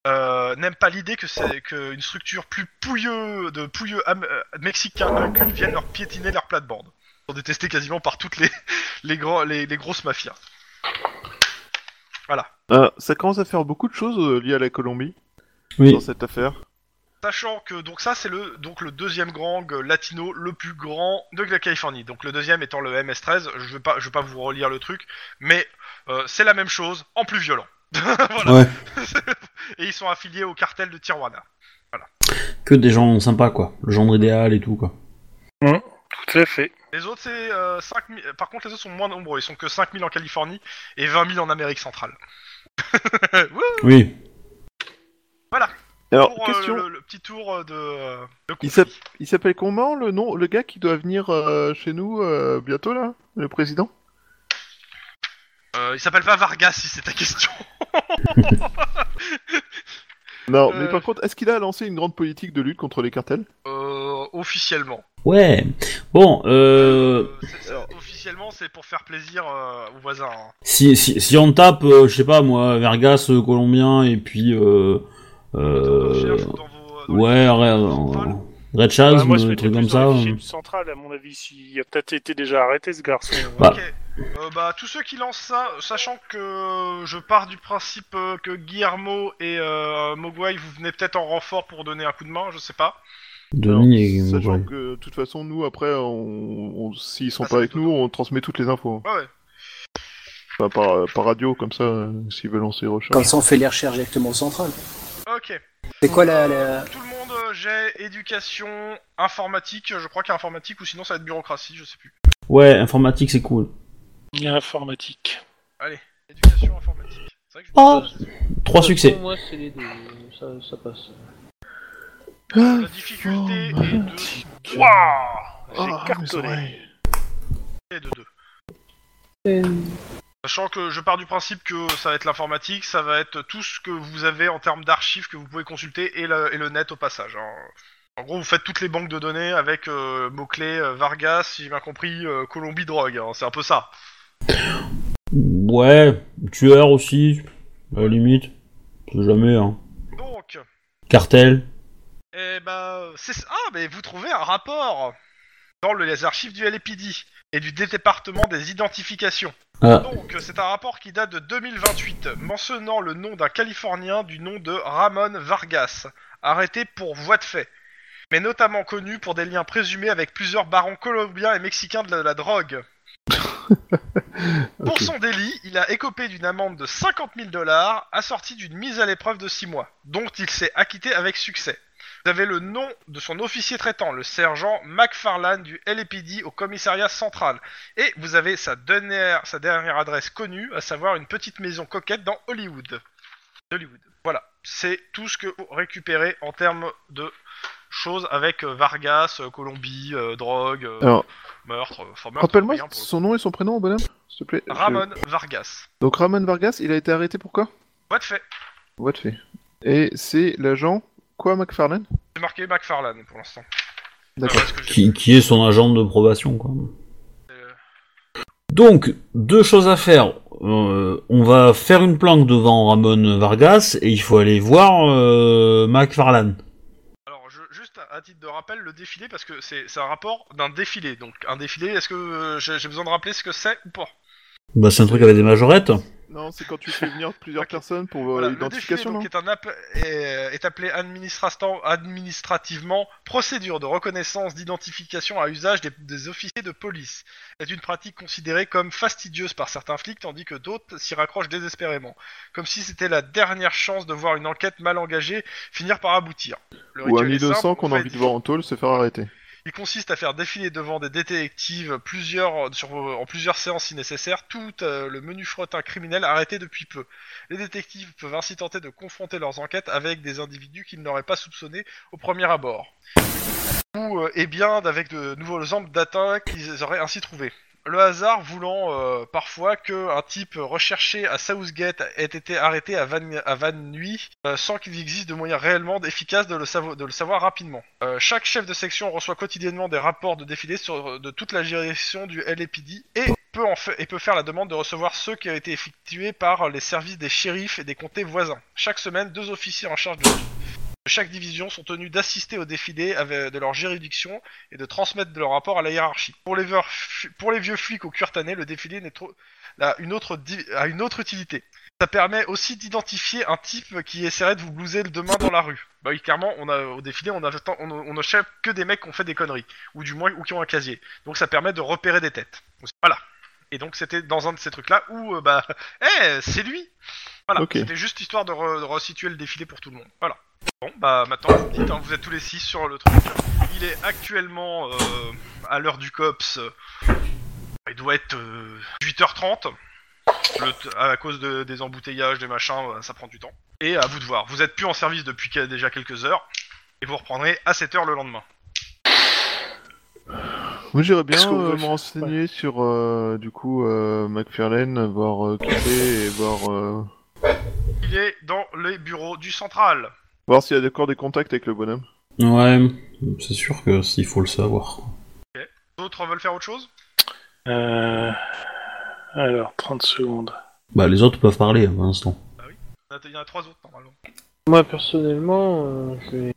[SPEAKER 2] euh, n'aiment pas l'idée que c'est qu'une structure plus pouilleux de pouilleux am- euh, mexicains incultes viennent leur piétiner leur plate-bande. Ils sont détestés quasiment par toutes les les, grands- les, les grosses mafias. Voilà.
[SPEAKER 6] Ah, ça commence à faire beaucoup de choses euh, liées à la Colombie
[SPEAKER 1] Oui.
[SPEAKER 6] dans cette affaire.
[SPEAKER 2] Sachant que donc ça c'est le donc le deuxième gang euh, latino le plus grand de la Californie. Donc le deuxième étant le MS13. Je vais pas je vais pas vous relire le truc, mais euh, c'est la même chose en plus violent. voilà.
[SPEAKER 1] Ouais.
[SPEAKER 2] Et ils sont affiliés au cartel de Tijuana.
[SPEAKER 1] Que des gens sympas, quoi. Le genre idéal et tout, quoi.
[SPEAKER 4] Tout à fait.
[SPEAKER 2] Les autres, c'est euh, 5000. Par contre, les autres sont moins nombreux. Ils sont que 5000 en Californie et 20 000 en Amérique centrale. Wouh
[SPEAKER 1] Oui.
[SPEAKER 6] Alors,
[SPEAKER 2] Pour, euh,
[SPEAKER 6] question,
[SPEAKER 2] le, le petit tour euh, de. euh, de
[SPEAKER 6] il
[SPEAKER 2] conflit.
[SPEAKER 6] s'appelle- il s'appelle comment le nom, le gars qui doit venir euh, chez nous euh, bientôt, là Le président
[SPEAKER 2] Euh, il s'appelle pas Vargas si c'est ta question.
[SPEAKER 6] Non,
[SPEAKER 2] Euh.
[SPEAKER 6] mais par contre, est-ce qu'il a lancé une grande politique de lutte contre les cartels
[SPEAKER 2] Euh, officiellement.
[SPEAKER 1] Ouais. Bon, euh...
[SPEAKER 2] C'est- c'est- officiellement, c'est pour faire plaisir euh, aux voisins. hein.
[SPEAKER 1] Si, si, si on tape, euh, je sais pas moi, Vergas euh, colombien et puis euh,
[SPEAKER 2] Dans vos
[SPEAKER 1] euh,
[SPEAKER 2] recherches ou dans vos- dans les-
[SPEAKER 1] ouais,
[SPEAKER 2] dans vos
[SPEAKER 1] Red, Red Chaz,
[SPEAKER 4] Bah, moi, je
[SPEAKER 1] un
[SPEAKER 4] mettais
[SPEAKER 1] truc comme
[SPEAKER 4] plus dans
[SPEAKER 1] ça. hein.
[SPEAKER 4] les fichiers centrales, à mon avis. s'il a peut-être été déjà arrêté, ce garçon. hein.
[SPEAKER 1] Bah.
[SPEAKER 2] Ok. Euh, bah, tous ceux qui lancent ça, sachant que je pars du principe euh, que Guillermo et euh, Mogwai, vous venez peut-être en renfort pour donner un coup de main, je sais pas.
[SPEAKER 1] Denis et
[SPEAKER 6] Sachant
[SPEAKER 1] ouais.
[SPEAKER 6] que, de toute façon, nous, après, on, on- s'ils sont
[SPEAKER 2] Ah,
[SPEAKER 6] pas
[SPEAKER 2] c'est
[SPEAKER 6] avec
[SPEAKER 2] tout.
[SPEAKER 6] nous, on transmet toutes les infos. hein.
[SPEAKER 2] Ouais, ouais.
[SPEAKER 6] Enfin, par, euh, par radio, comme ça, euh, s'ils veulent lancer recherche.
[SPEAKER 8] Comme ça, on fait les recherches directement au central.
[SPEAKER 2] Ok.
[SPEAKER 8] C'est quoi la, la-
[SPEAKER 2] Tout le monde, euh, j'ai éducation, informatique, je crois qu'il y a informatique ou sinon ça va être bureaucratie, je sais plus.
[SPEAKER 1] ouais, informatique c'est cool.
[SPEAKER 4] Il y a informatique.
[SPEAKER 2] Allez, éducation, informatique. C'est vrai que je-
[SPEAKER 1] Oh. Trois succès.
[SPEAKER 3] Moi, c'est les deux. Ça, ça passe.
[SPEAKER 6] Ah,
[SPEAKER 2] La difficulté est de... Wouah
[SPEAKER 4] J'ai cartonné.
[SPEAKER 2] Et de deux. Sachant que je pars du principe que ça va être l'informatique, ça va être tout ce que vous avez en termes d'archives que vous pouvez consulter et le, et le net au passage. hein. En gros, vous faites toutes les banques de données avec euh, mots-clés euh, Vargas, si j'ai bien compris, euh, Colombie drogue. hein, C'est un peu ça.
[SPEAKER 1] Ouais, tueur aussi, à la limite. C'est jamais hein.
[SPEAKER 2] Donc,
[SPEAKER 1] Cartel.
[SPEAKER 2] Eh ben, c'est ça. Ah, mais vous trouvez un rapport dans le- les archives du LAPD et du département des identifications.
[SPEAKER 1] Ah.
[SPEAKER 2] Donc, c'est un rapport qui date de 2028, mentionnant le nom d'un Californien du nom de Ramon Vargas, arrêté pour voie de fait, mais notamment connu pour des liens présumés avec plusieurs barons colombiens et mexicains de la, la drogue. Pour
[SPEAKER 6] Ok.
[SPEAKER 2] son délit, il a écopé d'une amende de 50 000 dollars assortie d'une mise à l'épreuve de 6 mois, dont il s'est acquitté avec succès. Vous avez le nom de son officier traitant, le sergent McFarlane du LAPD au commissariat central. Et vous avez sa dernière, sa dernière adresse connue, à savoir une petite maison coquette dans Hollywood. Hollywood. Voilà, c'est tout ce que vous récupérez en termes de choses avec euh, Vargas, euh, Colombie, euh, drogue, euh,
[SPEAKER 6] Alors,
[SPEAKER 2] meurtre, euh, enfin meurtre,
[SPEAKER 6] rappelle-moi
[SPEAKER 2] rien pour le coup.
[SPEAKER 6] son nom et son prénom, bonhomme, s'il te plaît. Je-
[SPEAKER 2] Ramon Vargas.
[SPEAKER 6] Donc Ramon Vargas, il a été arrêté pour quoi
[SPEAKER 2] What fait
[SPEAKER 6] What fait Et c'est l'agent quoi, McFarlane
[SPEAKER 2] J'ai marqué McFarlane pour l'instant.
[SPEAKER 6] D'accord.
[SPEAKER 2] Euh, parce que j'ai-
[SPEAKER 1] Qui, qui est son agent de probation, quoi.
[SPEAKER 2] euh,
[SPEAKER 1] Donc, deux choses à faire. Euh, on va faire une planque devant Ramon Vargas et il faut aller voir euh, McFarlane.
[SPEAKER 2] Alors, je- juste à- à titre de rappel, le défilé, parce que c'est c'est un rapport d'un défilé. Donc, un défilé, est-ce que euh, j'ai j'ai besoin de rappeler ce que c'est ou pas
[SPEAKER 1] Bah, c'est un truc avec des majorettes.
[SPEAKER 6] Non, c'est quand tu fais venir plusieurs personnes pour
[SPEAKER 2] Voilà, Le défilé
[SPEAKER 6] l'identification,
[SPEAKER 2] donc, est, un app- est, est appelé administrastan- administrativement procédure de reconnaissance d'identification à usage des, des officiers de police. C'est une pratique considérée comme fastidieuse par certains flics, tandis que d'autres s'y raccrochent désespérément, comme si c'était la dernière chance de voir une enquête mal engagée finir par aboutir. Le
[SPEAKER 6] Ou un
[SPEAKER 2] rituel est simple,
[SPEAKER 6] innocent
[SPEAKER 2] on
[SPEAKER 6] qu'on
[SPEAKER 2] fait
[SPEAKER 6] a envie de voir en tôle se faire arrêter.
[SPEAKER 2] Il consiste à faire défiler devant des détectives plusieurs, sur, en plusieurs séances si nécessaire tout euh, le menu frottin criminel arrêté depuis peu. Les détectives peuvent ainsi tenter de confronter leurs enquêtes avec des individus qu'ils n'auraient pas soupçonnés au premier abord. Ou, euh, eh bien, avec de nouveaux exemples d'atteintes qu'ils auraient ainsi trouvés. Le hasard voulant euh, parfois que un type recherché à Southgate ait été arrêté à Van, à Van Nuys, euh, sans qu'il existe de moyen réellement efficace de le, savo- de le savoir rapidement. Euh, chaque chef de section reçoit quotidiennement des rapports de défilés sur, euh, de toute la direction du LAPD et peut, en fa- et peut faire la demande de recevoir ceux qui ont été effectués par les services des shérifs et des comtés voisins. Chaque semaine, deux officiers en charge de de chaque division sont tenus d'assister au défilé avec, de leur juridiction et de transmettre de leur rapport à la hiérarchie. Pour les, veurs- pour les vieux flics au cuir tanné, le défilé n'est trop- là, une autre di- a une autre utilité. Ça permet aussi d'identifier un type qui essaierait de vous blouser le demain dans la rue. Bah oui, clairement, on a, au défilé, on, a, on, on ne cherche que des mecs qui ont fait des conneries, ou du moins, ou qui ont un casier. Donc ça permet de repérer des têtes. Voilà. Et donc c'était dans un de ces trucs-là où, euh, bah, eh, c'est lui Voilà,
[SPEAKER 6] Ok.
[SPEAKER 2] c'était juste histoire de, re- de resituer le défilé pour tout le monde. Voilà. Bon, bah maintenant, vous me dites, hein, vous êtes tous les six sur le truc. Il est actuellement, euh, à l'heure du COPS, euh, il doit être euh, 8h30. Le t- à cause de- des embouteillages, des machins, euh, ça prend du temps. Et à vous de voir. Vous êtes plus en service depuis que- déjà quelques heures. Et vous reprendrez à 7h le lendemain.
[SPEAKER 6] Moi, j'irais bien
[SPEAKER 4] Qu'est-ce qu'on
[SPEAKER 6] euh,
[SPEAKER 4] veut
[SPEAKER 6] me
[SPEAKER 4] faire
[SPEAKER 6] renseigner sur, euh, du coup, euh, McFarlane, voir euh, qui c'est et voir, euh,
[SPEAKER 2] Il est dans les bureaux du central.
[SPEAKER 6] voir s'il y a encore des contacts avec le bonhomme.
[SPEAKER 1] Ouais, c'est sûr que s'il faut le savoir.
[SPEAKER 2] D'autres veulent faire autre chose
[SPEAKER 4] Euh, Alors, 30 secondes.
[SPEAKER 1] Bah, les autres peuvent parler pour l'instant.
[SPEAKER 2] Il y en a- il y en a trois autres normalement.
[SPEAKER 3] Moi personnellement, euh, je vais...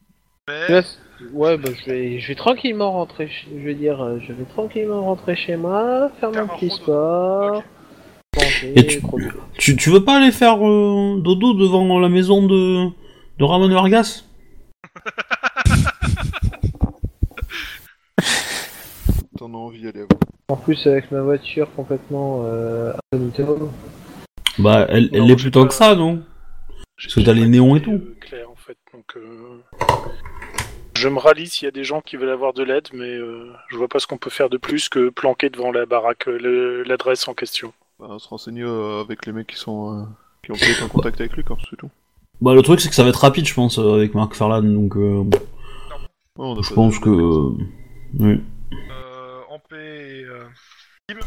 [SPEAKER 2] Mais-
[SPEAKER 3] je laisse- Ouais, bah, je vais, je vais tranquillement rentrer. Chez... Je veux dire, euh, je vais tranquillement rentrer chez moi,
[SPEAKER 2] Faire
[SPEAKER 3] faire mon
[SPEAKER 2] un
[SPEAKER 3] petit
[SPEAKER 2] rondo.
[SPEAKER 3] sport.
[SPEAKER 2] Ok.
[SPEAKER 3] manger,
[SPEAKER 1] Et tu-
[SPEAKER 3] tranquille.
[SPEAKER 1] Tu, tu veux pas aller faire euh, dodo devant la maison de, de Ramon Vargas
[SPEAKER 6] T'en as envie, allez,
[SPEAKER 3] En plus avec ma voiture complètement euh, incognito.
[SPEAKER 1] Bah, elle, elle
[SPEAKER 4] Non,
[SPEAKER 1] est
[SPEAKER 4] j'ai
[SPEAKER 1] plutôt
[SPEAKER 4] pas-
[SPEAKER 1] que ça, non
[SPEAKER 4] J'ai-
[SPEAKER 1] Parce que
[SPEAKER 4] j'ai
[SPEAKER 1] t'as
[SPEAKER 4] pas
[SPEAKER 1] les néons et
[SPEAKER 4] d'idée,
[SPEAKER 1] tout.
[SPEAKER 4] euh, claire, en fait, donc, euh, Je me rallie s'il y a des gens qui veulent avoir de l'aide, mais euh, je vois pas ce qu'on peut faire de plus que planquer devant la baraque euh, le- l'adresse en question.
[SPEAKER 6] Bah, on se renseigner euh, avec les mecs qui sont, euh, qui ont pu être en contact avec lui, quoi, c'est tout. Ouais,
[SPEAKER 1] Bah, le truc, c'est que ça va être rapide, je pense, euh, avec Mark Farlan, donc euh,
[SPEAKER 6] on a
[SPEAKER 1] je
[SPEAKER 6] pas-
[SPEAKER 1] pense que. euh, oui.
[SPEAKER 2] Euh, en paix. euh, Kim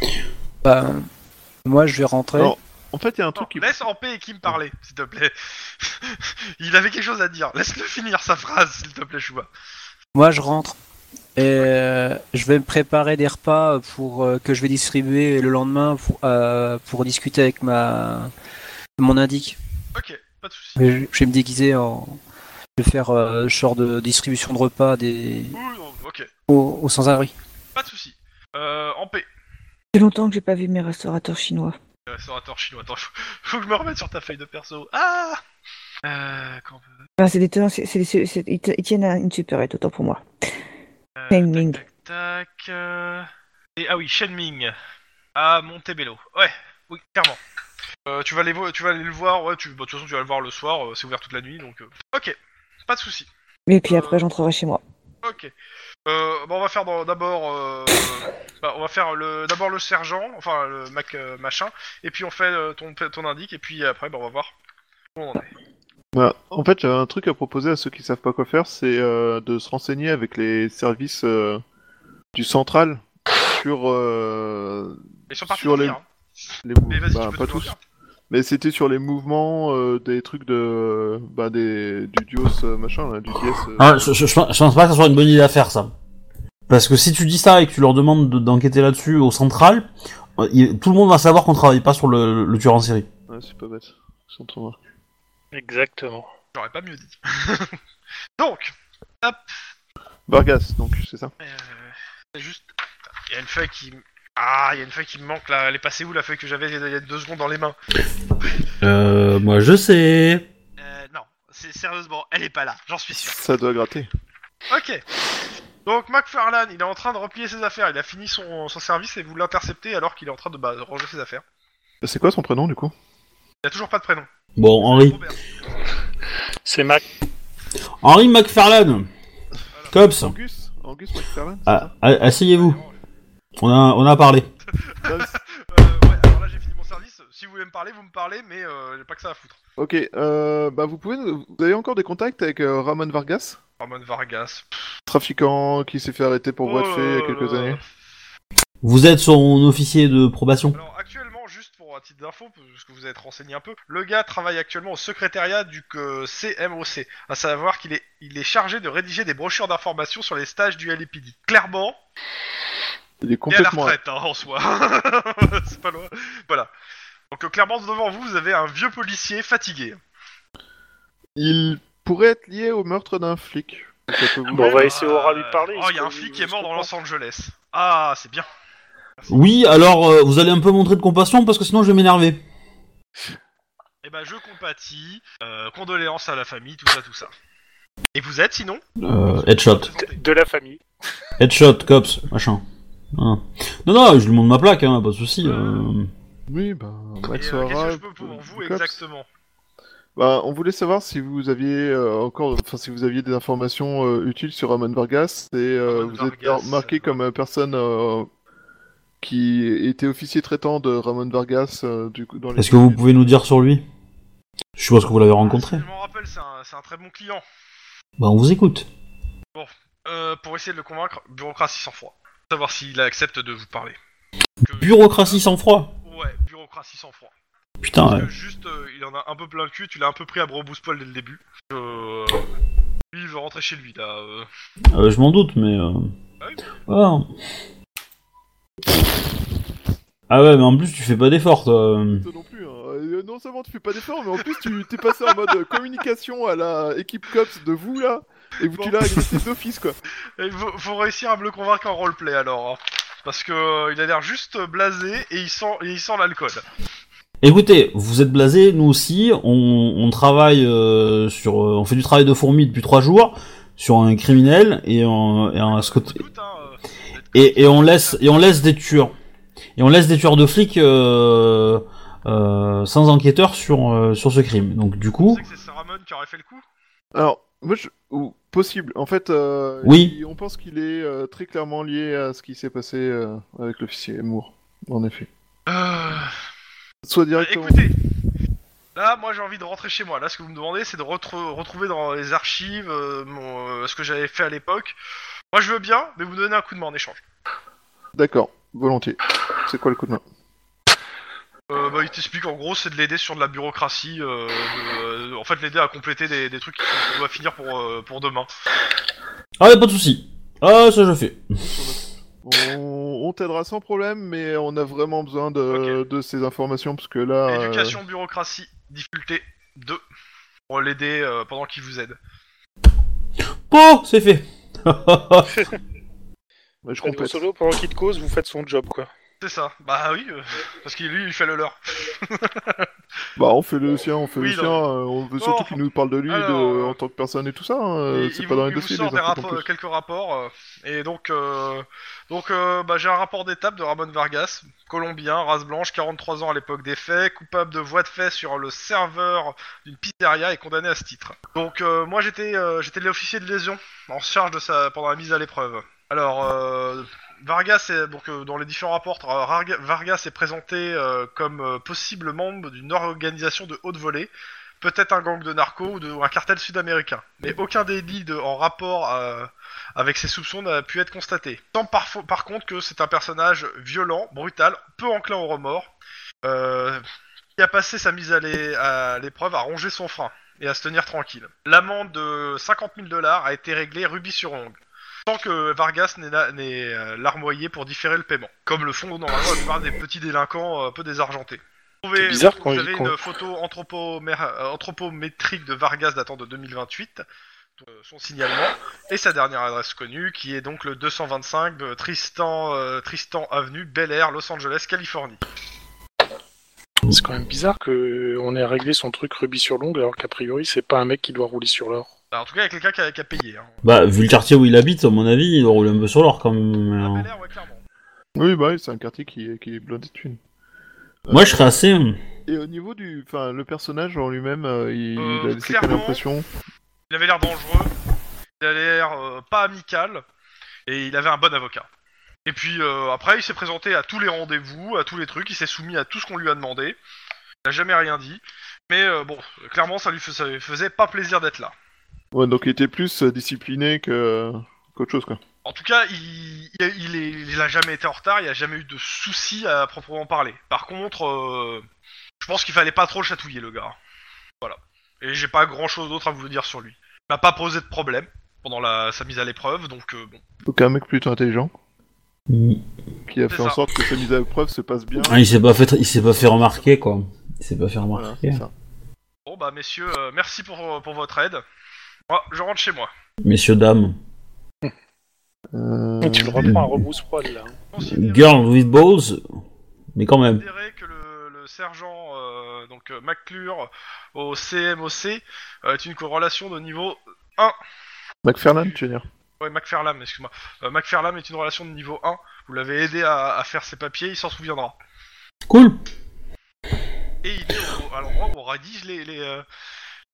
[SPEAKER 7] Bah, moi, je vais rentrer.
[SPEAKER 6] Alors, en fait, il y a un
[SPEAKER 2] Non,
[SPEAKER 6] truc qui...
[SPEAKER 2] Laisse en paix et Kim parler, s'il te plaît. Il avait quelque chose à dire. Laisse-le finir sa phrase, s'il te plaît, Chouba.
[SPEAKER 7] Moi, je rentre et euh, je vais me préparer des repas pour euh, que je vais distribuer le lendemain pour, euh, pour discuter avec ma mon indique.
[SPEAKER 2] Ok, pas de soucis.
[SPEAKER 7] Je je vais me déguiser en je vais faire euh, genre de distribution de repas des
[SPEAKER 2] Ouh, non, ok,
[SPEAKER 7] aux, aux sans-abri.
[SPEAKER 2] pas de soucis. Euh, en paix. Euh,
[SPEAKER 5] fait longtemps que j'ai pas vu mes restaurateurs chinois.
[SPEAKER 2] Le Restaurateur chinois, attends, faut, faut que je me remette sur ta feuille de perso. Ah Euh, quand-
[SPEAKER 5] Enfin, c'est des tenants, c'est- c'est des- c'est- ils te- ils tiennent à une supérette, autant pour moi.
[SPEAKER 2] euh,
[SPEAKER 5] Shenming.
[SPEAKER 2] Tac, tac, tac, euh, Et, ah oui, Shenming. à Montebello. Ouais, oui, clairement. Euh, tu, vas aller, vo- tu vas aller le voir, ouais, tu, bah, de toute façon, tu vas le voir le soir, euh, c'est ouvert toute la nuit, donc... euh, Ok, pas de souci.
[SPEAKER 5] Mais puis
[SPEAKER 6] Euh.
[SPEAKER 5] après, j'entrerai chez moi.
[SPEAKER 2] Ok. Euh, bah, on va faire dans- d'abord... euh, bah, on va faire le d'abord le sergent, enfin, le mac, euh, machin, et puis on fait euh, ton, ton indique, et puis après, bah, on va voir où on en est.
[SPEAKER 6] Bah, en fait, j'avais un truc à proposer à ceux qui savent pas quoi faire, c'est euh, de se renseigner avec les services euh, du central sur euh,
[SPEAKER 2] Et sur partie
[SPEAKER 6] Sur
[SPEAKER 2] de
[SPEAKER 6] les-
[SPEAKER 2] guerre, hein.
[SPEAKER 6] les
[SPEAKER 2] Mais vas-y,
[SPEAKER 6] bah,
[SPEAKER 2] tu peux
[SPEAKER 6] pas
[SPEAKER 2] tout
[SPEAKER 6] tous,
[SPEAKER 2] dire.
[SPEAKER 6] mais c'était sur les mouvements euh, des trucs de bah des du dios euh, machin là, du dios. euh,
[SPEAKER 1] Ah, je, je- je pense je pense pas que ce soit une bonne idée à faire ça. Parce que si tu dis ça et que tu leur demandes de- d'enquêter là-dessus au central, euh, il- tout le monde va savoir qu'on travaille pas sur le, le tueur en série.
[SPEAKER 6] ouais, c'est pas bête. Sans trop voir.
[SPEAKER 4] Exactement.
[SPEAKER 2] J'aurais pas mieux dit. Donc,
[SPEAKER 6] Vargas, donc c'est ça.
[SPEAKER 2] euh, c'est juste. Il y a une feuille qui. Ah, il y a une feuille qui me manque là. Elle est passée où la feuille que j'avais il y a deux secondes dans les mains
[SPEAKER 1] Euh, moi je sais.
[SPEAKER 2] Euh, non. C'est sérieusement, elle est pas là. J'en suis sûr.
[SPEAKER 6] Ça doit gratter.
[SPEAKER 2] Ok. Donc, McFarlane, il est en train de replier ses affaires. Il a fini son, son service et vous l'interceptez alors qu'il est en train de, bah, de ranger ses affaires.
[SPEAKER 6] Bah, C'est quoi son prénom du coup
[SPEAKER 2] Il a toujours pas de prénom.
[SPEAKER 1] Bon, Henri.
[SPEAKER 2] Robert.
[SPEAKER 4] C'est Mac.
[SPEAKER 1] Henri McFarlane. Cops,
[SPEAKER 6] Angus Angus McFarlane c'est
[SPEAKER 1] a- a- asseyez-vous. On a, on a parlé.
[SPEAKER 6] ça
[SPEAKER 2] Euh, ouais, alors là, j'ai fini mon service. Si vous voulez me parler, vous me parlez, mais euh, j'ai pas que ça à foutre.
[SPEAKER 6] Ok, euh, bah vous pouvez, nous- vous avez encore des contacts avec euh, Ramon Vargas,
[SPEAKER 2] Ramon Vargas.
[SPEAKER 6] trafiquant qui s'est fait arrêter pour voie de fait il y a quelques
[SPEAKER 2] Oh là là.
[SPEAKER 6] années.
[SPEAKER 1] Vous êtes son officier de probation.
[SPEAKER 2] Alors actuellement, juste pour un titre d'info, parce que vous êtes renseigné un peu, le gars travaille actuellement au secrétariat du euh, CMOC, à savoir qu'il est, il est chargé de rédiger des brochures d'information sur les stages du LAPD. Clairement,
[SPEAKER 6] Il est
[SPEAKER 2] et à la
[SPEAKER 6] complètement.
[SPEAKER 2] retraite, hein, en soi. C'est pas loin. Voilà. Donc euh, clairement, devant vous, vous avez un vieux policier fatigué.
[SPEAKER 6] Il pourrait être lié au meurtre d'un flic. Ça peut vous-
[SPEAKER 4] Bon, on va
[SPEAKER 2] Euh,
[SPEAKER 4] essayer au ras lui parler,
[SPEAKER 2] Oh,
[SPEAKER 4] parce
[SPEAKER 2] il y a
[SPEAKER 4] que
[SPEAKER 2] un flic qui est
[SPEAKER 4] je
[SPEAKER 2] mort dans
[SPEAKER 4] comprends.
[SPEAKER 2] Los Angeles. Ah, c'est bien.
[SPEAKER 1] Oui, alors euh, vous allez un peu montrer de compassion parce que sinon je vais m'énerver.
[SPEAKER 2] Eh ben, je compatis. Euh, condoléances à la famille, tout ça, tout ça. Et vous êtes, sinon
[SPEAKER 1] Euh, headshot.
[SPEAKER 4] De, de la famille.
[SPEAKER 1] Headshot, cops, machin. Ah. Non, non, je lui montre ma plaque, hein, pas de soucis. euh.
[SPEAKER 6] Oui, bah, Max
[SPEAKER 2] Et, euh, Qu'est-ce que
[SPEAKER 6] O'Hara,
[SPEAKER 2] je peux pour
[SPEAKER 6] euh,
[SPEAKER 2] vous
[SPEAKER 6] Cops.
[SPEAKER 2] exactement
[SPEAKER 6] Bah, on voulait savoir si vous aviez euh, encore, enfin si vous aviez des informations euh, utiles sur Ramon Vargas et euh,
[SPEAKER 2] Ramon
[SPEAKER 6] vous êtes
[SPEAKER 2] Vargas,
[SPEAKER 6] marqué
[SPEAKER 2] euh,
[SPEAKER 6] comme euh, personne euh, qui était officier traitant de Ramon Vargas euh, du coup dans les.
[SPEAKER 1] Est-ce que vous pouvez nous dire sur lui Je suppose que vous l'avez rencontré.
[SPEAKER 2] Ah, si Je m'en rappelle, c'est un, c'est un très bon client.
[SPEAKER 1] Bah, on vous écoute.
[SPEAKER 2] Euh, pour essayer de le convaincre, bureaucratie sans froid. Savoir s'il accepte de vous parler. Que-
[SPEAKER 1] Bureaucratie sans froid.
[SPEAKER 2] Ouais, bureaucratie sans froid.
[SPEAKER 1] Putain,
[SPEAKER 2] Parce
[SPEAKER 1] ouais.
[SPEAKER 2] que juste, euh, il en a un peu plein le cul, tu l'as un peu pris à brebousse-poil dès le début. Euh, Lui, il veut rentrer chez lui, là. euh.
[SPEAKER 1] Euh, je m'en doute, mais. euh, ah. Ah ouais, mais en plus, tu fais pas d'efforts, toi. euh.
[SPEAKER 6] Toi non plus. hein. Euh, non seulement tu fais pas d'efforts, mais en plus tu t'es passé en mode euh, communication à la équipe cops de vous là, et vous tu l'as agressé d'office quoi.
[SPEAKER 2] Et faut, faut réussir à me le convaincre en roleplay, alors. hein. Parce que euh, il a l'air juste blasé et il sent, et il sent l'alcool.
[SPEAKER 1] Écoutez, vous êtes blasés, nous aussi. On, on travaille euh, sur. euh, on fait du travail de fourmi depuis trois jours sur un criminel et, on, et un scot-
[SPEAKER 2] Doute, hein, euh,
[SPEAKER 1] et, et on laisse et on laisse des tueurs et on laisse des tueurs de flics euh, euh, sans enquêteur sur euh, sur ce crime. Donc du
[SPEAKER 2] Tu
[SPEAKER 1] coup,
[SPEAKER 2] sais que c'est Saramon qui aurait fait le coup
[SPEAKER 6] Alors, moi, je... ou possible. En fait, euh,
[SPEAKER 1] Oui.
[SPEAKER 6] il- on pense qu'il est euh, très clairement lié à ce qui s'est passé euh, avec l'officier Moore, en effet.
[SPEAKER 2] Euh,
[SPEAKER 6] Soit directement.
[SPEAKER 2] Bah, Écoutez, là, moi j'ai envie de rentrer chez moi. Là, ce que vous me demandez, c'est de retru- retrouver dans les archives euh, mon, euh, ce que j'avais fait à l'époque. Moi, je veux bien, mais vous me donnez un coup de main en échange.
[SPEAKER 6] D'accord, volontiers. C'est quoi le coup de main
[SPEAKER 2] Euh, bah, il t'explique en gros, c'est de l'aider sur de la bureaucratie, euh, de- euh, en fait, l'aider à compléter des, des trucs qu'il doit finir pour, euh, pour demain.
[SPEAKER 1] ah y a pas de souci. Ah ça je fais.
[SPEAKER 6] On, on t'aidera sans problème, mais on a vraiment besoin de, de ces informations parce que là. euh,
[SPEAKER 2] Éducation, bureaucratie, difficulté 2. Pour l'aider euh, pendant qu'il vous aide.
[SPEAKER 1] Bon, c'est fait.
[SPEAKER 6] bah, je
[SPEAKER 4] Faites-vous
[SPEAKER 6] bah, complète.
[SPEAKER 4] solo pendant qu'il te cause, vous faites son job quoi.
[SPEAKER 2] C'est ça. Bah oui, euh, parce que lui, il fait le leur.
[SPEAKER 6] Bah, on fait le sien, on fait
[SPEAKER 2] Oui,
[SPEAKER 6] le
[SPEAKER 2] non.
[SPEAKER 6] sien. euh, On veut surtout
[SPEAKER 2] Non.
[SPEAKER 6] qu'il nous parle de lui, de-
[SPEAKER 2] Alors, euh,
[SPEAKER 6] en tant que personne et tout ça. hein, euh,
[SPEAKER 2] Il- il
[SPEAKER 6] C'est pas
[SPEAKER 2] vous-
[SPEAKER 6] dans les
[SPEAKER 2] il vous
[SPEAKER 6] dossiers.
[SPEAKER 2] sort
[SPEAKER 6] les
[SPEAKER 2] des
[SPEAKER 6] infos qu'on
[SPEAKER 2] rapports-
[SPEAKER 6] peut-
[SPEAKER 2] quelques rapports. euh, et donc, euh, donc euh, bah, j'ai un rapport d'étape de Ramon Vargas, colombien, race blanche, 43 ans à l'époque des faits, coupable de voie de fait sur le serveur d'une pizzeria et condamné à ce titre. Donc, euh, moi j'étais euh, j'étais l'officier de lésion en charge de sa pendant la mise à l'épreuve. Alors, euh, Vargas est, donc euh, dans les différents rapports, euh, Varga- Vargas est présenté euh, comme euh, possible membre d'une organisation de haute volée peut-être un gang de narcos ou, de- ou un cartel sud-américain. Mais aucun délit de- en rapport euh, avec ces soupçons n'a pu être constaté. Tant par, par contre que c'est un personnage violent, brutal, peu enclin au remords, euh, qui a passé sa mise à l'é- à l'épreuve à ronger son frein et à se tenir tranquille. L'amende de 50 000 dollars a été réglée rubis sur ongle. Tant que Vargas n'est la- n'est, euh, larmoyé pour différer le paiement, comme le font normalement la plupart des petits délinquants euh, peu désargentés. Vous avez-
[SPEAKER 4] bizarre
[SPEAKER 2] vous
[SPEAKER 4] qu'on-
[SPEAKER 2] avez
[SPEAKER 4] qu'on-
[SPEAKER 2] une photo anthropomer- euh, anthropométrique de Vargas datant de 2028, euh, son signalement, et sa dernière adresse connue, qui est donc le 225 de Tristan, euh, Tristan Avenue, Bel Air, Los Angeles, Californie.
[SPEAKER 4] C'est quand même bizarre qu'on ait réglé son truc rubis sur l'ongle alors qu'a priori c'est pas un mec qui doit rouler sur l'or.
[SPEAKER 2] Bah, en tout cas, il y a quelqu'un qui a, qui a payé. Hein.
[SPEAKER 1] Bah, vu le quartier où il habite, à mon avis, il roule un peu sur l'or quand même. mais,
[SPEAKER 2] Ah,
[SPEAKER 1] euh,
[SPEAKER 2] Bel Air, ouais, clairement.
[SPEAKER 6] Oui, bah oui, c'est un quartier qui est, qui est blindé de thunes.
[SPEAKER 1] Moi, je serais assez. euh,
[SPEAKER 6] Et au niveau du. Enfin, le personnage en lui-même, euh, il,
[SPEAKER 2] Euh,
[SPEAKER 6] il a laissé quelle
[SPEAKER 2] clairement,
[SPEAKER 6] impression
[SPEAKER 2] Il avait l'air dangereux, il avait l'air euh, pas amical, et il avait un bon avocat. Et puis euh, après, il s'est présenté à tous les rendez-vous, à tous les trucs, il s'est soumis à tout ce qu'on lui a demandé. Il n'a jamais rien dit, mais euh, bon, clairement, ça lui, fais- ça lui faisait pas plaisir d'être là.
[SPEAKER 6] Ouais, donc il était plus euh, discipliné que. Qu'autre chose quoi.
[SPEAKER 2] En tout cas, il, il, il est- il a jamais été en retard, il a jamais eu de soucis à proprement parler. Par contre, euh, je pense qu'il fallait pas trop le chatouiller, le gars. Voilà. Et j'ai pas grand chose d'autre à vous dire sur lui. Il m'a pas posé de problème pendant la, sa mise à l'épreuve, donc euh, bon.
[SPEAKER 6] Donc un mec plutôt intelligent qui a
[SPEAKER 2] C'est
[SPEAKER 6] fait en
[SPEAKER 2] ça.
[SPEAKER 6] sorte que sa mise à l'épreuve se passe bien.
[SPEAKER 1] ah, il s'est pas fait, il s'est pas fait remarquer quoi. Il s'est pas fait
[SPEAKER 6] Voilà,
[SPEAKER 1] remarquer.
[SPEAKER 6] c'est ça.
[SPEAKER 2] Bon bah messieurs, euh, merci pour, pour votre aide. Moi, je rentre chez moi.
[SPEAKER 1] Messieurs dames,
[SPEAKER 6] Euh,
[SPEAKER 4] Tu le reprends à rebrousse poil là. hein.
[SPEAKER 2] Considérez,
[SPEAKER 1] girl with balls, mais quand même.
[SPEAKER 2] considérez que le, le sergent euh, donc euh, McClure au CMOC euh, est une corrélation de niveau
[SPEAKER 6] McFarlane, tu veux dire
[SPEAKER 2] Ouais, McFarlam, excuse-moi. Euh, McFarlam est une relation de niveau 1. Vous l'avez aidé à, à faire ses papiers, il s'en souviendra.
[SPEAKER 1] Cool.
[SPEAKER 2] Et il est au- à l'endroit où on rédige les, les, euh,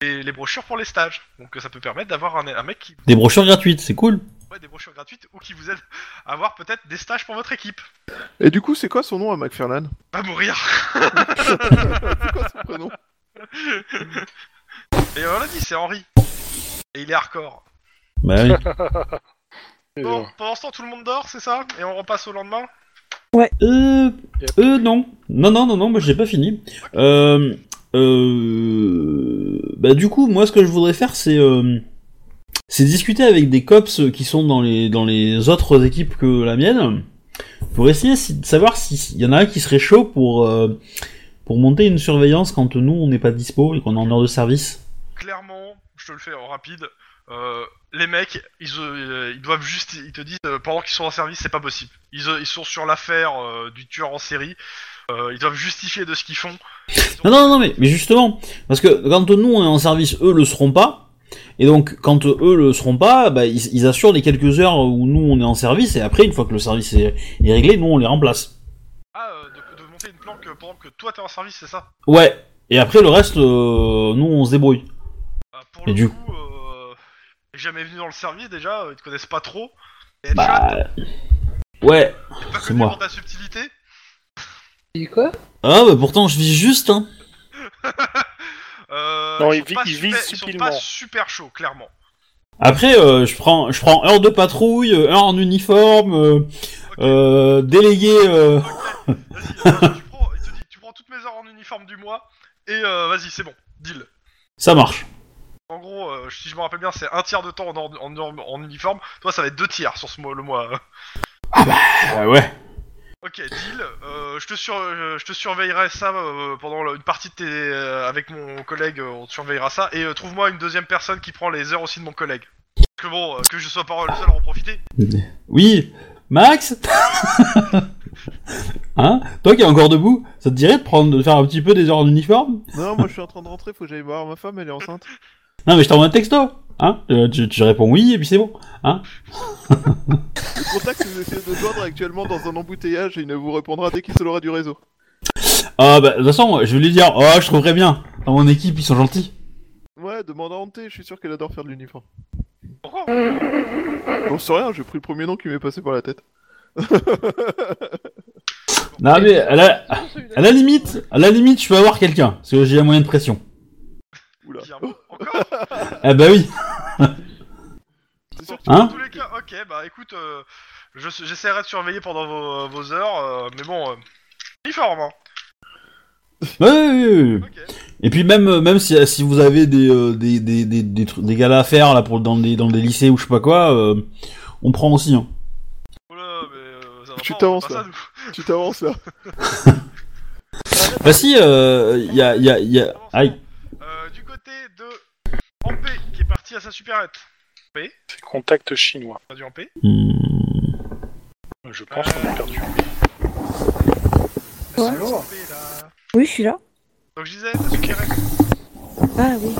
[SPEAKER 2] les, les brochures pour les stages. Donc euh, ça peut permettre d'avoir un, un mec qui
[SPEAKER 1] Des brochures gratuites, c'est cool.
[SPEAKER 2] vous ouais, des brochures gratuites ou qui vous aide à avoir peut-être des stages pour votre équipe.
[SPEAKER 6] Et du coup, c'est quoi son nom à McFarlane
[SPEAKER 2] Va mourir
[SPEAKER 6] C'est quoi son prénom
[SPEAKER 2] Et on l'a dit, c'est Henri. Et il est hardcore.
[SPEAKER 1] Bah oui.
[SPEAKER 4] Euh,
[SPEAKER 2] Bon, pendant ce temps, tout le monde dort, c'est ça Et on repasse au lendemain
[SPEAKER 1] Euh, euh, non. Non, non, non, non, moi j'ai pas fini. Euh, euh, bah du coup, moi ce que je voudrais faire, c'est euh, c'est discuter avec des cops qui sont dans les, dans les autres équipes que la mienne, pour essayer si- de savoir s'il y en a un qui serait chaud pour, euh, pour monter une surveillance quand nous on n'est pas dispo et qu'on est en heure de service.
[SPEAKER 2] clairement, je te le fais en rapide, euh, les mecs, ils, euh, ils doivent juste, ils te disent, euh, pendant qu'ils sont en service, c'est pas possible. Ils, euh, ils sont sur l'affaire euh, du tueur en série, euh, ils doivent justifier de ce qu'ils font. Ils
[SPEAKER 1] Non,
[SPEAKER 2] ont-
[SPEAKER 1] non, non, mais, mais justement, parce que quand nous on est en service, eux le seront pas. Et donc, quand eux le seront pas, bah, ils, ils assurent les quelques heures où nous on est en service, et après, une fois que le service est, est réglé, nous on les remplace.
[SPEAKER 2] Ah, euh, de, de monter une planque pendant que toi t'es en service, c'est ça
[SPEAKER 1] Ouais. Et après, le reste, euh, nous on se débrouille.
[SPEAKER 2] Euh, Pour
[SPEAKER 1] Et
[SPEAKER 2] le
[SPEAKER 1] du-
[SPEAKER 2] coup, euh, t'es jamais venu dans le service déjà, euh, ils te connaissent pas trop. Et
[SPEAKER 1] Bah. Ouais.
[SPEAKER 2] Headshot, t'es pas
[SPEAKER 1] c'est
[SPEAKER 2] connu
[SPEAKER 1] moi.
[SPEAKER 2] pour ta subtilité.
[SPEAKER 3] Il dit quoi
[SPEAKER 1] Ah, bah pourtant, je vis juste, hein.
[SPEAKER 2] Euh,
[SPEAKER 4] Non,
[SPEAKER 2] ils
[SPEAKER 4] ils
[SPEAKER 2] sont
[SPEAKER 4] vi-
[SPEAKER 2] pas
[SPEAKER 4] ils
[SPEAKER 2] super-
[SPEAKER 4] visent
[SPEAKER 2] ils sont
[SPEAKER 4] subtilement.
[SPEAKER 2] pas super chauds, clairement.
[SPEAKER 1] Après, euh, je prends, je prends heure de patrouille, euh, heure en uniforme, euh,
[SPEAKER 2] Ok.
[SPEAKER 1] euh, délégué. euh,
[SPEAKER 2] Vas-y, euh, tu prends, il te dit, tu prends toutes mes heures en uniforme du mois, et euh, vas-y, c'est bon, deal.
[SPEAKER 1] Ça marche.
[SPEAKER 2] En gros, euh, si je me rappelle bien, c'est un tiers de temps en, or- en or- en uniforme. Toi, ça va être deux tiers sur ce mois, le mois. euh.
[SPEAKER 1] Ah ouais.
[SPEAKER 2] Ok, deal. Euh, je, te sur- euh, je te surveillerai ça euh, pendant la- une partie de tes. euh, avec mon collègue, euh, on te surveillera ça. Et euh, trouve-moi une deuxième personne qui prend les heures aussi de mon collègue. Parce que bon, euh, que je sois pas le seul à en profiter.
[SPEAKER 1] Oui. Max Hein Toi qui es encore debout, ça te dirait de prendre, de faire un petit peu des heures en uniforme
[SPEAKER 6] Non, moi je suis en train de rentrer, faut que j'aille voir ma femme, elle est enceinte.
[SPEAKER 1] Non mais je t'envoie un texto. Hein Euh, tu, tu réponds oui et puis c'est bon.
[SPEAKER 6] Le contact que vous essayez de joindre est actuellement dans un embouteillage et il ne vous répondra dès qu'il se l'aura du réseau.
[SPEAKER 1] Ah bah de toute façon, je vais lui dire, oh je trouverais bien. Dans mon équipe, ils sont gentils.
[SPEAKER 6] Ouais, demande à Hanté, je suis sûr qu'elle adore faire de l'uniforme.
[SPEAKER 2] Pourquoi
[SPEAKER 6] Bon, c'est rien, j'ai pris le premier nom qui m'est passé par la tête.
[SPEAKER 1] Non mais à la, à la limite, à la limite, je peux avoir quelqu'un parce que j'ai un moyen de pression.
[SPEAKER 6] Oula.
[SPEAKER 2] Dire bon, Encore
[SPEAKER 1] Ah bah oui.
[SPEAKER 6] C'est sûr que tu-
[SPEAKER 2] Dans
[SPEAKER 1] Hein
[SPEAKER 2] tous les cas, ok, bah écoute, euh, je- j'essaierai de surveiller pendant vos, vos heures, euh, mais bon, euh, uniforme, hein.
[SPEAKER 1] Ouais, ouais, ouais, ouais.
[SPEAKER 2] Ok.
[SPEAKER 1] Et puis même euh, même si, si vous avez des, euh, des, des, des, des, trucs- des galas à faire là pour dans des dans des lycées ou je sais pas quoi, euh, on prend aussi. Hein.
[SPEAKER 2] Voilà, mais euh, ça va
[SPEAKER 6] Tu
[SPEAKER 2] pas, on
[SPEAKER 6] t'avances,
[SPEAKER 2] va pas
[SPEAKER 6] là.
[SPEAKER 2] ça, nous.
[SPEAKER 6] Tu t'avances là.
[SPEAKER 1] Bah si, euh, y a y a y a aïe.
[SPEAKER 2] Euh, du côté de Ampé, qui est parti à sa supérette.
[SPEAKER 4] C'est contact chinois. Euh,
[SPEAKER 2] On a dû Ampé.
[SPEAKER 1] Hmm.
[SPEAKER 4] Je pense qu'on a perdu.
[SPEAKER 5] Ouais.
[SPEAKER 2] Ampé, là.
[SPEAKER 5] Oui, je suis là.
[SPEAKER 2] Donc je disais, sa supérette.
[SPEAKER 5] Ah oui.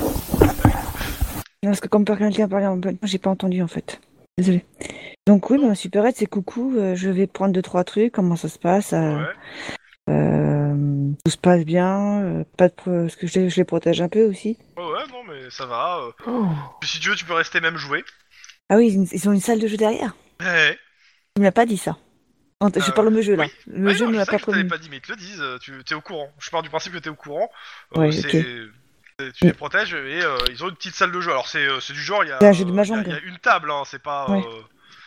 [SPEAKER 5] Non, parce que comme quelqu'un parlait en bonne, j'ai pas entendu en fait. Désolé. Donc oui, bah, ma superette, c'est coucou. euh, je vais prendre deux trois trucs. Comment ça se passe euh,
[SPEAKER 2] Ouais.
[SPEAKER 5] euh, Tout se passe bien. euh, pas de pro- parce que je les, je les protège un peu aussi.
[SPEAKER 2] Ouais, Oh, ouais, non, mais ça va. euh. Si tu veux, tu peux rester même jouer.
[SPEAKER 5] Ah oui, ils ont une- ils ont une salle de jeu derrière.
[SPEAKER 2] Eh,
[SPEAKER 5] Il m'a pas dit ça. En- Je
[SPEAKER 2] Euh,
[SPEAKER 5] parle le jeu là.
[SPEAKER 2] oui.
[SPEAKER 5] Le
[SPEAKER 2] ouais,
[SPEAKER 5] jeu
[SPEAKER 2] non,
[SPEAKER 5] ne
[SPEAKER 2] je
[SPEAKER 5] m'a
[SPEAKER 2] sais
[SPEAKER 5] pas
[SPEAKER 2] que je t'avais
[SPEAKER 5] connu.
[SPEAKER 2] pas dit, mais ils te le disent. euh, Tu es au courant. Je pars du principe que t'es au courant. Euh,
[SPEAKER 5] Ouais,
[SPEAKER 2] c'est-
[SPEAKER 5] ok.
[SPEAKER 2] c'est- Tu les protèges et euh, ils ont une petite salle de jeu. Alors c'est euh, c'est du genre, il y a.
[SPEAKER 5] C'est un jeu de
[SPEAKER 2] euh,
[SPEAKER 5] Mahjong.
[SPEAKER 2] il y a- Il y, a une table, hein, c'est pas.
[SPEAKER 5] Ouais.
[SPEAKER 2] euh,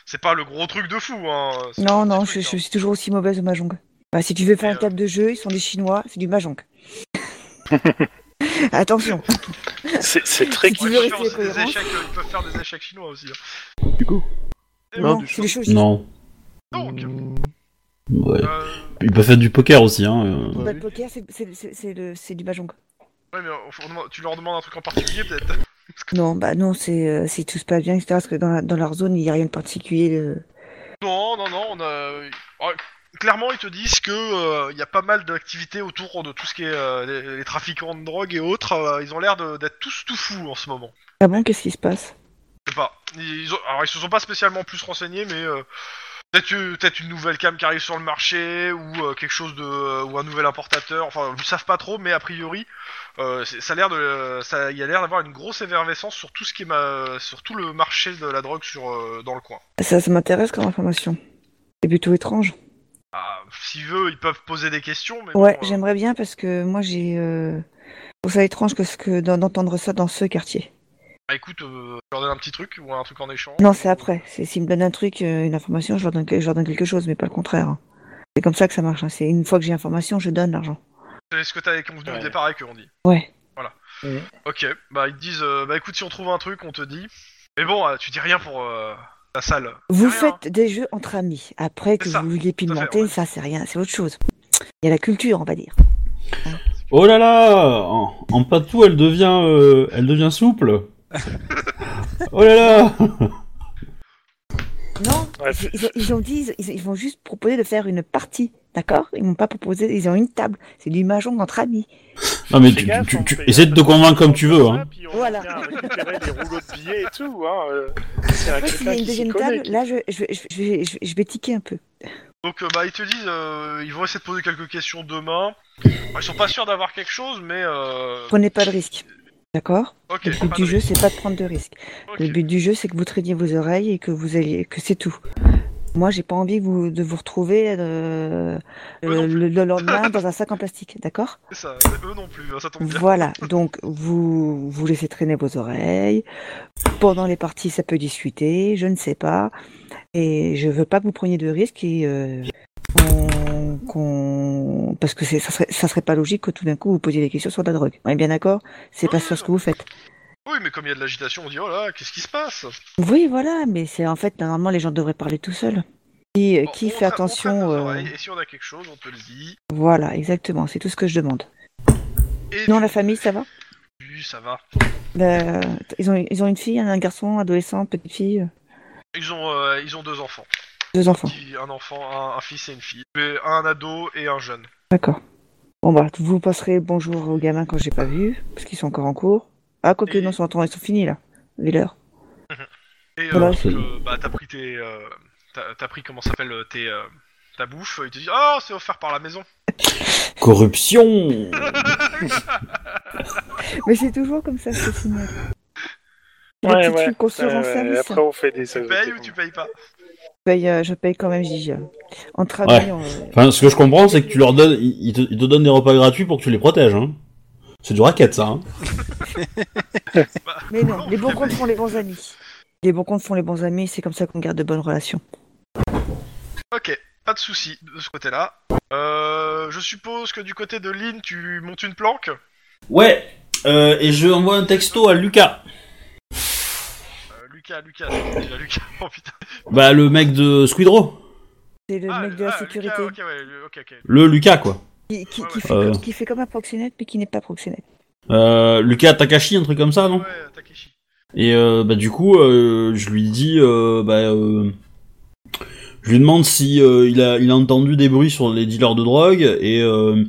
[SPEAKER 2] C'est pas le gros truc de fou, hein. c'est
[SPEAKER 5] Non,
[SPEAKER 2] un petit
[SPEAKER 5] non,
[SPEAKER 2] truc,
[SPEAKER 5] je, je
[SPEAKER 2] hein.
[SPEAKER 5] suis toujours aussi mauvaise au mahjong. Bah, si tu veux faire
[SPEAKER 2] Et,
[SPEAKER 5] une
[SPEAKER 2] euh,
[SPEAKER 5] table de jeu, ils sont des Chinois, c'est du mahjong. Attention.
[SPEAKER 4] C'est c'est très
[SPEAKER 5] Si tu
[SPEAKER 2] Ouais,
[SPEAKER 5] veux
[SPEAKER 2] c'est sûr,
[SPEAKER 5] rester
[SPEAKER 2] c'est des
[SPEAKER 5] cohérent.
[SPEAKER 2] échecs, euh, ils peuvent faire des échecs chinois aussi. hein.
[SPEAKER 6] Hugo.
[SPEAKER 2] Et
[SPEAKER 6] Non,
[SPEAKER 5] Non,
[SPEAKER 6] du
[SPEAKER 5] c'est des choses.
[SPEAKER 1] Non.
[SPEAKER 2] Donc,
[SPEAKER 6] Mm,
[SPEAKER 1] Ouais.
[SPEAKER 2] euh,
[SPEAKER 1] Ils peuvent faire du poker aussi. Hein. euh.
[SPEAKER 5] Bah, le
[SPEAKER 6] oui.
[SPEAKER 5] poker, c'est- c'est- c'est c'est le- c'est du mahjong.
[SPEAKER 2] ouais, mais on- on demande- tu leur demandes un truc en particulier peut-être.
[SPEAKER 5] Non, bah non, c'est euh, si tout se passe bien, etc. Parce que dans, la- dans leur zone, il n'y a rien de particulier. euh.
[SPEAKER 2] Non, non, non, on a. Ouais, Clairement, ils te disent que euh, il y a pas mal d'activités autour de tout ce qui est euh, les, les trafiquants de drogue et autres. euh, ils ont l'air de- d'être tous tout fous en ce moment.
[SPEAKER 5] Ah bon, qu'est-ce qui se passe
[SPEAKER 2] Je sais pas. Ils ont- Alors, ils se sont pas spécialement plus renseignés, mais euh, peut-être euh, peut-être une nouvelle cam qui arrive sur le marché ou euh, quelque chose de ou un nouvel importateur. Enfin, ils savent pas trop, mais a priori, euh, c'est- ça a l'air de ça, il y a l'air d'avoir une grosse effervescence sur tout ce qui est ma- sur tout le marché de la drogue sur euh, dans le coin.
[SPEAKER 5] Ça, ça m'intéresse comme information. C'est plutôt étrange.
[SPEAKER 2] Ah, S'ils veulent, ils peuvent poser des questions, mais
[SPEAKER 5] Ouais,
[SPEAKER 2] bon, euh,
[SPEAKER 5] j'aimerais bien parce que moi, j'ai. Euh... je trouve ça étrange que ce que d'en- d'entendre ça dans ce quartier.
[SPEAKER 2] Bah écoute, euh, je leur donne un petit truc ou un truc en échange.
[SPEAKER 5] Non, c'est après. C'est s'ils me donnent un truc, euh, une information, je leur donne, que- je leur donne quelque chose, mais pas le contraire. hein. C'est comme ça que ça marche. hein. C'est une fois que j'ai l'information, je donne l'argent.
[SPEAKER 2] C'est ce que t'avais convenu au
[SPEAKER 4] Ouais.
[SPEAKER 2] départ avec eux, on dit.
[SPEAKER 5] Ouais.
[SPEAKER 2] Ok, bah ils te disent, euh, bah écoute, si on trouve un truc, on te dit. Mais bon, euh, tu dis rien pour euh, ta salle.
[SPEAKER 5] Vous
[SPEAKER 2] rien, hein.
[SPEAKER 5] faites des jeux entre amis. Après que
[SPEAKER 2] C'est ça,
[SPEAKER 5] vous vouliez
[SPEAKER 2] à fait,
[SPEAKER 5] pimenter,
[SPEAKER 2] ouais.
[SPEAKER 5] ça c'est rien, c'est autre chose. Il y a la culture, on va dire.
[SPEAKER 1] Oh là là En, en pas de tout, elle devient, euh, elle devient souple. Oh là là
[SPEAKER 5] Non,
[SPEAKER 4] Ouais,
[SPEAKER 5] ils, ils ont- ils ont dit, ils, ils vont juste proposer de faire une partie, d'accord Ils m'ont pas proposé, ils ont une table. C'est du mahjong entre amis.
[SPEAKER 1] Non Ah, mais
[SPEAKER 4] Fais
[SPEAKER 1] tu,
[SPEAKER 4] gaffe,
[SPEAKER 1] tu-
[SPEAKER 4] on
[SPEAKER 1] tu-
[SPEAKER 4] fait
[SPEAKER 1] essaie de te
[SPEAKER 4] gaffe,
[SPEAKER 1] convaincre
[SPEAKER 4] on
[SPEAKER 1] comme tu
[SPEAKER 4] fait
[SPEAKER 1] veux.
[SPEAKER 4] ça,
[SPEAKER 1] Hein.
[SPEAKER 4] puis
[SPEAKER 5] Voilà.
[SPEAKER 4] on vient récupérer des rouleaux de billets et tout. Hein. euh, C'est un
[SPEAKER 5] Après, s'il y
[SPEAKER 4] crétin
[SPEAKER 5] a
[SPEAKER 4] qui
[SPEAKER 5] une
[SPEAKER 4] s'y
[SPEAKER 5] deuxième
[SPEAKER 4] connaît.
[SPEAKER 5] table, là je, je, vais- je, vais- je vais- je vais tiquer un peu.
[SPEAKER 2] Donc euh, bah ils te disent, euh, ils vont essayer de poser quelques questions demain. Bah, ils sont pas sûrs d'avoir quelque chose, mais euh...
[SPEAKER 5] Prenez pas de risque, d'accord
[SPEAKER 2] ok.
[SPEAKER 5] Le but
[SPEAKER 2] pas
[SPEAKER 5] du
[SPEAKER 2] de-
[SPEAKER 5] jeu, c'est pas de prendre de risque.
[SPEAKER 2] ok.
[SPEAKER 5] Le but du jeu, c'est que vous traîniez vos oreilles et que vous alliez, que c'est tout. Moi, j'ai pas envie que vous- de vous retrouver euh,
[SPEAKER 2] Moi non
[SPEAKER 5] euh, le, le lendemain dans un sac en plastique, d'accord
[SPEAKER 2] C'est Ça, eux non plus, hein, ça tombe bien.
[SPEAKER 5] Voilà. Donc, vous vous laissez traîner vos oreilles. Pendant les parties, ça peut discuter, je ne sais pas. Et je veux pas que vous preniez de risques et euh, qu'on- qu'on- parce que c'est- ça serait, ça serait pas logique que tout d'un coup vous posiez des questions sur la drogue. On est bien d'accord C'est pas sur ce que vous faites.
[SPEAKER 2] Oui, mais comme il y a de l'agitation, on dit, oh là, qu'est-ce qui se passe
[SPEAKER 5] Oui, voilà, mais c'est en fait normalement les gens devraient parler tout seuls. Qui, euh,
[SPEAKER 2] Bon,
[SPEAKER 5] qui
[SPEAKER 2] on
[SPEAKER 5] fait
[SPEAKER 2] tra- on traite
[SPEAKER 5] attention
[SPEAKER 2] nos
[SPEAKER 5] euh,
[SPEAKER 2] oreilles, Et si on a quelque chose, on te le dit.
[SPEAKER 5] Voilà, exactement, c'est tout ce que je demande.
[SPEAKER 2] Et
[SPEAKER 5] Non,
[SPEAKER 2] tu-
[SPEAKER 5] la famille, ça va
[SPEAKER 2] Oui, ça va.
[SPEAKER 5] Euh, ils, ont, ils ont une fille, un garçon, adolescent, petite fille.
[SPEAKER 2] euh, Ils ont, euh, ils ont deux enfants.
[SPEAKER 5] Deux enfants.
[SPEAKER 2] Qui- un enfant, un, un fils et une fille. Et un ado et un jeune.
[SPEAKER 5] D'accord. Bon bah, vous passerez le bonjour aux gamins quand j'ai pas vu, parce qu'ils sont encore en cours. Ah, quoique,
[SPEAKER 2] Et-
[SPEAKER 5] non, ils sont en temps, ils sont finis là. Vu l'heure.
[SPEAKER 2] Et euh,
[SPEAKER 5] Voilà,
[SPEAKER 2] donc,
[SPEAKER 1] c'est-
[SPEAKER 2] euh, bah, t'as pris tes. euh, t'as t'as pris, comment ça s'appelle, euh, tes. euh, ta bouffe, il te dit Oh, c'est offert par la maison.
[SPEAKER 1] Corruption
[SPEAKER 5] Mais c'est toujours comme ça, ce signal. Le
[SPEAKER 4] Ouais,
[SPEAKER 5] petit
[SPEAKER 4] ouais.
[SPEAKER 5] truc qu'on se rend
[SPEAKER 4] Ouais, ouais,
[SPEAKER 5] service. Bah,
[SPEAKER 4] Après, on fait des. euh,
[SPEAKER 2] Tu payes ou tu payes pas
[SPEAKER 5] Je paye, euh, je paye quand même, je dis. euh, Entre amis, on, euh,
[SPEAKER 1] Enfin, ce que je comprends, c'est que tu leur donnes, ils ils te, ils te donnent des repas gratuits pour que tu les protèges. Hein. C'est du racket, ça. Hein.
[SPEAKER 2] Bah,
[SPEAKER 5] Mais non,
[SPEAKER 2] non,
[SPEAKER 5] les
[SPEAKER 2] tu
[SPEAKER 5] bons
[SPEAKER 2] les
[SPEAKER 5] comptes
[SPEAKER 2] payes.
[SPEAKER 5] font les bons amis. Les bons comptes font les bons amis, c'est comme ça qu'on garde de bonnes relations.
[SPEAKER 2] Ok, pas de souci de ce côté-là. Euh, je suppose que du côté de Lynn, tu montes une planque.
[SPEAKER 1] Ouais, euh, et je envoie un texto à Lucas.
[SPEAKER 2] Euh, Lucas, Lucas, c'est déjà Lucas. Oh putain.
[SPEAKER 1] Bah, le mec de Squidro.
[SPEAKER 5] C'est le
[SPEAKER 2] Ah,
[SPEAKER 5] mec de la
[SPEAKER 2] ah,
[SPEAKER 5] sécurité
[SPEAKER 2] Lucas, ok, ouais, le- ok, ok.
[SPEAKER 1] Le Lucas, quoi.
[SPEAKER 5] qui, qui-
[SPEAKER 2] Ouais,
[SPEAKER 5] qui
[SPEAKER 2] ouais.
[SPEAKER 5] fait,
[SPEAKER 1] Euh.
[SPEAKER 5] comme- qui fait comme un proxénète mais qui n'est pas proxénète.
[SPEAKER 1] Euh, Lucas Takashi, un truc comme ça, non
[SPEAKER 2] Ouais, Takeshi.
[SPEAKER 1] Et euh, bah, du coup, euh, je lui dis, euh, bah, euh, je lui demande si euh, il, a, il a entendu des bruits sur les dealers de drogue et euh,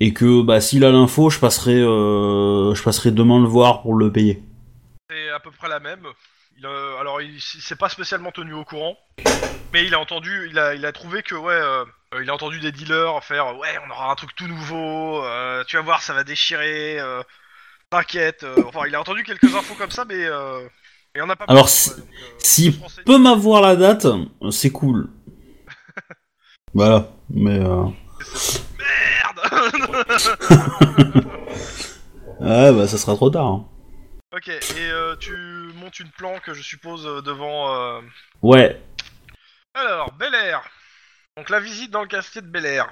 [SPEAKER 1] et que bah s'il a l'info, je passerai euh, je passerai demain le voir pour le payer.
[SPEAKER 2] C'est à peu près la même. Il, euh, alors, il, il s'est pas spécialement tenu au courant, mais il a entendu, il a, il a trouvé que, ouais, euh, euh, il a entendu des dealers faire, ouais, on aura un truc tout nouveau, euh, tu vas voir, ça va déchirer, euh, t'inquiète. euh. enfin, il a entendu quelques infos comme ça, mais euh, il y en a pas
[SPEAKER 1] Alors,
[SPEAKER 2] beaucoup,
[SPEAKER 1] si-
[SPEAKER 2] ouais,
[SPEAKER 1] si
[SPEAKER 2] donc, euh, on se renseigne.
[SPEAKER 1] Peut m'avoir la date, c'est cool. voilà, mais euh...
[SPEAKER 2] Merde
[SPEAKER 1] ouais, bah ça sera trop tard. hein.
[SPEAKER 2] Ok, et euh, tu montes une planque, je suppose, euh, devant. euh,
[SPEAKER 1] Ouais,
[SPEAKER 2] Alors, Bel Air. Donc la visite dans le quartier de Bel Air.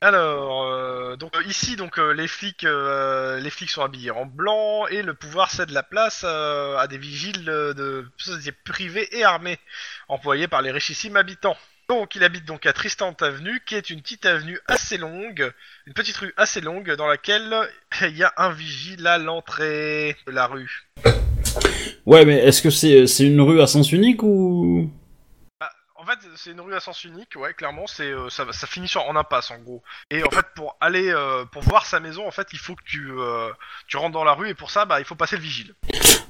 [SPEAKER 2] Alors, euh, donc euh, ici, donc euh, les flics, euh, les flics sont habillés en blanc et le pouvoir cède la place euh, à des vigiles euh, de sociétés privées et armées, employés par les richissimes habitants. Donc, il habite donc à Tristan Avenue, qui est une petite avenue assez longue, une petite rue assez longue dans laquelle il y a un vigile à l'entrée de la rue.
[SPEAKER 1] ouais, mais est-ce que c'est c'est une rue à sens unique ou
[SPEAKER 2] En fait, c'est une rue à sens unique, ouais, clairement, c'est euh, ça, ça finit sur, en impasse en gros. Et en fait, pour aller, euh, pour voir sa maison, en fait, il faut que tu, euh, tu rentres dans la rue et pour ça, bah, il faut passer le vigile.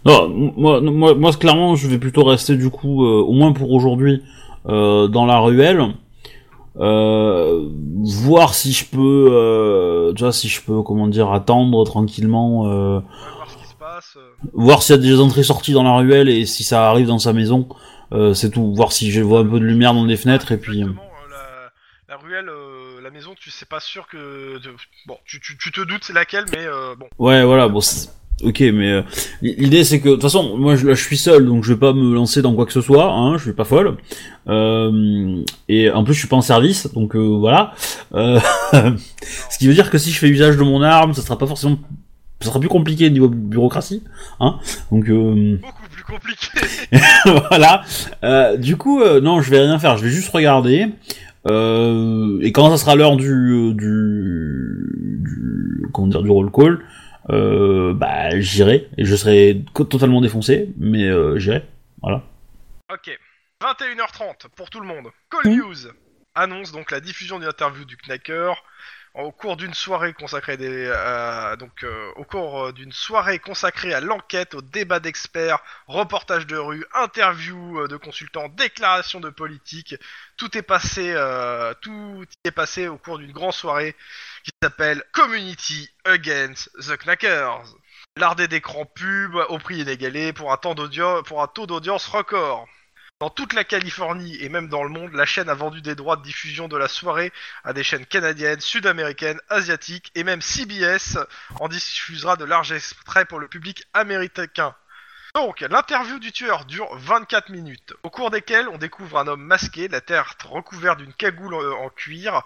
[SPEAKER 1] Non, m- moi, non, moi, moi, clairement, je vais plutôt rester du coup, euh, au moins pour aujourd'hui, euh, dans la ruelle, euh, voir si je peux, euh, tu vois, si je peux, comment dire, attendre tranquillement, euh,
[SPEAKER 2] Ouais, voir ce qui se passe. euh.
[SPEAKER 1] voir s'il y a des entrées-sorties dans la ruelle et si ça arrive dans sa maison, euh, c'est tout. Voir si je vois un peu de lumière dans les fenêtres et puis. euh,
[SPEAKER 2] Exactement, euh, la, la ruelle, euh, la maison, tu sais pas sûr que. de- Bon, tu, tu, tu te doutes c'est laquelle, mais euh, bon.
[SPEAKER 1] Ouais, voilà, bon, c'est- ok, mais euh, l- l'idée c'est que, de toute façon, moi je, là, je suis seul, donc je vais pas me lancer dans quoi que ce soit, hein, je suis pas folle. Euh, et en plus, je suis pas en service, donc euh, voilà. Euh, ce qui veut dire que si je fais usage de mon arme, ça sera pas forcément. Ça sera plus compliqué niveau bureaucratie, hein. Donc euh,
[SPEAKER 2] Beaucoup plus compliqué.
[SPEAKER 1] voilà. Euh, du coup, euh, non, je vais rien faire. Je vais juste regarder. Euh, et quand ça sera l'heure du, euh, du, du- comment dire, du roll call, euh, bah j'irai et je serai co- totalement défoncé, mais euh, j'irai.
[SPEAKER 2] Ok. 21h30 pour tout le monde. Call News annonce donc la diffusion d'une interview du Knacker au cours d'une soirée consacrée des, euh, donc euh, au cours euh, d'une soirée consacrée à l'enquête, au débat d'experts, reportage de rue, interview euh, de consultants, déclaration de politique. Tout est passé, euh, tout est passé au cours d'une grande soirée qui s'appelle Community Against the Knackers. Lardé d'écran pub au prix inégalé pour un, temps d'audio- pour un taux d'audience record. Dans toute la Californie et même dans le monde, la chaîne a vendu des droits de diffusion de la soirée à des chaînes canadiennes, sud-américaines, asiatiques et même CBS en diffusera de larges extraits pour le public américain. Donc, l'interview du tueur dure 24 minutes, au cours desquelles on découvre un homme masqué, la terre recouverte d'une cagoule en en cuir,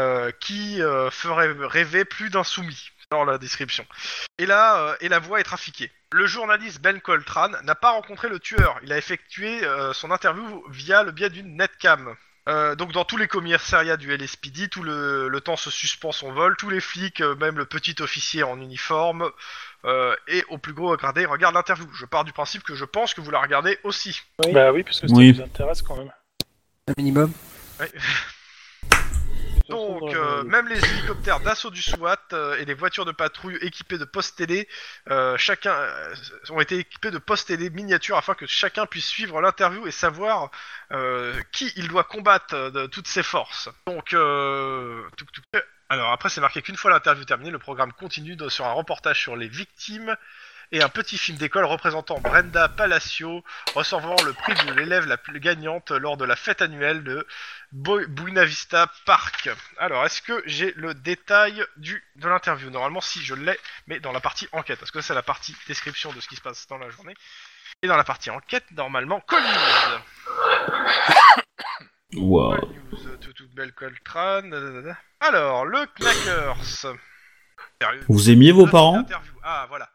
[SPEAKER 2] euh, qui euh, ferait rêver plus d'un soumis, dans la description. Et là, euh, et la voix est trafiquée. Le journaliste Ben Coltrane n'a pas rencontré le tueur. Il a effectué euh, son interview via le biais d'une netcam. Euh, donc dans tous les commissariats du LSPD, tout le, le temps se suspend son vol, tous les flics, euh, même le petit officier en uniforme euh, et au plus gros regardé, regarde l'interview. Je pars du principe que je pense que vous la regardez aussi.
[SPEAKER 4] Bah oui, parce que ça
[SPEAKER 1] Oui.
[SPEAKER 4] nous intéresse quand même.
[SPEAKER 7] un minimum.
[SPEAKER 2] Donc, euh, même les hélicoptères d'assaut du SWAT euh, et les voitures de patrouille équipées de postes télé, euh, chacun euh, ont été équipés de postes télé miniatures afin que chacun puisse suivre l'interview et savoir euh, qui il doit combattre euh, de toutes ses forces. Donc, euh, touc, touc, touc. alors après c'est marqué qu'une fois l'interview terminée, le programme continue de- sur un reportage sur les victimes et un petit film d'école représentant Brenda Palacio recevant le prix de l'élève la plus gagnante lors de la fête annuelle de Bo- Buena Vista Park. Alors, est-ce que j'ai le détail du, de l'interview Normalement, si, je l'ai, mais dans la partie enquête, parce que c'est la partie description de ce qui se passe dans la journée. Et dans la partie enquête, normalement, Collins
[SPEAKER 1] Wow.
[SPEAKER 2] All news, euh, tout, toute belle Coltrane, dadadada. Alors, le Knackers. Sérieux
[SPEAKER 1] Vous aimiez vos
[SPEAKER 2] Ah,
[SPEAKER 1] parents
[SPEAKER 2] l'interview. Ah, voilà.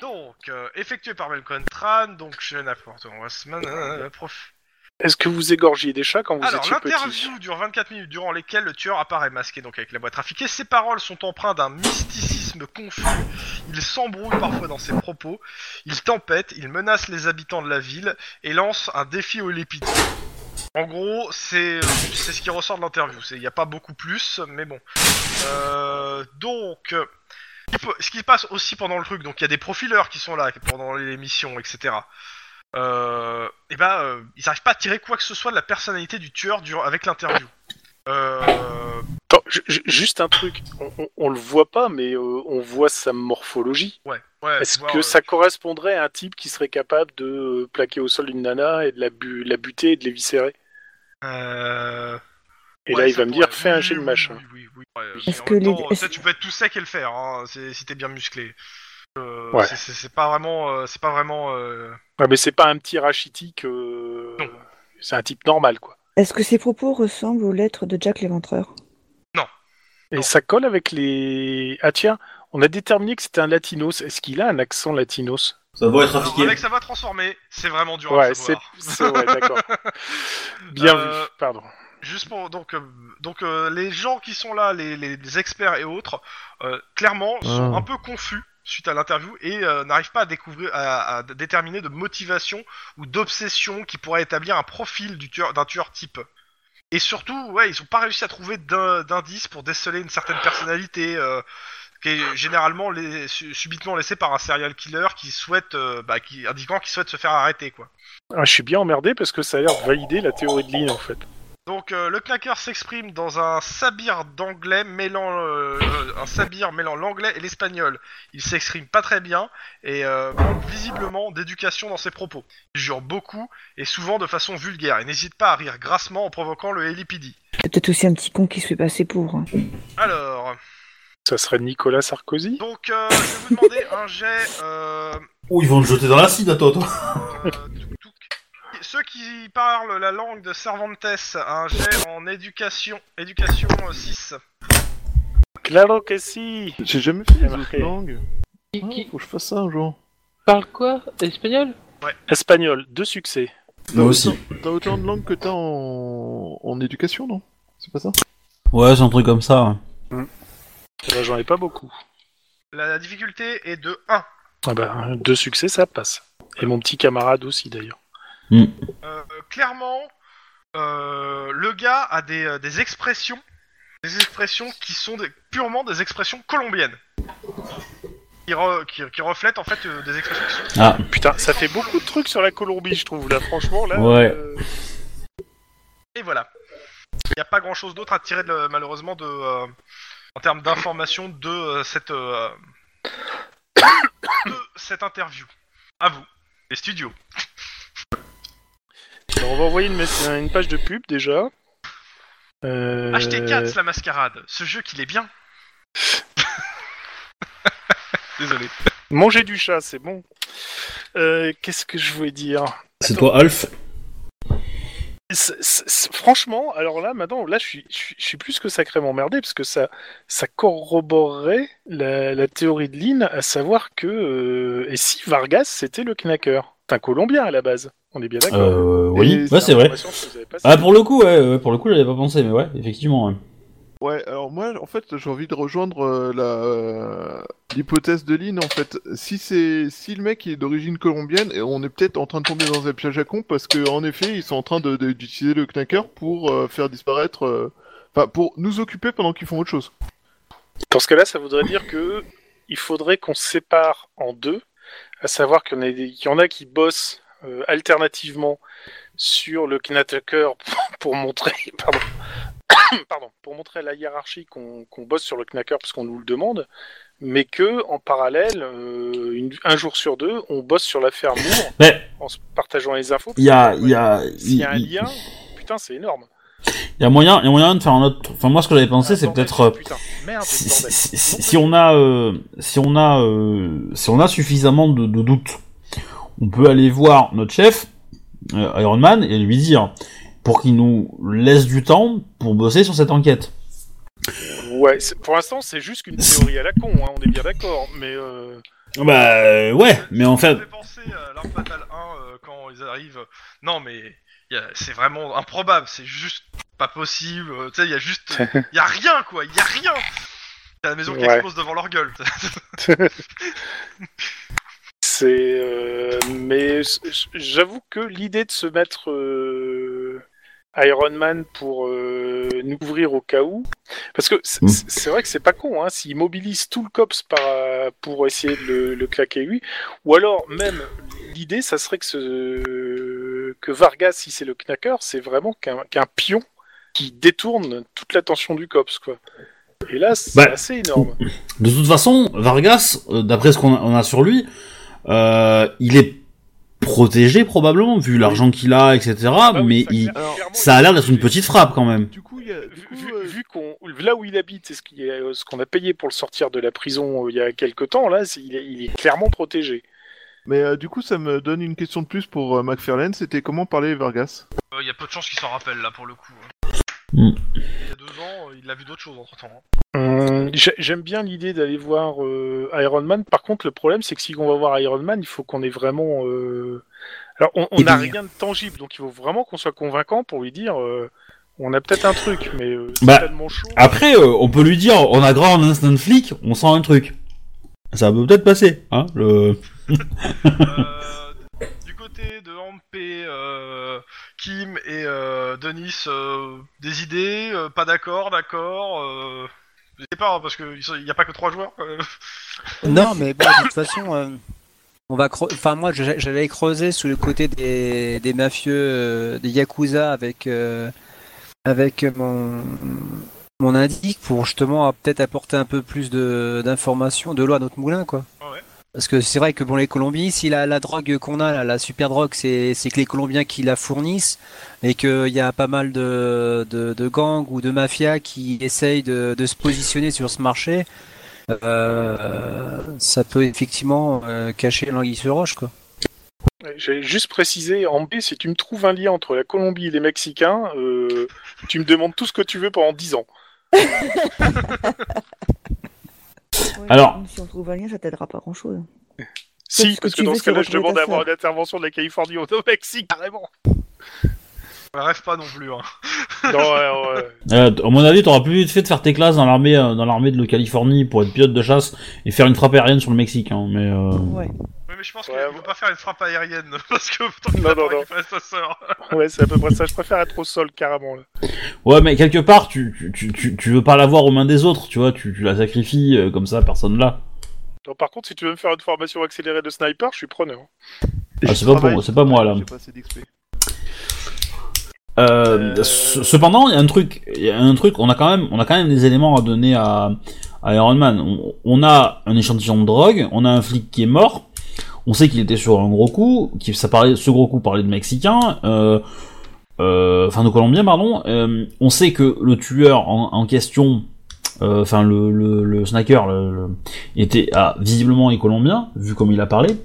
[SPEAKER 2] Donc, euh, effectué par Melkon Tran, donc jeune apporteur Westman, euh, prof.
[SPEAKER 4] Est-ce que vous égorgiez des chats quand vous
[SPEAKER 2] Alors,
[SPEAKER 4] étiez petit
[SPEAKER 2] l'interview dure 24 minutes, durant lesquelles le tueur apparaît masqué, donc avec la boîte trafiquée. Ses paroles sont empreintes d'un mysticisme confus. Il s'embrouille parfois dans ses propos. Il tempête, il menace les habitants de la ville et lance un défi aux lépides. En gros, c'est euh, c'est ce qui ressort de l'interview. Il n'y a pas beaucoup plus, mais bon. Euh, donc, euh, il faut- ce qui se passe aussi pendant le truc, donc il y a des profileurs qui sont là pendant les missions, etc. Euh, et ben, euh, ils n'arrivent pas à tirer quoi que ce soit de la personnalité du tueur durant- avec l'interview. Euh,
[SPEAKER 4] Attends, ju- ju- juste un truc, on, on- on le voit pas, mais euh, on voit sa morphologie.
[SPEAKER 2] ouais, ouais.
[SPEAKER 4] Est-ce
[SPEAKER 2] voir,
[SPEAKER 4] que
[SPEAKER 2] euh,
[SPEAKER 4] ça correspondrait à un type qui serait capable de euh, plaquer au sol une nana et de la, bu- la buter et de l'éviscérer
[SPEAKER 2] euh,
[SPEAKER 4] Et
[SPEAKER 2] ouais,
[SPEAKER 4] là, il
[SPEAKER 2] ça
[SPEAKER 4] va me
[SPEAKER 2] pourrait. Mmh.
[SPEAKER 4] dire, fais un
[SPEAKER 2] Oui,
[SPEAKER 4] jet de hein.
[SPEAKER 2] oui,
[SPEAKER 4] machin.
[SPEAKER 2] oui, oui, oui, ouais,
[SPEAKER 5] Est-ce
[SPEAKER 2] mais en
[SPEAKER 5] que
[SPEAKER 2] même
[SPEAKER 5] les-
[SPEAKER 2] temps, ça, tu peux être tout sec et le faire, hein, c'est- si t'es bien musclé. Euh,
[SPEAKER 4] Ouais.
[SPEAKER 2] c'est- C'est c'est pas vraiment, euh, c'est pas vraiment. euh,
[SPEAKER 4] Ouais, mais c'est pas un petit rachitique. euh,
[SPEAKER 2] Non.
[SPEAKER 4] C'est un type normal, quoi.
[SPEAKER 5] Est-ce que ces propos ressemblent aux lettres de Jack l'éventreur
[SPEAKER 4] Et
[SPEAKER 2] Non.
[SPEAKER 4] ça colle avec les. Ah tiens, on a déterminé que c'était un latinos. Est-ce qu'il a un accent latinos
[SPEAKER 1] Ça doit être
[SPEAKER 2] Alors, avec ça va transformer, c'est vraiment dur à
[SPEAKER 4] Ouais, c'est.
[SPEAKER 2] savoir.
[SPEAKER 4] c'est- Ouais, d'accord. Bien
[SPEAKER 2] Euh,
[SPEAKER 4] vu, pardon.
[SPEAKER 2] Juste pour donc euh, donc euh, les gens qui sont là, les, les- les experts et autres, euh, clairement sont
[SPEAKER 6] Ah.
[SPEAKER 2] un peu confus suite à l'interview et euh, n'arrivent pas à découvrir, à, à déterminer de motivation ou d'obsession qui pourrait établir un profil du tueur d'un tueur type. Et surtout, ouais, ils ont pas réussi à trouver d'in- d'indices pour déceler une certaine personnalité. euh, qui est généralement les, su- subitement laissée par un serial killer qui souhaite, euh, bah, qui, indiquant qu'il souhaite se faire arrêter, quoi.
[SPEAKER 4] Ah, je suis bien emmerdé parce que ça a l'air de valider la théorie de Lynn en fait.
[SPEAKER 2] Donc euh, le claqueur s'exprime dans un sabir d'anglais mêlant euh, euh, un sabir mêlant l'anglais et l'espagnol. Il s'exprime pas très bien et euh, manque visiblement d'éducation dans ses propos. Il jure beaucoup et souvent de façon vulgaire et n'hésite pas à rire grassement en provoquant le hélipidi.
[SPEAKER 5] C'est peut-être aussi un petit con qui se fait passer pour. hein.
[SPEAKER 2] Alors,
[SPEAKER 4] Ça serait Nicolas Sarkozy
[SPEAKER 2] donc euh, je vais vous demander un jet euh,
[SPEAKER 1] Ou Oh, ils vont te jeter dans l'acide à toi, toi.
[SPEAKER 2] Euh, touc, touc. Ceux qui parlent la langue de Cervantes, un jet en éducation, éducation euh, 6.
[SPEAKER 4] Claro que si
[SPEAKER 6] J'ai jamais fait
[SPEAKER 4] J'ai
[SPEAKER 6] les autres
[SPEAKER 4] marqué.
[SPEAKER 6] langues.
[SPEAKER 3] Qui,
[SPEAKER 6] Ah,
[SPEAKER 3] qui
[SPEAKER 6] faut que je fasse ça un jour.
[SPEAKER 3] parle quoi Espagnol
[SPEAKER 4] Espagnol, deux succès.
[SPEAKER 6] Moi
[SPEAKER 1] aussi.
[SPEAKER 6] T'as autant de langues que t'as en... en éducation, non C'est pas ça
[SPEAKER 1] Ouais, c'est un truc comme ça. hein.
[SPEAKER 4] Eh ben, J'en ai pas beaucoup.
[SPEAKER 2] La, la difficulté est de 1.
[SPEAKER 4] Ah ben, deux succès, ça passe. Et mon petit camarade aussi d'ailleurs.
[SPEAKER 2] Euh, clairement, euh, le gars a des, euh, des expressions, des expressions qui sont des- purement des expressions colombiennes. Qui, re- qui- qui reflètent en fait euh, des expressions qui sont...
[SPEAKER 1] Ah,
[SPEAKER 4] Putain, ça fait beaucoup de trucs sur la Colombie, je trouve. Là, franchement, là.
[SPEAKER 1] Ouais.
[SPEAKER 4] euh,
[SPEAKER 2] Et voilà. Il n'y a pas grand chose d'autre à tirer de- malheureusement de, euh, en termes d'informations de euh, cette, euh, de cette interview. À vous, les studios.
[SPEAKER 4] Bah, on va envoyer une, mess- une page de pub déjà. Euh,
[SPEAKER 2] Achetez Cats, la mascarade. Ce jeu qu'il est bien. Désolé.
[SPEAKER 4] Manger du chat, c'est bon. Euh, Qu'est-ce que je voulais dire
[SPEAKER 1] c'est toi, Alf
[SPEAKER 4] C'est- c'est- c'est- Franchement, alors là, maintenant, là, je suis, je suis- je suis plus que sacrément emmerdé parce que ça, ça corroborerait la, la théorie de Lynn, à savoir que euh, et si Vargas c'était le knacker, c'est un Colombien à la base. On est bien d'accord.
[SPEAKER 1] Euh, oui,
[SPEAKER 6] Et
[SPEAKER 1] ouais, c'est vrai.
[SPEAKER 4] Information que vous avez passée.
[SPEAKER 1] Ah, pour le coup, ouais, ouais, pour le coup, j'avais pas pensé, mais ouais, effectivement. ouais.
[SPEAKER 6] Ouais, alors moi, en fait, j'ai envie de rejoindre euh, la euh, l'hypothèse de Lynn. En fait, si c'est si le mec il est d'origine colombienne, et on est peut-être en train de tomber dans un piège à con parce que en effet, ils sont en train de de- d'utiliser le knacker pour euh, faire disparaître, euh, enfin pour nous occuper pendant qu'ils font autre chose.
[SPEAKER 4] Dans ce cas-là, ça voudrait dire que il faudrait qu'on se sépare en deux, à savoir qu'il y en a, des- qu'il y en a qui bossent euh, alternativement sur le Knacker pour, pour montrer, pardon, pardon, pour montrer à la hiérarchie qu'on qu'on bosse sur le Knacker parce qu'on nous le demande, mais que en parallèle, euh, une- un jour sur deux, on bosse sur l'affaire Moore
[SPEAKER 1] Mais
[SPEAKER 4] en se partageant les infos.
[SPEAKER 1] il y a, il y a,
[SPEAKER 4] S'il y a un
[SPEAKER 1] il-
[SPEAKER 4] lien, putain, c'est énorme.
[SPEAKER 1] il y a moyen, il y a moyen de faire un autre. Enfin, moi, ce que j'avais pensé,
[SPEAKER 4] Ah,
[SPEAKER 1] c'est
[SPEAKER 4] bordel,
[SPEAKER 1] peut-être euh,
[SPEAKER 4] putain, merde,
[SPEAKER 1] si,
[SPEAKER 4] bordel.
[SPEAKER 1] si- si- si on a, euh, si on a, euh, si on a suffisamment de, de doutes, on peut aller voir notre chef, euh, Iron Man, et lui dire pour qu'il nous laisse du temps pour bosser sur cette enquête.
[SPEAKER 4] Ouais, c'est- pour l'instant, c'est juste qu'une théorie à la con, hein, on est bien d'accord, mais euh,
[SPEAKER 1] Bah ouais, mais en fait,
[SPEAKER 2] Ça me fait penser à l'arme fatale 1 euh, quand ils arrivent. Non, mais y a- c'est vraiment improbable, c'est juste pas possible. euh, Tu sais, il y a juste. Il y a rien, quoi, il y a rien T'as la maison qui
[SPEAKER 4] Ouais.
[SPEAKER 2] explose devant leur gueule.
[SPEAKER 4] c'est. euh, mais c- j'avoue que l'idée de se mettre euh, Iron Man pour euh, nous couvrir au cas où, parce que c'est
[SPEAKER 1] Mm.
[SPEAKER 4] c'est vrai que c'est pas con, hein, s'ils mobilisent tout le cops par, euh, pour essayer de le, le claquer lui, ou alors même l'idée, ça serait que ce que Vargas, si c'est le knacker, c'est vraiment qu'un qu'un pion qui détourne toute l'attention du cops, quoi. Et là, c'est
[SPEAKER 1] Bah,
[SPEAKER 4] assez énorme.
[SPEAKER 1] De toute façon, Vargas, euh, d'après ce qu'on a, on a sur lui, euh, il est protégé probablement, vu l'argent qu'il a, etc.
[SPEAKER 4] Ah oui,
[SPEAKER 1] mais
[SPEAKER 4] ça,
[SPEAKER 1] il,
[SPEAKER 4] clairement, il
[SPEAKER 1] ça a
[SPEAKER 4] est
[SPEAKER 1] l'air d'être une
[SPEAKER 4] obligé.
[SPEAKER 1] petite frappe quand même.
[SPEAKER 6] Du coup, il y a, du
[SPEAKER 4] Vu,
[SPEAKER 6] coup,
[SPEAKER 4] vu-
[SPEAKER 6] euh,
[SPEAKER 4] vu qu'on là où il habite, c'est ce qui est- euh, ce qu'on a payé pour le sortir de la prison euh, il y a quelque temps. Là, c'est- il, est, il est clairement protégé.
[SPEAKER 6] mais euh, du coup, ça me donne une question de plus pour euh, McFarlane. C'était comment parler Vargas
[SPEAKER 2] Il y a peu de chances qu'ils s'en rappellent, là, pour le coup. hein.
[SPEAKER 1] Mm.
[SPEAKER 2] Il y a deux ans, euh, il a vu d'autres choses entre temps.
[SPEAKER 4] J'ai- J'aime bien l'idée d'aller voir euh, Iron Man. Par contre, le problème, c'est que si on va voir Iron Man, il faut qu'on ait vraiment. euh, Alors, on- on n'a
[SPEAKER 8] Éveillé.
[SPEAKER 4] rien de tangible, donc il faut vraiment qu'on soit convaincant pour lui dire. euh, On a peut-être un truc, mais euh, c'est
[SPEAKER 1] Bah,
[SPEAKER 4] tellement chaud.
[SPEAKER 1] Après, euh, on peut lui dire, on a grand un instant flic, on sent un truc. Ça peut peut-être passer, hein. Le...
[SPEAKER 2] Euh, du côté de Ampé, euh, Kim et euh, Denis, euh, des idées, euh, pas d'accord, d'accord. Euh... Je sais pas, hein, parce qu'il n'y a pas que trois joueurs. euh.
[SPEAKER 7] Non, mais bon, de toute façon, euh, on va creu- enfin moi je- j'allais creuser sous le côté des, des mafieux, euh, des yakuza avec euh, avec mon mon indique pour justement à- peut-être apporter un peu plus de d'informations, de l'eau à notre moulin quoi.
[SPEAKER 2] Ouais.
[SPEAKER 7] Parce que c'est vrai que bon les Colombiens, si la, la drogue qu'on a, la, la super drogue, c'est c'est que les Colombiens qui la fournissent et qu'il y a pas mal de, de, de gangs ou de mafias qui essayent de, de se positionner sur ce marché. Euh, ça peut effectivement euh, cacher l'anguille sur roche, quoi.
[SPEAKER 4] Ouais, J'allais juste préciser, en B, si tu me trouves un lien entre la Colombie et les Mexicains, euh, tu me demandes tout ce que tu veux pendant 10 ans.
[SPEAKER 5] Ouais,
[SPEAKER 1] Alors-
[SPEAKER 5] même Si on trouve un lien, ça t'aidera pas grand chose.
[SPEAKER 4] Si,
[SPEAKER 5] que
[SPEAKER 4] parce que
[SPEAKER 5] tu
[SPEAKER 4] dans
[SPEAKER 5] veux,
[SPEAKER 4] ce cas-là,
[SPEAKER 5] c'est
[SPEAKER 4] je demande
[SPEAKER 5] retrouver
[SPEAKER 4] à
[SPEAKER 5] ta
[SPEAKER 4] avoir une intervention
[SPEAKER 5] sœur.
[SPEAKER 4] de la Californie au au Mexique, carrément.
[SPEAKER 2] Ouais, Rêve pas non plus. Hein.
[SPEAKER 5] Ah.
[SPEAKER 4] Non, ouais, ouais.
[SPEAKER 1] Euh, à mon avis, t'auras plus vite fait de faire tes classes dans l'armée, euh, dans l'armée de la Californie pour être pilote de chasse et faire une frappe aérienne sur le Mexique, hein. Mais euh,
[SPEAKER 5] Ouais.
[SPEAKER 2] Oui, mais je pense
[SPEAKER 4] Ouais,
[SPEAKER 2] qu'il ne
[SPEAKER 4] moi-
[SPEAKER 2] pas faire une frappe aérienne, parce que tant qu'il
[SPEAKER 4] Non,
[SPEAKER 2] attend
[SPEAKER 4] non, non.
[SPEAKER 2] qu'il fasse sa sœur.
[SPEAKER 4] Ouais, c'est à peu près ça. Je préfère être au sol, carrément. Là.
[SPEAKER 1] ouais, mais quelque part, tu, tu, tu- tu, tu veux pas l'avoir aux mains des autres, tu vois. Tu, tu la sacrifies euh, comme ça, personne là.
[SPEAKER 4] Donc, par contre, si tu veux me faire une formation accélérée de sniper, je suis preneur.
[SPEAKER 1] Ah, c'est pas
[SPEAKER 6] Travail.
[SPEAKER 1] pour- c'est pas moi, là.
[SPEAKER 6] J'ai pas assez d'XP.
[SPEAKER 1] Euh,
[SPEAKER 4] Euh,
[SPEAKER 1] ce- Cependant, il y a un truc, il y a un truc, on a quand même, on a quand même des éléments à donner à, à Iron Man. On, on a un échantillon de drogue, on a un flic qui est mort, on sait qu'il était sur un gros coup, qui ça parlait, ce gros coup parlait de Mexicain, euh, euh, enfin de Colombien, pardon. Euh, on sait que le tueur en, en question, euh, enfin le, le, le snacker, le, le- était ah, visiblement est Colombien, vu comme il a parlé.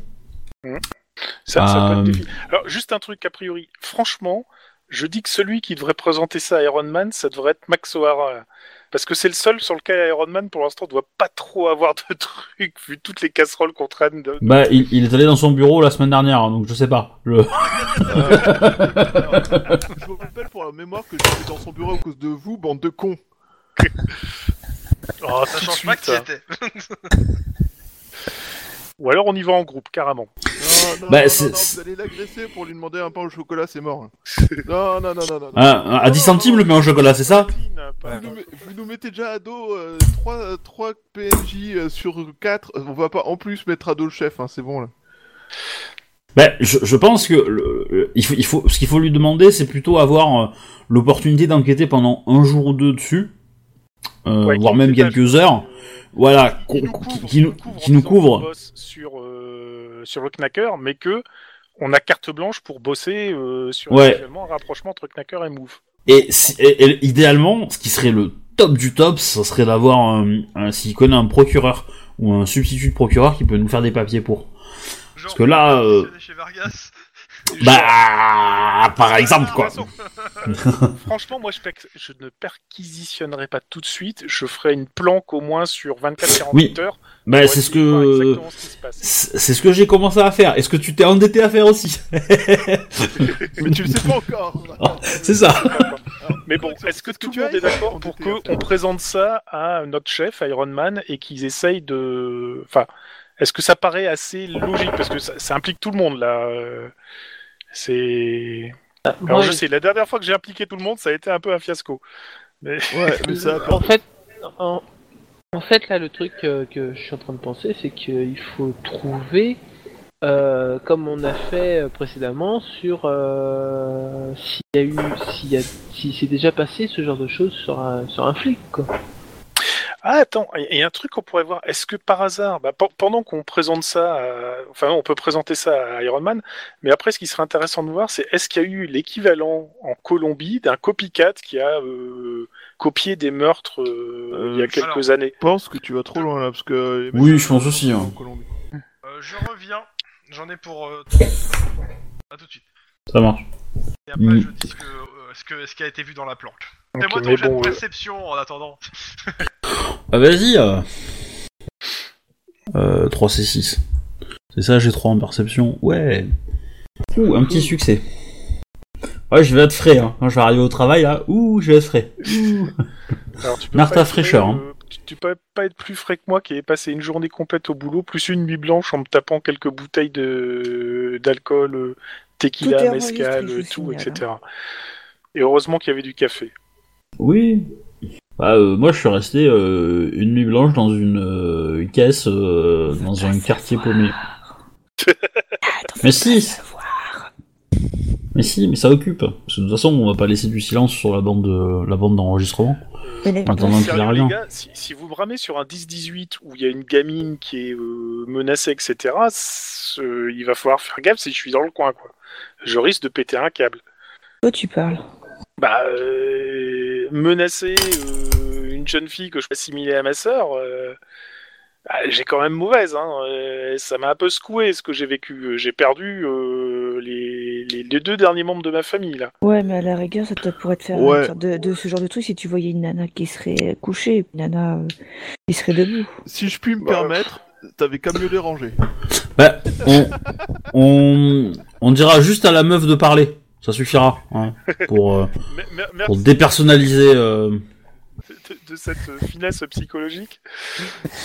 [SPEAKER 4] Ça, ça peut
[SPEAKER 1] Euh.
[SPEAKER 4] être défi. Alors, juste un truc, a priori. Franchement, je dis que celui qui devrait présenter ça à Iron Man, ça devrait être Max O'Hara. là. Parce que c'est le seul sur lequel Iron Man, pour l'instant, doit pas trop avoir de trucs, vu toutes les casseroles qu'on traîne. De...
[SPEAKER 1] Bah, il, il est allé dans son bureau la semaine dernière, hein, donc je sais pas. Le...
[SPEAKER 6] Euh, je vous rappelle pour la mémoire que j'étais dans son bureau à cause de vous, bande de cons.
[SPEAKER 4] Oh,
[SPEAKER 2] Ça
[SPEAKER 4] tout de
[SPEAKER 2] change pas
[SPEAKER 4] suite,
[SPEAKER 2] qui
[SPEAKER 4] hein.
[SPEAKER 2] était.
[SPEAKER 4] Ou alors on y va en groupe, carrément.
[SPEAKER 6] Non, non,
[SPEAKER 1] Bah,
[SPEAKER 6] non,
[SPEAKER 1] c'est-
[SPEAKER 6] non, vous allez l'agresser pour lui demander un pain au chocolat, c'est mort. hein. non, non, non, non, non. non.
[SPEAKER 1] Ah, à 10 centimes le pain au chocolat, c'est ça
[SPEAKER 4] euh,
[SPEAKER 6] Vous, nous, met- vous nous mettez déjà à dos euh, 3, PNJ euh, sur 4. On va pas en plus mettre à dos le chef, hein, c'est bon là.
[SPEAKER 1] Ben, je, je pense que le- le- il faut, il faut, ce qu'il faut lui demander, c'est plutôt avoir euh, l'opportunité d'enquêter pendant un jour ou deux dessus, euh,
[SPEAKER 4] Ouais,
[SPEAKER 1] voire
[SPEAKER 4] qui
[SPEAKER 1] même
[SPEAKER 4] nous détache.
[SPEAKER 1] quelques heures. Voilà,
[SPEAKER 4] Qui
[SPEAKER 1] qu'on-
[SPEAKER 4] nous couvre,
[SPEAKER 1] qui nous- qui nous
[SPEAKER 4] en disant qu'on
[SPEAKER 1] couvre.
[SPEAKER 4] bosse sur, euh, sur le Knacker, mais que on a carte blanche pour bosser euh, sur
[SPEAKER 1] Ouais.
[SPEAKER 4] éventuellement un rapprochement entre Knacker et Move.
[SPEAKER 1] Et, si- et- et idéalement, ce qui serait le top du top, ça serait d'avoir, un- un- s'il connaît un procureur ou un substitut de procureur qui peut nous faire des papiers pour.
[SPEAKER 2] Genre,
[SPEAKER 1] que là, euh,
[SPEAKER 2] positionné chez Vargas.
[SPEAKER 1] Bah, par exemple, quoi.
[SPEAKER 4] Ah, Franchement, moi, je, perqu- je ne perquisitionnerai pas tout de suite. Je ferai une planque au moins sur 24-48
[SPEAKER 1] Oui.
[SPEAKER 4] heures.
[SPEAKER 1] Bah,
[SPEAKER 4] pour
[SPEAKER 1] c'est ce
[SPEAKER 4] essayer de voir
[SPEAKER 1] que,
[SPEAKER 4] exactement ce qui se passe.
[SPEAKER 1] c'est c'est ce que j'ai commencé à faire. Est-ce que tu t'es endetté à faire aussi
[SPEAKER 6] Mais tu le sais pas encore. hein.
[SPEAKER 1] Ah, C'est ça.
[SPEAKER 6] Ah,
[SPEAKER 4] Mais bon, est-ce que
[SPEAKER 6] Est-ce que
[SPEAKER 4] tout
[SPEAKER 6] tu
[SPEAKER 4] le monde
[SPEAKER 6] as-
[SPEAKER 4] est d'accord pour
[SPEAKER 6] On était à
[SPEAKER 4] qu'on
[SPEAKER 6] faire.
[SPEAKER 4] présente ça à notre chef, Iron Man, et qu'ils essayent de. Enfin, est-ce que ça paraît assez logique Parce que ça, ça implique tout le monde, là. euh, C'est. Alors,
[SPEAKER 3] moi,
[SPEAKER 4] je sais, la dernière fois que j'ai impliqué tout le monde, ça a été un peu un fiasco.
[SPEAKER 6] Ouais, mais ça.
[SPEAKER 3] En fait, en, en fait, là, le truc euh, que je suis en train de penser, c'est qu'il faut trouver, euh, comme on a fait euh, précédemment, sur euh, s'il y a eu, s'il y a, si c'est déjà passé ce genre de choses sur un, sur un flic, quoi.
[SPEAKER 4] Ah, attends, et et un truc qu'on pourrait voir, est-ce que par hasard, bah, pen- pendant qu'on présente ça, à- enfin, on peut présenter ça à Iron Man, mais après, ce qui serait intéressant de voir, c'est est-ce qu'il y a eu l'équivalent en Colombie d'un copycat qui a euh, copié des meurtres euh, il y a
[SPEAKER 6] Euh,
[SPEAKER 4] quelques années
[SPEAKER 6] Je pense que tu vas trop loin là parce que. euh,
[SPEAKER 1] Oui, je pense aussi, hein.
[SPEAKER 6] En Colombie.
[SPEAKER 2] Euh, je reviens. J'en ai pour. Euh... À tout de suite.
[SPEAKER 1] Ça marche.
[SPEAKER 2] Et après,
[SPEAKER 1] Mm.
[SPEAKER 2] je dis ce que, euh, ce que- ce qui a été vu dans la planque.
[SPEAKER 4] Ok,
[SPEAKER 2] Fais-moi ton
[SPEAKER 4] mais
[SPEAKER 2] jet
[SPEAKER 4] bon,
[SPEAKER 2] de
[SPEAKER 4] euh,
[SPEAKER 2] perception en attendant.
[SPEAKER 1] Ah vas-y euh. Euh, 3C6. C'est ça, j'ai 3 en perception. Ouais. Ouh, un petit succès. Ouais, je vais être frais, hein. Quand je vais arriver au travail, là, ouh, je vais être frais. Ouh.
[SPEAKER 4] euh, alors, tu peux
[SPEAKER 1] Martha
[SPEAKER 4] pas être-
[SPEAKER 1] Fraîcheur, hein.
[SPEAKER 4] euh, tu- Tu peux pas être plus frais que moi qui ai passé une journée complète au boulot, plus une nuit blanche en me tapant quelques bouteilles de d'alcool, euh,
[SPEAKER 5] Tout est
[SPEAKER 4] tequila,
[SPEAKER 5] enregistré,
[SPEAKER 4] mezcal,
[SPEAKER 5] je
[SPEAKER 4] euh,
[SPEAKER 5] vous
[SPEAKER 4] tout,
[SPEAKER 5] signale, hein.
[SPEAKER 4] etc. Et heureusement qu'il y avait du café.
[SPEAKER 1] Oui. Bah, euh, moi, je suis resté euh, une nuit blanche dans une euh, caisse, euh, dans un quartier paumé.
[SPEAKER 5] Ah,
[SPEAKER 1] Mais si, mais si, mais ça occupe. Parce que de toute façon, on va pas laisser du silence sur la bande, euh, la bande d'enregistrement.
[SPEAKER 5] Mais les-
[SPEAKER 1] Attends,
[SPEAKER 5] non,
[SPEAKER 1] non.
[SPEAKER 4] Sérieux,
[SPEAKER 1] verra
[SPEAKER 4] les
[SPEAKER 1] rien.
[SPEAKER 4] gars, si, si vous bramez sur un 10-18 où il y a une gamine qui est euh, menacée, etc., c'est- euh, il va falloir faire gaffe si je suis dans le coin, quoi. Je risque de péter un câble.
[SPEAKER 5] toi, tu parles.
[SPEAKER 4] Bah, euh, menacer euh, une jeune fille que je peux assimiler à ma sœur, euh, bah, j'ai quand même mauvaise. Hein, euh, ça m'a un peu secoué ce que j'ai vécu. J'ai perdu euh, les, les- les deux derniers membres de ma famille, là.
[SPEAKER 5] Ouais, mais à la rigueur, ça te pourrait te faire
[SPEAKER 6] Ouais.
[SPEAKER 5] une sorte de, de ce genre de truc si tu voyais une nana qui serait couchée, une nana euh, qui serait debout.
[SPEAKER 6] Si je puis me
[SPEAKER 4] Bah,
[SPEAKER 6] permettre, t'avais qu'à mieux les ranger.
[SPEAKER 1] Bah, on, on, on dira juste à la meuf de parler. Ça suffira hein, pour, euh,
[SPEAKER 4] Mer- mer- Merci
[SPEAKER 1] pour dépersonnaliser. euh.
[SPEAKER 4] de, de cette euh, finesse psychologique.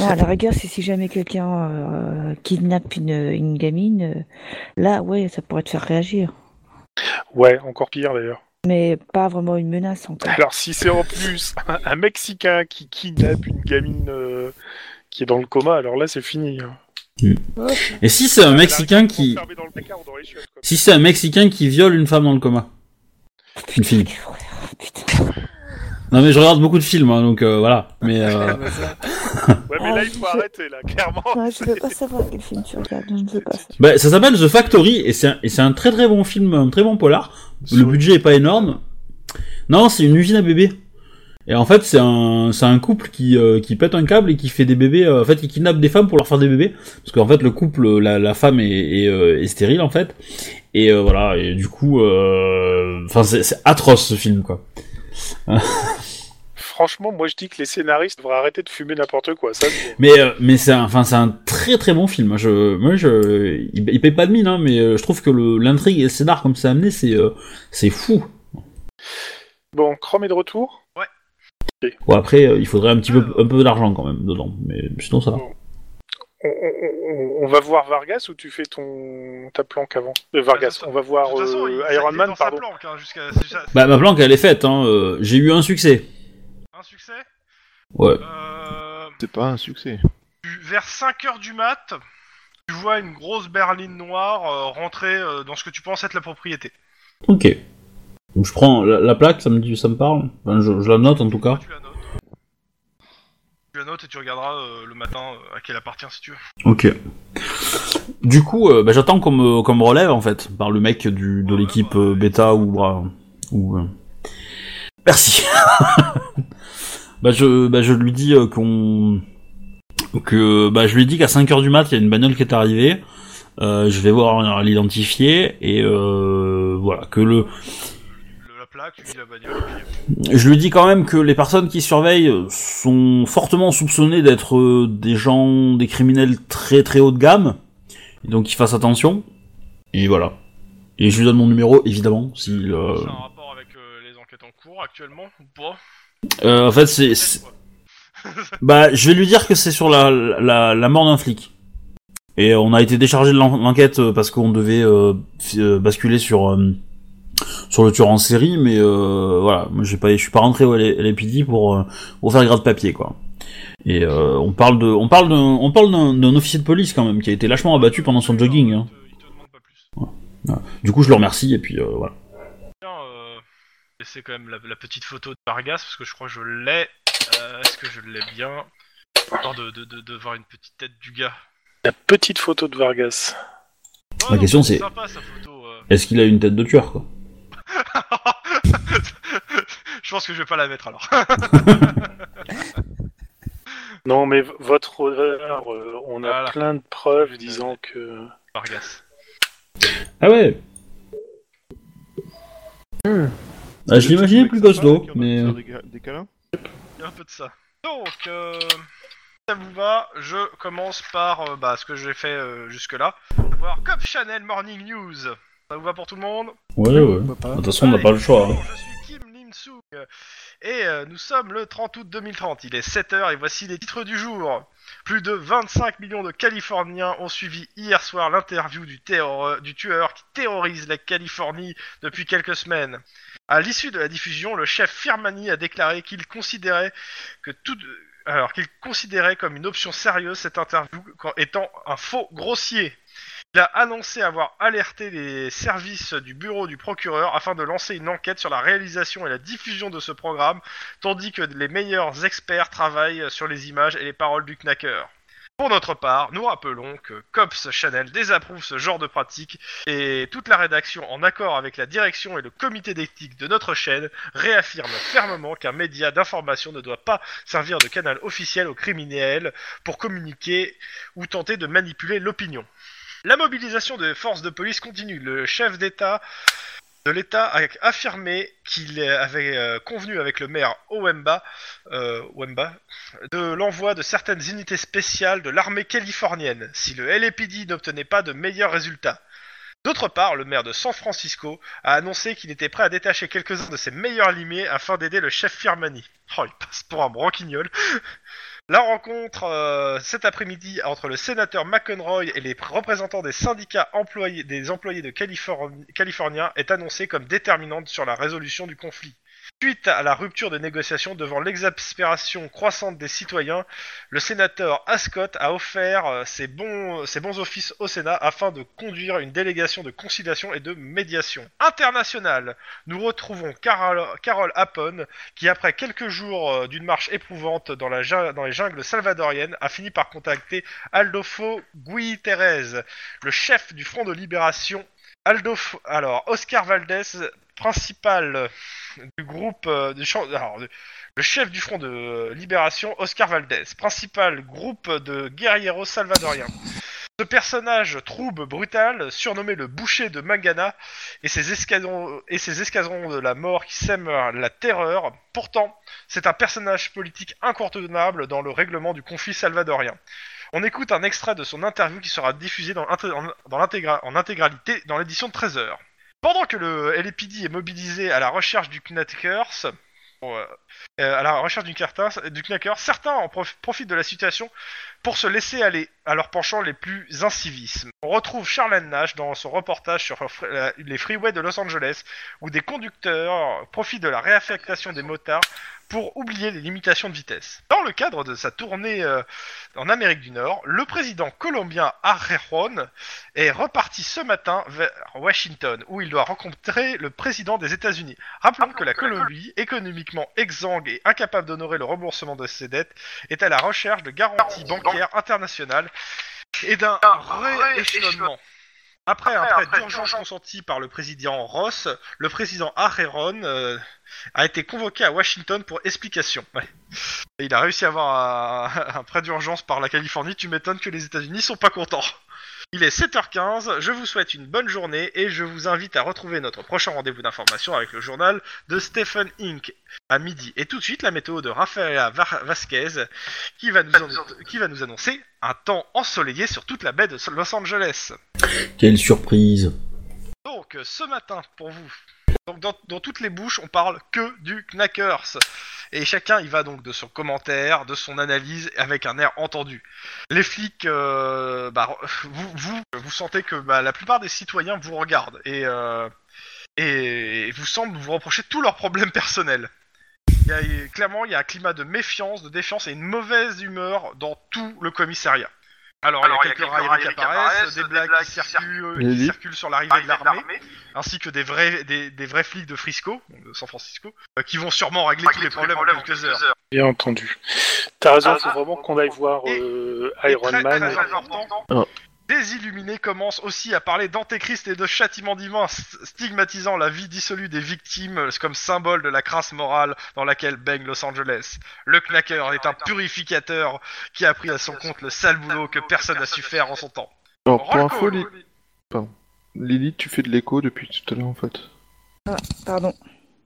[SPEAKER 5] Non, à la rigueur, c'est si jamais quelqu'un euh, kidnappe une, une gamine, euh, là, ouais, ça pourrait te faire réagir.
[SPEAKER 4] Ouais, encore pire d'ailleurs.
[SPEAKER 5] Mais pas vraiment une menace encore.
[SPEAKER 4] Alors si c'est en plus un, un Mexicain qui kidnappe une gamine euh, qui est dans le coma, alors là c'est fini. hein.
[SPEAKER 1] Et si c'est un Mexicain qui,
[SPEAKER 4] Enfermé dans le placard ou dans les chiottes, quoi.
[SPEAKER 1] si c'est un Mexicain qui viole une femme dans le coma. Une fille.
[SPEAKER 5] Quel horreur, putain.
[SPEAKER 1] Non mais je regarde beaucoup de films, hein, donc euh, voilà. Mais euh,
[SPEAKER 4] Ouais mais
[SPEAKER 5] Ah,
[SPEAKER 4] là il faut
[SPEAKER 5] je-
[SPEAKER 4] arrêter là, clairement.
[SPEAKER 5] Ouais, je veux pas savoir quel film tu regardes, je ne veux pas savoir.
[SPEAKER 1] bah, ça s'appelle The Factory et c'est un, et c'est un très très bon film, un très bon polar. Le budget est pas énorme. Non, c'est une usine à bébés. Et en fait, c'est un, c'est un couple qui, euh, qui pète un câble et qui fait des bébés. euh, en fait, qui kidnappe des femmes pour leur faire des bébés. Parce qu'en fait, le couple, la, la femme est, est, euh, est stérile en fait. Et euh, voilà. Et du coup, euh, enfin, c'est c'est atroce ce film quoi.
[SPEAKER 4] Franchement moi je dis que les scénaristes devraient arrêter de fumer n'importe quoi. Ça, c'est-
[SPEAKER 1] Mais euh, mais c'est un- enfin c'est un très très bon film. Je moi je il, il paye pas de mine hein, mais euh, je trouve que le- l'intrigue et le scénar comme c'est amené c'est euh, c'est fou.
[SPEAKER 4] Bon, Chrome est de retour.
[SPEAKER 1] Bon, après, euh, il faudrait un petit peu, un peu d'argent quand même dedans, mais sinon ça va.
[SPEAKER 4] On, on- on- on va voir Vargas ou tu fais ton ta planque avant
[SPEAKER 2] Bah, De
[SPEAKER 4] Euh, Vargas,
[SPEAKER 2] toute
[SPEAKER 4] on va voir
[SPEAKER 2] De toute façon,
[SPEAKER 4] euh,
[SPEAKER 2] il-
[SPEAKER 4] Iron
[SPEAKER 2] il est
[SPEAKER 4] Man,
[SPEAKER 2] dans sa
[SPEAKER 4] pardon.
[SPEAKER 2] planque, hein, jusqu'à c'est ça-
[SPEAKER 1] Bah, ma planque, elle est faite, hein. euh, J'ai eu un succès.
[SPEAKER 2] un succès.
[SPEAKER 1] Ouais.
[SPEAKER 2] Euh,
[SPEAKER 6] C'est pas un succès.
[SPEAKER 2] tu- vers 5h du mat, tu vois une grosse berline noire euh, rentrer euh, dans ce que tu penses être la propriété.
[SPEAKER 1] Ok. Donc, je prends la, la plaque, ça me, dit, ça me parle. Enfin, je, je la note en tout cas.
[SPEAKER 2] Tu la notes. Tu la notes et tu regarderas euh, le matin euh, à qui elle appartient si tu veux.
[SPEAKER 1] Ok. Du coup, euh, bah, j'attends qu'on me, qu'on me relève en fait, par le mec du, de l'équipe euh, bêta ou. bra- ou euh. Merci bah, je, bah, je lui dis euh, qu'on. Que, bah, je lui dis qu'à 5h du mat, il y a une bagnole qui est arrivée. Euh, je vais voir l'identifier et euh, voilà que le
[SPEAKER 2] Le- la plaque, tu dis la bagnole. et puis-
[SPEAKER 1] je lui dis quand même que les personnes qui surveillent sont fortement soupçonnées d'être euh, des gens, des criminels très très haut de gamme. Et donc qu'ils fassent attention. Et voilà. Et je lui donne mon numéro, évidemment, s'il... euh,
[SPEAKER 2] C'est un rapport avec euh, les enquêtes en cours actuellement ou pas
[SPEAKER 1] euh, en fait, c'est... c'est- Bah, je vais lui dire que c'est sur la, la, la mort d'un flic. Et on a été déchargé de l'en- l'enquête euh, parce qu'on devait euh, fi- euh, basculer sur euh, sur le tueur en série, mais euh, voilà, moi j'ai pas, je suis pas rentré au L- LAPD pour euh, pour faire grade papier quoi. Et euh, on parle de, on parle d'un, on parle d'un d'un officier de police quand même qui a été lâchement abattu pendant son jogging. hein.
[SPEAKER 2] Il te- il te demande pas plus.
[SPEAKER 1] Du coup, je le remercie et puis euh, voilà.
[SPEAKER 2] Tiens, euh, c'est quand même la, la petite photo de Vargas parce que je crois que je l'ai. Euh, Est-ce que je l'ai bien Histoire de, de, de, de voir une petite tête du gars.
[SPEAKER 4] La petite photo de Vargas.
[SPEAKER 2] Oh,
[SPEAKER 1] La
[SPEAKER 2] non,
[SPEAKER 1] question, c'est-
[SPEAKER 2] sympa sa photo. euh.
[SPEAKER 1] Est-ce qu'il a une tête de tueur quoi
[SPEAKER 2] je pense que je vais pas la mettre alors.
[SPEAKER 4] Non, mais v- votre honneur, euh, on a
[SPEAKER 2] Voilà.
[SPEAKER 4] plein de preuves disant que.
[SPEAKER 2] Vargas.
[SPEAKER 1] Ah ouais.
[SPEAKER 8] Hmm.
[SPEAKER 1] Ah, je l'imaginais plus costaud, mais euh.
[SPEAKER 6] Des ca- des câlins
[SPEAKER 2] Il y a un peu de ça. Donc, euh, ça vous va Je commence par euh, bah, ce que j'ai fait euh, jusque-là. Voir Cop Channel Morning News. Ça vous va pour tout le monde
[SPEAKER 1] euh, ouais ouais.
[SPEAKER 8] Pourquoi pas
[SPEAKER 1] De toute façon, on n'a pas le choix. hein.
[SPEAKER 2] Bonjour, Je suis Kim Lim Sung et euh, nous sommes le 30 août 2030. Il est 7h et voici les titres du jour. Plus de 25 millions de Californiens ont suivi hier soir l'interview du, terror- euh, du tueur qui terrorise la Californie depuis quelques semaines. À l'issue de la diffusion, le chef Firmani a déclaré qu'il considérait que tout alors qu'il considérait comme une option sérieuse cette interview quand étant un faux grossier. Il a annoncé avoir alerté les services du bureau du procureur afin de lancer une enquête sur la réalisation et la diffusion de ce programme, tandis que les meilleurs experts travaillent sur les images et les paroles du knacker. Pour notre part, nous rappelons que Cops Channel désapprouve ce genre de pratique et toute la rédaction, en accord avec la direction et le comité d'éthique de notre chaîne, réaffirme fermement qu'un média d'information ne doit pas servir de canal officiel aux criminels pour communiquer ou tenter de manipuler l'opinion. La mobilisation des forces de police continue. Le chef d'État de l'État a affirmé qu'il avait euh, convenu avec le maire Owemba, euh, Wemba, de l'envoi de certaines unités spéciales de l'armée californienne si le LAPD n'obtenait pas de meilleurs résultats. D'autre part, le maire de San Francisco a annoncé qu'il était prêt à détacher quelques-uns de ses meilleurs limiers afin d'aider le chef Firmani. Oh, il passe pour un branquignol. La rencontre euh, cet après-midi entre le sénateur McEnroy et les représentants des syndicats employés, des employés de Californie, californiens est annoncée comme déterminante sur la résolution du conflit. Suite à la rupture des négociations devant l'exaspération croissante des citoyens, le sénateur Ascott a offert euh, ses bons, ses bons offices au Sénat afin de conduire une délégation de conciliation et de médiation. Internationale, nous retrouvons Carol, Carol Happon, qui après quelques jours euh, d'une marche éprouvante dans, la jun- dans les jungles salvadoriennes a fini par contacter Aldolfo Guiterrez, le chef du Front de Libération. Aldolfo, alors Oscar Valdez, principal euh, du groupe euh, du chan- alors, le- le chef du Front de euh, Libération, Oscar Valdez, principal groupe de guerrieros salvadoriens. Ce personnage trouble brutal, surnommé le boucher de Mangana, et ses, escadrons, et ses escadrons de la mort qui sèment la terreur. Pourtant, c'est un personnage politique incontournable dans le règlement du conflit salvadorien. On écoute un extrait de son interview qui sera diffusé dans, l'inté- en- dans l'intégra- en intégralité dans l'édition de 13h. Pendant que le LAPD est mobilisé à la recherche du Knackers, pour, euh, euh, à la recherche du, carta, du knacker. Certains en prof- profitent de la situation pour se laisser aller à leurs penchants les plus incivismes. On retrouve Charlene Nash dans son reportage sur fr- la- les freeways de Los Angeles, où des conducteurs profitent de la réaffectation des motards pour oublier les limitations de vitesse. Dans le cadre de sa tournée euh, en Amérique du Nord, le président colombien Arrejon est reparti ce matin vers Washington, où il doit rencontrer le président des États-Unis. Rappelons que la Colombie, économiquement exsangue et incapable d'honorer le remboursement de ses dettes, est à la recherche de garanties bancaires internationales et d'un rééchelonnement. Après un prêt d'urgence consenti par le président Ross, le président Arreron euh, a été convoqué à Washington pour explication. Ouais. Et Il a réussi à avoir un, un prêt d'urgence par la Californie, tu m'étonnes que les États-Unis sont pas contents. Il est 7h15, je vous souhaite une bonne journée et je vous invite à retrouver notre prochain rendez-vous d'information avec le journal de Stephen Inc. à midi. Et tout de suite, la météo de Rafaela Va- Vasquez qui va, nous annon- qui va nous annoncer un temps ensoleillé sur toute la baie de Los Angeles.
[SPEAKER 1] Quelle surprise.
[SPEAKER 2] Donc, euh, ce matin, pour vous, donc dans, dans toutes les bouches, on parle que du Knackers. Et chacun y va donc de son commentaire, de son analyse, avec un air entendu. Les flics, euh, bah, vous, vous, vous sentez que bah, la plupart des citoyens vous regardent et, euh, et vous semblent vous reprocher tous leurs problèmes personnels. Il y a- clairement, il y a un climat de méfiance, de défiance et une mauvaise humeur dans tout le commissariat. Alors, il y a quelques railleries qui apparaissent, des blagues qui circulent, qui
[SPEAKER 6] Lily.
[SPEAKER 2] circulent sur l'arrivée de l'armée, ainsi que des vrais, des, des vrais flics de Frisco, de San Francisco, euh, qui vont sûrement régler tous les problèmes en quelques heures.
[SPEAKER 4] Bien entendu. T'as raison, faut vraiment qu'on aille voir
[SPEAKER 2] Et-
[SPEAKER 4] euh,
[SPEAKER 2] Et
[SPEAKER 4] Iron
[SPEAKER 2] très,
[SPEAKER 4] Man.
[SPEAKER 2] très important,
[SPEAKER 6] Oh.
[SPEAKER 2] Des illuminés commencent aussi à parler d'antéchrist et de châtiment divin, s- stigmatisant la vie dissolue des victimes euh, comme symbole de la crasse morale dans laquelle baigne Los Angeles. Le claqueur est un purificateur qui a pris à son compte le sale boulot que personne n'a su faire en son temps.
[SPEAKER 6] Alors, pour
[SPEAKER 2] Roll
[SPEAKER 6] info,
[SPEAKER 2] call.
[SPEAKER 6] Li- Lily, tu fais de l'écho depuis tout à l'heure en fait.
[SPEAKER 5] Pardon.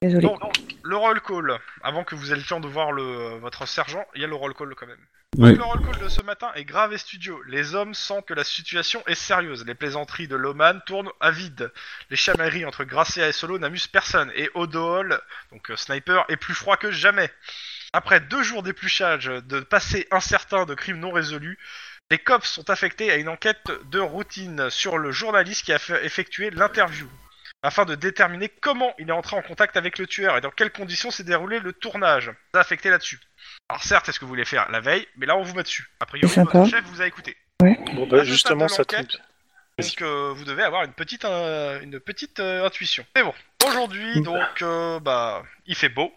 [SPEAKER 5] Désolé.
[SPEAKER 2] Donc, le roll call, avant que vous ayez le temps de voir le, votre sergent, il y a le roll call quand même.
[SPEAKER 1] Oui.
[SPEAKER 2] Donc, Le roll call de ce matin est grave et studio. Les hommes sentent que la situation est sérieuse. Les plaisanteries de Loman tournent à vide. Les chamailleries entre Gracia et Solo n'amusent personne. Et Odool, donc euh, Sniper, est plus froid que jamais. Après deux jours d'épluchage de passé incertain de crimes non résolus, les cops sont affectés à une enquête de routine sur le journaliste qui a fait effectué l'interview afin de déterminer comment il est entré en contact avec le tueur et dans quelles conditions s'est déroulé le tournage. Ça a affecté là-dessus. Alors certes, c'est ce que vous voulez faire la veille, mais là on vous met dessus. A priori,
[SPEAKER 5] C'est sympa.
[SPEAKER 2] votre chef vous a écouté.
[SPEAKER 4] Bon, bah,
[SPEAKER 2] À ce
[SPEAKER 4] justement, ça
[SPEAKER 2] stade de
[SPEAKER 4] tombe.
[SPEAKER 2] l'enquête, Donc euh, vous devez avoir une petite, euh, une petite euh, intuition. Mais bon,
[SPEAKER 6] Mm.
[SPEAKER 2] aujourd'hui, donc, euh, bah, il fait beau.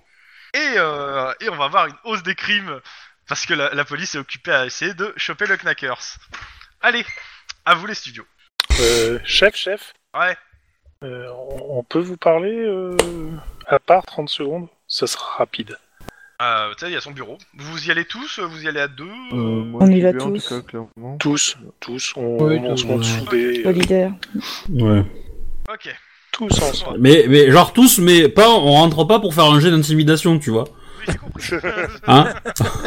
[SPEAKER 2] Et, euh, et on va avoir une hausse des crimes, parce que la, la police est occupée à essayer de choper le Knackers. Allez, à vous les studios.
[SPEAKER 4] Euh, chef, chef,
[SPEAKER 2] Ouais,
[SPEAKER 4] euh, on, on peut vous parler euh, à part 30 secondes Ça sera rapide.
[SPEAKER 2] euh, tu sais, il y a son bureau. Vous y allez tous Vous y allez à deux
[SPEAKER 6] Euh, moi,
[SPEAKER 5] On
[SPEAKER 6] je
[SPEAKER 5] y
[SPEAKER 6] suis
[SPEAKER 5] va
[SPEAKER 6] bien, en
[SPEAKER 5] tous.
[SPEAKER 6] tout cas, clairement.
[SPEAKER 4] Tous, tous, on,
[SPEAKER 6] Oui, euh,
[SPEAKER 4] on se
[SPEAKER 6] tous,
[SPEAKER 4] monte
[SPEAKER 6] ouais.
[SPEAKER 4] sous des.
[SPEAKER 5] Le leader.
[SPEAKER 1] Ouais.
[SPEAKER 2] Ok.
[SPEAKER 4] tous ensemble.
[SPEAKER 1] Mais, mais genre tous, mais pas, on rentre pas pour faire un jet d'intimidation, tu vois.
[SPEAKER 2] Oui, j'ai compris. Euh,
[SPEAKER 1] Hein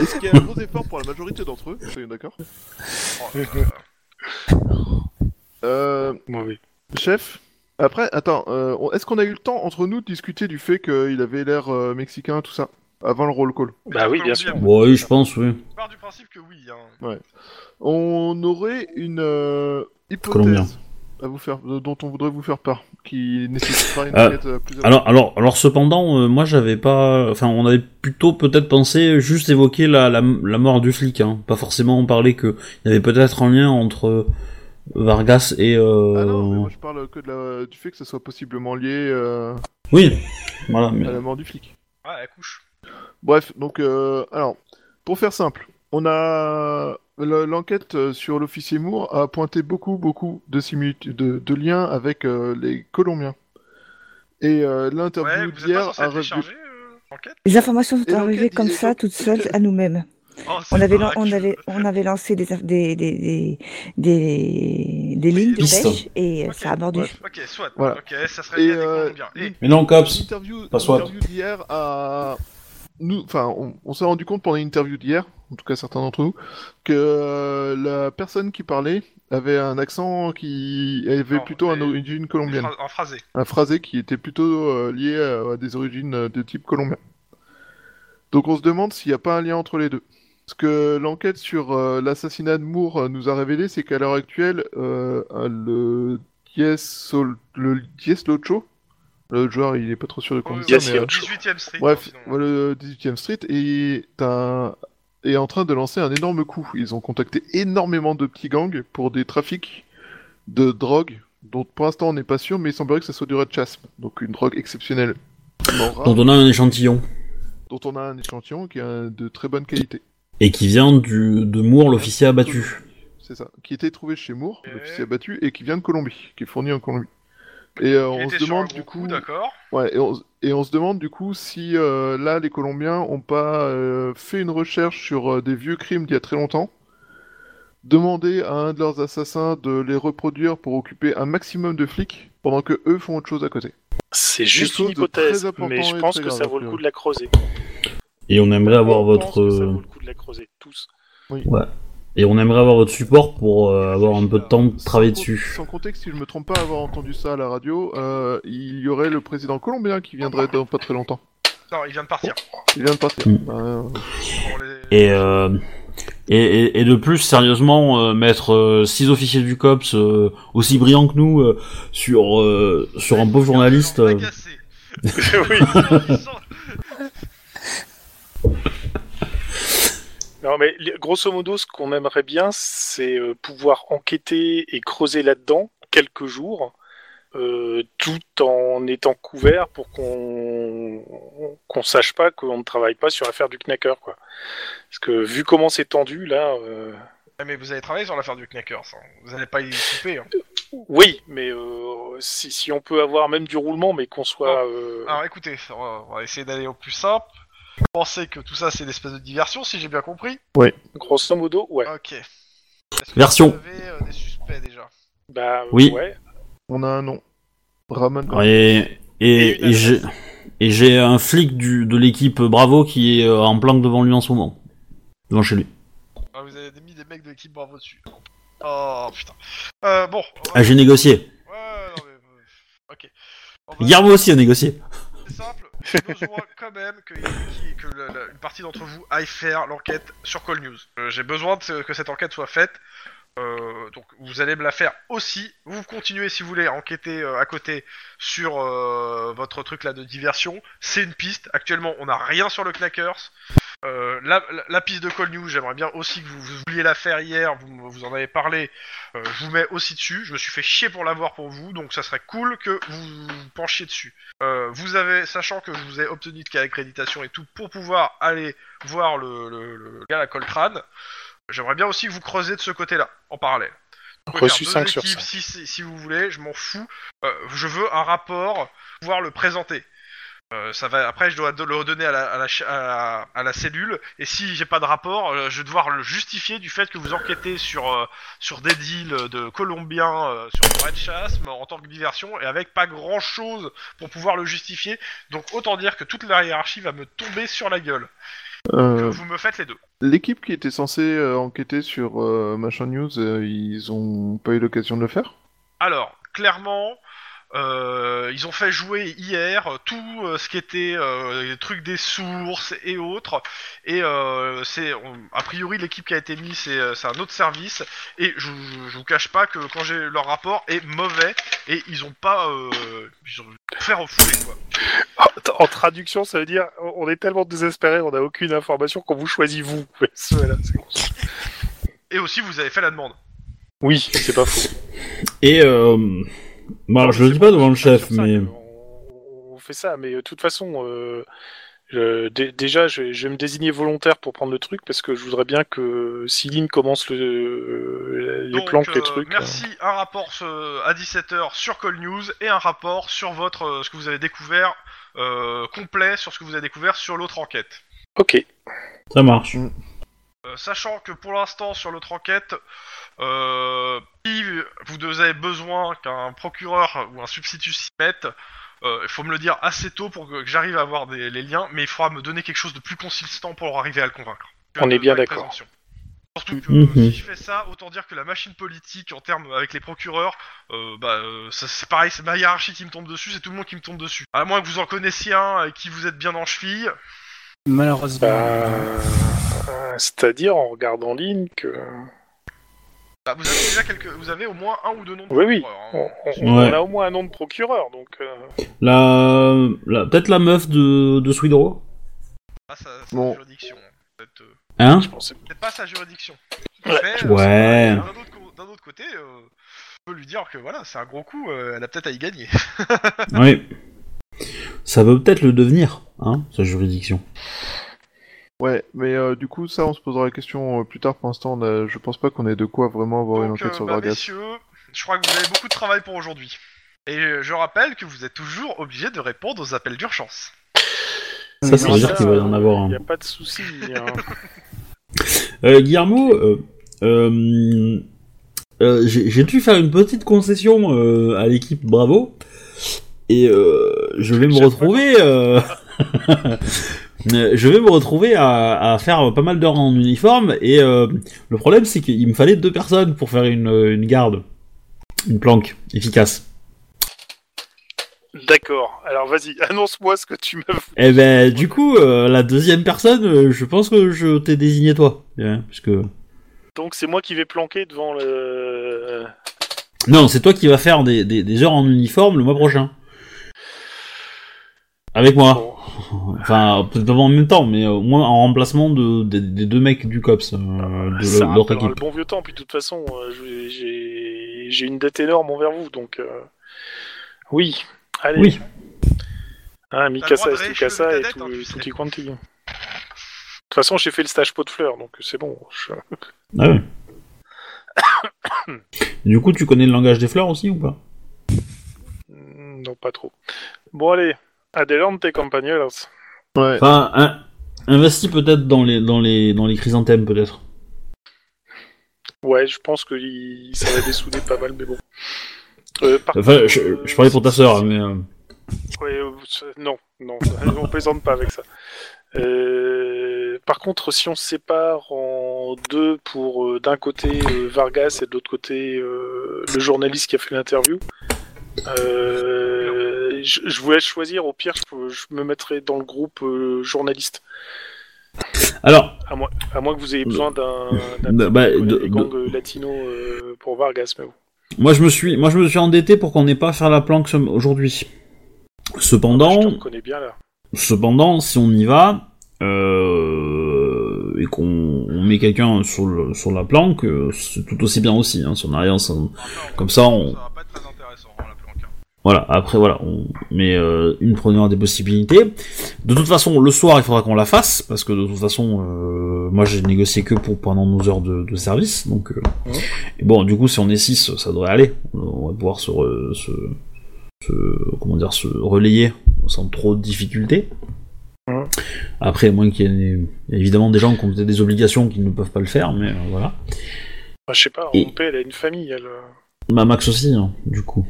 [SPEAKER 6] Est-ce qu'il y a un gros effort pour la majorité d'entre eux Soyons d'accord.
[SPEAKER 2] Oh, euh,
[SPEAKER 6] Euh,
[SPEAKER 4] Mauvais.
[SPEAKER 6] chef Après, attends, euh, on- est-ce qu'on a eu le temps entre nous de discuter du fait qu'il avait l'air euh, mexicain, tout ça Avant le roll call.
[SPEAKER 4] Bah oui, bien sûr.
[SPEAKER 1] Bon, oui, je pense, oui.
[SPEAKER 2] Je pars du principe que oui. Hein.
[SPEAKER 6] On aurait une euh, hypothèse
[SPEAKER 1] Colombien.
[SPEAKER 6] à vous faire, euh, dont on voudrait vous faire part, qui nécessitera une
[SPEAKER 1] Euh,
[SPEAKER 6] enquête euh, plus
[SPEAKER 1] Alors, alors, alors cependant, euh, moi j'avais pas. Enfin, on avait plutôt peut-être pensé juste évoquer la, la, la mort du flic, hein. Pas forcément en parler que. Il y avait peut-être un lien entre euh, Vargas et. euh,
[SPEAKER 6] Ah non, mais moi je parle que de la- du fait que ça soit possiblement lié euh,
[SPEAKER 1] Oui, voilà. mais-
[SPEAKER 6] à la mort du flic.
[SPEAKER 2] Ah, elle couche.
[SPEAKER 6] Bref, donc, euh, alors, pour faire simple, on a. le- L'enquête euh, sur l'officier Moore a pointé beaucoup, beaucoup de, similitudes, de, de liens avec euh, les Colombiens. Et euh,
[SPEAKER 2] Ouais,
[SPEAKER 6] l'interview
[SPEAKER 2] vous êtes pas
[SPEAKER 6] d'hier
[SPEAKER 2] censé
[SPEAKER 6] a
[SPEAKER 2] être
[SPEAKER 6] révélé.
[SPEAKER 2] déchargé euh, enquête
[SPEAKER 5] Les informations sont
[SPEAKER 6] Et l'enquête
[SPEAKER 5] arrivées comme
[SPEAKER 6] disait
[SPEAKER 5] ça,
[SPEAKER 6] que-
[SPEAKER 5] toutes seules, à nous-mêmes.
[SPEAKER 2] Oh, c'est
[SPEAKER 5] On avait, lan-
[SPEAKER 2] pas
[SPEAKER 5] on
[SPEAKER 2] grave.
[SPEAKER 5] avait, on avait lancé des, inf- des, des, des, des, des lignes de
[SPEAKER 1] Pistes.
[SPEAKER 5] pêche et euh,
[SPEAKER 2] Ok,
[SPEAKER 5] ça a mordu.
[SPEAKER 6] ouais.
[SPEAKER 2] Ok, soit.
[SPEAKER 6] Voilà.
[SPEAKER 2] Ok, ça serait
[SPEAKER 6] Et,
[SPEAKER 2] bien des
[SPEAKER 6] euh,
[SPEAKER 2] Colombiens. Et
[SPEAKER 1] Mais non, Cops.
[SPEAKER 6] L'interview
[SPEAKER 1] Pas soit.
[SPEAKER 6] l'interview d'hier a. Nous, enfin, on, on s'est rendu compte pendant l'interview d'hier, en tout cas certains d'entre nous, que euh, la personne qui parlait avait un accent qui avait
[SPEAKER 2] Non,
[SPEAKER 6] plutôt un
[SPEAKER 2] mais-
[SPEAKER 6] origine colombienne.
[SPEAKER 2] en phrasé.
[SPEAKER 6] un phrasé qui était plutôt euh, lié à, à des origines euh, de type colombien. Donc on se demande s'il n'y a pas un lien entre les deux. Ce que l'enquête sur euh, l'assassinat de Moore euh, nous a révélé, c'est qu'à l'heure actuelle, euh, le Diez Sol- le Diez Locho, le joueur il est pas trop sûr de comment
[SPEAKER 2] Oui,
[SPEAKER 6] il
[SPEAKER 4] Yes,
[SPEAKER 6] dit,
[SPEAKER 2] oui,
[SPEAKER 6] mais,
[SPEAKER 4] yeah.
[SPEAKER 6] euh,
[SPEAKER 2] oui, 18ème street. hein,
[SPEAKER 6] bref,
[SPEAKER 2] sinon.
[SPEAKER 6] voilà, le 18e Street et t'as- est en train de lancer un énorme coup. Ils ont contacté énormément de petits gangs pour des trafics de drogue, dont pour l'instant on n'est pas sûr, mais il semblerait que ça soit du red chasm, donc une drogue exceptionnelle. Rare,
[SPEAKER 1] Dont on a un échantillon.
[SPEAKER 6] dont on a un échantillon qui est de très bonne qualité.
[SPEAKER 1] Et qui vient du, de Moore, l'officier abattu.
[SPEAKER 6] C'est ça, qui était trouvé chez Moore,
[SPEAKER 2] Et-
[SPEAKER 6] l'officier abattu, et qui vient de Colombie, qui est fourni en Colombie. Et euh,
[SPEAKER 2] Il
[SPEAKER 6] on
[SPEAKER 2] était
[SPEAKER 6] se
[SPEAKER 2] sur un
[SPEAKER 6] demande
[SPEAKER 2] gros
[SPEAKER 6] du coup,
[SPEAKER 2] d'accord.
[SPEAKER 6] ouais, et on, se- et on se demande du coup si euh, là les Colombiens ont pas euh, fait une recherche sur euh, des vieux crimes d'il y a très longtemps, demandé à un de leurs assassins de les reproduire pour occuper un maximum de flics, pendant que eux font autre chose à côté.
[SPEAKER 4] C'est juste
[SPEAKER 6] chose
[SPEAKER 4] une
[SPEAKER 6] de très
[SPEAKER 4] hypothèse,
[SPEAKER 6] important
[SPEAKER 4] mais je
[SPEAKER 6] et
[SPEAKER 4] pense
[SPEAKER 6] très
[SPEAKER 4] que ça
[SPEAKER 6] grave,
[SPEAKER 4] vaut le
[SPEAKER 6] a
[SPEAKER 4] coup de la creuser.
[SPEAKER 1] Et on aimerait avoir
[SPEAKER 4] Je pense
[SPEAKER 1] votre...
[SPEAKER 4] que ça
[SPEAKER 1] euh,
[SPEAKER 4] vaut le coup de la creuser, tous.
[SPEAKER 1] Et on aimerait avoir votre support pour euh, avoir un peu de temps de travailler
[SPEAKER 6] Sans co-
[SPEAKER 1] dessus.
[SPEAKER 6] Sans compter que si je me trompe pas avoir entendu ça à la radio, euh, il y aurait le président colombien qui viendrait dans pas très longtemps.
[SPEAKER 2] Non, il vient de partir.
[SPEAKER 6] Il vient de partir.
[SPEAKER 1] Mm.
[SPEAKER 6] Ben,
[SPEAKER 2] Pour les-
[SPEAKER 1] Et, euh, et, et, et de plus, sérieusement, euh, mettre euh, six officiers du COPS euh, aussi brillants que nous euh, sur, euh, sur un pauvre journaliste.
[SPEAKER 2] Ils
[SPEAKER 1] euh,
[SPEAKER 2] l'ont agacé.
[SPEAKER 4] oui.
[SPEAKER 2] Ils sont-
[SPEAKER 4] Non, mais li- grosso modo, ce qu'on aimerait bien, c'est euh, pouvoir enquêter et creuser là-dedans quelques jours, euh, tout en étant couvert pour qu'on qu'on sache pas qu'on ne travaille pas sur l'affaire du knacker, quoi. Parce que vu comment c'est tendu là, euh,
[SPEAKER 2] Ah, Mais vous avez travaillé sur l'affaire du Knackers, hein. vous n'allez pas y couper. hein.
[SPEAKER 4] oui, mais euh, si, si on peut avoir même du roulement, mais qu'on soit euh,
[SPEAKER 2] Alors écoutez, on va, on va essayer d'aller au plus simple. Vous pensez que tout ça c'est une espèce de diversion, si j'ai bien compris
[SPEAKER 4] grosso modo, ouais.
[SPEAKER 2] Ok. Est-ce que
[SPEAKER 1] Version.
[SPEAKER 2] Vous avez euh, des suspects déjà.
[SPEAKER 4] Bah euh,
[SPEAKER 1] Oui.
[SPEAKER 4] ouais.
[SPEAKER 6] on a un nom. Raman.
[SPEAKER 1] Et,
[SPEAKER 4] Et
[SPEAKER 1] et,
[SPEAKER 4] une
[SPEAKER 1] et j'ai et j'ai un flic du, de l'équipe Bravo qui est euh, en planque devant lui en ce moment. Devant chez lui.
[SPEAKER 2] Ah, vous avez mis des mecs de l'équipe Bravo dessus. Oh putain. Euh, bon. on va-
[SPEAKER 1] Ah, j'ai négocié.
[SPEAKER 2] Ouais, non mais. euh, Ok. On va-
[SPEAKER 1] Guillermo aussi a négocié.
[SPEAKER 2] C'est simple, j'ai besoin quand même que, qui- que le- le- une partie d'entre vous aille faire l'enquête sur Call News. Euh, j'ai besoin de ce- que cette enquête soit faite. Euh, donc vous allez me la faire aussi. Vous continuez si vous voulez à enquêter euh, à côté sur euh, votre truc là de diversion. C'est une piste. Actuellement on n'a rien sur le Knackers. Euh, la, la- la piste de Call News, j'aimerais bien aussi que vous, vous vouliez la faire hier. Vous, vous en avez parlé. Euh, je vous mets aussi dessus. Je me suis fait chier pour l'avoir pour vous. Donc ça serait cool que vous vous penchiez dessus. Euh, vous avez, sachant que je vous ai obtenu de cas d'accréditation et tout pour pouvoir aller voir le, le, le gars à Coltrane, j'aimerais bien aussi que vous creusiez de ce côté-là, en parallèle. Vous pouvez
[SPEAKER 4] Reçu
[SPEAKER 2] faire deux
[SPEAKER 4] 5 sur
[SPEAKER 2] équipes,
[SPEAKER 4] 5.
[SPEAKER 2] Si, si, si vous voulez, je m'en fous. Euh, je veux un rapport, pouvoir le présenter. Euh, ça va. Après, je dois le redonner à la, à la, ch- à la- à la cellule. Et si j'ai pas de rapport, euh, je vais devoir le justifier du fait que vous enquêtez sur euh, sur des deals de Colombiens, euh, sur le Red Chasme en tant que diversion et avec pas grand chose pour pouvoir le justifier. Donc autant dire que toute la hiérarchie va me tomber sur la gueule.
[SPEAKER 6] Euh.
[SPEAKER 2] Que vous me faites les deux.
[SPEAKER 6] L'équipe qui était censée euh, enquêter sur euh, Machin News, euh, ils ont pas eu l'occasion de le faire.
[SPEAKER 2] Alors, clairement, euh, ils ont fait jouer hier tout euh, ce qui était euh, les trucs des sources et autres. Et euh, c'est on- a priori l'équipe qui a été mise, c'est euh, c'est un autre service. Et je, je- je vous cache pas que quand j'ai leur rapport est mauvais et ils ont pas euh, ils ont fait refouler quoi.
[SPEAKER 4] Ah, En traduction, ça veut dire on est tellement désespéré, on n'a aucune information qu'on vous choisit vous. Voilà, c'est-
[SPEAKER 2] Et aussi vous avez fait la demande.
[SPEAKER 4] oui, c'est pas faux.
[SPEAKER 1] Et euh, bah, alors, je le dis pas devant le chef, mais
[SPEAKER 4] On fait ça, mais euh, de toute façon, euh, je- dé- déjà, je, je vais me désigner volontaire pour prendre le truc parce que je voudrais bien que Céline commence le, euh, les
[SPEAKER 2] Donc,
[SPEAKER 4] planques,
[SPEAKER 2] euh,
[SPEAKER 4] les trucs.
[SPEAKER 2] Merci. Un rapport ce- à 17h sur Call News et un rapport sur votre euh, ce que vous avez découvert euh, complet sur ce que vous avez découvert sur l'autre enquête.
[SPEAKER 4] Ok.
[SPEAKER 1] ça marche.
[SPEAKER 2] Euh, sachant que pour l'instant sur l'autre enquête, euh, si vous deux avez besoin qu'un procureur ou un substitut s'y mette, euh, il faut me le dire assez tôt pour que, que j'arrive à avoir des, les liens, mais il faudra me donner quelque chose de plus consistant pour arriver à le convaincre.
[SPEAKER 4] On est
[SPEAKER 2] Euh,
[SPEAKER 4] bien
[SPEAKER 2] pas une
[SPEAKER 4] d'accord.
[SPEAKER 2] présomption. Surtout que
[SPEAKER 1] Mhm.
[SPEAKER 2] si je fais ça, autant dire que la machine politique en termes avec les procureurs, euh, bah, euh, ça, c'est pareil, c'est ma hiérarchie qui me tombe dessus, c'est tout le monde qui me tombe dessus. À moins que vous en connaissiez un et qui vous êtes bien en cheville,
[SPEAKER 7] Malheureusement.
[SPEAKER 4] Bah, euh, C'est-à-dire en regardant euh, en ligne que.
[SPEAKER 2] Bah, vous avez déjà quelques, vous avez au moins un ou deux noms. de
[SPEAKER 4] Oui, oui.
[SPEAKER 2] procureurs, hein.
[SPEAKER 4] On, on- on
[SPEAKER 1] Ouais.
[SPEAKER 4] a au moins un nom de procureur, donc. euh,
[SPEAKER 1] La, la- peut-être la meuf de, de Swidro
[SPEAKER 2] Pas sa, sa
[SPEAKER 6] Bon.
[SPEAKER 2] juridiction. Peut-être euh,
[SPEAKER 1] Hein
[SPEAKER 4] je pensais-
[SPEAKER 2] peut-être pas sa juridiction.
[SPEAKER 4] Ouais.
[SPEAKER 2] Mais, euh,
[SPEAKER 1] Ouais.
[SPEAKER 2] d'un autre co- D'un autre côté, euh, on peut lui dire que voilà, c'est un gros coup. euh, elle a peut-être à y gagner.
[SPEAKER 1] Oui. Ça peut peut-être le devenir, hein, sa juridiction.
[SPEAKER 6] Ouais, mais euh, du coup, ça, on se posera la question euh, plus tard. Pour l'instant, on a- je pense pas qu'on ait de quoi vraiment avoir une
[SPEAKER 2] Donc,
[SPEAKER 6] enquête
[SPEAKER 2] euh,
[SPEAKER 6] sur
[SPEAKER 2] bah,
[SPEAKER 6] Vargas.
[SPEAKER 2] messieurs, je crois que vous avez beaucoup de travail pour aujourd'hui. Et euh, je rappelle que vous êtes toujours obligés de répondre aux appels d'urgence.
[SPEAKER 1] Ça, ça veut dire
[SPEAKER 4] ça,
[SPEAKER 1] qu'il va y en avoir un.
[SPEAKER 4] Il n'y a pas de souci. hein.
[SPEAKER 1] Euh, Guillermo, euh, euh, euh, j'ai j'ai dû faire une petite concession euh, à l'équipe Bravo. Et euh, je vais me
[SPEAKER 4] Chaque
[SPEAKER 1] retrouver. euh, euh, je vais me retrouver à, à faire pas mal d'heures en uniforme. Et euh, le problème, c'est qu'il me fallait deux personnes pour faire une, une garde. Une planque efficace.
[SPEAKER 4] D'accord. Alors vas-y, annonce-moi ce que tu me
[SPEAKER 1] Eh ben, du coup, euh, la deuxième personne, euh, je pense que je t'ai désigné toi. hein, parce que...
[SPEAKER 4] Donc c'est moi qui vais planquer devant le.
[SPEAKER 1] Non, c'est toi qui vas faire des, des, des heures en uniforme le mois prochain. Avec moi.
[SPEAKER 4] Bon.
[SPEAKER 1] Enfin, peut-être pas en même temps, mais euh, au moins en remplacement de, des- des deux mecs du COPS, euh, de
[SPEAKER 4] ça
[SPEAKER 1] leur- leur
[SPEAKER 4] rappellera le
[SPEAKER 1] équipe.
[SPEAKER 4] bon vieux temps. Puis de toute façon, euh, j'ai- j'ai j'ai une dette énorme envers vous, donc euh, oui. Allez.
[SPEAKER 1] Oui.
[SPEAKER 4] Hein,
[SPEAKER 2] T'as
[SPEAKER 4] Mikasa
[SPEAKER 2] le
[SPEAKER 4] et
[SPEAKER 2] droit de
[SPEAKER 4] Stukasa
[SPEAKER 2] rééchelonner
[SPEAKER 4] et
[SPEAKER 2] ta
[SPEAKER 4] tout,
[SPEAKER 2] dette, hein, tu
[SPEAKER 4] tout
[SPEAKER 2] sais.
[SPEAKER 4] y quanti. De toute façon, j'ai fait le stage pot de fleurs, donc c'est bon. je-
[SPEAKER 1] Ah ouais. du coup, tu connais le langage des fleurs aussi ou pas
[SPEAKER 4] Mm, Non, pas trop. Bon, allez. Adelante, compañeros.
[SPEAKER 6] Ouais,
[SPEAKER 1] Enfin, un- investis peut-être dans les, dans, les, dans les chrysanthèmes, peut-être.
[SPEAKER 4] Ouais, je pense que il- ça va dessouder pas mal, mais bon. Euh, par
[SPEAKER 1] Enfin,
[SPEAKER 4] contre,
[SPEAKER 1] je, je
[SPEAKER 4] euh,
[SPEAKER 1] parlais pour ta
[SPEAKER 4] si-
[SPEAKER 1] sœur,
[SPEAKER 4] si-
[SPEAKER 1] mais... euh,
[SPEAKER 4] Ouais, euh, c'est- non, non, on plaisante pas avec ça. Euh, par contre, si on se sépare en deux pour euh, d'un côté euh, Vargas et de l'autre côté euh, le journaliste qui a fait l'interview, euh, je, je vous laisse choisir. Au pire, je, peux- je me mettrai dans le groupe euh, journaliste,
[SPEAKER 1] Alors,
[SPEAKER 4] à moins que vous ayez besoin d'un
[SPEAKER 1] Bah,
[SPEAKER 4] d'un
[SPEAKER 1] bah,
[SPEAKER 4] petit
[SPEAKER 1] de-
[SPEAKER 4] des gangs euh, latinos euh, pour Vargas. Mais bon.
[SPEAKER 1] moi je me suis, moi, je me suis endetté pour qu'on n'ait pas à faire la planque ce- aujourd'hui. Cependant,
[SPEAKER 4] je te reconnais bien là.
[SPEAKER 1] Cependant, si on y va euh, et qu'on on met quelqu'un sur, le- sur la planque, euh, c'est tout aussi bien aussi. Hein, si on arrive ensemble. Comme ça, on-
[SPEAKER 2] Ça va pas être très intéressant, hein, la planque. hein.
[SPEAKER 1] Voilà. Après, voilà, on met euh, une première des possibilités. De toute façon, le soir, il faudra qu'on la fasse parce que de toute façon, euh, moi, j'ai négocié que pour pendant nos heures de, de service. Donc, euh, et bon, du coup, si on est 6 ça devrait aller. On va pouvoir se, re- se, se- comment dire, se relayer sans trop de difficultés.
[SPEAKER 4] Mhm.
[SPEAKER 1] Après, à moins qu'il y ait il y a évidemment des gens qui ont peut-être des obligations qui ne peuvent pas le faire, mais euh, voilà.
[SPEAKER 4] Enfin, je sais pas,
[SPEAKER 1] Et-
[SPEAKER 4] Rompé, elle a une famille. Elle... euh.
[SPEAKER 1] Bah, Max aussi, hein, du coup.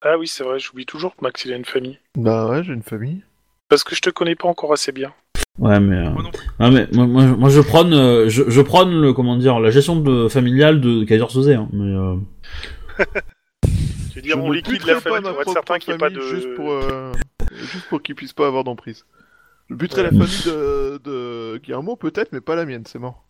[SPEAKER 4] Ah oui, c'est vrai, j'oublie toujours que Max il a une famille.
[SPEAKER 6] bah ouais, j'ai une famille.
[SPEAKER 4] Parce que je te connais pas encore assez bien.
[SPEAKER 1] Ouais, mais. euh,
[SPEAKER 2] Moi non plus.
[SPEAKER 1] Ah mais moi, moi, moi, je prône euh, je, je prône le comment dire la gestion de familiale de Kaiser Soze hein, mais euh,
[SPEAKER 4] Tu veux dire,
[SPEAKER 6] Je
[SPEAKER 4] on
[SPEAKER 6] ne
[SPEAKER 4] liquide
[SPEAKER 6] buterai
[SPEAKER 4] la
[SPEAKER 6] pas
[SPEAKER 4] famille
[SPEAKER 6] ma
[SPEAKER 4] pour être
[SPEAKER 6] propre
[SPEAKER 4] certain qu'il n'y ait pas de.
[SPEAKER 6] famille Juste pour, euh, juste pour qu'ils puissent pas avoir d'emprise. Je buterai la
[SPEAKER 1] Ouais.
[SPEAKER 6] famille de, de Guillermo, peut-être, mais pas la mienne, c'est mort.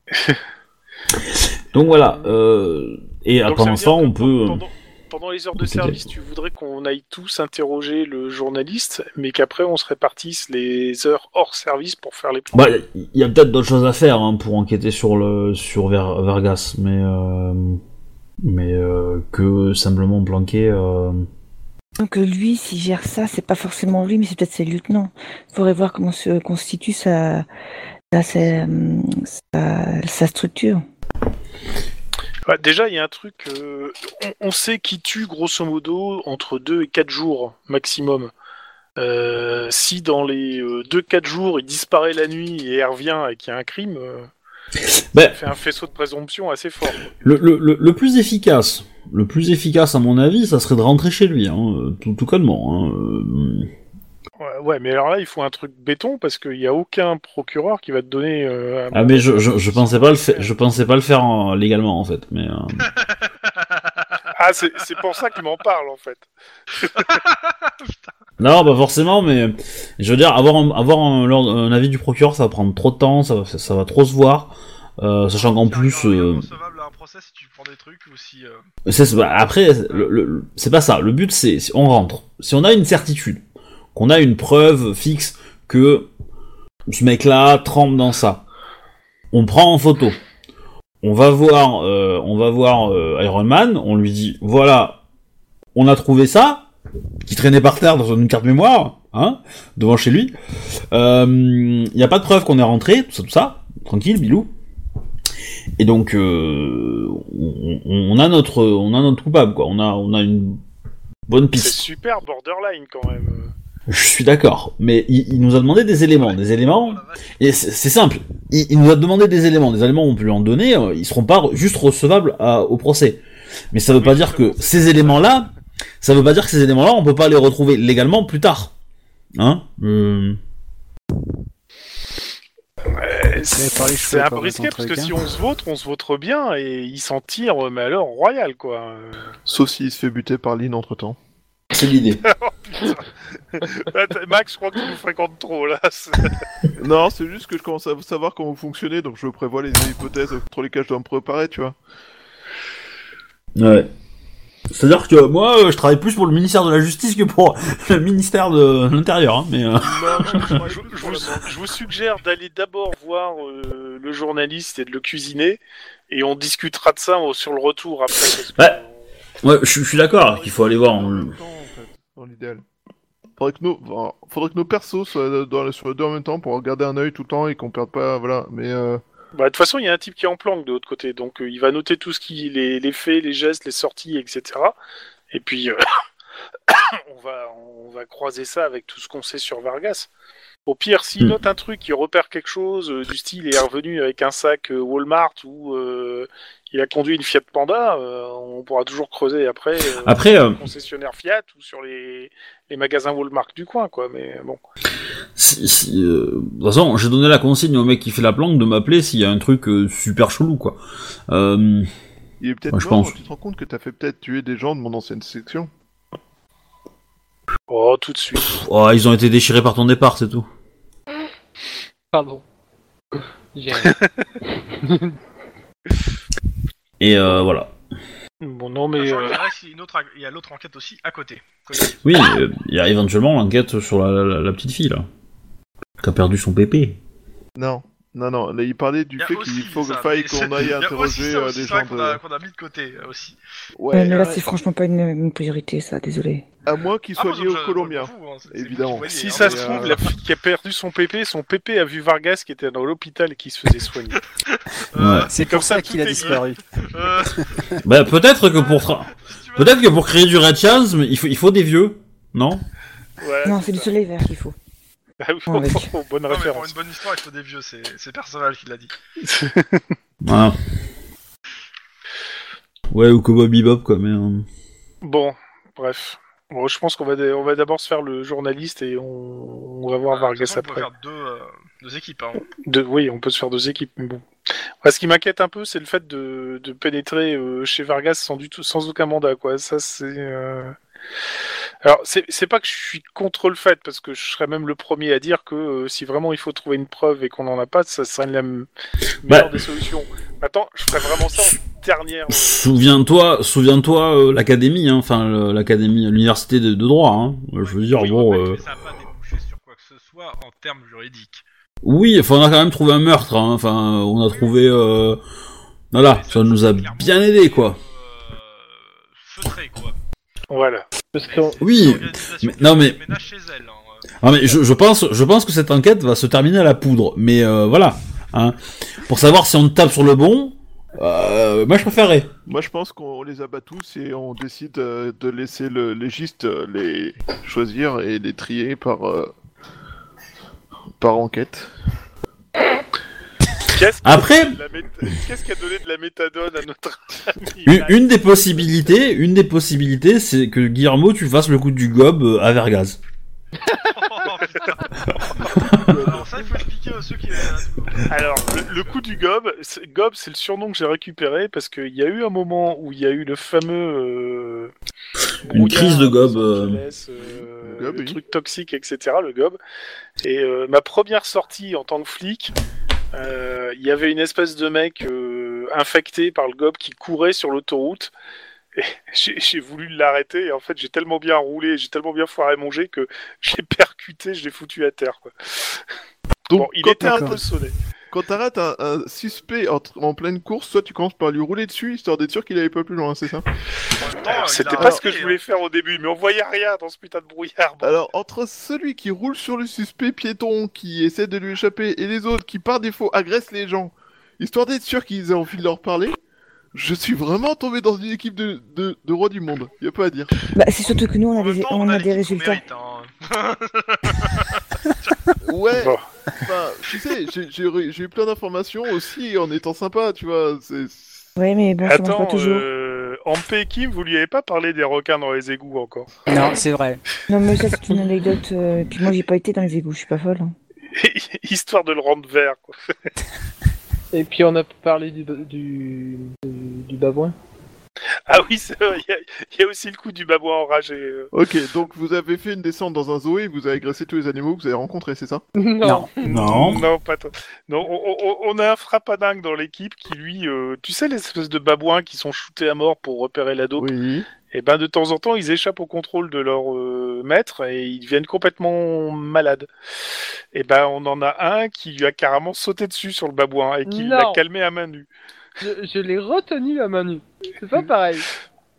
[SPEAKER 1] donc voilà euh, et à
[SPEAKER 4] Donc, ça veut
[SPEAKER 1] pendant
[SPEAKER 4] dire
[SPEAKER 1] ce temps
[SPEAKER 4] que
[SPEAKER 1] on peut euh,
[SPEAKER 4] Pendant, pendant les heures de
[SPEAKER 1] Peut-être.
[SPEAKER 4] service, tu voudrais qu'on aille tous interroger le journaliste, mais qu'après on se répartisse les heures hors service pour faire les plans.
[SPEAKER 1] bah il y a peut-être d'autres choses à faire hein, pour enquêter sur le sur Ver- Vergas mais euh, mais euh, que simplement planquer euh,
[SPEAKER 5] Donc euh, lui, s'il gère ça, c'est pas forcément lui, mais c'est peut-être ses lieutenants. Il faudrait voir comment se constitue sa, sa, sa- hum, sa- sa structure.
[SPEAKER 4] Ouais, déjà, il y a un truc. euh, on, on sait qui tue, grosso modo, entre 2 et 4 jours maximum. Euh, si dans les 2-4 jours, il disparaît la nuit et il revient et qu'il y a un crime, euh,
[SPEAKER 1] Ben.
[SPEAKER 4] ça fait un faisceau de présomption assez fort.
[SPEAKER 1] le, le, le, le plus efficace le plus efficace à mon avis ça serait de rentrer chez lui hein, euh, tout tout connement hein, euh,
[SPEAKER 4] Ouais, ouais, mais alors là, il faut un truc béton parce qu'il n'y a aucun procureur qui va te donner. euh, un-
[SPEAKER 1] Ah euh, mais je, je, je pensais pas le fa- je pensais pas le faire en- légalement en fait mais euh,
[SPEAKER 4] Ah, c'est c'est pour ça qu'il m'en parle en fait.
[SPEAKER 1] Non, bah forcément, mais je veux dire, avoir un, avoir un, leur- un avis du procureur, ça va prendre trop de temps, ça, va- ça, ça va trop se voir, euh, sachant qu'en plus,
[SPEAKER 2] C'est
[SPEAKER 1] euh,
[SPEAKER 2] recevable à un procès si tu prends des trucs ou si. euh,
[SPEAKER 1] c'est- bah, après, le- le- c'est pas ça. Le but, c'est c'est- on rentre. Si on a une certitude, qu'on a une preuve fixe que ce mec-là trempe dans ça, on prend en photo. On va voir, euh, on va voir euh, Iron Man. On lui dit, voilà, on a trouvé ça qui traînait par terre dans une carte mémoire, hein, devant chez lui. Il n'y a pas de preuve qu'on est rentré, tout ça, tout ça. Tranquille, Bilou. Et donc, euh, on, on- on a notre, on a notre coupable, quoi. On a, on a une bonne
[SPEAKER 4] C'est
[SPEAKER 1] piste.
[SPEAKER 4] super borderline quand même.
[SPEAKER 1] Je suis d'accord, mais il, il nous a demandé des éléments, des éléments. Et c'est c'est simple. Il, il nous a demandé des éléments, des éléments on peut lui en donner. euh, Ils seront pas re- juste recevables à- au procès. Mais ça veut pas dire que ces éléments-là, ça veut pas dire que ces éléments-là, on peut pas les retrouver légalement plus tard. Hein Euh,
[SPEAKER 4] Euh,
[SPEAKER 7] Mais par les
[SPEAKER 4] C'est
[SPEAKER 7] cheveux,
[SPEAKER 4] un
[SPEAKER 7] quoi,
[SPEAKER 4] peu risqué
[SPEAKER 7] ton
[SPEAKER 4] parce
[SPEAKER 7] truc,
[SPEAKER 4] que
[SPEAKER 7] hein.
[SPEAKER 4] si on se vautre, on se vautre bien et il s'en tire, euh, mais alors royal quoi. Euh,
[SPEAKER 6] Sauf s'il se fait buter par Lynn entre temps.
[SPEAKER 1] C'est l'idée.
[SPEAKER 4] Attends, Ah, Max, je crois que tu nous fréquentes trop là. C'est-
[SPEAKER 6] non, c'est juste que je commence à savoir comment vous fonctionnez, donc je prévois les hypothèses contre lesquelles je dois me préparer, tu vois.
[SPEAKER 1] Ouais. C'est-à-dire que moi, euh, je travaille plus pour le ministère de la Justice que pour le ministère de l'Intérieur. hein, mais euh,
[SPEAKER 6] Non, non, je travaille
[SPEAKER 4] Je,
[SPEAKER 6] plus
[SPEAKER 4] je
[SPEAKER 6] pour
[SPEAKER 4] vous,
[SPEAKER 6] la mort.
[SPEAKER 4] je vous suggère d'aller d'abord voir euh, le journaliste et de le cuisiner et on discutera de ça au- sur le retour après. parce que-
[SPEAKER 1] Ouais. ouais, je, je suis d'accord Ah, qu'il faut aller voir. hein,
[SPEAKER 6] En
[SPEAKER 1] on-
[SPEAKER 6] même temps, en fait, dans l'idéal. Faudrait que nos, enfin, faudrait que nos persos soient dans la- sur les deux en même temps pour garder un œil tout le temps et qu'on perde pas, voilà. Mais euh,
[SPEAKER 4] Bah, de toute façon, il y a un type qui est en planque de l'autre côté, donc euh, il va noter tout ce qui les, les faits, les gestes, les sorties, etc. Et puis euh, on va on va croiser ça avec tout ce qu'on sait sur Vargas. Au pire, s'il
[SPEAKER 1] Hmm.
[SPEAKER 4] note un truc, il repère quelque chose euh, du style il est revenu avec un sac euh, Walmart ou euh, il a conduit une Fiat Panda, euh, on pourra toujours creuser après. euh,
[SPEAKER 1] Après, euh,
[SPEAKER 4] concessionnaire Fiat ou sur les, les magasins Walmart du coin, quoi. Mais bon.
[SPEAKER 1] Si, si, euh, de toute façon, j'ai donné la consigne au mec qui fait la planque de m'appeler s'il y a un truc euh, super chelou, quoi. Euh,
[SPEAKER 6] il est peut-être
[SPEAKER 1] Moi, je
[SPEAKER 6] mort,
[SPEAKER 1] pense.
[SPEAKER 6] tu te rends compte que t'as fait peut-être tuer des gens de mon ancienne section.
[SPEAKER 4] Oh, tout de suite.
[SPEAKER 1] pff, oh, ils ont été déchirés par ton départ, c'est tout.
[SPEAKER 3] Pardon. J'ai rien.
[SPEAKER 1] Et euh, voilà.
[SPEAKER 4] Bon, non,
[SPEAKER 2] je
[SPEAKER 4] mais. euh,
[SPEAKER 2] dirais qu'il y a une autre- Il y a l'autre enquête aussi à côté.
[SPEAKER 1] Oui, euh, il y a éventuellement l'enquête sur la, la- la petite fille, là. Qui a perdu son pépé.
[SPEAKER 6] Non, non, non. Là, il parlait du
[SPEAKER 2] Il y a
[SPEAKER 6] fait
[SPEAKER 2] aussi
[SPEAKER 6] qu'il faut que
[SPEAKER 2] ça,
[SPEAKER 6] faille
[SPEAKER 2] mais c'est-
[SPEAKER 6] qu'on aille
[SPEAKER 2] il y a aussi
[SPEAKER 6] interroger
[SPEAKER 2] ça
[SPEAKER 6] euh,
[SPEAKER 2] aussi,
[SPEAKER 6] des
[SPEAKER 2] c'est vrai
[SPEAKER 6] gens
[SPEAKER 2] qu'on
[SPEAKER 6] de.
[SPEAKER 2] a- qu'on a mis de côté euh, aussi.
[SPEAKER 6] Ouais,
[SPEAKER 5] Ouais, mais là,
[SPEAKER 6] ouais.
[SPEAKER 5] c'est franchement pas une, une priorité, ça, désolé.
[SPEAKER 6] à moins qu'ils
[SPEAKER 2] Ah,
[SPEAKER 6] soient
[SPEAKER 2] moi, ça
[SPEAKER 6] liés
[SPEAKER 2] me-
[SPEAKER 6] aux
[SPEAKER 2] ça me
[SPEAKER 6] Colombiens.
[SPEAKER 2] fout, hein, c'est- c'est
[SPEAKER 6] Évidemment.
[SPEAKER 2] vous qui voyez,
[SPEAKER 4] Si
[SPEAKER 2] hein,
[SPEAKER 4] ça se
[SPEAKER 2] mais,
[SPEAKER 6] euh,
[SPEAKER 4] trouve, la fille qui a perdu son pépé, son pépé a vu Vargas qui était dans l'hôpital et qui se faisait soigner.
[SPEAKER 1] Ouais.
[SPEAKER 7] C'est
[SPEAKER 4] comme
[SPEAKER 7] pour ça
[SPEAKER 4] ça,
[SPEAKER 7] qu'il a
[SPEAKER 4] tout est
[SPEAKER 7] disparu.
[SPEAKER 2] euh,
[SPEAKER 1] bah, peut-être que pour tra-
[SPEAKER 2] si tu veux-
[SPEAKER 1] peut-être que pour créer du racisme, il faut, il faut des vieux, non
[SPEAKER 4] Voilà,
[SPEAKER 5] Non, c'est du
[SPEAKER 4] ça.
[SPEAKER 5] soleil vert qu'il faut.
[SPEAKER 4] Ah oui, bon, bon, bonne
[SPEAKER 2] Non, mais pour une
[SPEAKER 4] référence.
[SPEAKER 2] bonne histoire, il faut des vieux, c'est c'est Perceval qui l'a dit.
[SPEAKER 1] Voilà. Ouais, ou Cowboy Bebop, quoi, mais... euh,
[SPEAKER 4] Bon, bref. Bon, je pense qu'on va, d'a- on va d'abord se faire le journaliste et on, on va voir
[SPEAKER 2] De toute
[SPEAKER 4] Vargas
[SPEAKER 2] façon, On
[SPEAKER 4] après.
[SPEAKER 2] peut faire deux, euh, deux équipes. hein.
[SPEAKER 4] Deux- oui, on peut se faire deux équipes, mais bon. Moi, ce qui m'inquiète un peu, c'est le fait de, de pénétrer euh, chez Vargas sans du tout, sans aucun mandat, quoi. Ça, c'est. euh, Alors, c'est c'est pas que je suis contre le fait, parce que je serais même le premier à dire que euh, si vraiment il faut trouver une preuve et qu'on n'en a pas, ça serait la m- meilleure
[SPEAKER 1] Bah.
[SPEAKER 4] des solutions. Maintenant, je ferais vraiment ça en dernière. euh,
[SPEAKER 1] Souviens-toi, souviens-toi euh, l'académie, hein, enfin le- l'académie, l'université de, de droit. Hein. Euh, Je veux dire,
[SPEAKER 2] Oui,
[SPEAKER 1] bon,
[SPEAKER 2] en fait,
[SPEAKER 1] euh,
[SPEAKER 2] mais ça n'a pas débouché sur quoi que ce soit en termes juridiques.
[SPEAKER 1] oui, enfin on a quand même trouvé un meurtre. hein. Enfin, euh, on a trouvé, euh, voilà,
[SPEAKER 2] Mais
[SPEAKER 1] ça nous a
[SPEAKER 2] c'est clairement,
[SPEAKER 1] bien aidé, quoi.
[SPEAKER 2] euh, Feutré, quoi.
[SPEAKER 4] Voilà.
[SPEAKER 3] Parce que
[SPEAKER 1] Oui. mais- non, mais-
[SPEAKER 2] Ménage chez elle. hein.
[SPEAKER 1] Ah mais je, je pense, je pense que cette enquête va se terminer à la poudre. Mais euh, voilà, hein. pour savoir si on tape sur le bon, euh, moi je préférais.
[SPEAKER 6] Moi, je pense qu'on les abat tous et on décide euh, de laisser le légiste euh, les choisir et les trier par euh, par enquête.
[SPEAKER 4] Qu'est-ce qui a
[SPEAKER 1] Après-
[SPEAKER 4] donné de la mét- Qu'est-ce qui a donné de la méthadone à notre ami
[SPEAKER 1] Une, une des possibilités, une des possibilités, c'est que Guillermo, tu fasses le coup du gob euh, à Vergaz.
[SPEAKER 2] Oh, putain. Alors ça, il faut expliquer aux ceux qui. euh,
[SPEAKER 4] Alors, le, le coup du Gob, c'est- Gob, c'est le surnom que j'ai récupéré parce qu'il y a eu un moment où il y a eu le fameux. euh,
[SPEAKER 1] Une
[SPEAKER 4] brouillard
[SPEAKER 1] crise de Gob,
[SPEAKER 4] à Los Angeles,
[SPEAKER 6] Le
[SPEAKER 4] euh,
[SPEAKER 6] Gob,
[SPEAKER 4] le
[SPEAKER 6] oui.
[SPEAKER 4] truc toxique, etc. Le Gob. Et euh, ma première sortie en tant que flic, euh, il y avait une espèce de mec euh, infecté par le Gob qui courait sur l'autoroute. Et J'ai j'ai voulu l'arrêter et en fait j'ai tellement bien roulé, j'ai tellement bien foiré mon jet que j'ai percuté, je l'ai foutu à terre. Quoi.
[SPEAKER 6] Donc,
[SPEAKER 4] Bon, il
[SPEAKER 6] quand
[SPEAKER 4] était un
[SPEAKER 6] t'arrêtes-
[SPEAKER 4] peu sonné.
[SPEAKER 6] Quand t'arrêtes un, un suspect en, en pleine course, soit tu commences par lui rouler dessus, histoire d'être sûr qu'il allait pas plus loin, c'est ça
[SPEAKER 2] en même temps, euh,
[SPEAKER 4] Alors,
[SPEAKER 2] Ah, il
[SPEAKER 4] C'était
[SPEAKER 2] a hein.
[SPEAKER 4] pas ce que
[SPEAKER 2] marqué,
[SPEAKER 4] je voulais faire au début, mais on voyait rien dans ce putain de brouillard. Bon,
[SPEAKER 6] Alors, entre celui qui roule sur le suspect piéton, qui essaie de lui échapper, et les autres qui, par défaut, agressent les gens, histoire d'être sûr qu'ils aient envie de leur parler, je suis vraiment tombé dans une équipe de, de, de rois du monde, y a pas à dire.
[SPEAKER 5] Bah, c'est surtout que nous, on
[SPEAKER 2] hein.
[SPEAKER 5] a
[SPEAKER 2] En même
[SPEAKER 5] des,
[SPEAKER 2] temps,
[SPEAKER 5] on a des
[SPEAKER 2] l'équipe qu'on
[SPEAKER 5] résultats.
[SPEAKER 2] mérite, hein.
[SPEAKER 5] Ah
[SPEAKER 6] Ouais,
[SPEAKER 4] Bon.
[SPEAKER 6] enfin, tu sais, j'ai- j'ai re- j'ai eu plein d'informations aussi en étant sympa, tu vois, c'est...
[SPEAKER 5] Ouais, mais bon, ça marche
[SPEAKER 4] Attends,
[SPEAKER 5] pas toujours.
[SPEAKER 4] euh, Ampé et Kim, vous lui avez pas parlé des requins dans les égouts encore
[SPEAKER 7] Non, c'est vrai.
[SPEAKER 5] Non, mais ça, c'est une anecdote. euh, Puis moi, j'ai pas été dans les égouts, je suis pas folle. hein.
[SPEAKER 4] Histoire de le rendre vert. Quoi.
[SPEAKER 3] Et puis on a parlé du, du, du, du babouin.
[SPEAKER 4] Ah oui, c'est vrai, il y, a- il y a aussi le coup du babouin enragé. euh.
[SPEAKER 6] Ok, donc vous avez fait une descente dans un zoo et vous avez agressé tous les animaux que vous avez rencontrés, c'est ça
[SPEAKER 7] Non.
[SPEAKER 1] Non.
[SPEAKER 4] Non, pas toi. Non, on, on- on a un frappadingue dans l'équipe qui, lui, euh, tu sais, l'espèce de babouins qui sont shootés à mort pour repérer l'ado
[SPEAKER 6] Oui.
[SPEAKER 4] Et ben de temps en temps, ils échappent au contrôle de leur euh, maître et ils deviennent complètement malades. Et ben on en a un qui lui a carrément sauté dessus sur le babouin et qui
[SPEAKER 3] Non.
[SPEAKER 4] l'a calmé à main nue.
[SPEAKER 3] Je, je l'ai retenu à main nue. C'est pas pareil.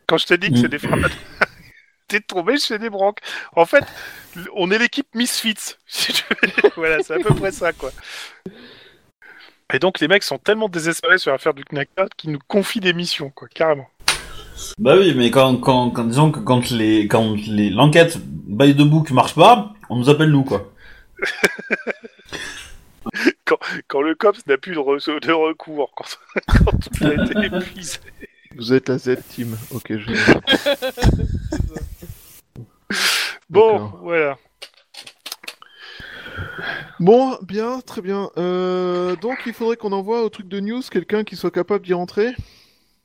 [SPEAKER 4] Quand je t'ai dit que c'est des frappes, t'es tombé chez des branques. En fait, l- on est l'équipe Misfits. si tu veux. voilà, c'est à peu près ça quoi. Et donc les mecs sont tellement désespérés sur l'affaire du Knackard qu'ils nous confient des missions quoi, carrément.
[SPEAKER 1] Bah oui, mais quand, quand, quand disons que quand les, quand les, l'enquête by the book marche pas, on nous appelle nous, quoi.
[SPEAKER 4] Quand le cops n'a plus de, re- de recours, quand, quand tout a été épuisé.
[SPEAKER 6] Vous êtes la Z-Team, ok, je...
[SPEAKER 4] Bon,
[SPEAKER 6] D'accord.
[SPEAKER 4] voilà.
[SPEAKER 6] Bon, bien, très bien. Euh, donc, il faudrait qu'on envoie au truc de news quelqu'un qui soit capable d'y rentrer.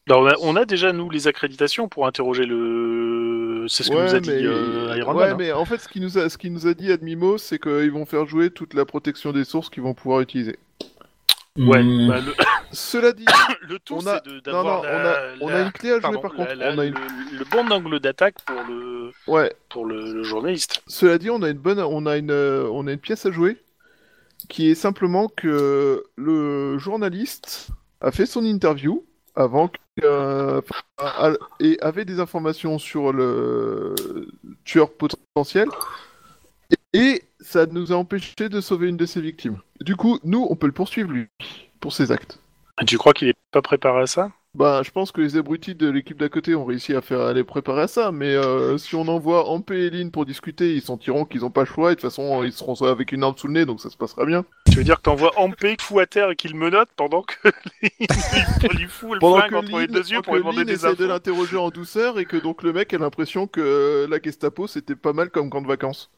[SPEAKER 4] Bah, on, a, on a déjà, nous, les accréditations pour interroger le. C'est ce que nous a dit euh, Iron
[SPEAKER 6] ouais,
[SPEAKER 4] Man, hein.
[SPEAKER 6] mais en fait, ce qu'il nous a, ce qu'il nous a dit Admimo, c'est qu'ils vont faire jouer toute la protection des sources qu'ils vont pouvoir utiliser.
[SPEAKER 4] Ouais,
[SPEAKER 1] Hmm.
[SPEAKER 4] bah, le,
[SPEAKER 6] Cela dit,
[SPEAKER 4] le tout,
[SPEAKER 6] On a-
[SPEAKER 4] c'est de-
[SPEAKER 6] non, non,
[SPEAKER 4] d'avoir. la-
[SPEAKER 6] on, a, on
[SPEAKER 4] la-
[SPEAKER 6] a une clé à jouer
[SPEAKER 4] pardon,
[SPEAKER 6] par
[SPEAKER 4] la-
[SPEAKER 6] contre.
[SPEAKER 4] la-
[SPEAKER 6] on a une...
[SPEAKER 4] le, le bon angle d'attaque pour le,
[SPEAKER 6] Ouais.
[SPEAKER 4] pour le, le journaliste.
[SPEAKER 6] Cela dit, on a une bonne, on a une, euh, on a une pièce à jouer, qui est simplement que le journaliste a fait son interview avant que, euh, a- a- et avait des informations sur le tueur potentiel, et ça nous a empêché de sauver une de ses victimes. Du coup, nous, on peut le poursuivre lui pour ses actes.
[SPEAKER 4] Tu crois qu'il est pas préparé à ça
[SPEAKER 6] Bah, je pense que les abrutis de l'équipe d'à côté ont réussi à faire à les préparer à ça, mais euh, si on envoie Ampé et Lynn pour discuter, ils sentiront qu'ils ont pas le choix, et de toute façon, ils seront avec une arme sous le nez, donc ça se passera bien.
[SPEAKER 4] Tu veux dire que t'envoies Ampé fou à terre et qu'il menotte pendant que. il lui fout le
[SPEAKER 6] Pendant
[SPEAKER 4] flingue
[SPEAKER 6] que
[SPEAKER 4] entre les
[SPEAKER 6] Lynn,
[SPEAKER 4] deux yeux
[SPEAKER 6] pendant
[SPEAKER 4] pour
[SPEAKER 6] que
[SPEAKER 4] lui demander
[SPEAKER 6] Lynn
[SPEAKER 4] des
[SPEAKER 6] essaie de
[SPEAKER 4] infos.
[SPEAKER 6] l'interroger en douceur, et que donc le mec a l'impression que euh, la Gestapo, c'était pas mal comme camp de vacances.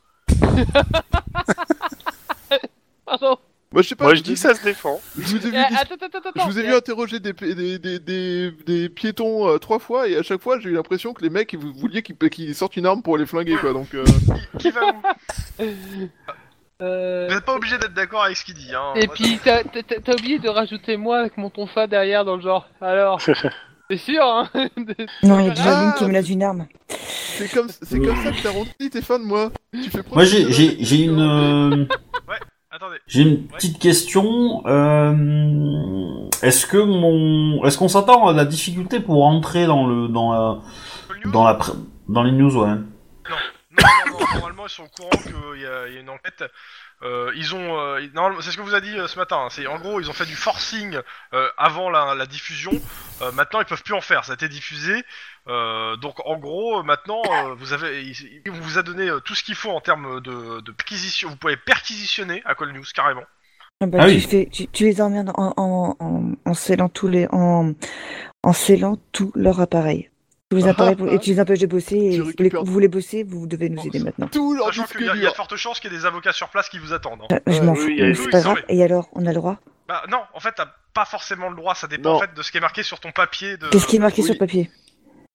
[SPEAKER 3] Pardon.
[SPEAKER 6] Moi, Bah, je sais pas,
[SPEAKER 4] Moi,
[SPEAKER 6] je
[SPEAKER 4] je dis
[SPEAKER 6] vous
[SPEAKER 4] que ça se défend.
[SPEAKER 6] ai- Je vous ai
[SPEAKER 3] Eh,
[SPEAKER 6] vu, dis-
[SPEAKER 3] attends, attends, attends,
[SPEAKER 6] je vous ai vu
[SPEAKER 3] attends.
[SPEAKER 6] interroger des, pi- des, des, des, des piétons euh, trois fois, et à chaque fois, j'ai eu l'impression que les mecs, ils vou- voulaient qu'ils qu'ils sortent une arme pour les flinguer, quoi, donc... euh,
[SPEAKER 2] Qui- Qui va où
[SPEAKER 3] Euh,
[SPEAKER 2] Vous n'êtes pas obligé d'être d'accord avec ce qu'il dit. Hein.
[SPEAKER 3] Et
[SPEAKER 2] Moi,
[SPEAKER 3] puis t'as t'as- t'as- t'as oublié de rajouter moi avec mon tonfa derrière dans le genre. Alors, c'est sûr, hein
[SPEAKER 5] Non, il y a déjà
[SPEAKER 6] Ah
[SPEAKER 5] l'une qui me lâche une arme.
[SPEAKER 6] C'est comme, c'est comme ça que t'arrondis tes fins de mois. Tu fais preuve
[SPEAKER 1] Moi,
[SPEAKER 6] de-
[SPEAKER 1] j'ai, j'ai, j'ai une, euh,
[SPEAKER 2] Attendez.
[SPEAKER 1] j'ai une petite question. Euh, est-ce que mon, est-ce qu'on s'attend à la difficulté pour entrer dans le, dans la,
[SPEAKER 2] Apple News
[SPEAKER 1] dans la, pré- dans les news, ouais.
[SPEAKER 2] Non, non, non, normalement, ils sont au courant qu'il y, a il y a une enquête. Euh, ils ont, euh, ils- normalement, c'est ce que vous a dit euh, ce matin. hein. C'est en gros, ils ont fait du forcing euh, avant la, la diffusion. Euh, maintenant, ils peuvent plus en faire. Ça a été diffusé. Euh, donc, en gros, euh, maintenant, euh, vous avez, ils- ils- on vous a donné euh, tout ce qu'il faut en termes de, de perquisition. Vous pouvez perquisitionner à Call News carrément.
[SPEAKER 5] Ah bah,
[SPEAKER 1] Ah
[SPEAKER 5] tu,
[SPEAKER 1] oui.
[SPEAKER 5] fais- tu, tu les emmerdes en, en, en, en scellant tous les, en, en scellant tout leur appareil. Tous les intérêts pour- et tous les intérêts que j'ai bossé, et
[SPEAKER 6] Tu
[SPEAKER 5] vous, voulez,
[SPEAKER 6] récupères-
[SPEAKER 5] vous voulez bosser, vous devez nous aider maintenant.
[SPEAKER 6] Tout leur
[SPEAKER 2] Sachant
[SPEAKER 6] disque
[SPEAKER 2] qu'il y, a- il y a de
[SPEAKER 6] dur.
[SPEAKER 2] fortes chances qu'il y ait des avocats sur place qui vous attendent. hein.
[SPEAKER 5] Ah, je
[SPEAKER 4] Ouais,
[SPEAKER 5] m'en
[SPEAKER 4] oui,
[SPEAKER 5] fous,
[SPEAKER 4] il y a-
[SPEAKER 5] mais
[SPEAKER 2] oui,
[SPEAKER 5] c'est pas
[SPEAKER 2] c'est
[SPEAKER 5] grave.
[SPEAKER 2] vrai.
[SPEAKER 5] Et alors, on a le
[SPEAKER 6] Euh,
[SPEAKER 5] droit
[SPEAKER 2] Bah non, en fait, t'as pas forcément le droit. Ça dépend
[SPEAKER 6] Non.
[SPEAKER 2] en fait de ce qui est marqué sur ton papier. De...
[SPEAKER 5] Qu'est-ce qui est marqué
[SPEAKER 6] oui.
[SPEAKER 5] sur le papier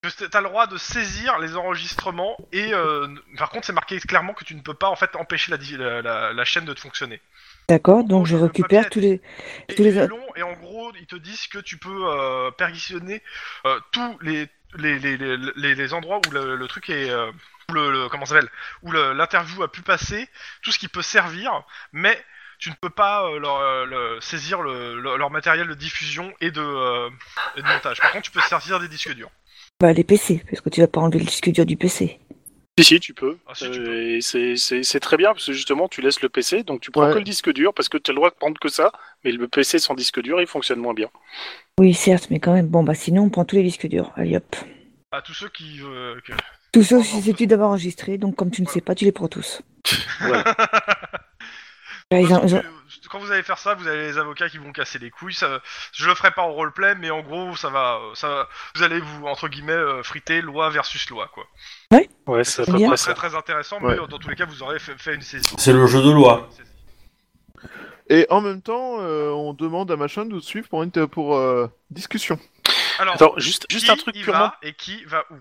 [SPEAKER 2] que T'as le droit de saisir les enregistrements et euh, n- par contre, c'est marqué clairement que tu ne peux pas en fait empêcher la, di- la, la- la chaîne de te fonctionner.
[SPEAKER 5] D'accord, donc je
[SPEAKER 2] le
[SPEAKER 5] récupère
[SPEAKER 2] papier-
[SPEAKER 5] tous les.
[SPEAKER 2] Et,
[SPEAKER 5] Tous les
[SPEAKER 2] c'est
[SPEAKER 5] a-
[SPEAKER 2] long, et en gros, ils te disent que tu peux euh, perquisitionner euh, tous les les, les, les, les- les endroits où le, le truc est euh, où le, le- comment ça s'appelle où le- l'interview a pu passer, tout ce qui peut servir, mais tu ne peux pas euh, leur, euh, le- saisir le- le- leur matériel de diffusion et de, euh, et de montage. Par contre, tu peux saisir des disques durs.
[SPEAKER 5] Bah, les PC, parce que tu vas pas enlever le disque dur du PC.
[SPEAKER 4] Si, si, tu peux.
[SPEAKER 2] Ah, si, tu
[SPEAKER 4] Euh,
[SPEAKER 2] peux.
[SPEAKER 4] et c'est- C'est c'est très bien parce que justement, tu laisses le PC, donc tu prends
[SPEAKER 6] Ouais.
[SPEAKER 4] que le disque dur parce que tu as le droit de prendre que ça, mais le PC sans disque dur, il fonctionne moins bien.
[SPEAKER 5] Oui, certes, mais quand même, bon, bah sinon, on prend tous les disques durs. Allez hop.
[SPEAKER 2] À tous ceux qui, euh, que-
[SPEAKER 5] Tous ceux susceptibles d'avoir enregistré, donc comme tu ne sais pas, tu les prends tous.
[SPEAKER 2] Bah,
[SPEAKER 5] Là, ils ont- ils ont-
[SPEAKER 2] Quand vous allez faire ça, vous avez les avocats qui vont casser les couilles. Ça, je le ferai pas en roleplay, mais en gros, ça va, ça, va- vous allez vous entre guillemets euh, friter loi versus loi, quoi.
[SPEAKER 4] Ouais, c'est à
[SPEAKER 5] C'est
[SPEAKER 4] peu
[SPEAKER 5] bien.
[SPEAKER 4] près
[SPEAKER 2] Très
[SPEAKER 4] ça.
[SPEAKER 2] très intéressant,
[SPEAKER 6] Ouais.
[SPEAKER 2] mais dans tous les cas, vous aurez fait, fait une saisie.
[SPEAKER 1] C'est le jeu de loi.
[SPEAKER 6] Et en même temps, euh, on demande à machin de nous suivre pour, une- pour euh, discussion.
[SPEAKER 2] Alors,
[SPEAKER 4] Attends, juste,
[SPEAKER 2] qui
[SPEAKER 4] juste un truc
[SPEAKER 2] y
[SPEAKER 4] purement
[SPEAKER 2] va et qui va où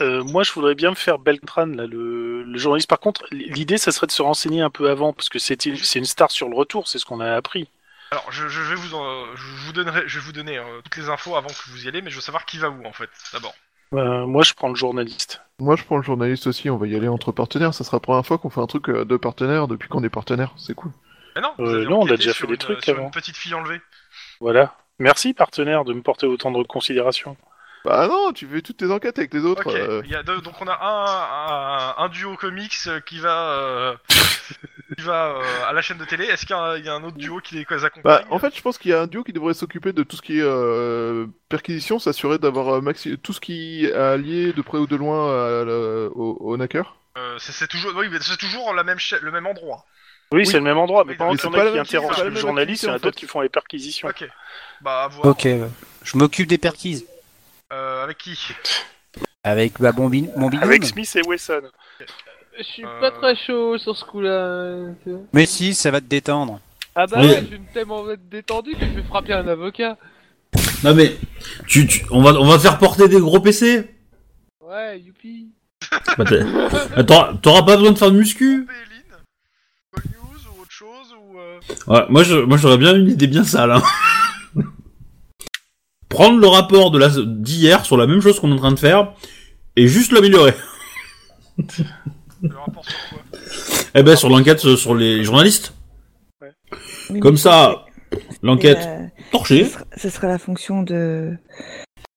[SPEAKER 4] Euh, moi, je voudrais bien me faire Beltran, là, le, le journaliste. Par contre, l'idée, ça serait de se renseigner un peu avant, parce que c'est une, c'est une star sur le retour, c'est ce qu'on a appris.
[SPEAKER 2] Alors, je, je vais vous, en- je vous donnerai, je vais vous donner euh, toutes les infos avant que vous y allez, mais je veux savoir qui va où en fait, d'abord.
[SPEAKER 4] Euh, moi, je prends le journaliste.
[SPEAKER 6] Moi, je prends le journaliste aussi, on va y aller entre partenaires. Ça sera la première fois qu'on fait un truc euh, de partenaires depuis qu'on est partenaires, c'est cool.
[SPEAKER 2] Mais non, vous
[SPEAKER 4] Euh,
[SPEAKER 2] allez
[SPEAKER 4] non, on a
[SPEAKER 2] enquêter
[SPEAKER 4] déjà
[SPEAKER 2] sur
[SPEAKER 4] fait des
[SPEAKER 2] une-
[SPEAKER 4] trucs
[SPEAKER 2] sur
[SPEAKER 4] avant.
[SPEAKER 2] Une petite fille enlevée.
[SPEAKER 4] Voilà. Merci, partenaire, de me porter autant de considération.
[SPEAKER 6] Bah non, tu fais toutes tes enquêtes avec les autres.
[SPEAKER 2] Ok,
[SPEAKER 6] euh,
[SPEAKER 2] il y a deux- donc on a un, un, un duo comics euh, qui va, euh, qui va euh, à la chaîne de télé. Est-ce qu'il y, a un- il y a un autre duo qui les qui les accompagne
[SPEAKER 6] Bah, en fait, je pense qu'il y a un duo qui devrait s'occuper de tout ce qui est euh, perquisition, s'assurer d'avoir euh, maxi- tout ce qui est lié de près ou de loin à la- au, au hacker.
[SPEAKER 2] Euh, c'est, c'est toujours, oui, mais c'est toujours la même cha- le même endroit.
[SPEAKER 4] Oui, c'est le même endroit, mais
[SPEAKER 2] Oui,
[SPEAKER 4] pendant
[SPEAKER 2] mais
[SPEAKER 4] qu'il y en
[SPEAKER 6] c'est pas
[SPEAKER 4] a
[SPEAKER 6] la
[SPEAKER 4] qui
[SPEAKER 6] même- c'est pas
[SPEAKER 4] interrogent
[SPEAKER 6] la
[SPEAKER 4] le
[SPEAKER 6] même
[SPEAKER 4] journaliste, il y en a
[SPEAKER 6] activité, en
[SPEAKER 4] d'autres qui font les perquisitions.
[SPEAKER 2] Ok. Bah à voir.
[SPEAKER 7] Ok, ouais. je m'occupe des perquises.
[SPEAKER 2] Euh, avec qui
[SPEAKER 7] Avec bah, mon, bi- mon binôme.
[SPEAKER 4] Avec Smith et Wesson.
[SPEAKER 3] Je suis
[SPEAKER 2] Euh.
[SPEAKER 3] pas très chaud sur ce coup-là. euh, tu vois.
[SPEAKER 7] Mais si, ça va te détendre.
[SPEAKER 3] Ah bah
[SPEAKER 1] Oui.
[SPEAKER 3] ouais, je vais me tellement être détendu que je vais frapper un avocat.
[SPEAKER 1] Non mais, tu, tu- on, va, on va te faire porter des gros PC
[SPEAKER 3] Ouais, youpi.
[SPEAKER 1] Bah, t'es- bah, t'auras- T'auras pas besoin de faire de muscu
[SPEAKER 2] Béline Call News ou autre chose ou euh,
[SPEAKER 1] Ouais, moi, je- moi j'aurais bien une idée bien sale. hein. Prendre le rapport de la d'hier sur la même chose qu'on est en train de faire et juste l'améliorer.
[SPEAKER 2] le rapport sur quoi
[SPEAKER 1] Eh ben sur l'enquête euh, sur les journalistes.
[SPEAKER 5] oui, mais
[SPEAKER 1] Comme
[SPEAKER 5] je
[SPEAKER 1] ça,
[SPEAKER 5] pense que-
[SPEAKER 1] l'enquête
[SPEAKER 5] euh, ce,
[SPEAKER 1] torchée.
[SPEAKER 5] sera, ce sera la fonction de.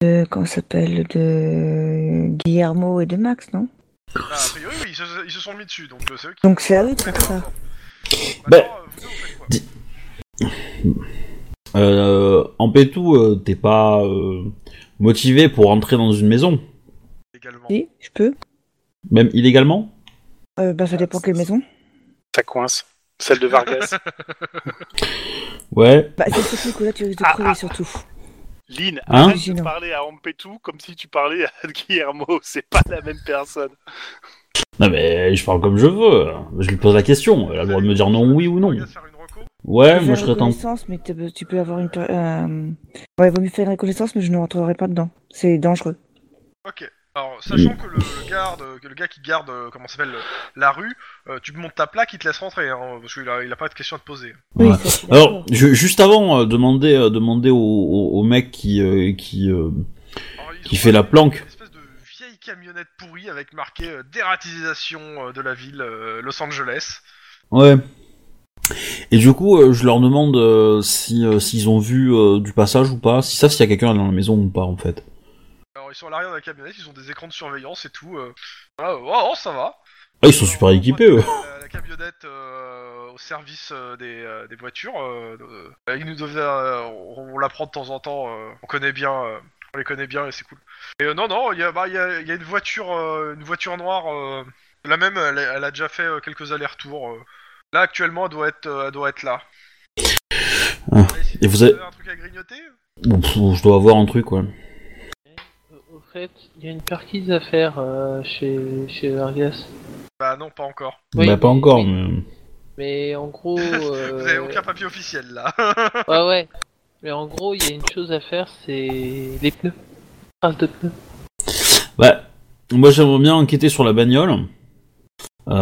[SPEAKER 5] de comment ça s'appelle De Guillermo et de Max, non
[SPEAKER 2] Bah,
[SPEAKER 4] Ah,
[SPEAKER 2] A priori, oui, ils se, ils se sont mis dessus, donc euh, c'est eux qui.
[SPEAKER 5] Donc c'est à eux de faire ça.
[SPEAKER 1] Bah-
[SPEAKER 2] Maintenant, euh, vous deux, vous faites quoi
[SPEAKER 1] Euh, en pétou, euh, t'es pas euh, motivé pour entrer dans une maison,
[SPEAKER 2] Également.
[SPEAKER 5] Si, je peux
[SPEAKER 1] même illégalement
[SPEAKER 5] Euh, Bah, ça dépend quelle maison.
[SPEAKER 4] Ça coince. Celle de Vargas.
[SPEAKER 1] Ouais.
[SPEAKER 5] Bah, c'est surtout que là, tu risques
[SPEAKER 2] Ah,
[SPEAKER 5] de crever, surtout.
[SPEAKER 4] Lynn,
[SPEAKER 1] Hein
[SPEAKER 4] arrête de parler à Ampetou comme si tu parlais à Guillermo. C'est pas la même personne.
[SPEAKER 1] Non mais je parle comme je veux. Je lui pose Euh, la question. Elle a le droit de me dire non, oui ou non.
[SPEAKER 2] Vargas faire une reco
[SPEAKER 1] Ouais, moi
[SPEAKER 5] Tu fais
[SPEAKER 1] je
[SPEAKER 5] une
[SPEAKER 1] serais tenté.
[SPEAKER 5] reconnaissance, mais t'es- tu peux avoir une. per- euh, Ouais, vaut mieux faire une reconnaissance, mais je ne rentrerai pas dedans. C'est dangereux.
[SPEAKER 2] Ok. Alors, sachant que le, le garde, que le gars qui garde, euh, comment ça s'appelle, euh, la rue, euh, tu montes ta plaque, il te laisse rentrer, hein, parce qu'il a, il a pas de question à te poser.
[SPEAKER 5] Oui,
[SPEAKER 1] Ouais.
[SPEAKER 5] ça, je suis d'accord.
[SPEAKER 1] Alors, je- juste avant, euh, demander, euh, demander au, au- au mec qui, euh, qui, euh,
[SPEAKER 2] Alors, ils
[SPEAKER 1] Qui
[SPEAKER 2] ont
[SPEAKER 1] fait la
[SPEAKER 2] une-
[SPEAKER 1] planque.
[SPEAKER 2] Une espèce de vieille camionnette pourrie avec marqué euh, dératisation euh, de la ville euh, Los Angeles.
[SPEAKER 1] ouais. Et du coup, euh, je leur demande euh, si euh, s'ils ont vu euh, du passage ou pas, s'ils savent s'il y a quelqu'un dans la maison ou pas en fait.
[SPEAKER 2] Alors, ils sont à l'arrière de la camionnette, ils ont des écrans de surveillance et tout. euh. Voilà, euh, oh, oh, ça va.
[SPEAKER 1] Ah, ils sont super
[SPEAKER 2] Alors, on
[SPEAKER 1] équipés
[SPEAKER 2] voit
[SPEAKER 1] eux.
[SPEAKER 2] que La, la camionnette euh, au service euh, des, euh, des voitures. euh, de- euh, ils nous donnent, euh, on, on la prend de temps en temps. euh, on connaît bien, euh, on les connaît bien et c'est cool. Et euh, non, non, il y a, bah, il y a- il y a une voiture, euh, une voiture noire. euh, la même, elle, a- elle a déjà fait euh, quelques allers-retours. euh. Là, actuellement, elle doit être, euh, elle doit être là.
[SPEAKER 1] Ah,
[SPEAKER 2] Allez, si
[SPEAKER 1] et vous avez-
[SPEAKER 2] un truc à grignoter
[SPEAKER 1] Bon, pff, je dois avoir un truc, ouais.
[SPEAKER 3] Euh, fait, il y a une parquise à faire euh, chez, chez Vargas.
[SPEAKER 2] Bah non, pas encore.
[SPEAKER 3] Oui,
[SPEAKER 1] bah, pas
[SPEAKER 3] mais-
[SPEAKER 1] encore,
[SPEAKER 3] oui.
[SPEAKER 1] mais...
[SPEAKER 3] Mais en gros. euh,
[SPEAKER 2] Vous avez aucun papier officiel là.
[SPEAKER 3] Ouais, ouais. Mais en gros, il y a une chose à faire, c'est les pneus. Traces de pneus.
[SPEAKER 1] Bah, moi j'aimerais bien enquêter sur la bagnole. Euh,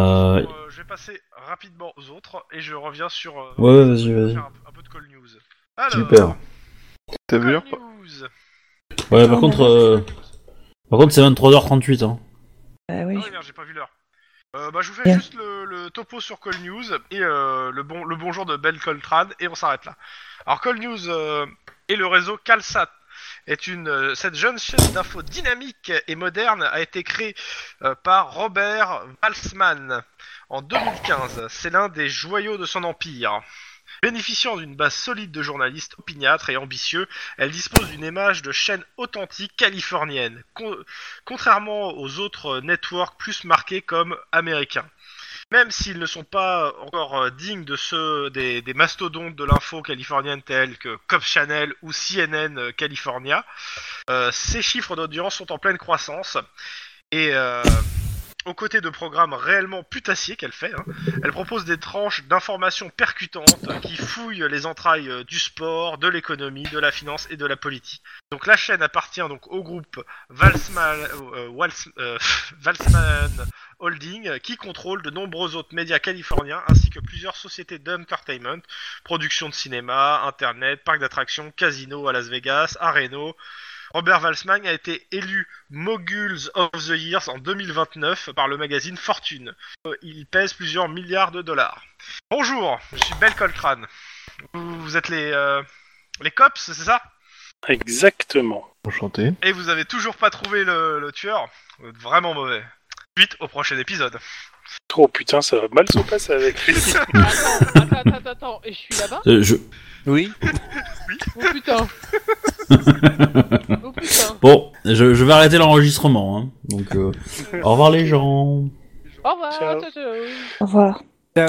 [SPEAKER 2] Euh, je vais passer rapidement aux autres et je reviens sur. euh,
[SPEAKER 1] Ouais, ouais, vas-y, vas-y.
[SPEAKER 2] faire Un, un peu de call news. Alors,
[SPEAKER 1] Super.
[SPEAKER 6] T'as vu
[SPEAKER 2] Call
[SPEAKER 6] hein
[SPEAKER 2] news.
[SPEAKER 1] ouais, par contre, euh, par contre c'est 23h38. Hein.
[SPEAKER 5] Bah
[SPEAKER 2] Ah
[SPEAKER 5] oui.
[SPEAKER 2] ouais, merde, j'ai pas vu l'heure. Euh, bah, je vous fais
[SPEAKER 5] Bien.
[SPEAKER 2] juste le, le topo sur Call News et euh, le, bon, le bonjour de Belle Coltrane et on s'arrête là. Alors Call News euh, et le réseau Calsat est une euh, cette jeune chaîne d'infos dynamique et moderne a été créée euh, par Robert Walsman en 2015. C'est l'un des joyaux de son empire. Bénéficiant d'une base solide de journalistes opiniâtres et ambitieux, elle dispose d'une image de chaîne authentique californienne, con- contrairement aux autres euh, networks plus marqués comme américains. Même s'ils ne sont pas encore euh, dignes de ceux des, des mastodontes de l'info californienne tels que Cop Channel ou CNN euh, California, euh, ces chiffres d'audience sont en pleine croissance et euh, aux côtés de programmes réellement putassiers qu'elle fait, hein, elle propose des tranches d'informations percutantes qui fouillent les entrailles euh, du sport, de l'économie, de la finance et de la politique. Donc la chaîne appartient donc au groupe Valsman, euh, Wals- euh, Valsman Holding, euh, qui contrôle de nombreux autres médias californiens, ainsi que plusieurs sociétés d'entertainment, production de cinéma, internet, parcs d'attractions, casinos à Las Vegas, à Reno. Robert Valsman a été élu Moguls of the Years en 2029 par le magazine Fortune. Euh, Il pèse plusieurs milliards de dollars. Bonjour, je suis Belle Coltrane. Vous, vous êtes les, euh, les cops, c'est ça
[SPEAKER 4] Exactement.
[SPEAKER 6] Enchanté.
[SPEAKER 2] et vous avez toujours pas trouvé le, le tueur, vous êtes vraiment mauvais. Suite au prochain épisode.
[SPEAKER 4] Oh putain, ça va mal se passer avec.
[SPEAKER 3] Attends, attends, attends, attends, et je suis là-bas
[SPEAKER 1] Euh, je...
[SPEAKER 7] Oui.
[SPEAKER 3] Oh putain Oh putain
[SPEAKER 1] Bon, je, je vais arrêter l'enregistrement. Hein. Donc, euh, au revoir les gens.
[SPEAKER 3] Au revoir
[SPEAKER 4] Ciao.
[SPEAKER 3] ciao, ciao.
[SPEAKER 5] Au revoir.